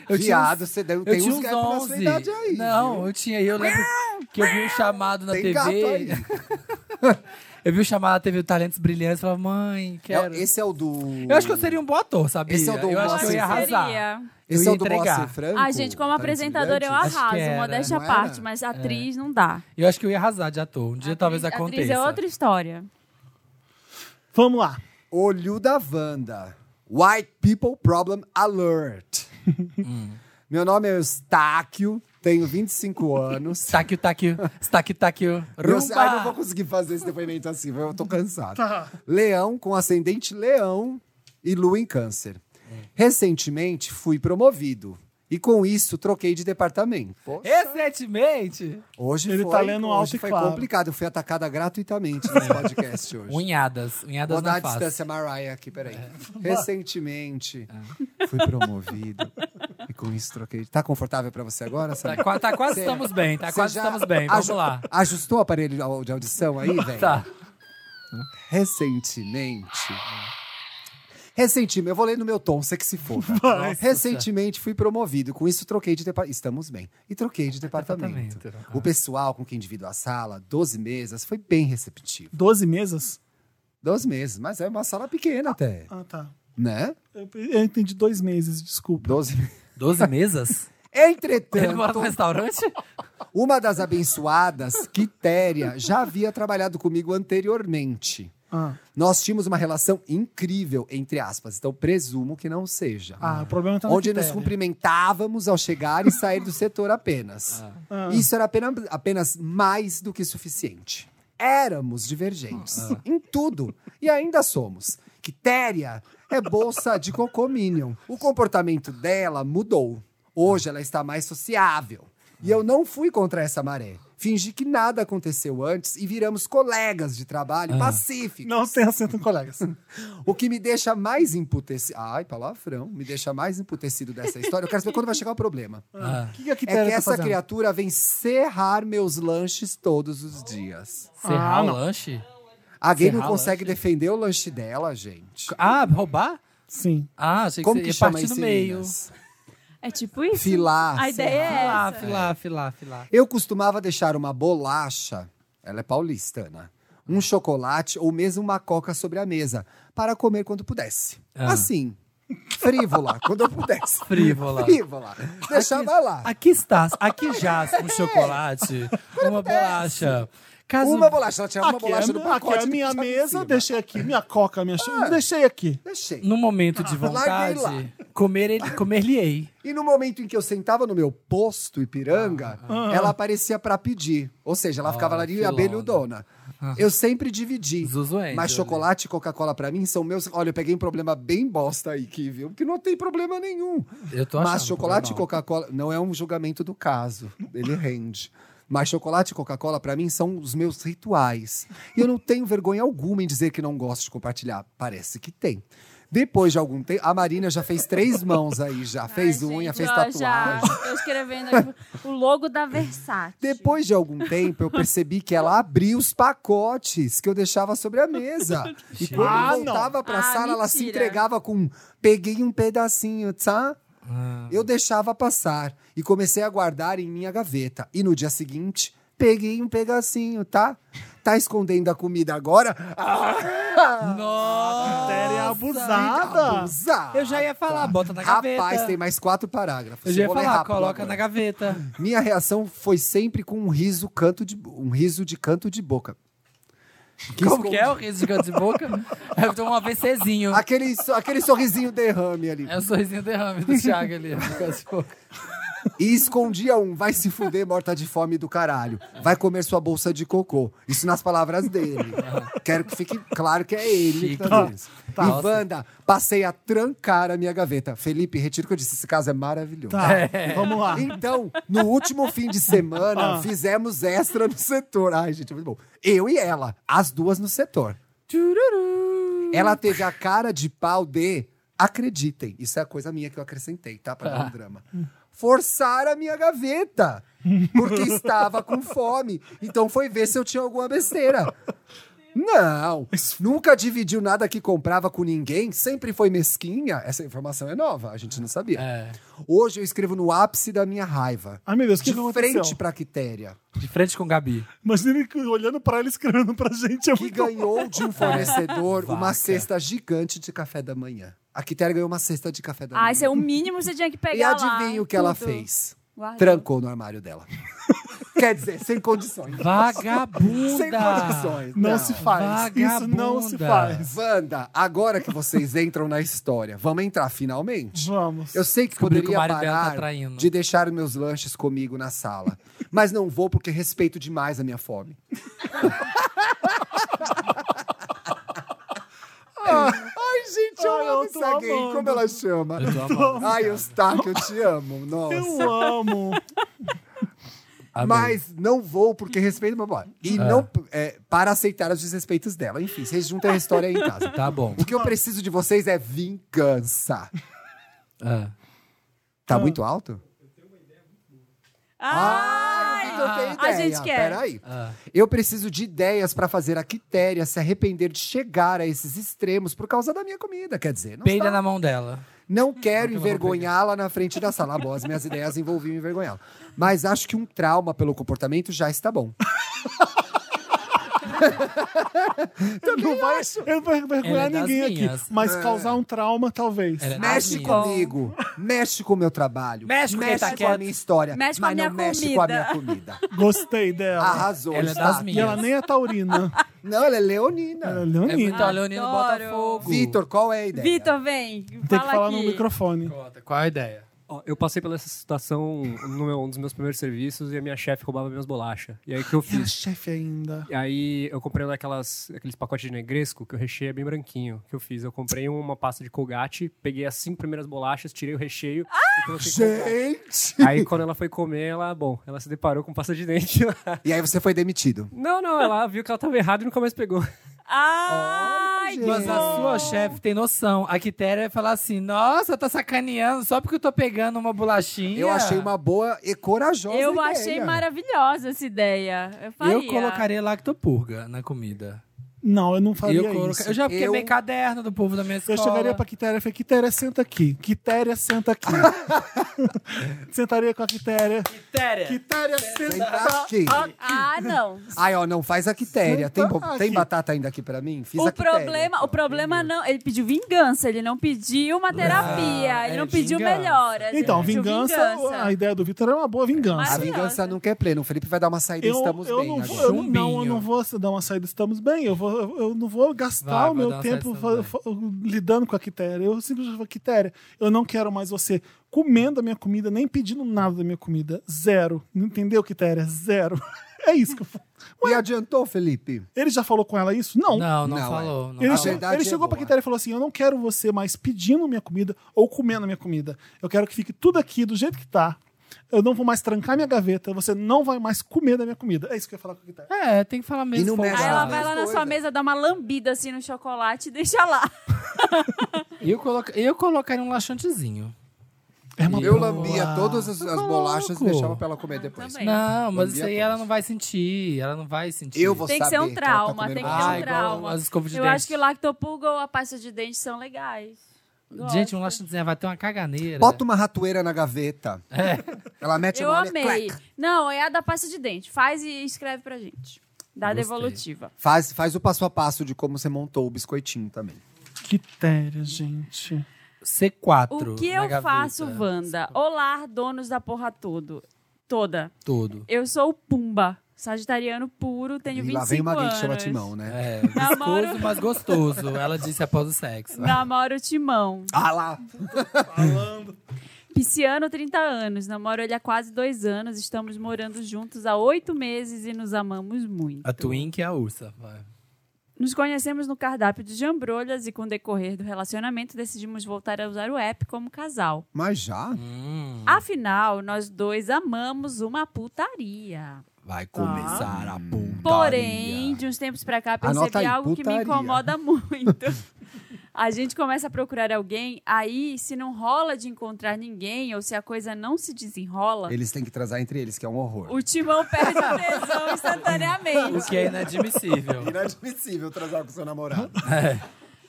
Speaker 4: Eu tinha
Speaker 1: Viado,
Speaker 4: uns-
Speaker 1: você deve,
Speaker 4: Eu
Speaker 1: tem
Speaker 4: tinha
Speaker 1: uns
Speaker 4: uns
Speaker 1: gaps na sua
Speaker 4: 11.
Speaker 1: idade aí.
Speaker 4: Não, eu tinha. E eu lembro que eu vi um chamado na
Speaker 1: Tem gato aí.
Speaker 4: TV. eu vi um chamado na TV do Talentos Brilhantes e falava, mãe,
Speaker 1: É,
Speaker 4: quero.
Speaker 1: esse é o do.
Speaker 4: Eu acho que eu seria um bom ator, sabia?
Speaker 1: Esse é o do
Speaker 4: eu acho que eu ia
Speaker 1: Moacir
Speaker 3: Seria.
Speaker 4: arrasar. Eu
Speaker 1: Esse
Speaker 4: ia
Speaker 1: é o do
Speaker 4: entregar.
Speaker 1: Moacir Franco? Tá
Speaker 3: Ah, gente, como
Speaker 1: Talentos
Speaker 3: apresentadora eu
Speaker 1: Brilhantes?
Speaker 4: Acho que
Speaker 3: arraso,
Speaker 4: era.
Speaker 3: modéstia à
Speaker 1: Não
Speaker 3: parte,
Speaker 1: era? É.
Speaker 3: mas atriz não dá.
Speaker 4: Eu acho que eu ia arrasar de ator. Um dia talvez
Speaker 3: atriz,
Speaker 4: aconteça.
Speaker 3: Atriz é outra história.
Speaker 2: Vamos lá.
Speaker 1: Olho da Wanda. White People Problem Alert.
Speaker 4: Hum.
Speaker 1: Meu nome é Eustáquio, tenho 25 anos.
Speaker 4: Taque, taque, taque, taque,
Speaker 1: Eu sei- ai, não
Speaker 4: rumba.
Speaker 1: vou conseguir fazer esse depoimento assim, eu tô cansado.
Speaker 2: Tá.
Speaker 1: Leão com ascendente leão e lua em câncer. Recentemente fui promovido e com isso troquei de departamento.
Speaker 4: Recentemente,
Speaker 1: Hoje
Speaker 2: Ele
Speaker 1: foi,
Speaker 2: tá lendo alto
Speaker 1: hoje
Speaker 2: e
Speaker 1: foi
Speaker 2: claro.
Speaker 1: complicado, eu fui atacada gratuitamente nesse podcast hoje.
Speaker 4: unhadas, unhadas
Speaker 1: Vou dar
Speaker 4: na
Speaker 1: a
Speaker 4: face. É.
Speaker 1: distância Mariah aqui, peraí. Recentemente fui promovido e com isso troquei. Tá confortável pra você agora,
Speaker 4: Tá,
Speaker 1: sabe?
Speaker 4: qua- tá quase estamos bem, tá quase estamos bem, vamos lá.
Speaker 1: Ajustou o aparelho de au- de audição aí, velho?
Speaker 4: Tá.
Speaker 1: Recentemente. Recentemente, eu vou ler no meu tom, você que se for. tá? Recentemente fui promovido, com isso troquei de departamento. Estamos bem. E troquei de departamento.
Speaker 4: Departamento.
Speaker 1: O pessoal com quem divido a sala, 12 mesas, foi bem receptivo.
Speaker 2: 12 mesas?
Speaker 1: 12 meses, mas é uma sala pequena até,
Speaker 2: Ah, tá.
Speaker 1: né?
Speaker 2: Eu, eu entendi dois meses, desculpa.
Speaker 1: 12 meses.
Speaker 4: Doze mesas? Ele mora
Speaker 1: Entretanto,
Speaker 4: num restaurante?
Speaker 1: uma das abençoadas, Quitéria, já havia trabalhado comigo anteriormente.
Speaker 2: Ah,
Speaker 1: Nós tínhamos uma relação incrível, entre aspas, então presumo que não seja.
Speaker 2: ah, o problema tá na
Speaker 1: Onde é nos
Speaker 2: quitéria.
Speaker 1: cumprimentávamos ao chegar e sair do setor apenas.
Speaker 2: Ah.
Speaker 1: Isso era apenas, apenas mais do que suficiente. Éramos divergentes
Speaker 2: Ah.
Speaker 1: em tudo e ainda somos. Quitéria é bolsa de cocominion. O comportamento dela mudou. Hoje ela está mais sociável. E eu não fui contra essa maré. Fingi que nada aconteceu antes e viramos colegas de trabalho pacíficos.
Speaker 2: Ah. Não tem assento com colegas.
Speaker 1: O que me deixa mais emputecido. Ai, palavrão. Me deixa mais emputecido dessa história. Eu quero saber quando vai chegar o problema.
Speaker 4: Ah,
Speaker 2: O que, que a
Speaker 1: É
Speaker 2: quitéria
Speaker 1: que
Speaker 2: tá
Speaker 1: essa
Speaker 2: fazendo?
Speaker 1: criatura vem serrar meus lanches todos os dias.
Speaker 4: serrar
Speaker 2: Ah,
Speaker 4: o
Speaker 2: não.
Speaker 4: lanche?
Speaker 1: Alguém
Speaker 4: Serrar
Speaker 1: não consegue
Speaker 4: lanche?
Speaker 1: defender o lanche dela, gente.
Speaker 4: Ah, roubar?
Speaker 2: Sim.
Speaker 4: Ah, achei que
Speaker 1: Como
Speaker 4: você
Speaker 1: que
Speaker 4: ia
Speaker 1: chama
Speaker 4: partir
Speaker 1: isso?
Speaker 4: no
Speaker 1: em
Speaker 4: meio.
Speaker 1: Minas?
Speaker 3: É tipo isso?
Speaker 1: Filar.
Speaker 3: A ideia é
Speaker 4: Filar,
Speaker 3: essa.
Speaker 4: filar, filar, filar.
Speaker 1: Eu costumava deixar uma bolacha, ela é paulistana, um chocolate ou mesmo uma coca sobre a mesa para comer quando pudesse.
Speaker 4: Ah.
Speaker 1: Assim, frívola, quando eu pudesse.
Speaker 4: Frívola.
Speaker 1: Frívola. Deixava lá.
Speaker 4: Aqui estás, aqui jaz
Speaker 1: É.
Speaker 4: um chocolate, uma bolacha.
Speaker 2: é
Speaker 4: Caso
Speaker 1: Uma bolacha, ela tirava uma
Speaker 2: Aqui é,
Speaker 1: bolacha do
Speaker 2: aqui
Speaker 1: pacote.
Speaker 2: é a
Speaker 1: e
Speaker 2: minha
Speaker 1: deixava em
Speaker 2: mesa,
Speaker 1: cima.
Speaker 2: deixei aqui. Minha coca, minha... Ah. Deixei aqui.
Speaker 1: Deixei.
Speaker 4: no momento de
Speaker 1: Ah, Larguei
Speaker 4: vontade,
Speaker 1: lá.
Speaker 4: comer ele, comer-lhe-ei.
Speaker 1: E no momento em que eu sentava no meu posto Ipiranga,
Speaker 2: Ah,
Speaker 1: ela aparecia pra pedir. Ou seja, ela ficava
Speaker 4: Ah,
Speaker 1: ali
Speaker 4: filona.
Speaker 1: abelhudona.
Speaker 2: Ah.
Speaker 1: Eu sempre dividi.
Speaker 4: Zuzu Angel,
Speaker 1: mas chocolate e Coca-Cola pra mim são meus. Olha, eu peguei um problema bem bosta aí, que viu? Porque não tem problema nenhum.
Speaker 4: Eu tô achando
Speaker 1: Mas chocolate e
Speaker 4: normal.
Speaker 1: Coca-Cola não é um julgamento do caso. Ele rende. Mas chocolate e Coca-Cola, pra mim, são os meus rituais. E eu não tenho vergonha alguma em dizer que não gosto de compartilhar. Parece que tem. Depois de algum tempo, a Marina já fez três mãos aí, já
Speaker 3: Ai,
Speaker 1: fez
Speaker 3: gente,
Speaker 1: unha, fez
Speaker 3: ó,
Speaker 1: tatuagem.
Speaker 3: Já, tô escrevendo aqui o logo da Versace.
Speaker 1: Depois de algum tempo, eu percebi que ela abria os pacotes que eu deixava sobre a mesa. E quando
Speaker 2: Ah,
Speaker 1: eu voltava pra
Speaker 3: Ah,
Speaker 1: sala, ela se
Speaker 3: mentira.
Speaker 1: entregava com um, peguei um pedacinho, tá?
Speaker 4: Ah.
Speaker 1: Eu deixava passar e comecei a guardar em minha gaveta. E no dia seguinte, Peguei um pedacinho, tá? Tá escondendo a comida agora? Ah,
Speaker 4: Nossa!
Speaker 2: Série é abusada.
Speaker 1: abusada.
Speaker 4: Eu já ia falar, bota na gaveta.
Speaker 1: Rapaz, tem mais quatro parágrafos.
Speaker 4: Eu já ia
Speaker 1: vou ler
Speaker 4: falar,
Speaker 1: é rápido
Speaker 4: coloca
Speaker 1: agora.
Speaker 4: na gaveta.
Speaker 1: Minha reação foi sempre com um riso, canto de, um riso de canto de boca.
Speaker 4: Como que é o riso de canto de boca? Eu tenho um AVCzinho.
Speaker 1: Aquele, so- aquele sorrisinho derrame ali.
Speaker 4: É o sorrisinho derrame do Thiago ali. de canto de boca.
Speaker 1: E escondia um, vai se fuder, morta de fome do caralho. Vai comer sua bolsa de cocô. Isso nas palavras dele. Quero que fique claro que é ele. Que tá dizendo isso. e
Speaker 4: Nossa.
Speaker 1: Wanda, passei a trancar a minha gaveta. Felipe, retiro o que eu disse, esse caso é maravilhoso.
Speaker 2: Tá, vamos lá. Ah.
Speaker 1: Então, no último fim de semana, fizemos extra no setor. Ai, gente, é muito bom. Eu e ela, as duas no setor. Ela teve a cara de pau de. Acreditem, isso é a coisa minha que eu acrescentei, tá? Pra
Speaker 2: Ah.
Speaker 1: dar um drama. Forçar a minha gaveta. Porque estava com fome. Então foi ver se eu tinha alguma besteira. Não, nunca dividiu nada que comprava com ninguém, sempre foi mesquinha. Essa informação é nova, a gente não sabia.
Speaker 4: É.
Speaker 1: Hoje eu escrevo no ápice da minha raiva.
Speaker 2: Ai, meu Deus, o que,
Speaker 1: De
Speaker 2: que aconteceu?
Speaker 1: frente pra Quitéria,
Speaker 4: De frente com o Gabi.
Speaker 2: Imagina ele olhando pra ela e escrevendo pra gente. É
Speaker 1: que
Speaker 2: muito...
Speaker 1: ganhou de um fornecedor uma
Speaker 4: Vaca.
Speaker 1: cesta gigante de café da manhã. A Quitéria ganhou uma cesta de café da
Speaker 3: Ah,
Speaker 1: manhã.
Speaker 3: isso é o mínimo que você tinha que pegar
Speaker 1: E
Speaker 3: lá,
Speaker 1: adivinha o que ela
Speaker 3: tudo.
Speaker 1: fez?
Speaker 3: Guardou.
Speaker 1: Trancou no armário dela. Quer dizer, sem condições.
Speaker 4: Vagabunda!
Speaker 1: Sem condições.
Speaker 2: Não, se faz. Isso não se faz.
Speaker 1: Wanda, agora que vocês entram na história, vamos entrar finalmente?
Speaker 2: Vamos.
Speaker 1: Eu sei que
Speaker 4: Descobri que o
Speaker 1: poderia
Speaker 4: marido dela tá
Speaker 1: parar
Speaker 4: traindo.
Speaker 1: de deixar meus lanches comigo na sala. mas não vou porque respeito demais a minha fome. Ai, gente, eu
Speaker 2: Ah, Ai, eu
Speaker 1: amo
Speaker 2: tô
Speaker 1: essa gay.
Speaker 2: amando.
Speaker 1: Como ela chama?
Speaker 4: Eu tô amando.
Speaker 1: Ai, Eustáquio, eu te amo. Nossa.
Speaker 2: Eu amo.
Speaker 4: Amei.
Speaker 1: Mas não vou porque respeito... Blá, blá. E
Speaker 4: Ah.
Speaker 1: não... é, para aceitar os desrespeitos dela. Enfim, vocês juntam a história aí em casa.
Speaker 4: Tá bom.
Speaker 1: O que eu preciso de vocês é vingança.
Speaker 4: Ah.
Speaker 1: Tá muito alto? Ah,
Speaker 3: Ai,
Speaker 1: eu tenho
Speaker 3: a
Speaker 1: ideia.
Speaker 3: gente quer.
Speaker 1: Peraí.
Speaker 4: Ah.
Speaker 1: Eu preciso de ideias pra fazer a Quitéria se arrepender de chegar a esses extremos por causa da minha comida. Quer dizer, não, tá.
Speaker 4: Peida
Speaker 1: está-
Speaker 4: na mão dela.
Speaker 1: não quero envergonhá-la na frente da sala. Ah, Bom, as minhas ideias envolviam envergonhá-la. Mas acho que um trauma pelo comportamento já está bom.
Speaker 2: não vai, eu não vou envergonhar
Speaker 4: Ela é das
Speaker 2: ninguém aqui.
Speaker 4: minhas.
Speaker 2: Mas causar um trauma, talvez.
Speaker 4: Ela é
Speaker 1: Mexe
Speaker 4: das minhas.
Speaker 1: comigo, mexe com o meu trabalho,
Speaker 4: Mexe com quem
Speaker 1: mexe com
Speaker 4: tá
Speaker 1: a
Speaker 4: quieto.
Speaker 1: minha história,
Speaker 3: Mexe com
Speaker 1: mas
Speaker 3: a minha
Speaker 1: não mexe com a minha comida.
Speaker 2: Gostei dela.
Speaker 1: Arrasou,
Speaker 4: Ela é
Speaker 1: está.
Speaker 4: das
Speaker 2: E ela
Speaker 4: minhas.
Speaker 2: nem é taurina.
Speaker 1: Não, ela é leonina.
Speaker 2: Ela é
Speaker 4: É muito
Speaker 2: leonina.
Speaker 4: a Leonina do
Speaker 3: Adoro.
Speaker 4: Botafogo.
Speaker 1: Vitor, qual é a ideia?
Speaker 3: Vitor, vem.
Speaker 2: Tem
Speaker 3: fala
Speaker 2: que falar
Speaker 3: aqui.
Speaker 2: no microfone.
Speaker 4: Conta, Qual a ideia?
Speaker 9: Ó, eu passei pela essa situação no meu, um dos meus primeiros serviços e a minha chefe roubava minhas bolachas. E aí o que eu
Speaker 2: E a
Speaker 9: fiz?
Speaker 2: chefe ainda.
Speaker 9: E aí eu comprei naquelas, aqueles pacotes de negresco que o recheio é bem branquinho. O que eu fiz? Eu comprei uma pasta de colgate, peguei as cinco primeiras bolachas, tirei o recheio
Speaker 4: Ah!
Speaker 9: e coloquei Colgate.
Speaker 1: Gente!
Speaker 9: Aí quando ela foi comer, ela, bom, ela se deparou com pasta de dente.
Speaker 1: E aí você foi demitido.
Speaker 9: não, não, ela viu que ela tava errada e nunca mais pegou.
Speaker 3: Ai,
Speaker 4: Mas a sua chefe tem noção. A Quitéria vai falar assim: nossa, tá sacaneando só porque eu tô pegando uma bolachinha.
Speaker 1: Eu achei uma boa e corajosa
Speaker 3: eu
Speaker 1: ideia.
Speaker 3: achei maravilhosa essa ideia. Eu faria.
Speaker 4: Eu colocaria lactopurga na comida.
Speaker 2: Não, eu não faria
Speaker 4: eu, coloca-
Speaker 2: isso.
Speaker 4: eu já fiquei
Speaker 1: Eu-
Speaker 4: meio caderno do povo da minha
Speaker 2: Eu
Speaker 4: escola.
Speaker 2: chegaria pra Quitéria e falei, Quitéria, senta aqui. Quitéria, senta aqui. Sentaria com a Quitéria.
Speaker 4: Quitéria.
Speaker 2: Quitéria, senta.
Speaker 1: Senta aqui.
Speaker 3: Ah, não.
Speaker 1: Ai, ó, não faz a quitéria. Tem, bo-
Speaker 2: aqui.
Speaker 1: tem batata ainda aqui pra mim? Fiz
Speaker 3: O
Speaker 1: a quitéria.
Speaker 3: problema, o problema não, ele pediu vingança, ele não pediu uma terapia, ele
Speaker 4: é
Speaker 3: não pediu
Speaker 4: vingança.
Speaker 3: melhoras. ele
Speaker 2: Então,
Speaker 3: pediu
Speaker 2: vingança,
Speaker 3: vingança.
Speaker 2: a ideia do Vitor é uma boa
Speaker 1: A
Speaker 2: vingança.
Speaker 3: Maravilhosa.
Speaker 1: vingança nunca é plena. O Felipe vai dar uma saída e
Speaker 2: Eu,
Speaker 1: estamos
Speaker 2: eu,
Speaker 1: bem
Speaker 2: não, vou,
Speaker 1: agora.
Speaker 2: eu não- não, eu
Speaker 4: Chumbinho.
Speaker 2: não vou se dar uma saída, estamos bem. Eu, vou, eu- eu não vou gastar
Speaker 4: Vai,
Speaker 2: o
Speaker 4: vai dar
Speaker 2: meu
Speaker 4: uma
Speaker 2: tempo
Speaker 4: saída,
Speaker 2: fa- fa- lidando com a Quitéria. Eu simplesmente falo, Quitéria, eu não quero mais você comendo a minha comida, nem pedindo nada da minha comida. Zero. Não entendeu, Quitéria? Zero. É isso que eu falo.
Speaker 1: E adiantou, Felipe?
Speaker 2: Ele já falou com ela isso? Não.
Speaker 4: Não,
Speaker 1: Não,
Speaker 4: não,
Speaker 1: é.
Speaker 4: falou. Não
Speaker 2: Ele,
Speaker 1: A
Speaker 2: che-
Speaker 4: falou.
Speaker 1: verdade
Speaker 2: ele
Speaker 1: é
Speaker 2: chegou pra
Speaker 1: boa.
Speaker 2: Quitéria e falou assim: Eu não quero você mais pedindo minha comida ou comendo minha comida. Eu quero que fique tudo aqui do jeito que tá. Eu não vou mais trancar minha gaveta. Você não vai mais comer da minha comida. É isso que eu ia falar com a Quitéria.
Speaker 4: É, tem que falar mesmo.
Speaker 1: não
Speaker 4: folgado.
Speaker 1: mexe
Speaker 3: Aí ela vai lá na
Speaker 1: Coisa.
Speaker 3: sua mesa, dá uma lambida assim no chocolate e deixa lá.
Speaker 4: eu, coloca... eu colocaria um laxantezinho.
Speaker 2: É uma
Speaker 1: Eu
Speaker 2: boa.
Speaker 1: lambia todas as,
Speaker 2: Tá
Speaker 1: as bolachas e
Speaker 4: louco.
Speaker 1: deixava pra ela comer depois.
Speaker 3: Ah, Também.
Speaker 4: Não, mas
Speaker 1: Lambia
Speaker 4: isso aí
Speaker 1: todas.
Speaker 4: ela não vai sentir. Ela não vai sentir.
Speaker 1: Eu vou
Speaker 3: Tem que
Speaker 1: saber
Speaker 3: ser um
Speaker 1: ela tá
Speaker 3: trauma,
Speaker 1: comendo
Speaker 3: tem que ser
Speaker 1: bolachas.
Speaker 4: Ah,
Speaker 3: um
Speaker 4: igual
Speaker 3: trauma.
Speaker 4: as escovas de
Speaker 3: Eu
Speaker 4: dente.
Speaker 3: acho que o lactopulga ou a pasta de dente são legais.
Speaker 4: Gente, um laxantezinho vai ter uma caganeira.
Speaker 1: Bota uma ratoeira na gaveta.
Speaker 2: É.
Speaker 1: Ela mete
Speaker 3: Eu
Speaker 1: a
Speaker 4: é
Speaker 1: mão e
Speaker 3: amei. Não, é a da pasta de dente. Faz e escreve pra gente. Da
Speaker 4: Gostei.
Speaker 3: devolutiva.
Speaker 1: Faz, faz o passo a passo de como você montou o biscoitinho também.
Speaker 2: Quitéria, gente.
Speaker 4: C4.
Speaker 3: O que
Speaker 4: na
Speaker 3: eu
Speaker 4: gaveta.
Speaker 3: faço, Wanda? Olá, donos da porra todo. Toda.
Speaker 4: Tudo.
Speaker 3: Eu sou o Pumba, sagitariano puro, tenho
Speaker 1: e
Speaker 3: 25
Speaker 1: lá vem uma gay que
Speaker 3: anos.
Speaker 1: chama Timão, né?
Speaker 4: É,
Speaker 3: Namoro.
Speaker 4: viscoso, mas gostoso. Ela disse após o sexo.
Speaker 3: Namoro Timão.
Speaker 1: Ah lá!
Speaker 3: Pisciano, 30 anos. Namoro ele há quase dois anos. Estamos morando juntos há oito meses e nos amamos muito.
Speaker 4: A Twink e a Ursa. vai.
Speaker 3: Nos conhecemos no cardápio de jambrolhas e, com o decorrer do relacionamento, decidimos voltar a usar o app como casal.
Speaker 1: Mas já?
Speaker 4: Hum,
Speaker 3: Afinal, nós dois amamos uma putaria.
Speaker 4: vai começar a putaria.
Speaker 3: Porém, de uns tempos pra cá, percebi
Speaker 1: Anota aí,
Speaker 3: algo que me
Speaker 1: putaria.
Speaker 3: incomoda muito. A gente começa a procurar alguém, aí se não rola de encontrar ninguém ou se a coisa não se desenrola,
Speaker 1: Eles têm que transar entre eles, que é um horror.
Speaker 3: o timão perde o tesão
Speaker 4: O
Speaker 3: instantaneamente.
Speaker 4: que é inadmissível.
Speaker 1: Inadmissível transar com seu namorado.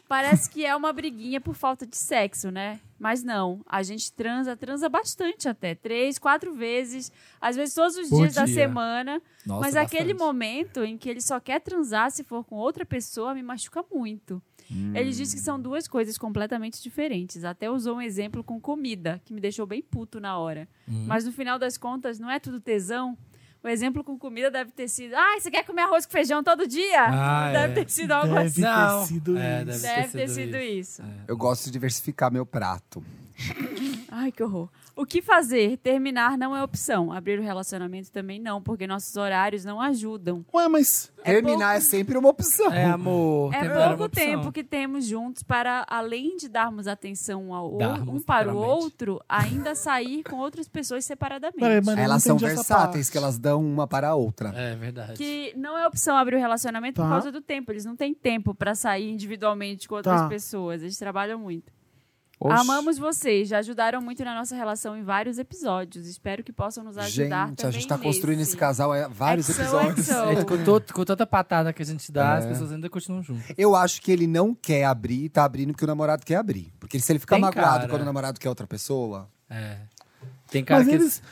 Speaker 3: Parece que é uma briguinha por falta de sexo, né? Mas não, a gente transa, transa bastante até. Três, quatro vezes, às vezes todos os
Speaker 4: Por
Speaker 3: dias da
Speaker 4: dia.
Speaker 3: semana.
Speaker 4: Nossa,
Speaker 3: Mas aquele
Speaker 4: bastante.
Speaker 3: momento em que ele só quer transar se for com outra pessoa me machuca muito.
Speaker 4: Hum.
Speaker 3: Ele diz que são duas coisas completamente diferentes. Até usou um exemplo com comida, que me deixou bem puto na hora.
Speaker 4: Hum.
Speaker 3: Mas no final das contas, não é tudo tesão? O exemplo com comida deve ter sido: ah, você quer comer arroz com feijão todo dia?
Speaker 4: Ah,
Speaker 3: deve
Speaker 4: é.
Speaker 3: ter sido algo
Speaker 2: Deve
Speaker 3: assim.
Speaker 2: ter
Speaker 4: Não.
Speaker 2: sido
Speaker 4: É,
Speaker 2: isso.
Speaker 4: deve ter
Speaker 3: Deve ter
Speaker 4: sido
Speaker 3: sido isso.
Speaker 1: É. Eu gosto de diversificar meu prato.
Speaker 3: Ai, que horror. O que fazer? Terminar não é opção. Abrir o relacionamento também não, porque nossos horários não ajudam.
Speaker 2: Ué, mas
Speaker 1: Terminar é sempre uma opção.
Speaker 4: É, amor.
Speaker 3: É
Speaker 4: terminar uma
Speaker 3: pouco
Speaker 4: opção.
Speaker 3: tempo que temos juntos para, além de darmos atenção um ao
Speaker 4: Darmos,
Speaker 3: um para o
Speaker 4: literalmente.
Speaker 3: outro, ainda sair com outras pessoas separadamente.
Speaker 2: Peraí, mas-
Speaker 1: Elas
Speaker 2: Eu não
Speaker 1: são
Speaker 2: entendi essa
Speaker 1: versáteis,
Speaker 2: parte.
Speaker 1: que elas dão uma para a outra.
Speaker 4: É verdade.
Speaker 3: Que não é opção abrir o relacionamento por
Speaker 2: Tá.
Speaker 3: causa do tempo. Eles não têm tempo para sair individualmente com outras
Speaker 2: Tá.
Speaker 3: pessoas. Eles trabalham muito.
Speaker 1: Oxe.
Speaker 3: Amamos vocês, já ajudaram muito na nossa relação em vários episódios. Espero que possam nos ajudar
Speaker 1: Gente,
Speaker 3: também
Speaker 1: a gente tá construindo
Speaker 3: nesse
Speaker 1: esse casal há vários
Speaker 3: XOXO.
Speaker 1: episódios.
Speaker 4: É, com, to- com tanta patada que a gente dá, as
Speaker 1: É.
Speaker 4: pessoas ainda continuam juntas.
Speaker 1: Eu acho que ele não quer abrir, tá abrindo porque o namorado quer abrir. Porque se ele ficar
Speaker 4: Tem
Speaker 1: magoado
Speaker 4: cara.
Speaker 1: quando o namorado quer outra pessoa,
Speaker 4: É. Tem cara
Speaker 2: mas
Speaker 4: que.
Speaker 2: eles,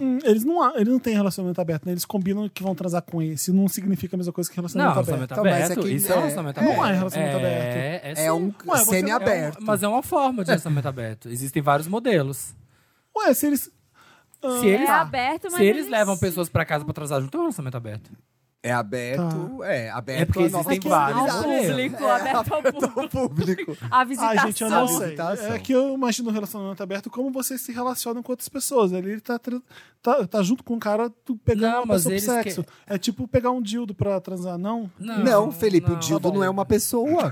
Speaker 2: hum, eles, não, há- eles não têm relacionamento aberto, né? Eles combinam que vão transar com esse. Não significa a mesma coisa que
Speaker 4: Não,
Speaker 2: relacionamento aberto.
Speaker 4: relacionamento
Speaker 1: Então, mas
Speaker 4: aberto.
Speaker 1: é que-
Speaker 4: Isso é um
Speaker 1: é,
Speaker 4: relacionamento
Speaker 2: não
Speaker 4: aberto.
Speaker 2: é relacionamento aberto.
Speaker 4: É, é,
Speaker 1: é um
Speaker 2: Ué, você-
Speaker 1: semi-aberto.
Speaker 4: É um- mas é uma forma de relacionamento aberto. Existem vários modelos.
Speaker 2: Ué, se eles.
Speaker 4: Se eles,
Speaker 3: É aberto, mas
Speaker 4: tá. se eles
Speaker 3: eles-
Speaker 4: levam pessoas pra casa pra transar junto, é um relacionamento aberto.
Speaker 1: É aberto, é aberto.
Speaker 4: É porque
Speaker 1: a novas
Speaker 4: existem vários.
Speaker 3: Ao
Speaker 1: possibilidades.
Speaker 3: público, aberto ao público.
Speaker 1: O público.
Speaker 3: A visitação.
Speaker 2: Ah, gente, eu não sei.
Speaker 1: Visitação.
Speaker 2: É que eu imagino o relacionamento aberto como vocês se relacionam com outras pessoas. Ele tá, tra- tá, tá junto com um cara tu pegando
Speaker 4: Não,
Speaker 2: uma
Speaker 4: mas
Speaker 2: pessoa pro
Speaker 4: eles
Speaker 2: sexo. É tipo pegar um dildo pra transar, não?
Speaker 1: Não, Felipe, o Dildo
Speaker 4: tá
Speaker 1: não é
Speaker 4: bom.
Speaker 1: uma pessoa.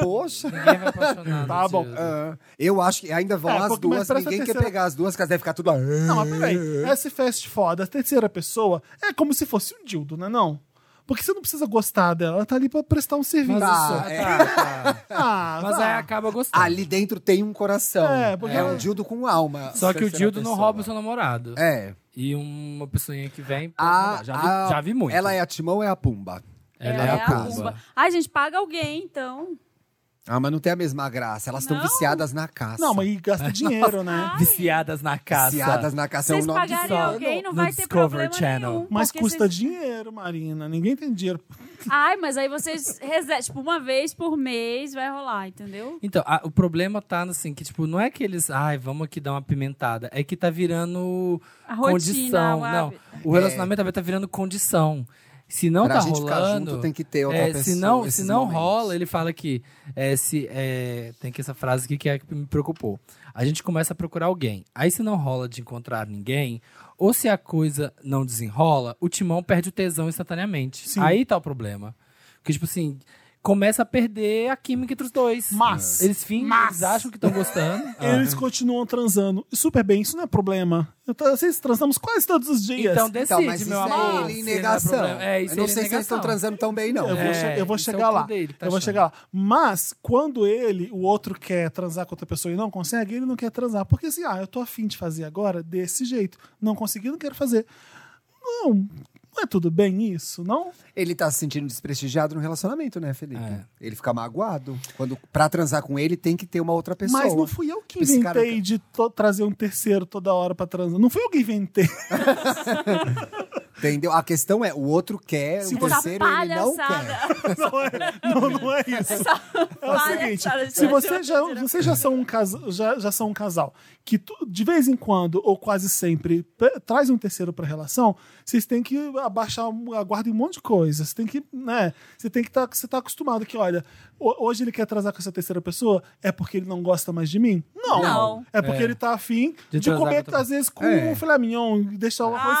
Speaker 1: Poxa.
Speaker 4: Ninguém vai apaixonar no
Speaker 2: Tá bom.
Speaker 4: Dildo.
Speaker 1: Ah, eu acho que ainda vão
Speaker 2: É,
Speaker 1: as
Speaker 2: porque- mas
Speaker 1: duas,
Speaker 2: parece a
Speaker 1: ninguém quer
Speaker 2: terceira-
Speaker 1: pegar as duas, que elas devem ficar tudo. lá.
Speaker 2: Não, mas peraí. Essa É. fast foda, a terceira pessoa, é como se fosse um dildo, né? Não? Porque você não precisa gostar dela, ela tá ali pra prestar um serviço.
Speaker 4: Mas,
Speaker 1: Tá,
Speaker 4: isso-
Speaker 1: é.
Speaker 4: tá, tá.
Speaker 2: Ah,
Speaker 4: Mas aí
Speaker 2: vá.
Speaker 4: acaba gostando.
Speaker 1: Ali dentro tem um coração.
Speaker 2: É,
Speaker 1: É,
Speaker 2: porque-
Speaker 1: um dildo com alma.
Speaker 4: Só que o
Speaker 1: Terceira
Speaker 4: Dildo não
Speaker 1: pessoa.
Speaker 4: rouba o seu namorado.
Speaker 1: É.
Speaker 4: E uma pessoinha que vem. pode
Speaker 1: A,
Speaker 4: roubar. já, vi,
Speaker 1: a-
Speaker 4: já vi muito.
Speaker 1: Ela é a Timão ou é a Pumba?
Speaker 4: Ela é a Pumba.
Speaker 3: Ai, gente, paga alguém, então.
Speaker 1: Ah, mas não tem a mesma graça. Elas estão
Speaker 3: Não.
Speaker 1: viciadas na caça.
Speaker 2: Não, mas aí gasta dinheiro,
Speaker 3: Ah,
Speaker 2: né?
Speaker 4: Viciadas na caça.
Speaker 1: Viciadas na caça é um
Speaker 3: Vocês
Speaker 1: nome de
Speaker 3: pagarem
Speaker 1: só.
Speaker 3: alguém, não
Speaker 4: no
Speaker 3: vai ter
Speaker 4: Discovery
Speaker 3: problema
Speaker 4: Channel.
Speaker 3: nenhum.
Speaker 2: Mas
Speaker 3: porque
Speaker 2: custa
Speaker 3: vocês-
Speaker 2: dinheiro, Marina. Ninguém tem dinheiro.
Speaker 3: Ai, mas aí vocês resetem, tipo, uma vez por mês vai rolar, entendeu?
Speaker 4: Então, a- o problema tá assim, que tipo, não é que eles, ai, vamos aqui dar uma pimentada. É que tá virando
Speaker 3: A rotina,
Speaker 4: condição.
Speaker 3: o
Speaker 4: não,
Speaker 3: hábito.
Speaker 4: o relacionamento aberto tá virando condição. Se não
Speaker 1: É. pra
Speaker 4: tá
Speaker 1: gente ficar
Speaker 4: rolando,
Speaker 1: junto, tem que ter outra
Speaker 4: é,
Speaker 1: pessoa.
Speaker 4: se não, se
Speaker 1: esses
Speaker 4: não
Speaker 1: momentos.
Speaker 4: rola, ele fala que é, se é, tem que essa frase aqui que é a que me preocupou. A gente começa a procurar alguém. Aí se não rola de encontrar ninguém, ou se a coisa não desenrola, o timão perde o tesão instantaneamente.
Speaker 2: Sim.
Speaker 4: Aí tá o problema. Porque tipo assim, começa a perder a química entre os dois. É.
Speaker 2: Mas-
Speaker 4: eles fingem, eles acham que estão gostando. Ah.
Speaker 2: Eles continuam transando. E Super bem, isso não é problema. Eu tô- Vocês transamos quase todos os dias.
Speaker 4: Então decide,
Speaker 1: Então, mas isso
Speaker 4: meu
Speaker 1: é
Speaker 4: amor.
Speaker 1: ele em
Speaker 4: se não é
Speaker 1: negação.
Speaker 4: problema. É, isso
Speaker 1: eu não
Speaker 4: é ele em
Speaker 1: sei se eles estão
Speaker 4: negação.
Speaker 1: transando tão bem, não.
Speaker 2: Eu vou,
Speaker 4: É,
Speaker 2: che- eu vou
Speaker 4: isso é o
Speaker 2: chegar lá.
Speaker 4: poder, ele tá
Speaker 2: eu vou
Speaker 4: achando.
Speaker 2: chegar lá. Mas, quando ele, o outro, quer transar com outra pessoa e não consegue, ele não quer transar. Porque assim, ah, eu tô afim de fazer agora desse jeito. Não consegui, não quero fazer. Não. Não é tudo bem isso, não?
Speaker 1: Ele tá se sentindo desprestigiado no relacionamento, né, Felipe?
Speaker 4: É.
Speaker 1: Ele fica magoado. Quando, pra transar com ele, tem que ter uma outra pessoa.
Speaker 2: Mas não fui eu que
Speaker 1: Esse
Speaker 2: inventei
Speaker 1: cara-
Speaker 2: de to- trazer um terceiro toda hora pra transar. Não fui eu que inventei.
Speaker 1: Entendeu? A questão é, o outro quer, o
Speaker 3: Essa
Speaker 1: terceiro ele não quer.
Speaker 3: palhaçada.
Speaker 2: Não é, não, não é isso. É o seguinte, se você já, vocês já são um casal, já, já são um casal que tu- de vez em quando ou quase sempre pe- traz um terceiro para relação, vocês têm que abaixar a guarda em um monte de coisa. Você tem que, né? Você tem que estar, você tá acostumado que, olha, ho- hoje ele quer transar com essa terceira pessoa é porque ele não gosta mais de mim? Não.
Speaker 3: Não.
Speaker 2: É porque ele tá afim de,
Speaker 4: De transar com
Speaker 2: comer
Speaker 4: outra-
Speaker 2: às vezes com
Speaker 1: É.
Speaker 2: um filé mignon e deixar uma coisa.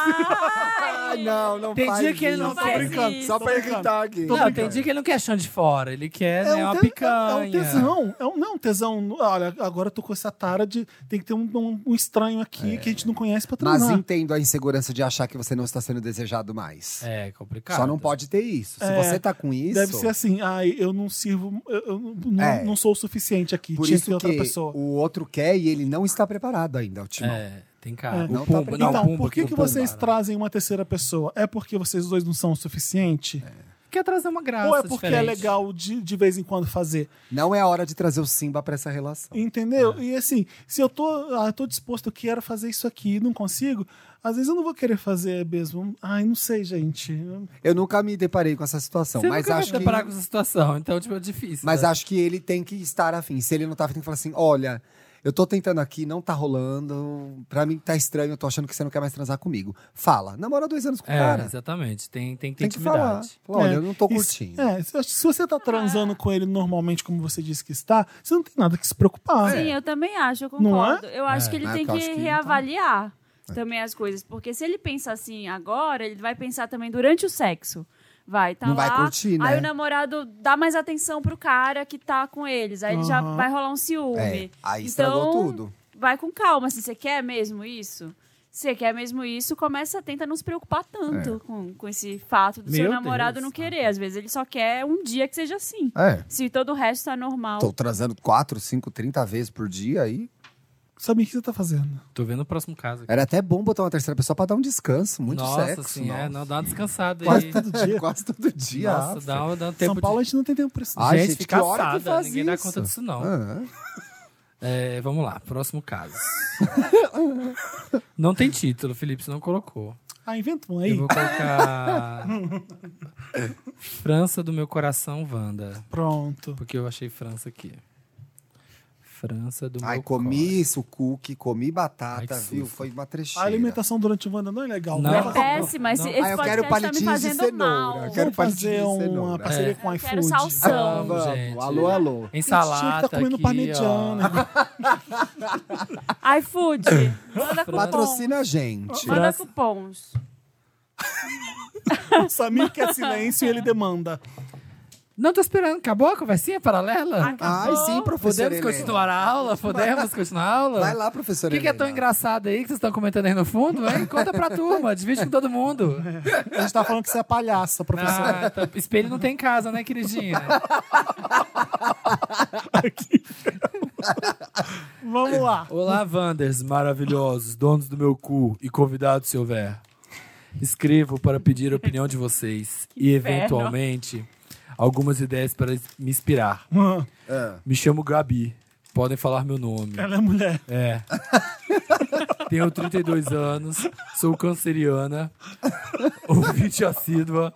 Speaker 1: Ah, não, não
Speaker 4: Tem
Speaker 1: faz
Speaker 4: dia que ele não
Speaker 1: isso.
Speaker 4: Tô quer
Speaker 3: brincando, isso.
Speaker 1: Só
Speaker 2: tô
Speaker 1: pra
Speaker 2: brincando.
Speaker 1: irritar aqui.
Speaker 4: Não, tem dia que ele não quer chão de fora, ele quer né, uma
Speaker 2: É te-
Speaker 4: picanha.
Speaker 2: é um tesão. É um, não, é um tesão. Olha, agora eu tô com essa tara de. Tem que ter um, um- um estranho
Speaker 4: É.
Speaker 2: aqui que a gente não conhece pra
Speaker 1: Mas
Speaker 2: transar.
Speaker 1: entendo a insegurança de achar que você não está sendo desejado mais.
Speaker 4: É complicado.
Speaker 1: Só não pode ter isso. Se
Speaker 2: É,
Speaker 1: você tá com isso,
Speaker 2: Deve ser assim, ai, eu não sirvo, eu, eu não,
Speaker 1: É.
Speaker 2: não sou o suficiente aqui,
Speaker 1: por
Speaker 2: tinha que
Speaker 1: isso
Speaker 2: ter outra
Speaker 1: que
Speaker 2: pessoa.
Speaker 1: o outro quer e ele não está preparado ainda, o Timão.
Speaker 4: É, tem
Speaker 2: É.
Speaker 4: cara. O
Speaker 1: Não tá
Speaker 4: pumba,
Speaker 1: pre-
Speaker 4: não,
Speaker 2: então,
Speaker 4: o pumba
Speaker 2: por que,
Speaker 4: o
Speaker 2: que
Speaker 4: pumba,
Speaker 2: vocês
Speaker 4: né?
Speaker 2: trazem uma terceira pessoa? É porque vocês dois não são o suficiente?
Speaker 4: Quer trazer uma graça
Speaker 2: Ou é porque é
Speaker 4: É. diferente.
Speaker 2: legal de, de vez em quando fazer?
Speaker 1: Não é a hora de trazer o Simba pra essa relação.
Speaker 2: Entendeu?
Speaker 4: É.
Speaker 2: E assim, se eu tô, ah, eu tô disposto, eu quero fazer isso aqui e não consigo, às vezes eu não vou querer fazer mesmo. Ai, não sei, gente.
Speaker 1: Eu nunca me deparei com essa situação,
Speaker 4: Você
Speaker 1: mas
Speaker 4: nunca
Speaker 1: acho
Speaker 4: vai
Speaker 1: que
Speaker 4: deparar com essa situação, então tipo, é difícil.
Speaker 1: mas
Speaker 4: né?
Speaker 1: acho que ele tem que estar afim. Se ele não tá afim, tem que falar assim: "Olha, eu tô tentando aqui, não tá rolando. Pra mim tá estranho, eu tô achando que você não quer mais transar comigo. Fala. Namora dois anos com o
Speaker 4: É,
Speaker 1: cara.
Speaker 4: exatamente. Tem, tem que ter
Speaker 1: Tem que falar.
Speaker 4: intimidade.
Speaker 1: Fala, Olha,
Speaker 2: É,
Speaker 1: eu não tô
Speaker 2: e
Speaker 1: curtindo.
Speaker 2: Se, é, se- se você tá transando com ele normalmente, como você disse que está, você não tem nada que se preocupar.
Speaker 3: Sim, eu também acho, eu
Speaker 2: É. Não é?
Speaker 3: concordo. Eu acho que ele
Speaker 1: Ah,
Speaker 3: tem
Speaker 1: porque eu acho
Speaker 3: que
Speaker 1: que É.
Speaker 3: reavaliar também as coisas. Porque se ele pensa assim agora, ele vai pensar também durante o sexo. Vai, tá
Speaker 1: Não
Speaker 3: lá.
Speaker 1: vai curtir, né?
Speaker 3: Aí o namorado dá mais atenção pro cara que tá com eles. Aí ele já
Speaker 2: Aham.
Speaker 3: vai rolar um ciúme.
Speaker 1: É, aí estragou
Speaker 3: então,
Speaker 1: tudo.
Speaker 3: Vai com calma, assim, você quer mesmo isso? Você quer mesmo isso? Começa, tenta não se preocupar
Speaker 1: É.
Speaker 3: tanto com, com esse fato do seu
Speaker 4: Meu
Speaker 3: namorado
Speaker 4: Deus.
Speaker 3: não querer. Às vezes ele só quer um dia que seja assim.
Speaker 1: É.
Speaker 3: Se todo o resto tá normal.
Speaker 1: Tô transando 4, 5, 30 vezes por dia aí.
Speaker 2: Sabe o que você tá fazendo?
Speaker 1: É.
Speaker 4: Tô vendo o próximo caso aqui.
Speaker 1: Era até bom botar uma terceira pessoa pra dar um descanso, É muito
Speaker 4: nossa,
Speaker 1: sexo.
Speaker 4: assim,
Speaker 1: nossa.
Speaker 4: é, não, dá uma descansada
Speaker 1: Quase
Speaker 4: aí.
Speaker 1: todo dia. Quase todo dia.
Speaker 4: Nossa, dá, um- dá um tempo
Speaker 2: São Paulo é a gente não tem tempo pra isso.
Speaker 1: Ah,
Speaker 4: de...
Speaker 1: Ai,
Speaker 4: gente,
Speaker 1: gente,
Speaker 4: fica
Speaker 1: que hora que
Speaker 4: assada,
Speaker 1: faz
Speaker 4: ninguém dá
Speaker 1: isso?
Speaker 4: conta disso não.
Speaker 1: Ah,
Speaker 4: É, vamos lá, próximo caso. não tem título, Felipe, você não colocou.
Speaker 2: Ah, inventa um aí.
Speaker 4: Eu vou colocar... França do meu coração, Wanda.
Speaker 2: Pronto.
Speaker 4: Porque eu achei França aqui. França do
Speaker 1: Ai,
Speaker 4: meu
Speaker 1: comi isso, cookie, comi batata,
Speaker 4: Ai, que
Speaker 1: viu?
Speaker 4: susto.
Speaker 1: Foi uma
Speaker 2: A
Speaker 1: trecheira.
Speaker 2: alimentação durante o Wanda não é legal.
Speaker 4: Não.
Speaker 2: Vamos
Speaker 3: É
Speaker 2: fazer-
Speaker 3: péssimo, mas
Speaker 4: Não.
Speaker 3: esse
Speaker 1: Ah, eu
Speaker 3: podcast
Speaker 1: quero
Speaker 3: tá me
Speaker 1: palitinhos de
Speaker 3: fazendo mal.
Speaker 1: cenoura. Eu quero
Speaker 2: Vamos fazer
Speaker 1: palitinho de
Speaker 2: uma
Speaker 1: cenoura.
Speaker 2: parceria
Speaker 4: É.
Speaker 2: com o
Speaker 3: Eu
Speaker 2: iFood.
Speaker 3: quero salsão.
Speaker 4: Vamos,
Speaker 1: Ah, Vamos,
Speaker 4: gente.
Speaker 1: alô, alô.
Speaker 4: coração.
Speaker 2: Tinha que
Speaker 4: Ensalada
Speaker 2: tá comendo
Speaker 4: aqui,
Speaker 2: parmegiana.
Speaker 4: ó.
Speaker 3: iFood, manda cupom.
Speaker 1: Patrocina a gente.
Speaker 3: Manda cupons.
Speaker 2: O Samir quer silêncio e ele demanda.
Speaker 4: Não, tô esperando. Acabou a conversinha paralela?
Speaker 1: Ai, sim, professor.
Speaker 4: Podemos
Speaker 1: Helena.
Speaker 4: continuar a aula? Podemos continuar a aula?
Speaker 1: Vai lá, professor.
Speaker 4: O que, que é tão
Speaker 1: Helena.
Speaker 4: engraçado aí que vocês estão comentando aí no fundo? Hein? Conta pra turma, divide com todo mundo.
Speaker 2: A gente tá falando que você é palhaça, professor.
Speaker 4: Ah, tá- espelho não tem em casa, né, queridinha?
Speaker 2: Vamos lá.
Speaker 4: Olá, Wanders, maravilhosos, donos do meu cu e convidados se houver. Escrevo para pedir a opinião de vocês e,
Speaker 3: inferno.
Speaker 4: eventualmente, algumas ideias para me inspirar.
Speaker 2: Ah,
Speaker 4: Me chamo Gabi, podem falar meu nome.
Speaker 2: Ela é mulher.
Speaker 4: É. Tenho 32 anos, sou canceriana, ouvinte assídua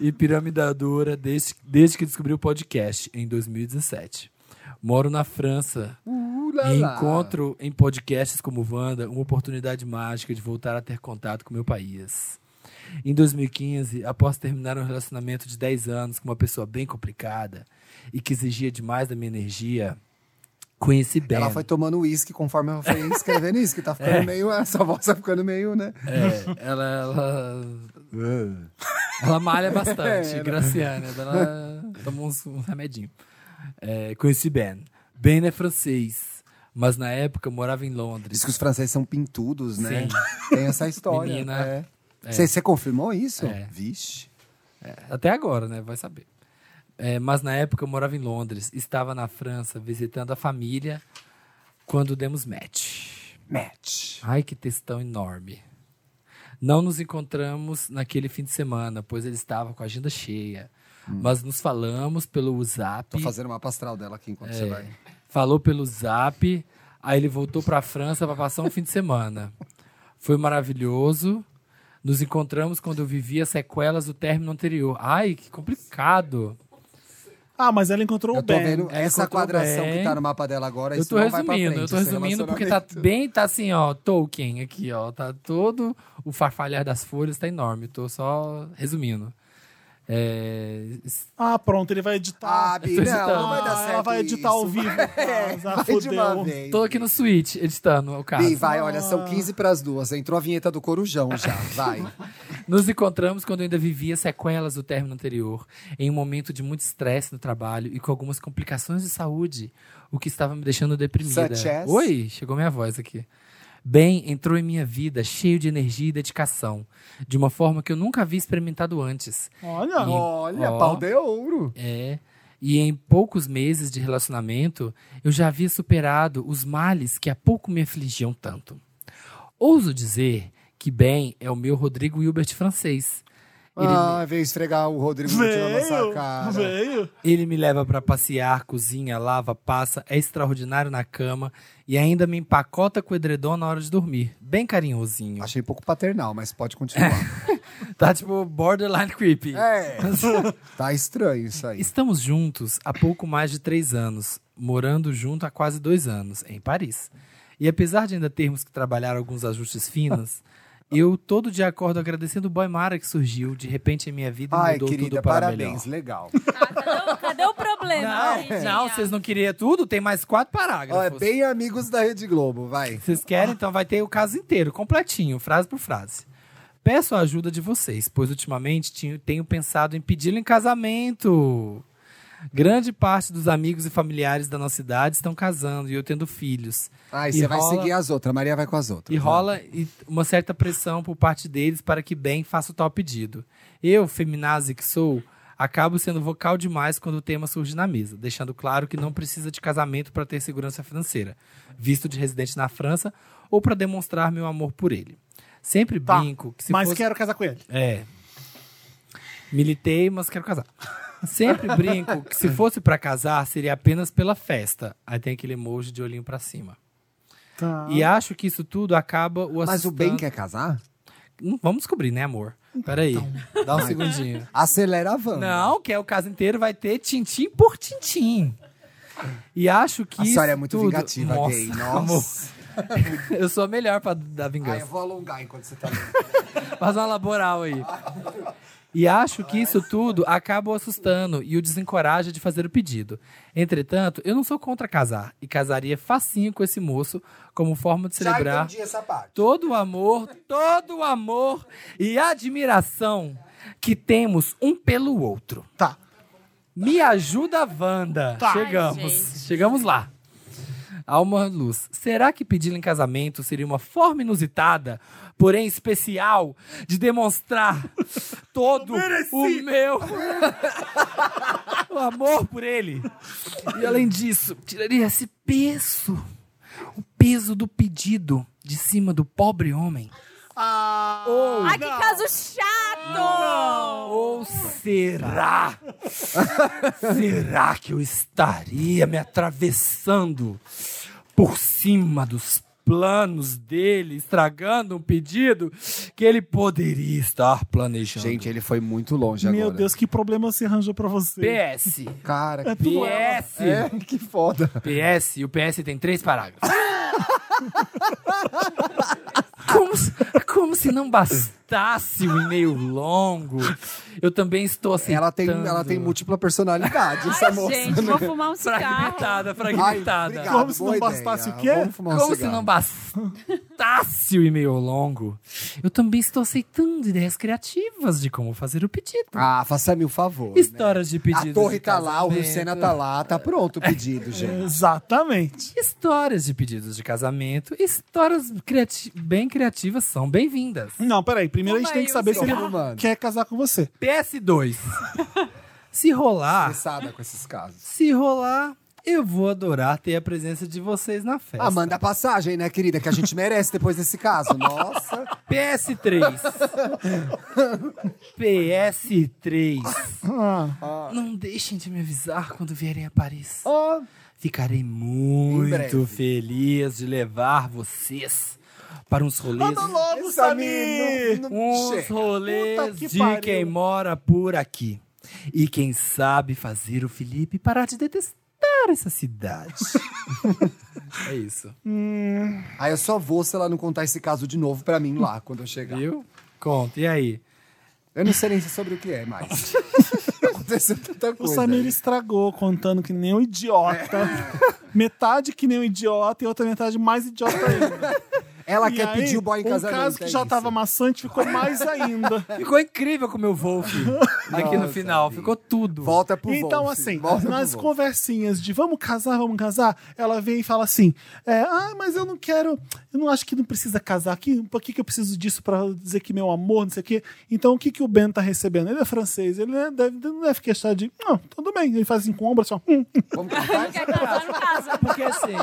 Speaker 4: e piramidadora desde, desde que descobri o podcast, em 2017. Moro na França
Speaker 1: Uh,
Speaker 4: e encontro em podcasts como Wanda uma oportunidade mágica de voltar a ter contato com meu país. Em 2015, após terminar um relacionamento de 10 anos com uma pessoa bem complicada e que exigia demais da minha energia, conheci Ben.
Speaker 1: Ela foi tomando uísque conforme ela foi escrevendo isso, que tá ficando meio. Essa voz tá ficando meio, né?
Speaker 4: É, ela, ela, ela malha bastante, Graciana. Ela toma uns, um remedinho. É, conheci Ben. Ben é francês, mas na época morava em Londres.
Speaker 1: Diz que os franceses são pintudos, né?
Speaker 4: Sim.
Speaker 1: Tem essa história.
Speaker 4: Menina.
Speaker 1: é. Você você confirmou isso?
Speaker 4: É.
Speaker 1: Vixe.
Speaker 4: Até agora, né? Vai saber. É, mas na época eu morava em Londres, estava na França visitando a família quando demos match.
Speaker 1: Match.
Speaker 4: Ai, que textão enorme. Não nos encontramos naquele fim de semana, pois ele estava com a agenda cheia. Mas nos falamos pelo WhatsApp.
Speaker 1: Tô fazendo uma pastral dela aqui enquanto
Speaker 4: É.
Speaker 1: você vai.
Speaker 4: Falou pelo Zap, aí ele voltou para a França para passar um fim de semana. Foi maravilhoso. Nos encontramos quando eu vivi as sequelas do término anterior. Ai, que complicado.
Speaker 2: Ah, mas ela encontrou
Speaker 1: Eu
Speaker 2: o
Speaker 1: tô
Speaker 2: Ben.
Speaker 1: vendo
Speaker 4: é,
Speaker 1: essa
Speaker 4: encontrou
Speaker 1: quadração
Speaker 4: bem.
Speaker 1: que tá no mapa dela agora.
Speaker 4: eu
Speaker 1: isso
Speaker 4: tô
Speaker 1: não vai pra
Speaker 4: resumindo,
Speaker 1: frente, assim, é
Speaker 4: eu tô
Speaker 1: esse
Speaker 4: resumindo porque tá bem, tá assim, ó, Tolkien aqui, ó, tá todo o farfalhar das folhas tá enorme. Eu Tô só resumindo. É, es-
Speaker 2: Ah, pronto, ele vai editar.
Speaker 1: Ah, Bi,
Speaker 4: Eu tô
Speaker 1: não, não
Speaker 4: editando.
Speaker 1: vai dar certo.
Speaker 2: ela vai editar ao
Speaker 1: isso. É,
Speaker 2: vivo. Ah, já
Speaker 1: Vai de uma
Speaker 2: fudeu.
Speaker 1: vez.
Speaker 4: tô aqui no Switch editando o caso.
Speaker 1: Bi, vai, olha, são 15 pras duas. Entrou a vinheta do Corujão já, vai.
Speaker 4: Nos encontramos quando eu ainda vivia sequelas do término anterior, em um momento de muito estresse no trabalho e com algumas complicações de saúde, o que estava me deixando deprimida.
Speaker 1: Such as?
Speaker 4: Oi, chegou minha voz aqui. Bem, entrou em minha vida cheio de energia e dedicação, de uma forma que eu nunca havia experimentado antes.
Speaker 2: Olha.
Speaker 4: Ih.
Speaker 1: Olha,
Speaker 4: Ó.
Speaker 1: pau de ouro.
Speaker 4: É. E em poucos meses de relacionamento, eu já havia superado os males que há pouco me afligiam tanto. Ouso dizer que Ben é o meu Rodrigo Hilbert francês. Ele,
Speaker 1: Ah, veio esfregar o Rodrigo Murti na nossa
Speaker 2: Veio.
Speaker 1: cara.
Speaker 2: Veio.
Speaker 4: ele me leva pra passear, cozinha, lava, passa, é extraordinário na cama e ainda me empacota com o edredom na hora de dormir. Bem carinhosinho.
Speaker 1: Achei pouco paternal, mas pode continuar.
Speaker 4: Tá tipo borderline creepy.
Speaker 1: é, tá estranho isso aí.
Speaker 4: Estamos juntos há pouco mais de três anos, morando junto há quase dois anos, em Paris. E apesar de ainda termos que trabalhar alguns ajustes finos, eu todo dia acordo agradecendo o boy Mara que surgiu de repente em minha vida e
Speaker 1: Ai,
Speaker 4: mudou
Speaker 1: querida,
Speaker 4: tudo para
Speaker 1: parabéns, legal.
Speaker 3: Cadê o, cadê o problema?
Speaker 4: melhor.
Speaker 3: Cidinha?
Speaker 4: Não, vocês não queriam tudo? Tem mais quatro
Speaker 1: Ó, é
Speaker 4: parágrafos.
Speaker 1: bem amigos da Rede Globo, vai.
Speaker 4: Vocês querem? Então vai ter o caso inteiro, completinho, frase por frase. Peço a ajuda de vocês, pois ultimamente tinha- tenho pensado em pedi-lo em casamento. Grande parte dos amigos e familiares da nossa idade estão casando e eu tendo filhos.
Speaker 1: Ai,
Speaker 4: E
Speaker 1: você vai
Speaker 4: rola-
Speaker 1: seguir as outras, a Maria vai com as outras.
Speaker 4: E rola e- uma certa pressão por parte deles para que bem faça o tal pedido. Eu, feminazi que sou, acabo sendo vocal demais quando o tema surge na mesa, deixando claro que não precisa de casamento para ter segurança financeira, visto de residente na França ou para demonstrar meu amor por ele. Sempre
Speaker 2: Tá,
Speaker 4: brinco que se
Speaker 2: Mas
Speaker 4: fosse...
Speaker 2: quero casar com ele.
Speaker 4: É. Militei, mas quero casar. Sempre brinco que se fosse pra casar, seria apenas pela festa. Aí tem aquele emoji de olhinho pra cima.
Speaker 2: Tá.
Speaker 4: E acho que isso tudo acaba o
Speaker 1: Ah. Mas o
Speaker 4: assustando-
Speaker 1: Ben quer casar?
Speaker 4: Hum, Vamos descobrir, né, amor? Peraí. Dá um segundinho.
Speaker 1: Acelera a van.
Speaker 4: Não, que é o caso inteiro, vai ter tintim por tintim. E acho que.
Speaker 1: A senhora
Speaker 4: isso
Speaker 1: é muito
Speaker 4: tudo...
Speaker 1: vingativa,
Speaker 4: Nossa,
Speaker 1: gay.
Speaker 4: amor,
Speaker 1: Nossa.
Speaker 4: eu sou a melhor pra dar
Speaker 1: Ai, eu
Speaker 4: vingança.
Speaker 1: vou alongar enquanto você tá lendo.
Speaker 4: Faz uma laboral aí. E acho que isso tudo acaba o assustando e o desencoraja de fazer o pedido. Entretanto, eu não sou contra casar e casaria facinho com esse moço como forma de
Speaker 1: Já
Speaker 4: celebrar
Speaker 1: entendi essa parte.
Speaker 4: todo o amor, todo o amor e admiração que temos um pelo outro.
Speaker 2: Tá.
Speaker 4: Me ajuda, Wanda.
Speaker 2: Tá.
Speaker 3: Ai,
Speaker 4: Chegamos.
Speaker 3: gente.
Speaker 4: Chegamos lá. Alma Luz, será que pedi-lo em casamento seria uma forma inusitada, porém especial, de demonstrar todo o meu o amor por ele? E além disso, tiraria esse peso, o peso do pedido de cima do pobre homem.
Speaker 2: Ah,
Speaker 4: Ou,
Speaker 3: Ai, que caso chato!
Speaker 4: ou será? será que eu estaria me atravessando por cima dos planos dele, estragando um pedido que ele poderia estar planejando?
Speaker 1: Gente, ele foi muito longe
Speaker 2: meu
Speaker 1: agora.
Speaker 2: Deus, que problema se arranjou pra você.
Speaker 4: PS.
Speaker 1: Cara, que
Speaker 2: tudo
Speaker 4: PS.
Speaker 1: É, que foda.
Speaker 4: PS, e o PS tem três parágrafos. Como se, como se não bastasse o e-mail longo. Eu também estou aceitando.
Speaker 1: Ela tem, ela tem múltipla personalidade, essa é moça. né?
Speaker 3: Gente, vou fumar um cigarro.
Speaker 4: Fragmentada,
Speaker 1: Ai,
Speaker 4: fragmentada.
Speaker 1: obrigado,
Speaker 2: Como se não
Speaker 1: boa ideia.
Speaker 2: bastasse o quê?
Speaker 1: Vamos fumar um
Speaker 4: Como se
Speaker 1: cigarro.
Speaker 4: não bastasse o e-mail longo, eu também estou aceitando ideias criativas de como fazer o pedido.
Speaker 1: Ah, faça-me o favor. né?
Speaker 4: Histórias de pedidos.
Speaker 1: A torre
Speaker 4: de
Speaker 1: tá lá, o
Speaker 4: casamento.
Speaker 1: Lucena tá lá, tá pronto o pedido, gente.
Speaker 2: Exatamente.
Speaker 4: Histórias de pedidos de casamento, histórias criati- bem criativas são bem-vindas.
Speaker 2: Não, peraí. Primeiro a gente
Speaker 3: Fuma
Speaker 2: tem
Speaker 3: aí
Speaker 2: que
Speaker 3: um
Speaker 2: saber se ele
Speaker 1: cigarro. Mano.
Speaker 2: quer casar com você.
Speaker 4: PS2. Se rolar, Ah.
Speaker 1: é Estressada com esses casos.
Speaker 4: se rolar, Eu vou adorar ter a presença de vocês na festa.
Speaker 1: Ah, manda a passagem, né, querida? Que a gente merece depois desse caso. Nossa.
Speaker 4: PS3. PS3.
Speaker 2: Ah,
Speaker 4: Não deixem de me avisar quando vierem a Paris.
Speaker 1: Ó.
Speaker 4: Ficarei
Speaker 1: Em breve.
Speaker 4: muito feliz de levar vocês para uns rolês.
Speaker 6: Logo,
Speaker 1: Essa
Speaker 6: Samir!
Speaker 1: menina não- não
Speaker 4: Uns
Speaker 1: chega.
Speaker 4: rolês
Speaker 2: que
Speaker 4: de
Speaker 2: pariu.
Speaker 4: quem mora por aqui. E quem sabe fazer o Felipe parar de detestar essa cidade. é isso.
Speaker 1: Aí eu só vou se ela não contar esse caso de novo pra mim lá, quando eu chegar.
Speaker 4: Viu? Conta. E aí?
Speaker 1: Eu não sei nem sobre o que é mais. Aconteceu tanta
Speaker 2: o
Speaker 1: coisa.
Speaker 2: Samir estragou contando que nem um idiota.
Speaker 1: É.
Speaker 2: Metade que nem um idiota e outra metade mais idiota ainda.
Speaker 1: Ela
Speaker 2: E
Speaker 1: quer
Speaker 2: aí,
Speaker 1: pedir o boy em casamento.
Speaker 2: Um caso que
Speaker 1: é
Speaker 2: já
Speaker 1: isso.
Speaker 2: tava maçante ficou mais ainda.
Speaker 4: Ficou incrível com o meu Wolf aqui no
Speaker 1: Nossa,
Speaker 4: final.
Speaker 1: Vi.
Speaker 4: Ficou tudo.
Speaker 1: Volta pro
Speaker 2: Então,
Speaker 1: Wolf,
Speaker 2: assim,
Speaker 1: volta pro
Speaker 2: nas
Speaker 1: Wolf.
Speaker 2: conversinhas de vamos casar, vamos casar, ela vem e fala assim: é, ah, mas eu não quero, eu não acho que não precisa casar aqui, por que, que eu preciso disso para dizer que meu amor, não sei o quê. Então, o que, que o Ben tá recebendo? Ele é francês, ele não deve, não deve queixar de, não, tudo bem. Ele faz assim com o ombro, assim, ó, hum.
Speaker 1: Vamos
Speaker 4: né?
Speaker 1: contar?
Speaker 3: Quer casar no casa?
Speaker 4: Porque assim,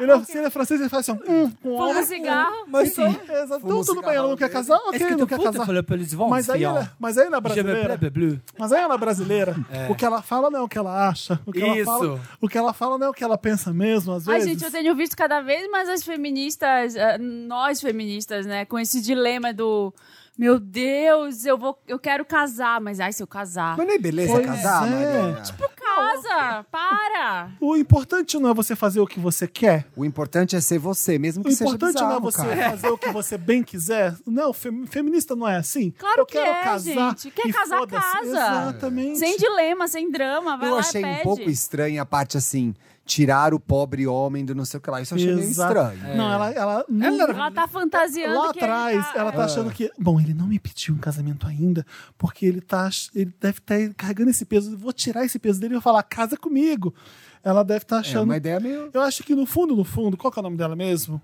Speaker 2: Ele, é- se ele é francês, ele faz assim, ó, hum, com o
Speaker 3: Fuma
Speaker 2: ombro.
Speaker 3: um cigarro.
Speaker 4: mas
Speaker 2: Então,
Speaker 4: assim,
Speaker 2: é,
Speaker 1: Fuma
Speaker 2: exato. então
Speaker 1: um
Speaker 2: tudo bem, ela
Speaker 1: cigarrão
Speaker 2: não quer
Speaker 1: dele.
Speaker 2: casar,
Speaker 4: est-ce
Speaker 2: ok,
Speaker 4: que
Speaker 2: não
Speaker 4: tu
Speaker 2: quer
Speaker 4: peux te
Speaker 2: casar.
Speaker 4: faire le police vent,
Speaker 2: Mas aí,
Speaker 4: Fion?
Speaker 2: ela, mas aí na
Speaker 4: Je me
Speaker 2: brasileira.
Speaker 4: plais bleu.
Speaker 2: Mas aí ela é brasileira. O que ela fala não é o que ela acha. O que
Speaker 4: Isso.
Speaker 2: Ela fala, o que ela fala não é o que ela pensa mesmo, às
Speaker 3: Ai,
Speaker 2: vezes.
Speaker 3: gente, eu tenho visto cada vez mais as feministas, eh, nós feministas, né, com esse dilema do meu Deus, eu vou, eu quero casar, mas ai, se eu casar.
Speaker 1: Mas nem beleza
Speaker 2: Pois
Speaker 1: casar,
Speaker 2: é.
Speaker 1: Mariana.
Speaker 3: Casa, para!
Speaker 2: O importante não é você fazer o que você quer.
Speaker 1: O importante é ser você, mesmo que
Speaker 2: O
Speaker 1: seja
Speaker 2: importante não é
Speaker 1: bizarro,
Speaker 2: você
Speaker 1: cara.
Speaker 2: fazer o que você bem quiser. Não, fem- feminista não é assim.
Speaker 3: Claro
Speaker 2: eu
Speaker 3: que
Speaker 2: quero
Speaker 3: é,
Speaker 2: casar
Speaker 3: gente. Quer
Speaker 2: e
Speaker 3: casar,
Speaker 2: foda-se.
Speaker 3: casa.
Speaker 2: Exatamente.
Speaker 3: Sem dilema, sem drama, vai
Speaker 1: Eu
Speaker 3: lá,
Speaker 1: achei
Speaker 3: pede.
Speaker 1: um pouco estranha a parte assim, tirar o pobre homem do não sei o que lá. Isso eu achei meio
Speaker 2: Exato.
Speaker 1: estranho.
Speaker 2: Não, ela, ela,
Speaker 3: Ela tá fantasiando
Speaker 2: Lá
Speaker 3: que ele
Speaker 2: atrás,
Speaker 3: tá-
Speaker 2: ela tá achando que. Bom, ele não me pediu em casamento ainda, porque ele tá. ach- Ele deve estar carregando esse peso. Eu Vou tirar esse peso dele e vou falar, casa comigo. Ela deve estar
Speaker 1: É
Speaker 2: achando.
Speaker 1: uma ideia meio.
Speaker 2: Eu acho que no fundo, no fundo, qual que é o nome dela mesmo?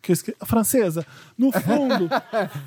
Speaker 2: Que eu esque... a Francesa. No fundo,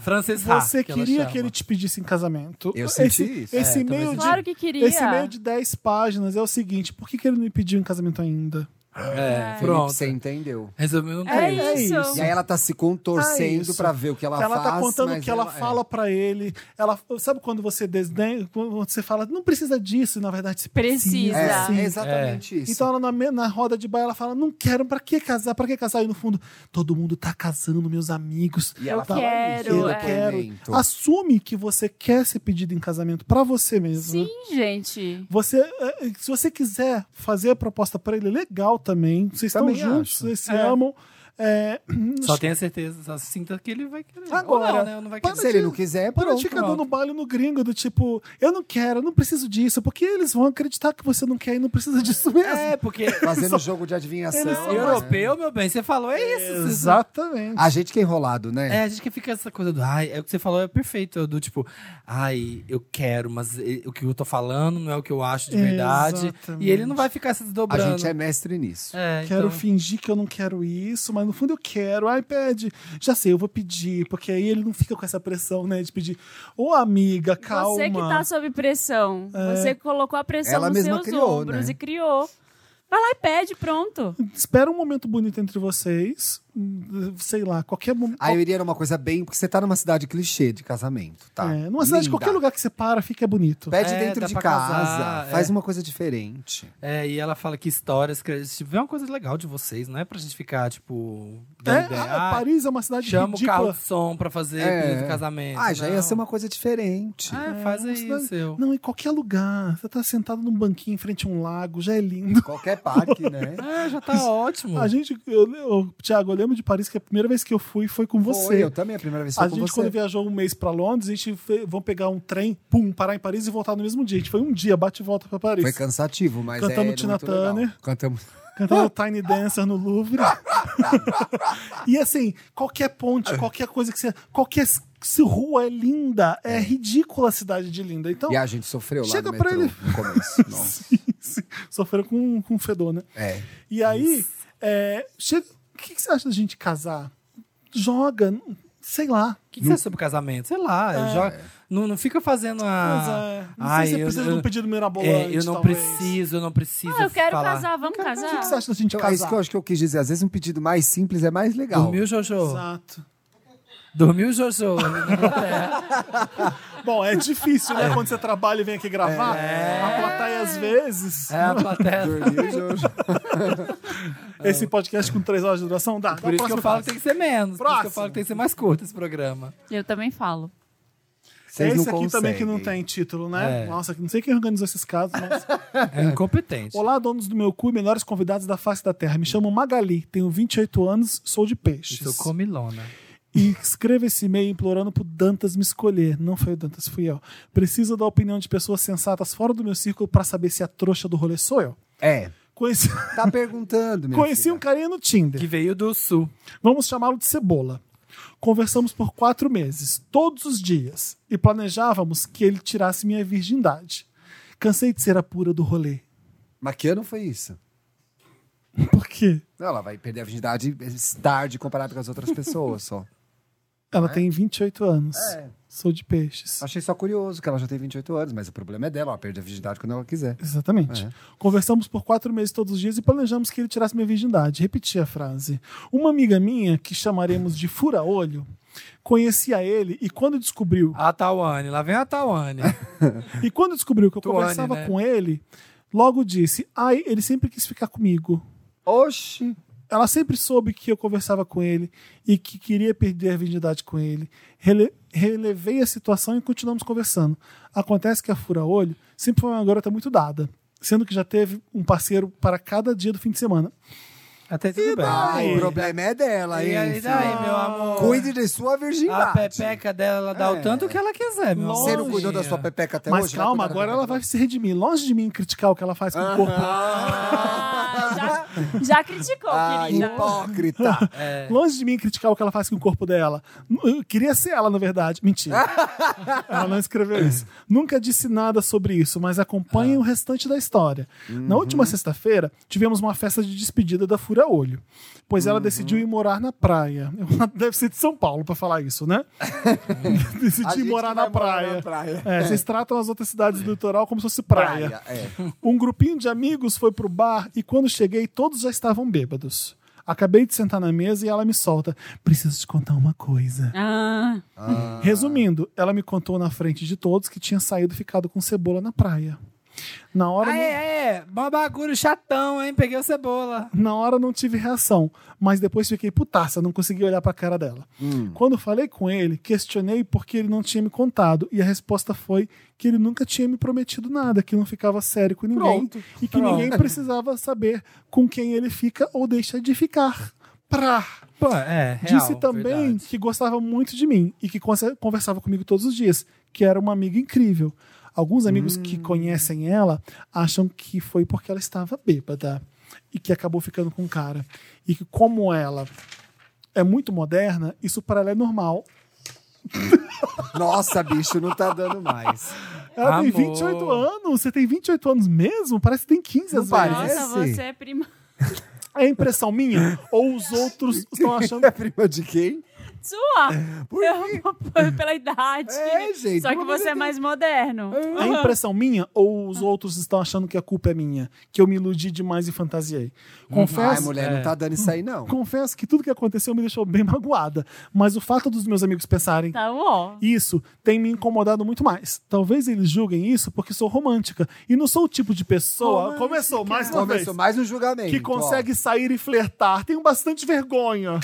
Speaker 4: Frances Ha,
Speaker 2: você
Speaker 4: Ah, ela
Speaker 2: queria
Speaker 4: chama.
Speaker 2: que ele te pedisse em casamento.
Speaker 1: Eu
Speaker 2: esse,
Speaker 1: senti isso.
Speaker 2: Esse
Speaker 4: É, também
Speaker 2: meio de,
Speaker 4: senti.
Speaker 3: Claro que queria.
Speaker 2: Esse meio de 10 páginas é o seguinte: por que, que ele não me pediu em casamento ainda?
Speaker 4: É,
Speaker 1: Felipe,
Speaker 4: pronto.
Speaker 1: você entendeu.
Speaker 4: Resolveu um
Speaker 3: É,
Speaker 4: três.
Speaker 3: isso.
Speaker 1: E aí ela tá se contorcendo
Speaker 2: É isso.
Speaker 1: pra ver o que ela, é.
Speaker 2: ela
Speaker 1: faz.
Speaker 2: tá contando o
Speaker 1: mas
Speaker 2: que ela, fala pra ele. Ela sabe quando você desdenha, quando você fala, não precisa disso, e na verdade você precisa.
Speaker 3: Precisa.
Speaker 1: É,
Speaker 2: sim.
Speaker 1: é exatamente isso.
Speaker 2: Então ela na, me- na roda de baile ela fala, não quero, pra que casar? Pra que casar? E no fundo, todo mundo tá casando, meus amigos. Tá.
Speaker 1: E ela
Speaker 3: Eu
Speaker 1: fala
Speaker 3: quero,
Speaker 1: isso, no
Speaker 3: é.
Speaker 1: depoimento.
Speaker 2: Assume que você quer ser pedido em casamento pra você mesmo. né?
Speaker 3: Sim, gente.
Speaker 2: Você, eh, se você quiser fazer a proposta pra ele, legal também. Vocês
Speaker 1: Também
Speaker 2: estão juntos,
Speaker 1: acho.
Speaker 2: vocês se
Speaker 4: É.
Speaker 2: amam. É,
Speaker 4: Só tenha certeza, só sinta que ele vai querer.
Speaker 2: Agora,
Speaker 4: Ou não, né? Ou não vai querer.
Speaker 1: Se ele não quiser, é
Speaker 2: Para
Speaker 1: pronto.
Speaker 2: de ficar dando baile no gringo, do tipo, eu não quero, eu não preciso disso, porque eles vão acreditar que você não quer e não precisa disso mesmo.
Speaker 4: É, porque
Speaker 1: Fazendo jogo de adivinhação.
Speaker 2: Eles são
Speaker 1: né?
Speaker 4: europeu, meu bem, você falou, é isso. vocês-
Speaker 2: Exatamente.
Speaker 1: A gente que é enrolado, né?
Speaker 4: É, a gente que fica essa coisa do, ai, é o que você falou é perfeito, do tipo, ai, eu quero, mas eh, o que eu tô falando não é o que eu acho de verdade.
Speaker 2: Exatamente.
Speaker 4: E ele não vai ficar se
Speaker 1: A
Speaker 4: desdobrando.
Speaker 1: gente é mestre nisso.
Speaker 4: É,
Speaker 2: Quero
Speaker 4: então-
Speaker 2: fingir que eu não quero isso, mas no fundo eu quero. Ai, pede. Já sei, eu vou pedir, porque aí ele não fica com essa pressão, né, de pedir. Ô, amiga, calma. É.
Speaker 3: Você que tá sob pressão. Você colocou a pressão
Speaker 1: Ela
Speaker 3: nos
Speaker 1: mesma
Speaker 3: seus
Speaker 1: criou,
Speaker 3: ombros
Speaker 1: né?
Speaker 3: e criou. Vai lá e pede, pronto.
Speaker 2: Espera um momento bonito entre vocês. Hum, Sei lá, qualquer momento.
Speaker 1: Aí eu iria numa coisa bem, porque você tá numa cidade clichê de casamento, tá?
Speaker 2: É, numa cidade,
Speaker 1: Linda.
Speaker 2: qualquer lugar que você para, fica bonito.
Speaker 1: Pede
Speaker 4: É,
Speaker 1: dentro
Speaker 4: dá
Speaker 1: de
Speaker 4: pra
Speaker 1: casa,
Speaker 4: casar,
Speaker 1: faz
Speaker 4: é.
Speaker 1: uma coisa diferente.
Speaker 4: É, e ela fala que histórias, que tipo, é uma coisa legal de vocês, não é pra gente ficar, tipo, dando
Speaker 2: É,
Speaker 4: ideia.
Speaker 2: ah,
Speaker 4: Ah,
Speaker 2: Paris é uma cidade
Speaker 4: chama o
Speaker 2: ridícula.
Speaker 4: carro de som pra fazer
Speaker 1: É.
Speaker 4: pedido de casamento.
Speaker 1: Ah, já ia
Speaker 4: não.
Speaker 1: ser uma é, coisa diferente.
Speaker 4: Ah, faz aí o seu.
Speaker 2: Não, em qualquer lugar. Você tá sentado num banquinho em frente a um lago, já é lindo.
Speaker 1: Qualquer parque, né?
Speaker 4: Ah, já tá ótimo.
Speaker 2: A gente, eu, eu, Thiago, eu lembro de Paris que a primeira vez que eu fui foi com você.
Speaker 1: Foi, eu também, a primeira vez que
Speaker 2: a
Speaker 1: eu com
Speaker 2: gente,
Speaker 1: você.
Speaker 2: quando viajou um mês pra Londres, a gente foi, vão pegar um trem, pum, parar em Paris e voltar no mesmo dia. A gente foi um dia, bate e volta pra Paris.
Speaker 1: Foi cansativo, mas
Speaker 2: Cantamos
Speaker 1: é
Speaker 2: Tina
Speaker 1: muito legal.
Speaker 2: Turner. Então,
Speaker 1: Cantamos
Speaker 2: Cantando Tiny Dancer no Louvre. e assim, qualquer
Speaker 1: É.
Speaker 2: ponte, qualquer coisa que você. Qualquer se rua é linda, é ridícula a cidade de linda. Então,
Speaker 1: E a gente sofreu lá
Speaker 2: Chega
Speaker 1: no
Speaker 2: pra
Speaker 1: metrô
Speaker 2: ele.
Speaker 1: no começo. Nossa.
Speaker 2: sofreram com, com fedor, né?
Speaker 1: É.
Speaker 2: E aí, é, chega, o que, que você acha da gente casar? Joga, sei lá.
Speaker 4: é O que, que você acha sobre casamento? Sei lá, joga, Não, não fica fazendo
Speaker 2: Mas,
Speaker 4: a.
Speaker 2: é, não
Speaker 4: Ah, Ai,
Speaker 2: sei se você
Speaker 4: eu-
Speaker 2: precisa de
Speaker 4: eu-
Speaker 2: um pedido mirabolante.
Speaker 4: É, eu não
Speaker 2: talvez.
Speaker 4: preciso, eu não preciso.
Speaker 3: Ah, eu quero
Speaker 4: falar.
Speaker 3: casar, vamos
Speaker 2: O que que
Speaker 3: casar.
Speaker 2: você acha da gente
Speaker 1: Então, é isso
Speaker 2: casar?
Speaker 1: que eu acho que eu quis dizer. Às vezes um pedido mais simples é mais legal.
Speaker 4: Dormiu, Jojo?
Speaker 2: Exato.
Speaker 4: Dormiu, Jojo?
Speaker 2: Bom, é difícil, né? Quando você trabalha e vem aqui gravar. A plateia, às vezes,
Speaker 4: é a plateia.
Speaker 1: Dormiu, Jojo.
Speaker 2: esse podcast com três horas de duração dá.
Speaker 4: É Por isso que eu falo que tem que ser menos. Por isso que eu
Speaker 2: Próximo.
Speaker 4: falo que tem que ser mais curto esse programa.
Speaker 3: Eu também falo.
Speaker 2: é
Speaker 1: Vocês
Speaker 2: esse
Speaker 1: não
Speaker 2: aqui também que não
Speaker 1: conseguem.
Speaker 2: tem título, né?
Speaker 4: É.
Speaker 2: Nossa, não sei quem organizou esses casos, mas
Speaker 4: É incompetente.
Speaker 2: Olá, donos do meu cu e melhores convidados da face da terra. Me chamo Magali, tenho 28 anos, sou de peixes.
Speaker 4: Sou comilona.
Speaker 2: E escreva esse e-mail implorando pro Dantas me escolher. Não foi o Dantas, fui eu. Preciso da opinião de pessoas sensatas fora do meu círculo pra saber se a trouxa do rolê sou eu.
Speaker 1: É.
Speaker 2: Conheci,
Speaker 1: Tá perguntando, minha
Speaker 2: conheci
Speaker 1: filha.
Speaker 2: um carinha no Tinder.
Speaker 4: Que veio do sul.
Speaker 2: Vamos chamá-lo de Cebola. Conversamos por quatro meses, todos os dias, e planejávamos que ele tirasse minha virgindade. Cansei de ser a pura do rolê.
Speaker 1: Mas que ano foi isso?
Speaker 2: Por quê?
Speaker 1: Não, ela vai perder a virgindade eh, tarde comparado com as outras pessoas só.
Speaker 2: Ela tem 28 anos.
Speaker 1: É.
Speaker 2: Sou de peixes.
Speaker 1: Achei só curioso que ela já tem 28 anos, mas o problema é dela, ela perde a virgindade quando ela quiser.
Speaker 4: É.
Speaker 2: Exatamente. Conversamos por quatro meses todos os dias e planejamos que ele tirasse minha virgindade. Repeti a frase. Uma amiga minha, que chamaremos de fura-olho, conhecia ele e quando descobriu,
Speaker 4: A Tawane. Lá vem a Tawane.
Speaker 2: e quando descobriu que eu
Speaker 4: Tuane,
Speaker 2: conversava
Speaker 4: né?
Speaker 2: com ele, logo disse: "Ai, ele sempre quis ficar comigo".
Speaker 1: Oxi!
Speaker 2: Ela sempre soube que eu conversava com ele e que queria perder a virgindade com ele. Rele- relevei a situação e continuamos conversando. Acontece que a fura-olho sempre foi uma garota muito dada, sendo que já teve um parceiro para cada dia do fim de semana.
Speaker 4: Até tudo bem.
Speaker 1: Ah,
Speaker 2: Ai.
Speaker 1: o problema é dela,
Speaker 4: E aí,
Speaker 1: hein?
Speaker 4: daí, meu amor?
Speaker 1: Cuide de sua
Speaker 2: Ah,
Speaker 4: A
Speaker 1: virgindade.
Speaker 4: pepeca dela, ela dá o tanto que ela quiser, meu amor.
Speaker 1: É. Você não cuidou da sua pepeca até
Speaker 2: Mas
Speaker 1: hoje? né? cuidar
Speaker 2: calma,
Speaker 1: da
Speaker 2: agora
Speaker 1: pepeca
Speaker 2: ela vai se redimir. Longe de mim criticar o que ela faz com o corpo.
Speaker 3: Ah, já, já criticou,
Speaker 1: Ah,
Speaker 3: querida.
Speaker 1: hipócrita.
Speaker 2: Longe de mim criticar o que ela faz com o corpo dela. N- Eu queria ser ela, na verdade. Mentira. ela não escreveu isso. Nunca disse nada sobre isso, mas acompanhem o restante da história. Na última sexta-feira, tivemos uma festa de despedida da Fura Olho, pois ela decidiu ir morar na praia. Ela Deve ser de São Paulo pra falar isso, né?
Speaker 1: A gente
Speaker 2: decidiu morar
Speaker 1: vai
Speaker 2: na praia.
Speaker 1: praia.
Speaker 2: É, vocês tratam as outras cidades do litoral como se fosse
Speaker 1: Praia,
Speaker 2: praia.
Speaker 1: é.
Speaker 2: Um grupinho de amigos foi pro bar e quando cheguei, todos já estavam bêbados. Acabei de sentar na mesa e ela me solta. Preciso te contar uma coisa.
Speaker 3: Ah,
Speaker 2: Resumindo, ela me contou na frente de todos que tinha saído e ficado com cebola na praia. Na hora,
Speaker 4: Ah, é, é. Mó bagulho chatão, hein? Peguei o cebola.
Speaker 2: não, na hora não tive reação, mas depois fiquei putaça, não consegui olhar pra cara dela.
Speaker 4: Hum.
Speaker 2: Quando falei com ele, questionei por que ele não tinha me contado e a resposta foi que ele nunca tinha me prometido nada, que não ficava sério com ninguém
Speaker 4: Pronto.
Speaker 2: e que ninguém precisava saber com quem ele fica ou deixa de ficar. Pra.
Speaker 4: Pô, é, real,
Speaker 2: Disse também
Speaker 4: verdade.
Speaker 2: que gostava muito de mim e que conse- conversava comigo todos os dias, que era uma amiga incrível. Alguns amigos
Speaker 4: Hum.
Speaker 2: que conhecem ela acham que foi porque ela estava bêbada e que acabou ficando com o cara. E que, como ela é muito moderna, isso para ela é normal.
Speaker 1: Nossa, bicho, não tá dando mais.
Speaker 2: Ela tem
Speaker 4: Amor.
Speaker 2: 28 anos, você tem 28 anos mesmo? Parece que tem 15
Speaker 1: Não
Speaker 2: às
Speaker 1: parece.
Speaker 2: vezes.
Speaker 3: nossa, você é prima.
Speaker 2: É a impressão minha? Ou os outros estão achando
Speaker 1: É prima de quem?
Speaker 3: Sua!
Speaker 1: Por quê?
Speaker 3: Eu- pela idade.
Speaker 1: É, gente,
Speaker 3: Só que
Speaker 1: pelo amor
Speaker 3: você é
Speaker 1: de
Speaker 3: mais moderno.
Speaker 2: É impressão minha ou os outros estão achando que a culpa é minha? Que eu me iludi demais e fantasiei?
Speaker 1: Uhum. Ai,
Speaker 2: Confesso, É.
Speaker 1: mulher, não tá dando isso aí, não.
Speaker 2: confesso que tudo que aconteceu me deixou bem magoada. Mas o fato dos meus amigos pensarem
Speaker 3: Tá bom.
Speaker 2: isso tem me incomodado muito mais. Talvez eles julguem isso porque sou romântica. E não sou o tipo de pessoa. Começou mais uma vez
Speaker 1: Começou mais um julgamento.
Speaker 2: que consegue sair e flertar. Tenho bastante vergonha.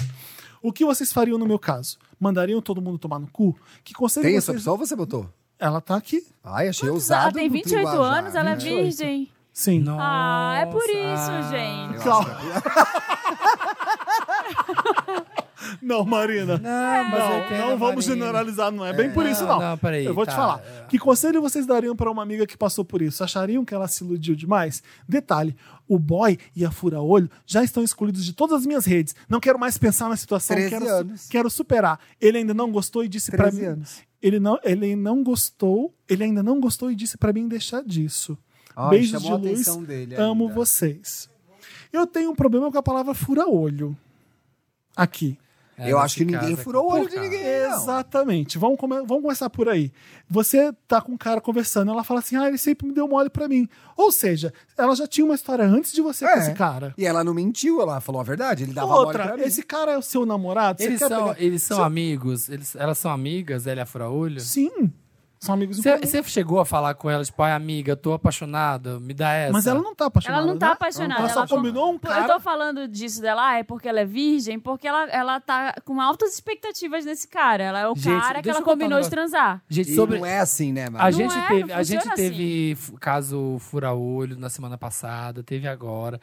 Speaker 2: O que vocês fariam no meu caso? Mandariam todo mundo tomar no cu? Que
Speaker 1: Ó.
Speaker 2: conselho
Speaker 1: Tem essa
Speaker 2: vocês...
Speaker 1: opção ou você botou?
Speaker 2: Ela tá aqui.
Speaker 1: Ai, achei ousado.
Speaker 3: Ela tem
Speaker 1: do
Speaker 3: 28
Speaker 1: linguajar.
Speaker 3: anos, ela é
Speaker 2: 28.
Speaker 3: virgem.
Speaker 2: Sim.
Speaker 3: Ah, é por isso,
Speaker 4: Nossa.
Speaker 2: é
Speaker 3: gente.
Speaker 1: Eu acho que
Speaker 2: Não, Marina.
Speaker 4: Não,
Speaker 3: É,
Speaker 4: mas eu
Speaker 2: Não,
Speaker 4: entendo,
Speaker 2: não vamos
Speaker 4: Marina.
Speaker 2: generalizar, não é bem por isso,
Speaker 4: Não,
Speaker 2: não.
Speaker 4: não, peraí,
Speaker 2: Eu vou
Speaker 4: tá.
Speaker 2: te falar. Que conselho vocês dariam pra uma amiga que passou por isso? Achariam que ela se iludiu demais? Detalhe: o boy e a fura-olho já estão excluídos de todas as minhas redes. Não quero mais pensar na situação.
Speaker 1: 13
Speaker 2: Quero,
Speaker 1: anos.
Speaker 2: quero superar. Ele ainda não gostou e disse pra
Speaker 1: 13
Speaker 2: mim.
Speaker 1: anos.
Speaker 2: Ele não, ele não gostou, ele ainda não gostou e disse pra mim deixar disso.
Speaker 1: Ai,
Speaker 2: Beijos de
Speaker 1: chamou a
Speaker 2: luz.
Speaker 1: atenção dele
Speaker 2: amo
Speaker 1: ainda.
Speaker 2: vocês. Eu tenho um problema com a palavra fura-olho. Aqui.
Speaker 4: É,
Speaker 1: eu
Speaker 4: nesse
Speaker 1: acho que ninguém
Speaker 4: caso é
Speaker 1: furou o olho de
Speaker 4: complicado.
Speaker 1: ninguém. não.
Speaker 2: Exatamente. Vamos, come- vamos começar por aí. Você tá com um cara conversando, ela fala assim: ah, ele sempre me deu mole pra mim. Ou seja, ela já tinha uma história antes de você
Speaker 1: É.
Speaker 2: com esse cara.
Speaker 1: E ela não mentiu, ela falou a verdade. Ele dava mole pra
Speaker 2: Outra,
Speaker 1: mim.
Speaker 2: esse cara é o seu namorado? Você
Speaker 4: Eles
Speaker 2: quer
Speaker 4: são,
Speaker 2: pegar-
Speaker 4: eles são
Speaker 2: Você-
Speaker 4: amigos? Eles, elas são amigas, ele é fura-olho?
Speaker 2: Sim, são amigos em comum.
Speaker 4: Você chegou a falar com ela, tipo, ai, amiga, tô apaixonada, me dá essa.
Speaker 2: Mas ela não tá apaixonada.
Speaker 3: Ela não tá
Speaker 2: né?
Speaker 3: apaixonada,
Speaker 2: Ela só
Speaker 3: ela só-
Speaker 2: combinou um
Speaker 3: Eu
Speaker 2: cara.
Speaker 3: tô falando disso dela, ah, é porque ela é virgem, porque ela, ela tá com altas expectativas nesse cara. Ela é o
Speaker 4: Gente,
Speaker 3: cara que
Speaker 4: deixa
Speaker 3: ela
Speaker 4: eu contar um
Speaker 3: combinou de
Speaker 4: negócio.
Speaker 3: transar.
Speaker 4: Gente,
Speaker 1: E
Speaker 4: sobre...
Speaker 1: não é assim, né, mano?
Speaker 3: Não
Speaker 4: A gente
Speaker 3: é,
Speaker 4: teve,
Speaker 3: não
Speaker 4: a gente
Speaker 3: funciona assim.
Speaker 4: teve f- caso fura-olho na semana passada, teve agora.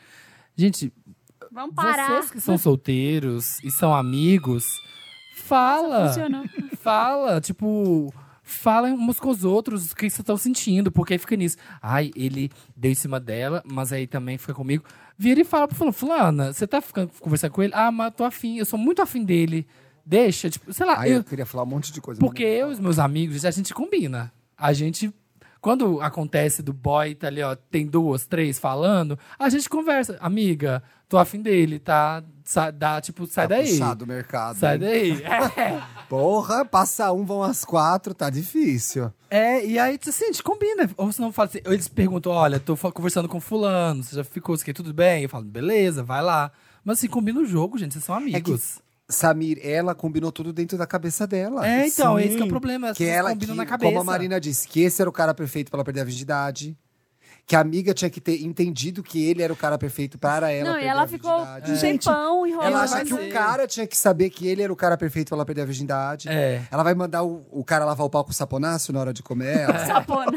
Speaker 4: Gente,
Speaker 3: Vamos parar.
Speaker 4: vocês que são solteiros e são amigos, fala.
Speaker 3: Funcionou.
Speaker 4: Fala, tipo, fala uns com os outros o que vocês estão sentindo, porque aí fica nisso. Ai, ele deu em cima dela, mas aí também fica comigo. Vira e fala pro fulano, fulana, você tá ficando, conversando com ele? Ah, mas tô afim, eu sou muito afim dele. Deixa, tipo, sei lá.
Speaker 1: Aí eu
Speaker 4: eu-
Speaker 1: queria falar um monte de coisa. mas
Speaker 4: porque eu e os meus amigos, a gente combina. A gente. Quando acontece do boy, tá ali, ó, tem duas, três falando, a gente conversa. Amiga, tô afim dele, tá? Sa dá, tipo, sai
Speaker 1: não- tá
Speaker 4: daí.
Speaker 1: puxado o mercado.
Speaker 4: Sai
Speaker 1: hein?
Speaker 4: daí. É.
Speaker 1: Porra, passa um, vão às quatro, tá difícil.
Speaker 4: É, e aí, assim, a gente combina. Ou senão fala assim, ou eles perguntam, olha, tô fa- conversando com fulano, você já ficou, você quer tudo bem? Eu falo, beleza, vai lá. Mas assim, combina o jogo, gente, vocês são
Speaker 1: É
Speaker 4: amigos.
Speaker 1: Samir, ela combinou tudo dentro da cabeça dela.
Speaker 4: É, então,
Speaker 2: Sim.
Speaker 4: esse que é o problema.
Speaker 1: Que
Speaker 4: vocês
Speaker 1: ela, que,
Speaker 4: combinam na cabeça.
Speaker 1: como a Marina disse, que esse era o cara perfeito pra ela perder a virgindade. Que a amiga tinha que ter entendido que ele era o cara perfeito para ela
Speaker 3: Não, e
Speaker 1: perder
Speaker 3: ela
Speaker 1: a
Speaker 3: ficou
Speaker 1: virgindade.
Speaker 3: um
Speaker 4: É.
Speaker 3: tempão
Speaker 1: Ela
Speaker 3: enrolando.
Speaker 4: Ela
Speaker 1: acha
Speaker 4: vai
Speaker 1: que o
Speaker 4: ser.
Speaker 1: cara tinha que saber que ele era o cara perfeito pra ela perder a virgindade.
Speaker 4: É.
Speaker 1: Ela vai mandar o, o cara lavar o pau com saponácio na hora de comer, ela
Speaker 3: sapona.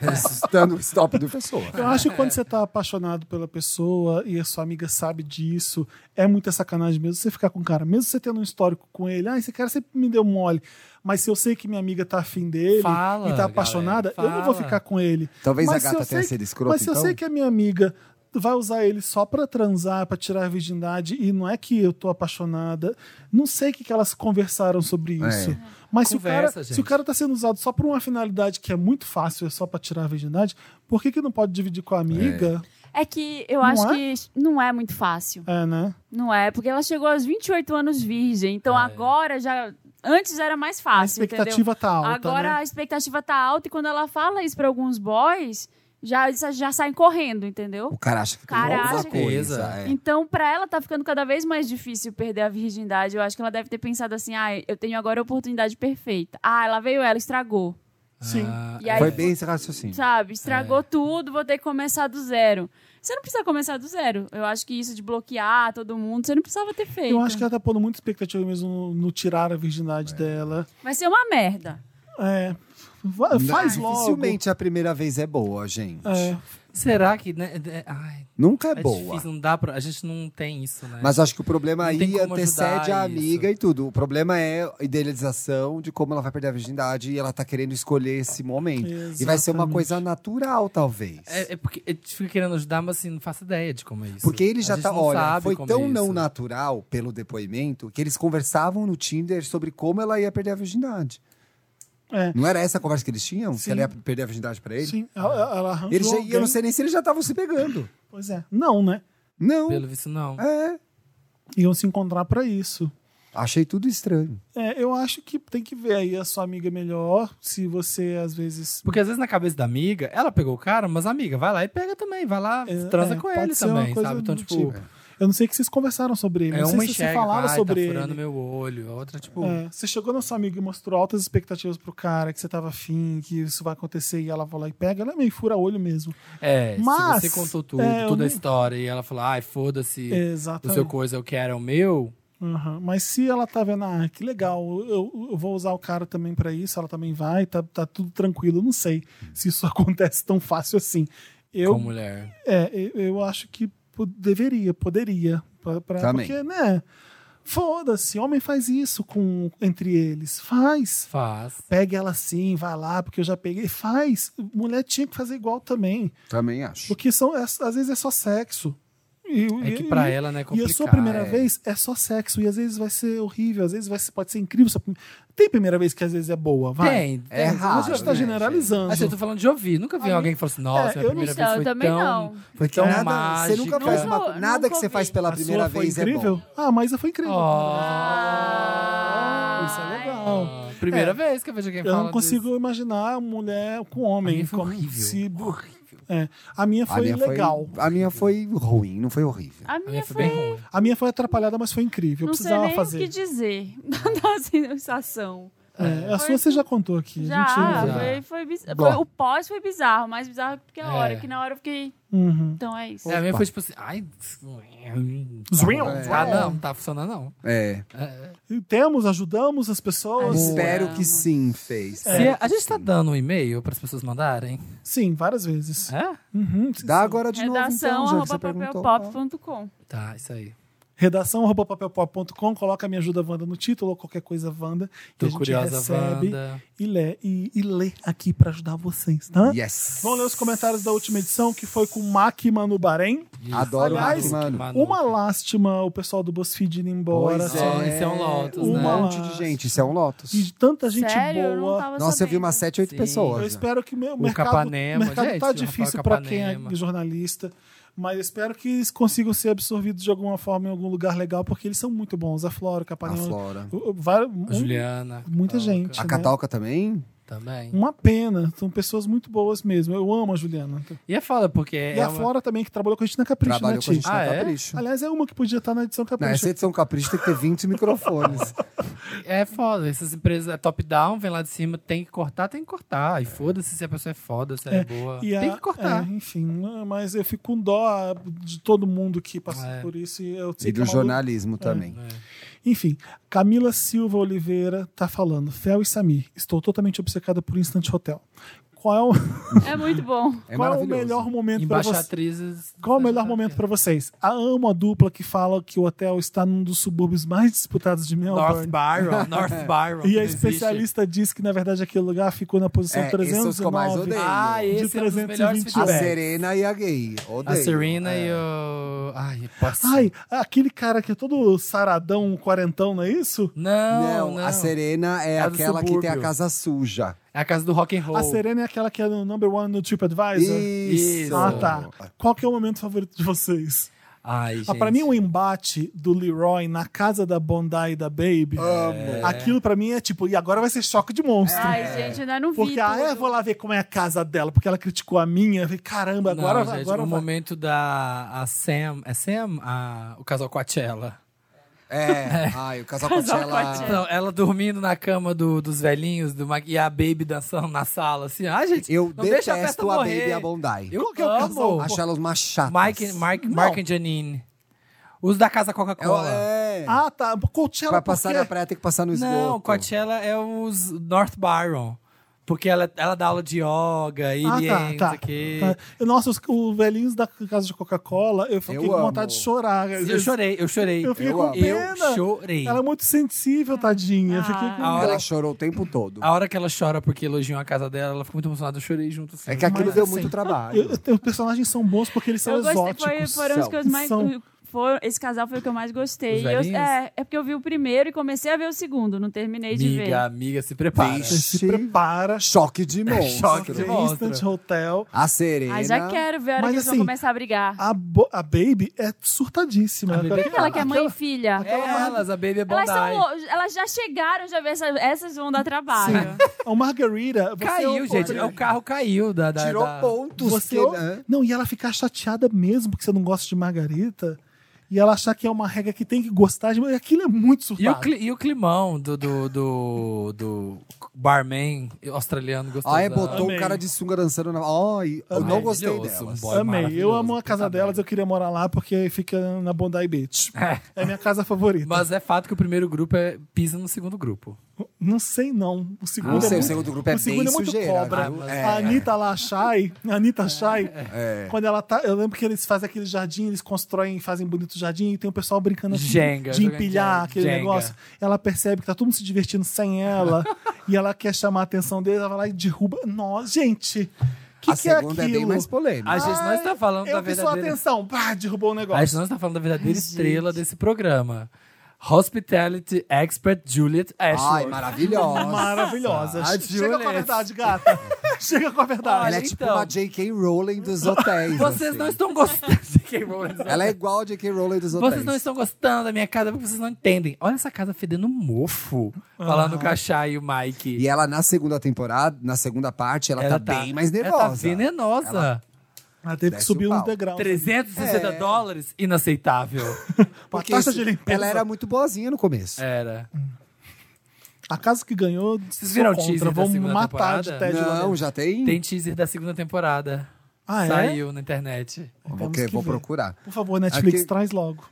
Speaker 1: ressuscitando o stop do pessoa.
Speaker 2: Eu acho que quando você tá apaixonado pela pessoa e a sua amiga sabe disso, é muita sacanagem mesmo você ficar com o cara. Mesmo você tendo um histórico com ele, ah, esse cara sempre me deu mole. Mas se eu sei que minha amiga tá afim dele
Speaker 4: Fala,
Speaker 2: e tá apaixonada,
Speaker 4: galera,
Speaker 2: eu não vou
Speaker 4: fala.
Speaker 2: ficar com ele.
Speaker 1: Talvez
Speaker 2: Mas
Speaker 1: a
Speaker 2: se eu
Speaker 1: gata tenha
Speaker 2: sei
Speaker 1: sido
Speaker 2: que-
Speaker 1: escrota,
Speaker 2: Mas se eu
Speaker 1: então?
Speaker 2: sei que a minha amiga vai usar ele só pra transar, pra tirar a virgindade, e não é que eu tô apaixonada, não sei o que, que elas conversaram sobre
Speaker 1: É.
Speaker 2: isso. Mas se o cara-
Speaker 4: Conversa,
Speaker 2: se o
Speaker 4: gente.
Speaker 2: cara cara tá sendo usado só por uma finalidade que é muito fácil, é só pra tirar a virgindade, por que, que não pode dividir com a amiga?
Speaker 3: É que eu
Speaker 2: Não
Speaker 3: acho
Speaker 2: é?
Speaker 3: que não é muito fácil.
Speaker 2: É, né?
Speaker 3: Não é, porque ela chegou aos 28 anos virgem. Então agora já. Antes era mais
Speaker 2: A
Speaker 3: fácil.
Speaker 2: expectativa
Speaker 3: entendeu?
Speaker 2: tá alta.
Speaker 3: Agora
Speaker 2: né?
Speaker 3: a expectativa tá alta e quando ela fala isso pra alguns boys, já, já saem correndo, entendeu?
Speaker 1: O cara acha que tem
Speaker 3: Cara
Speaker 1: alguma
Speaker 3: acha que-
Speaker 1: coisa. é.
Speaker 3: Então, pra ela tá ficando cada vez mais difícil perder a virgindade. Eu acho que ela deve ter pensado assim: ah, eu tenho agora a oportunidade perfeita. Ah, ela veio, ela estragou.
Speaker 2: Sim.
Speaker 4: Ah,
Speaker 3: E aí,
Speaker 1: é. Foi bem esse raciocínio.
Speaker 3: sabe, estragou tudo, vou ter que começar do zero. Você não precisa começar do zero. Eu acho que isso de bloquear todo mundo, você não precisava ter feito.
Speaker 2: Eu acho que ela tá pondo muita expectativa mesmo no, no tirar a
Speaker 4: É.
Speaker 2: virgindade dela.
Speaker 3: Vai ser uma merda.
Speaker 2: É. Va- Faz logo.
Speaker 1: Dificilmente a primeira vez é boa, gente.
Speaker 2: É.
Speaker 4: será que, né? é- Ai,
Speaker 1: Nunca é,
Speaker 4: é
Speaker 1: boa.
Speaker 4: difícil, não dá pra. A gente não tem isso, né?
Speaker 1: Mas acho que o problema
Speaker 4: Não
Speaker 1: aí é
Speaker 4: tem como
Speaker 1: antecede
Speaker 4: ajudar
Speaker 1: a amiga e tudo. O problema é a idealização de como ela vai perder a virgindade e ela tá querendo escolher esse momento. E vai ser uma
Speaker 2: Exatamente.
Speaker 1: coisa natural, talvez.
Speaker 4: É, é porque eu fico querendo ajudar, mas assim, não faço ideia de como é isso.
Speaker 1: Porque ele já
Speaker 4: a gente
Speaker 1: tá.
Speaker 4: não
Speaker 1: Olha,
Speaker 4: sabe
Speaker 1: foi
Speaker 4: como
Speaker 1: tão
Speaker 4: é
Speaker 1: não
Speaker 4: isso.
Speaker 1: natural pelo depoimento que eles conversavam no Tinder sobre como ela ia perder a virgindade.
Speaker 2: É.
Speaker 1: Não era essa a conversa que eles tinham? Se
Speaker 2: Sim.
Speaker 1: ela ia perder a virgindade pra ele?
Speaker 2: Sim, ela, ela arranjou.
Speaker 1: Ele já- e eu não
Speaker 2: alguém.
Speaker 1: sei nem se eles já estavam se pegando.
Speaker 2: Pois é. Não, né?
Speaker 1: Não.
Speaker 4: Pelo visto, não.
Speaker 1: É.
Speaker 2: Iam se encontrar pra isso.
Speaker 1: Achei tudo estranho.
Speaker 2: É, eu acho que tem que ver aí a sua amiga melhor. Se você, às vezes.
Speaker 4: Porque às vezes na cabeça da amiga, ela pegou o cara, mas a amiga, vai lá e pega também, vai lá,
Speaker 2: É,
Speaker 4: transa
Speaker 2: é,
Speaker 4: com
Speaker 2: pode
Speaker 4: ele
Speaker 2: ser uma
Speaker 4: também,
Speaker 2: coisa
Speaker 4: sabe? Então,
Speaker 2: do
Speaker 4: tipo,
Speaker 2: tipo, Eu não sei o que vocês conversaram sobre ele.
Speaker 4: é
Speaker 2: não sei
Speaker 4: uma
Speaker 2: se você
Speaker 4: enxerga,
Speaker 2: falava
Speaker 4: ai,
Speaker 2: sobre
Speaker 4: tá furando
Speaker 2: ele.
Speaker 4: meu olho, a outra, tipo,
Speaker 2: É, você chegou na sua amiga e mostrou altas expectativas pro cara, que você tava afim, que isso vai acontecer e ela vai lá e pega, ela é meio fura-olho mesmo.
Speaker 4: é,
Speaker 2: Mas,
Speaker 4: se você contou tudo,
Speaker 2: é, eu
Speaker 4: toda a
Speaker 2: não- então.
Speaker 4: história, e ela falou, ai, foda-se, o
Speaker 2: É, Exatamente.
Speaker 4: seu coisa, eu quero é o meu,
Speaker 2: Aham. Mas se ela tá vendo, ah, que legal, eu, eu vou usar o cara também pra isso, ela também vai, tá, tá tudo tranquilo, eu não sei se isso acontece tão fácil assim. Eu,
Speaker 4: com mulher.
Speaker 2: é, eu, eu acho que po- deveria, poderia. Pra, pra-
Speaker 1: Também.
Speaker 2: porque, né? Foda-se, homem faz isso com entre eles. Faz.
Speaker 4: Faz.
Speaker 2: Pega ela assim, vai lá, porque eu já peguei. Faz. Mulher tinha que fazer igual também.
Speaker 1: Também acho.
Speaker 2: Porque são, é- às vezes é só sexo. E E-
Speaker 4: É
Speaker 2: e-
Speaker 4: que pra
Speaker 2: e-
Speaker 4: ela, né, é
Speaker 2: E
Speaker 4: complicado.
Speaker 2: a sua primeira
Speaker 4: é.
Speaker 2: vez é só sexo, e às vezes vai ser horrível, às vezes vai ser- pode ser incrível. sua prim- Tem primeira vez que às vezes é boa, vai.
Speaker 4: Tem, tem.
Speaker 1: É
Speaker 2: Mas
Speaker 1: raro.
Speaker 4: tá
Speaker 2: você está
Speaker 1: né,
Speaker 2: generalizando.
Speaker 4: Assim, eu tô falando de ouvir. Nunca vi
Speaker 2: Aí-
Speaker 4: alguém que falou assim, nossa,
Speaker 2: É,
Speaker 4: minha
Speaker 2: eu não
Speaker 4: primeira
Speaker 3: sei,
Speaker 4: vez
Speaker 3: Então, eu
Speaker 4: foi
Speaker 3: também
Speaker 4: tão...
Speaker 3: não.
Speaker 4: Foi
Speaker 1: gente?
Speaker 4: tão
Speaker 1: Nada-
Speaker 4: mágica.
Speaker 1: Você nunca faz uma-
Speaker 3: Nunca-
Speaker 1: nada que
Speaker 3: nunca
Speaker 1: você faz
Speaker 3: ouvi.
Speaker 1: pela
Speaker 2: Então, a
Speaker 1: primeira
Speaker 2: sua foi
Speaker 1: vez é
Speaker 2: incrível?
Speaker 1: bom.
Speaker 2: ah, mas foi incrível.
Speaker 3: Ah,
Speaker 2: Isso é legal.
Speaker 4: Ah, Primeira vez que eu vejo alguém
Speaker 2: Eu
Speaker 4: falar
Speaker 2: não consigo imaginar mulher com homem.
Speaker 4: A minha foi
Speaker 2: como
Speaker 4: horrível.
Speaker 2: se- É, a minha foi
Speaker 1: a minha
Speaker 2: legal.
Speaker 1: Foi, a minha foi ruim, não foi horrível.
Speaker 3: A
Speaker 4: A minha
Speaker 3: minha
Speaker 4: foi bem
Speaker 3: foi...
Speaker 4: ruim.
Speaker 2: A minha foi atrapalhada, mas foi incrível. Eu
Speaker 3: Não sei
Speaker 2: precisava
Speaker 3: nem
Speaker 2: fazer.
Speaker 3: o que dizer da sensação.
Speaker 2: É, a
Speaker 3: Foi-
Speaker 2: sua você já contou aqui.
Speaker 3: Já,
Speaker 2: a gente-
Speaker 4: já.
Speaker 3: Foi, foi, biz-
Speaker 1: Bom.
Speaker 3: foi- o pós foi bizarro, mais bizarro que a
Speaker 4: É.
Speaker 3: hora, que na hora eu fiquei,
Speaker 2: Uhum.
Speaker 3: então é isso.
Speaker 4: É, a minha foi tipo assim, ai... hum,
Speaker 2: Zwinho.
Speaker 4: Tá, não, não tá funcionando não.
Speaker 1: É.
Speaker 2: E Temos, ajudamos as pessoas.
Speaker 1: Espero que sim, fez.
Speaker 2: É.
Speaker 4: Se a, a gente tá dando um e-mail pras pessoas mandarem?
Speaker 2: Sim, várias vezes.
Speaker 4: É?
Speaker 2: Uhum, sim,
Speaker 1: Dá
Speaker 2: sim.
Speaker 1: agora de
Speaker 3: Redação
Speaker 1: novo, então, já que
Speaker 3: arroba
Speaker 1: você perguntou.
Speaker 3: papelpop.com.
Speaker 4: Tá, isso aí.
Speaker 2: Redação arroba papelpop.com, coloca Me Ajuda Wanda no título ou qualquer coisa Wanda. Que
Speaker 4: Tô
Speaker 2: a gente
Speaker 4: curiosa,
Speaker 2: recebe
Speaker 4: Wanda.
Speaker 2: e lê, e, e lê aqui pra ajudar vocês, tá?
Speaker 1: Yes.
Speaker 2: Vamos ler os comentários da última edição, que foi com o Makima no Bahrein.
Speaker 1: Adoro o
Speaker 2: Aliás,
Speaker 1: Mac, mano.
Speaker 4: Manu.
Speaker 2: Uma lástima o pessoal do BuzzFeed indo embora.
Speaker 1: Pois
Speaker 4: Só esse é um Lotus,
Speaker 1: um
Speaker 4: né?
Speaker 1: monte de gente, isso é um Lotus.
Speaker 2: E tanta gente
Speaker 3: Sério? Eu não
Speaker 2: boa.
Speaker 3: tava
Speaker 1: Nossa, eu vi
Speaker 3: sabendo.
Speaker 1: umas 7, 8
Speaker 4: Sim.
Speaker 2: Eu
Speaker 1: pessoas.
Speaker 2: espero que meu, o
Speaker 4: O
Speaker 2: mercado,
Speaker 4: Capanema,
Speaker 2: o mercado
Speaker 4: gente,
Speaker 2: tá
Speaker 4: o
Speaker 2: difícil
Speaker 4: Rafael
Speaker 2: para quem é
Speaker 4: Capanema.
Speaker 2: jornalista, mas eu espero que eles consigam ser absorvidos de alguma forma em algum lugar legal, porque eles são muito bons. A Flora, o
Speaker 1: A
Speaker 2: Capanema,
Speaker 1: Flora.
Speaker 2: o- o- vai- um-
Speaker 4: Juliana.
Speaker 2: muita
Speaker 4: Toca.
Speaker 2: gente.
Speaker 1: A
Speaker 2: né?
Speaker 1: Catalca também?
Speaker 4: Também.
Speaker 2: Uma pena, são pessoas muito boas mesmo. Eu amo a Juliana.
Speaker 4: E é foda, porque é
Speaker 2: e a
Speaker 4: uma-
Speaker 2: Flora também, que trabalhou com a gente na Capricho,
Speaker 1: Trabalhou
Speaker 2: né,
Speaker 1: com a gente
Speaker 2: Ti?
Speaker 1: na
Speaker 4: Ah, é?
Speaker 1: Capricho.
Speaker 2: Aliás, é uma que podia estar na edição
Speaker 1: Na
Speaker 2: Capricho.
Speaker 1: essa é edição Capricho tem que ter 20 microfones.
Speaker 4: É foda. Essas empresas é top-down, vem lá de cima, tem que cortar, tem que cortar. E foda-se se a pessoa é foda, se ela é, boa.
Speaker 2: E a-
Speaker 4: tem que cortar.
Speaker 2: é, enfim, mas eu fico com dó de todo mundo que passou
Speaker 4: É.
Speaker 2: por isso. E eu sei
Speaker 1: E
Speaker 2: que
Speaker 1: do
Speaker 2: é uma luta
Speaker 1: jornalismo também.
Speaker 2: É. Enfim, Camila Silva Oliveira tá falando. Fel e Samir, estou totalmente obcecada por Instant Hotel. Qual é o,
Speaker 3: É muito bom.
Speaker 1: É
Speaker 2: qual é o
Speaker 1: maravilhoso.
Speaker 2: melhor momento para vocês?
Speaker 4: Embaixatrizes.
Speaker 2: Qual é
Speaker 1: tá
Speaker 2: o melhor momento para vocês? A amo a dupla que fala que o hotel está num dos subúrbios mais disputados de
Speaker 4: North
Speaker 2: Melbourne.
Speaker 4: Byron, North Byron.
Speaker 2: E
Speaker 4: que
Speaker 2: a
Speaker 4: não existe.
Speaker 2: especialista diz que, na verdade, aquele lugar ficou na posição
Speaker 1: É, esses são os que eu mais
Speaker 2: 309.
Speaker 1: odeio.
Speaker 4: Ah,
Speaker 2: De
Speaker 4: esse é um dos melhores
Speaker 2: 321.
Speaker 1: A
Speaker 2: Velho.
Speaker 1: Serena e a Gay.
Speaker 4: A
Speaker 1: Odeio.
Speaker 4: Serena e o. Ai, posso.
Speaker 2: Ah, Ai, aquele cara que é todo saradão, quarentão, não é isso?
Speaker 4: Não,
Speaker 1: Não,
Speaker 4: não.
Speaker 1: a Serena é
Speaker 4: A do
Speaker 1: aquela que tem a
Speaker 4: subúrbio.
Speaker 1: casa suja.
Speaker 4: É a casa do rock and roll.
Speaker 1: Oh.
Speaker 2: A Serena é aquela que é no number one no TripAdvisor?
Speaker 1: Isso.
Speaker 2: Ah, tá. Qual que é o momento favorito de vocês?
Speaker 4: Ai, gente.
Speaker 2: Ah, pra mim, o embate do Leroy na casa da Bondi e da Baby, aquilo pra mim é tipo, e agora vai ser choque de monstro.
Speaker 3: Ai, gente, eu ainda não vi
Speaker 2: porque, ah,
Speaker 3: tudo.
Speaker 2: eu vou lá ver como é a casa dela, porque ela criticou a minha. Eu falei, caramba, agora,
Speaker 4: não, gente,
Speaker 2: agora
Speaker 4: o
Speaker 2: vai.
Speaker 4: momento da a Sam, é Sam, a, o casal Coachella.
Speaker 1: É. Ai, o casal Coachella.
Speaker 4: Não, ela dormindo na cama do- dos velhinhos do, Mag- e a Baby dançando na sala, assim. Ah, gente,
Speaker 1: Eu
Speaker 4: não deixa a festa
Speaker 1: detesto a
Speaker 4: morrer.
Speaker 1: Baby e a Bondi.
Speaker 4: Eu
Speaker 2: Qual que é o casal?
Speaker 4: amo.
Speaker 1: Acho elas uma chata.
Speaker 4: Mike, Mike, Mark and Janine. Os da casa Coca-Cola.
Speaker 1: É.
Speaker 2: Ah, tá. Coachella,
Speaker 1: Pra
Speaker 2: por
Speaker 1: passar
Speaker 2: quê?
Speaker 1: na praia tem que passar no esgoto.
Speaker 4: Não, Coachella é os North Byron. Porque ela, ela dá aula de yoga e
Speaker 2: Ah,
Speaker 4: ah,
Speaker 2: tá, tá,
Speaker 4: aqui.
Speaker 2: tá. Nossa, os, os velhinhos da casa de Coca-Cola, eu fiquei
Speaker 1: Eu
Speaker 2: com
Speaker 1: amo.
Speaker 2: vontade de chorar.
Speaker 4: Eu chorei, eu chorei.
Speaker 2: Eu fiquei
Speaker 1: Eu
Speaker 2: com
Speaker 1: amo.
Speaker 2: pena.
Speaker 4: Eu chorei.
Speaker 2: Ela é muito sensível, tadinha. Eu fiquei com
Speaker 4: Ah.
Speaker 1: Ela chorou o tempo todo.
Speaker 4: A hora que ela chora porque elogiam a casa dela, ela fica muito emocionada. Eu chorei junto. assim.
Speaker 1: É que aquilo deu
Speaker 4: assim,
Speaker 1: muito
Speaker 2: Eu-
Speaker 1: trabalho.
Speaker 2: eu- os personagens são bons porque eles são
Speaker 3: Eu gostei,
Speaker 2: exóticos.
Speaker 3: foi, foram os que eu
Speaker 2: são.
Speaker 3: mais.
Speaker 2: São.
Speaker 3: foram- esse casal foi o que eu mais gostei.
Speaker 4: Os
Speaker 3: E eu-
Speaker 4: velhinhos?
Speaker 3: é, é porque eu vi o primeiro e comecei a ver o segundo, não terminei de ver.
Speaker 4: Amiga, amiga, se prepara.
Speaker 1: Vixe.
Speaker 2: Você se prepara,
Speaker 1: Choque de monstro.
Speaker 4: Choque de é
Speaker 2: tem
Speaker 4: monstro.
Speaker 2: Instant Hotel.
Speaker 1: A Serena.
Speaker 3: Ai, já quero ver a hora
Speaker 2: Mas
Speaker 3: que eles vão
Speaker 2: assim,
Speaker 3: começar a brigar.
Speaker 2: A, bo- a Baby é surtadíssima.
Speaker 4: A Baby-
Speaker 3: Aquela que é mãe e filha.
Speaker 4: Elas, a Baby é
Speaker 3: Elas, são,
Speaker 4: Bondi.
Speaker 3: lou- elas já chegaram, já vi essa, essas vão dar trabalho.
Speaker 2: A Margarita. você
Speaker 4: Caiu,
Speaker 2: odeia-
Speaker 4: gente. É O carro caiu da. da
Speaker 1: Tirou
Speaker 4: da-
Speaker 1: pontos.
Speaker 2: Você
Speaker 1: que-
Speaker 2: ou-
Speaker 1: né?
Speaker 2: Não, e ela ficar chateada mesmo porque você não gosta de Margarita. E ela achar que é uma regra que tem que gostar de. Aquilo é muito
Speaker 4: E o,
Speaker 2: surtado.
Speaker 4: cli- e o climão do, do, do, do barman australiano gostoso.
Speaker 1: Ai, botou
Speaker 2: Amei.
Speaker 1: um cara de sunga dançando na. Ai, eu não gostei dela.
Speaker 2: Amei. Eu amo a casa delas, eu queria morar lá porque fica na Bondi Beach. É minha casa favorita.
Speaker 4: Mas é fato que o primeiro grupo é, pisa no segundo grupo.
Speaker 2: Não sei, não. O segundo
Speaker 1: Não
Speaker 2: é
Speaker 1: sei,
Speaker 2: muito,
Speaker 1: o segundo grupo é
Speaker 2: o segundo
Speaker 1: bem
Speaker 2: é muito
Speaker 1: sujeira,
Speaker 2: cobra.
Speaker 1: viu?
Speaker 2: A
Speaker 1: É.
Speaker 2: Anitta lá, Shai, a Anitta Shai,
Speaker 1: É.
Speaker 2: quando ela tá. Eu lembro que eles fazem aquele jardim, eles constroem, fazem bonito jardim e tem o pessoal brincando assim,
Speaker 4: Jenga,
Speaker 2: de
Speaker 4: jogando
Speaker 2: empilhar
Speaker 4: Jenga.
Speaker 2: aquele
Speaker 4: Jenga.
Speaker 2: negócio. Ela percebe que tá todo mundo se divertindo sem ela e ela quer chamar a atenção deles, ela vai lá e derruba. Nossa, gente! Que
Speaker 1: a
Speaker 2: que é
Speaker 1: segunda é, bem
Speaker 2: aquilo? Ah,
Speaker 1: mais polêmica.
Speaker 4: A gente não está falando da
Speaker 2: Eu que sou
Speaker 4: verdadeira.
Speaker 2: atenção, pá, derrubou o
Speaker 4: A
Speaker 2: negócio.
Speaker 4: gente não está falando da verdadeira estrela desse programa. Hospitality Expert Juliet
Speaker 2: é
Speaker 1: Ai,
Speaker 4: Ashworth.
Speaker 1: maravilhosa.
Speaker 2: Maravilhosa.
Speaker 4: A
Speaker 2: Chega com a
Speaker 4: Juliet.
Speaker 2: verdade, gata. Chega com a verdade.
Speaker 1: Ela é
Speaker 4: Olha,
Speaker 1: tipo
Speaker 4: então.
Speaker 1: uma J.K. Rowling dos hotéis.
Speaker 4: Vocês
Speaker 1: assim.
Speaker 4: não estão gostando. J.K. Rowling.
Speaker 1: Ela é igual a J.K. Rowling dos hotéis.
Speaker 4: Vocês não estão gostando da minha casa porque vocês não entendem. Olha essa casa fedendo mofo. Falando com a Chay e o Mike.
Speaker 1: E ela, na segunda temporada, na segunda parte, ela, tá, bem mais nervosa.
Speaker 4: Ela tá venenosa.
Speaker 2: Ela teve que
Speaker 1: Desce
Speaker 2: subir um
Speaker 1: o
Speaker 2: uns
Speaker 1: pau.
Speaker 2: degraus.
Speaker 4: 360
Speaker 1: É.
Speaker 4: dólares, inaceitável.
Speaker 2: A
Speaker 1: Porque
Speaker 2: taxa
Speaker 1: isso-
Speaker 2: de limpeza.
Speaker 1: ela era muito boazinha no começo.
Speaker 4: Era.
Speaker 2: A casa que ganhou. Vocês
Speaker 4: viram o teaser
Speaker 2: contra.
Speaker 4: da
Speaker 2: Vamos
Speaker 4: segunda
Speaker 2: matar É, de
Speaker 4: temporada?
Speaker 2: tédio. lá
Speaker 1: não,
Speaker 2: dentro.
Speaker 1: já tem?
Speaker 4: Tem teaser da segunda temporada.
Speaker 2: Ah, é?
Speaker 4: Saiu na internet.
Speaker 1: Vou,
Speaker 2: Temos
Speaker 1: que-
Speaker 2: que
Speaker 1: vou
Speaker 2: ver.
Speaker 1: procurar.
Speaker 2: Por favor, Netflix,
Speaker 1: Aqui-
Speaker 2: traz logo.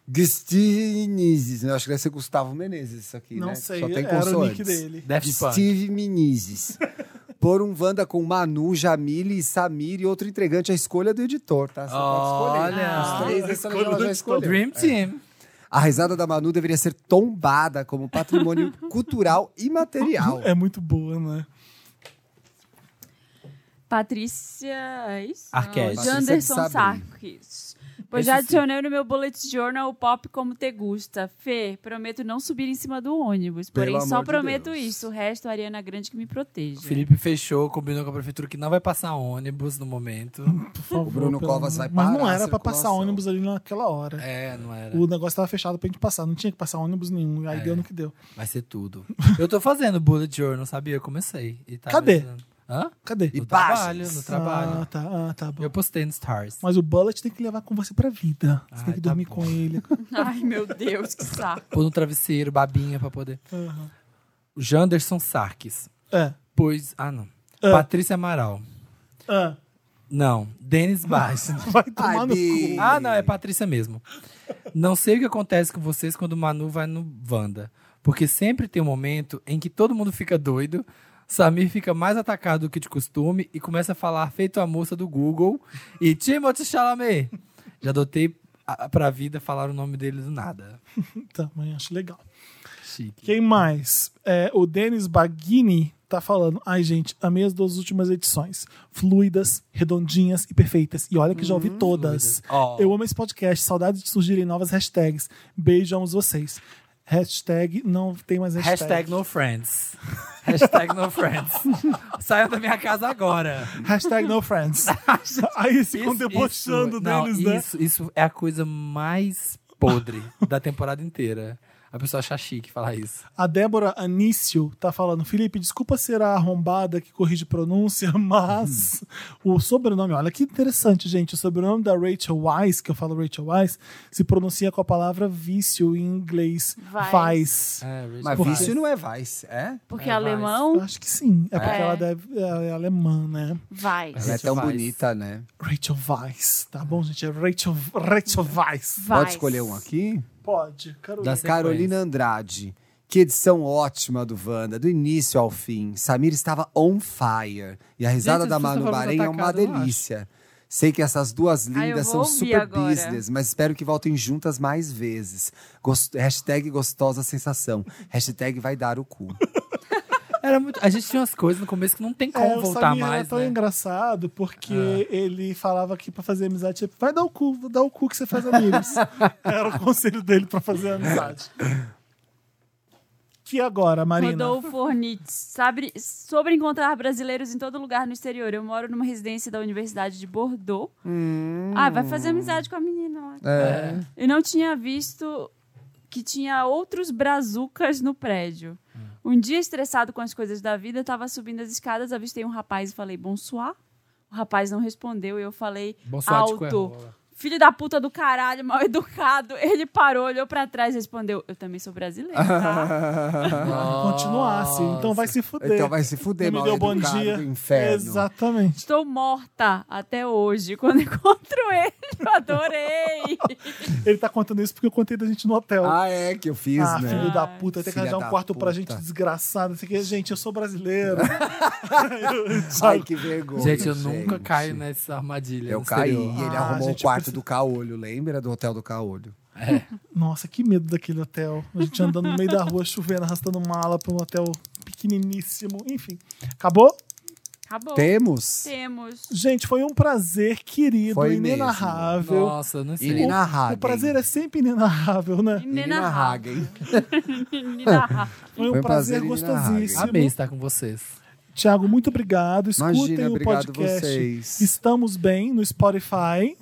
Speaker 1: Gustines. Eu acho que deve ser Gustavo Menezes isso aqui,
Speaker 2: não
Speaker 1: né?
Speaker 2: sei,
Speaker 1: Só tem
Speaker 2: era o nick
Speaker 1: consoantes.
Speaker 2: dele.
Speaker 4: Daft Punk.
Speaker 1: Steve Menezes. Por um Wanda com Manu, Jamile, Samir e outro entregante. A escolha do editor, tá? Você pode escolher.
Speaker 4: Olha.
Speaker 1: Os três dessa ela já escolheu. É.
Speaker 4: Dream Team.
Speaker 1: A risada da Manu deveria ser tombada como patrimônio cultural e material.
Speaker 2: É muito boa, né?
Speaker 3: Patrícia. é Isso?
Speaker 4: Arquette.
Speaker 3: Não,
Speaker 1: Ah, Patrícia de
Speaker 3: Janderson
Speaker 1: Sabri.
Speaker 3: Sarkis. Pois já adicionei no meu bullet journal o pop como te gusta. Fê, prometo não subir em cima do ônibus.
Speaker 1: Pelo
Speaker 3: Porém, só
Speaker 1: amor de
Speaker 3: prometo
Speaker 1: Deus.
Speaker 3: isso. O resto, a Ariana Grande que me proteja.
Speaker 4: Felipe fechou, combinou com a prefeitura que não vai passar ônibus no momento.
Speaker 2: Por favor,
Speaker 1: Bruno
Speaker 2: pelo
Speaker 1: Covas
Speaker 2: amor-
Speaker 1: vai
Speaker 2: Mas não
Speaker 1: parar a
Speaker 2: era pra passar
Speaker 1: circulação. né?
Speaker 2: ônibus ali naquela hora.
Speaker 4: É, não era.
Speaker 2: O negócio tava fechado pra gente passar. Não tinha que passar ônibus nenhum.
Speaker 1: É.
Speaker 2: Aí deu no que deu.
Speaker 4: Vai ser tudo. Eu tô fazendo bullet journal, sabia? Eu comecei. E tava
Speaker 2: Cadê?
Speaker 4: entrando. Hã?
Speaker 2: Cadê?
Speaker 4: No
Speaker 1: Imagens.
Speaker 4: trabalho,
Speaker 2: Ah,
Speaker 4: no trabalho.
Speaker 2: tá, ah, tá bom.
Speaker 4: Eu postei no Stars.
Speaker 2: Mas o bullet tem que levar com você pra vida. Você
Speaker 1: Ah,
Speaker 4: Ai,
Speaker 2: tem que
Speaker 4: tá
Speaker 2: dormir
Speaker 4: bom.
Speaker 2: com ele.
Speaker 3: Ai, meu Deus, que saco.
Speaker 4: Pôr no travesseiro, babinha pra poder.
Speaker 2: Aham.
Speaker 4: Janderson Sarkis.
Speaker 2: É.
Speaker 4: Pois. Ah, não.
Speaker 2: Ah.
Speaker 4: Patrícia Amaral.
Speaker 2: Ah,
Speaker 4: Não. Denis Baixo.
Speaker 2: vai tomar
Speaker 1: Ai,
Speaker 2: no
Speaker 1: Bi.
Speaker 2: cu.
Speaker 4: ah, não, é Patrícia mesmo. Não sei o que acontece com vocês quando o Manu vai no Wanda. Porque sempre tem um momento em que todo mundo fica doido. Samir fica mais atacado do que de costume e começa a falar feito a moça do Google. E Timothy Chalamet. Já adotei a- pra vida falar o nome dele do nada.
Speaker 2: Também Tá, acho legal.
Speaker 4: Chique.
Speaker 2: Quem mais? É, o Denis Baghini tá falando. Ai, gente, amei as duas últimas edições. Fluidas, redondinhas e perfeitas. E olha que já ouvi todas.
Speaker 4: Hum, Ó.
Speaker 2: Eu amo esse podcast. Saudades de surgirem novas hashtags. Beijo, amo vocês. Hashtag não tem mais hashtag.
Speaker 4: Hashtag no friends. Hashtag no friends. Saiam da minha casa agora.
Speaker 2: Hashtag no friends. Aí ficam debochando
Speaker 4: isso- não,
Speaker 2: deles, né?
Speaker 4: Isso, isso é a coisa mais podre da temporada inteira. A pessoa achar chique falar isso.
Speaker 2: A Débora Anício tá falando: Felipe, desculpa ser a arrombada que corrige pronúncia, mas o sobrenome, olha que interessante, gente. O sobrenome da Rachel Wise, que eu falo Rachel Wise, se pronuncia com a palavra vício em inglês.
Speaker 3: Vice.
Speaker 2: Vice.
Speaker 1: Mas
Speaker 2: Por quê?
Speaker 1: vício não é vice, é?
Speaker 3: Porque
Speaker 4: É,
Speaker 3: alemão
Speaker 2: Acho que sim. É porque
Speaker 3: É.
Speaker 2: ela deve, é, é alemã, né?
Speaker 3: vai.
Speaker 1: Ela é
Speaker 4: Gente,
Speaker 1: tão
Speaker 4: vice.
Speaker 1: bonita, né?
Speaker 2: Rachel Weiss. Tá bom, gente? É Rachel, Rachel Weiss.
Speaker 3: Vai.
Speaker 1: Pode escolher um aqui?
Speaker 2: Pode. Carolina.
Speaker 4: Dá certo.
Speaker 1: Carolina Andrade. Que edição ótima do Wanda, do início ao fim. Samir estava on fire. E a risada
Speaker 4: as
Speaker 1: da
Speaker 4: pessoas
Speaker 1: Manu
Speaker 4: foram
Speaker 3: tá
Speaker 1: Bahrein é uma
Speaker 4: atacadas, eu acho.
Speaker 1: delícia. Sei que essas duas
Speaker 3: Ah, eu
Speaker 1: lindas
Speaker 3: vou
Speaker 1: são
Speaker 3: ouvir
Speaker 1: super
Speaker 3: agora.
Speaker 1: business, mas espero que voltem juntas mais vezes. Gost... Hashtag gostosa sensação. Hashtag vai dar o cu.
Speaker 4: Era muito... A gente tinha umas coisas no começo que não tem como
Speaker 2: É, o
Speaker 4: voltar
Speaker 2: Samir era
Speaker 4: mais.
Speaker 2: tão
Speaker 4: né?
Speaker 2: engraçado porque
Speaker 1: É.
Speaker 2: ele falava que pra fazer amizade, tipo, vai dar o cu, dá o cu que você faz amigos. era o conselho dele pra fazer amizade. Que agora, Marina?
Speaker 3: Rodolfo Fornitz. Sabe, sobre encontrar brasileiros em todo lugar no exterior. Eu moro numa residência da Universidade de Bordeaux. Ah, vai fazer amizade com a menina lá.
Speaker 1: É.
Speaker 3: Eu não tinha visto que tinha outros brazucas no prédio. Um dia, estressado com as coisas da vida, estava subindo as escadas, avistei um rapaz e falei, bonsoir. O rapaz não respondeu e eu falei,
Speaker 4: Bonsoir, tico, é
Speaker 3: alto.
Speaker 4: rola.
Speaker 3: Filho da puta do caralho, mal educado. Ele parou, olhou pra trás e respondeu, eu também sou brasileiro, tá?
Speaker 2: Continuasse. Então vai se fuder.
Speaker 1: Então vai se fuder,
Speaker 2: Não
Speaker 1: mal
Speaker 2: me deu bom
Speaker 1: educado
Speaker 2: dia.
Speaker 1: do inferno.
Speaker 2: Exatamente.
Speaker 3: Estou morta até hoje. Quando encontro ele, eu adorei.
Speaker 2: Ele tá contando isso porque eu contei da gente no hotel.
Speaker 1: Ah, é, que eu fiz,
Speaker 2: Ah,
Speaker 1: né?
Speaker 2: filho da puta, tem que
Speaker 1: Filha
Speaker 2: arranjar um
Speaker 1: da
Speaker 2: quarto pra
Speaker 1: puta.
Speaker 2: gente desgraçado. não sei o quê. Gente, eu sou brasileiro.
Speaker 1: Ai, que vergonha.
Speaker 4: Gente, eu nunca
Speaker 1: gente.
Speaker 4: caio nessa armadilha.
Speaker 1: Eu
Speaker 4: no
Speaker 1: caí,
Speaker 4: exterior.
Speaker 1: ele
Speaker 2: Ah,
Speaker 1: arrumou o
Speaker 2: gente, eu
Speaker 1: quarto
Speaker 2: preciso-
Speaker 1: do caolho, lembra do hotel do caolho?
Speaker 2: Nossa, que medo daquele hotel. A gente andando no meio da rua, chovendo, arrastando mala pra um hotel pequeniníssimo. Enfim, acabou?
Speaker 3: Acabou.
Speaker 1: Temos.
Speaker 3: Temos.
Speaker 2: Gente, foi um prazer querido,
Speaker 1: Foi mesmo.
Speaker 4: Ah,
Speaker 2: inenarrável.
Speaker 4: Nossa, não sei.
Speaker 1: Irina
Speaker 2: O
Speaker 1: Hagen.
Speaker 2: prazer é sempre inenarrável, né?
Speaker 1: Irina
Speaker 3: Nina
Speaker 1: Hagen.
Speaker 2: Foi um
Speaker 1: Foi um prazer
Speaker 2: prazer, gostosíssimo.
Speaker 4: Amei estar com vocês.
Speaker 2: Tiago, muito obrigado. Escutem
Speaker 1: Imagina,
Speaker 2: o
Speaker 1: obrigado
Speaker 2: podcast.
Speaker 1: vocês.
Speaker 2: Estamos bem no Spotify.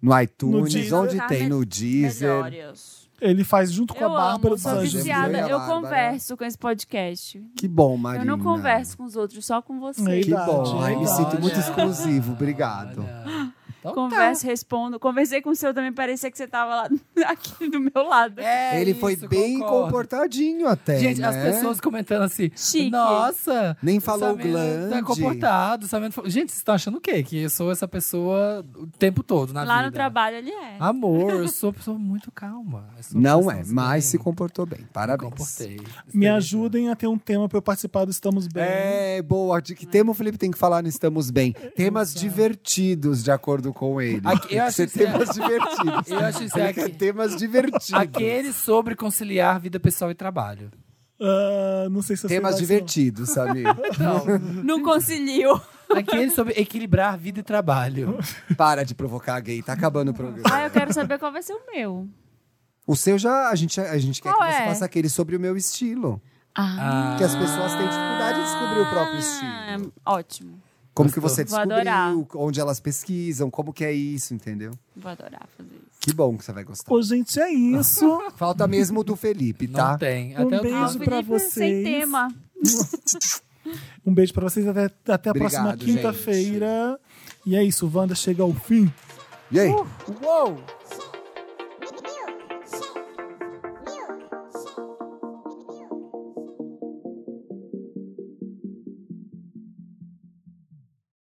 Speaker 1: No iTunes,
Speaker 2: Deezer.
Speaker 1: onde
Speaker 3: Tá
Speaker 1: tem
Speaker 3: me-
Speaker 1: no Deezer.
Speaker 3: Melhores.
Speaker 2: Ele faz junto com
Speaker 3: Eu
Speaker 2: a Bárbara
Speaker 3: amo,
Speaker 2: dos
Speaker 3: sou
Speaker 1: Sanches.
Speaker 2: Anjos.
Speaker 3: viciada.
Speaker 1: Bárbara.
Speaker 3: Eu converso com esse podcast.
Speaker 1: Que bom, né? Marina.
Speaker 3: Eu não converso com os outros, só com
Speaker 2: Ei,
Speaker 3: vocês.
Speaker 1: Que bom. Ai, me
Speaker 4: Olha.
Speaker 1: sinto muito exclusivo. Obrigado.
Speaker 4: Olha. Então
Speaker 3: Converso, respondo. Conversei com o seu também, parecia que você tava lá aqui do meu lado.
Speaker 4: tá. É
Speaker 1: Ele
Speaker 4: isso,
Speaker 1: foi bem
Speaker 4: concordo.
Speaker 1: comportadinho até.
Speaker 4: Gente,
Speaker 1: né?
Speaker 4: as pessoas comentando assim,
Speaker 3: Chique.
Speaker 4: nossa...
Speaker 1: Nem
Speaker 4: o
Speaker 1: falou
Speaker 4: Samir Tá
Speaker 1: glande.
Speaker 4: comportado, o Samir não falou- Gente, vocês estão achando o quê? Que eu sou essa pessoa o tempo todo na
Speaker 3: Lá
Speaker 4: vida.
Speaker 3: no trabalho ele é.
Speaker 1: Ah.
Speaker 4: Amor, eu sou uma pessoa muito calma. Eu sou uma
Speaker 1: Não
Speaker 4: pessoa
Speaker 1: é,
Speaker 4: assim,
Speaker 1: mas se
Speaker 4: me
Speaker 1: comportou bem. Parabéns.
Speaker 4: comportei.
Speaker 2: Me ajudem a ter um tema para eu participar do Estamos Bem.
Speaker 1: É, boa. De que tema o Felipe tem que falar no Estamos Bem? Temas divertidos, de acordo com ele.
Speaker 4: Aqui, eu
Speaker 1: Tem que
Speaker 4: acho
Speaker 1: ser
Speaker 4: que isso é-
Speaker 1: temas divertidos.
Speaker 4: Eu acho isso
Speaker 1: Ele
Speaker 4: é
Speaker 1: quer
Speaker 4: aqui-
Speaker 1: temas divertidos.
Speaker 4: Aquele sobre conciliar vida pessoal e trabalho.
Speaker 2: Ah, não sei se eu sei
Speaker 1: Temas
Speaker 2: mais,
Speaker 1: divertidos, sabe?
Speaker 3: Não concilio.
Speaker 4: Aquele sobre equilibrar vida e trabalho.
Speaker 1: Para de provocar gay, tá acabando o
Speaker 3: Ah,
Speaker 1: programa.
Speaker 3: eu quero saber qual vai ser o meu.
Speaker 1: O seu já, a gente, a gente quer
Speaker 3: Qual
Speaker 1: que você
Speaker 3: é?
Speaker 1: faça aquele sobre o meu estilo.
Speaker 3: Ah.
Speaker 1: Que as pessoas têm dificuldade de descobrir o próprio estilo.
Speaker 3: Ótimo.
Speaker 1: Como que você
Speaker 3: Ah, Vou adorar.
Speaker 1: descobriu, onde elas pesquisam, como que é isso, entendeu?
Speaker 3: Vou adorar fazer isso.
Speaker 1: Que bom que você vai
Speaker 2: não.
Speaker 1: gostar.
Speaker 2: Ô, gente, é isso.
Speaker 1: Falta mesmo o do Felipe,
Speaker 4: Não
Speaker 1: tá?
Speaker 4: tem.
Speaker 2: Um
Speaker 4: Até o
Speaker 2: beijo.
Speaker 4: próximo.
Speaker 2: pra
Speaker 3: Felipe,
Speaker 2: vocês.
Speaker 3: Sem tema.
Speaker 2: Um beijo para vocês. Até, até a próxima
Speaker 1: Obrigado, gente.
Speaker 3: Uh,
Speaker 2: quinta-feira. E é isso. Wanda chega ao fim.
Speaker 1: E aí?
Speaker 4: Uou!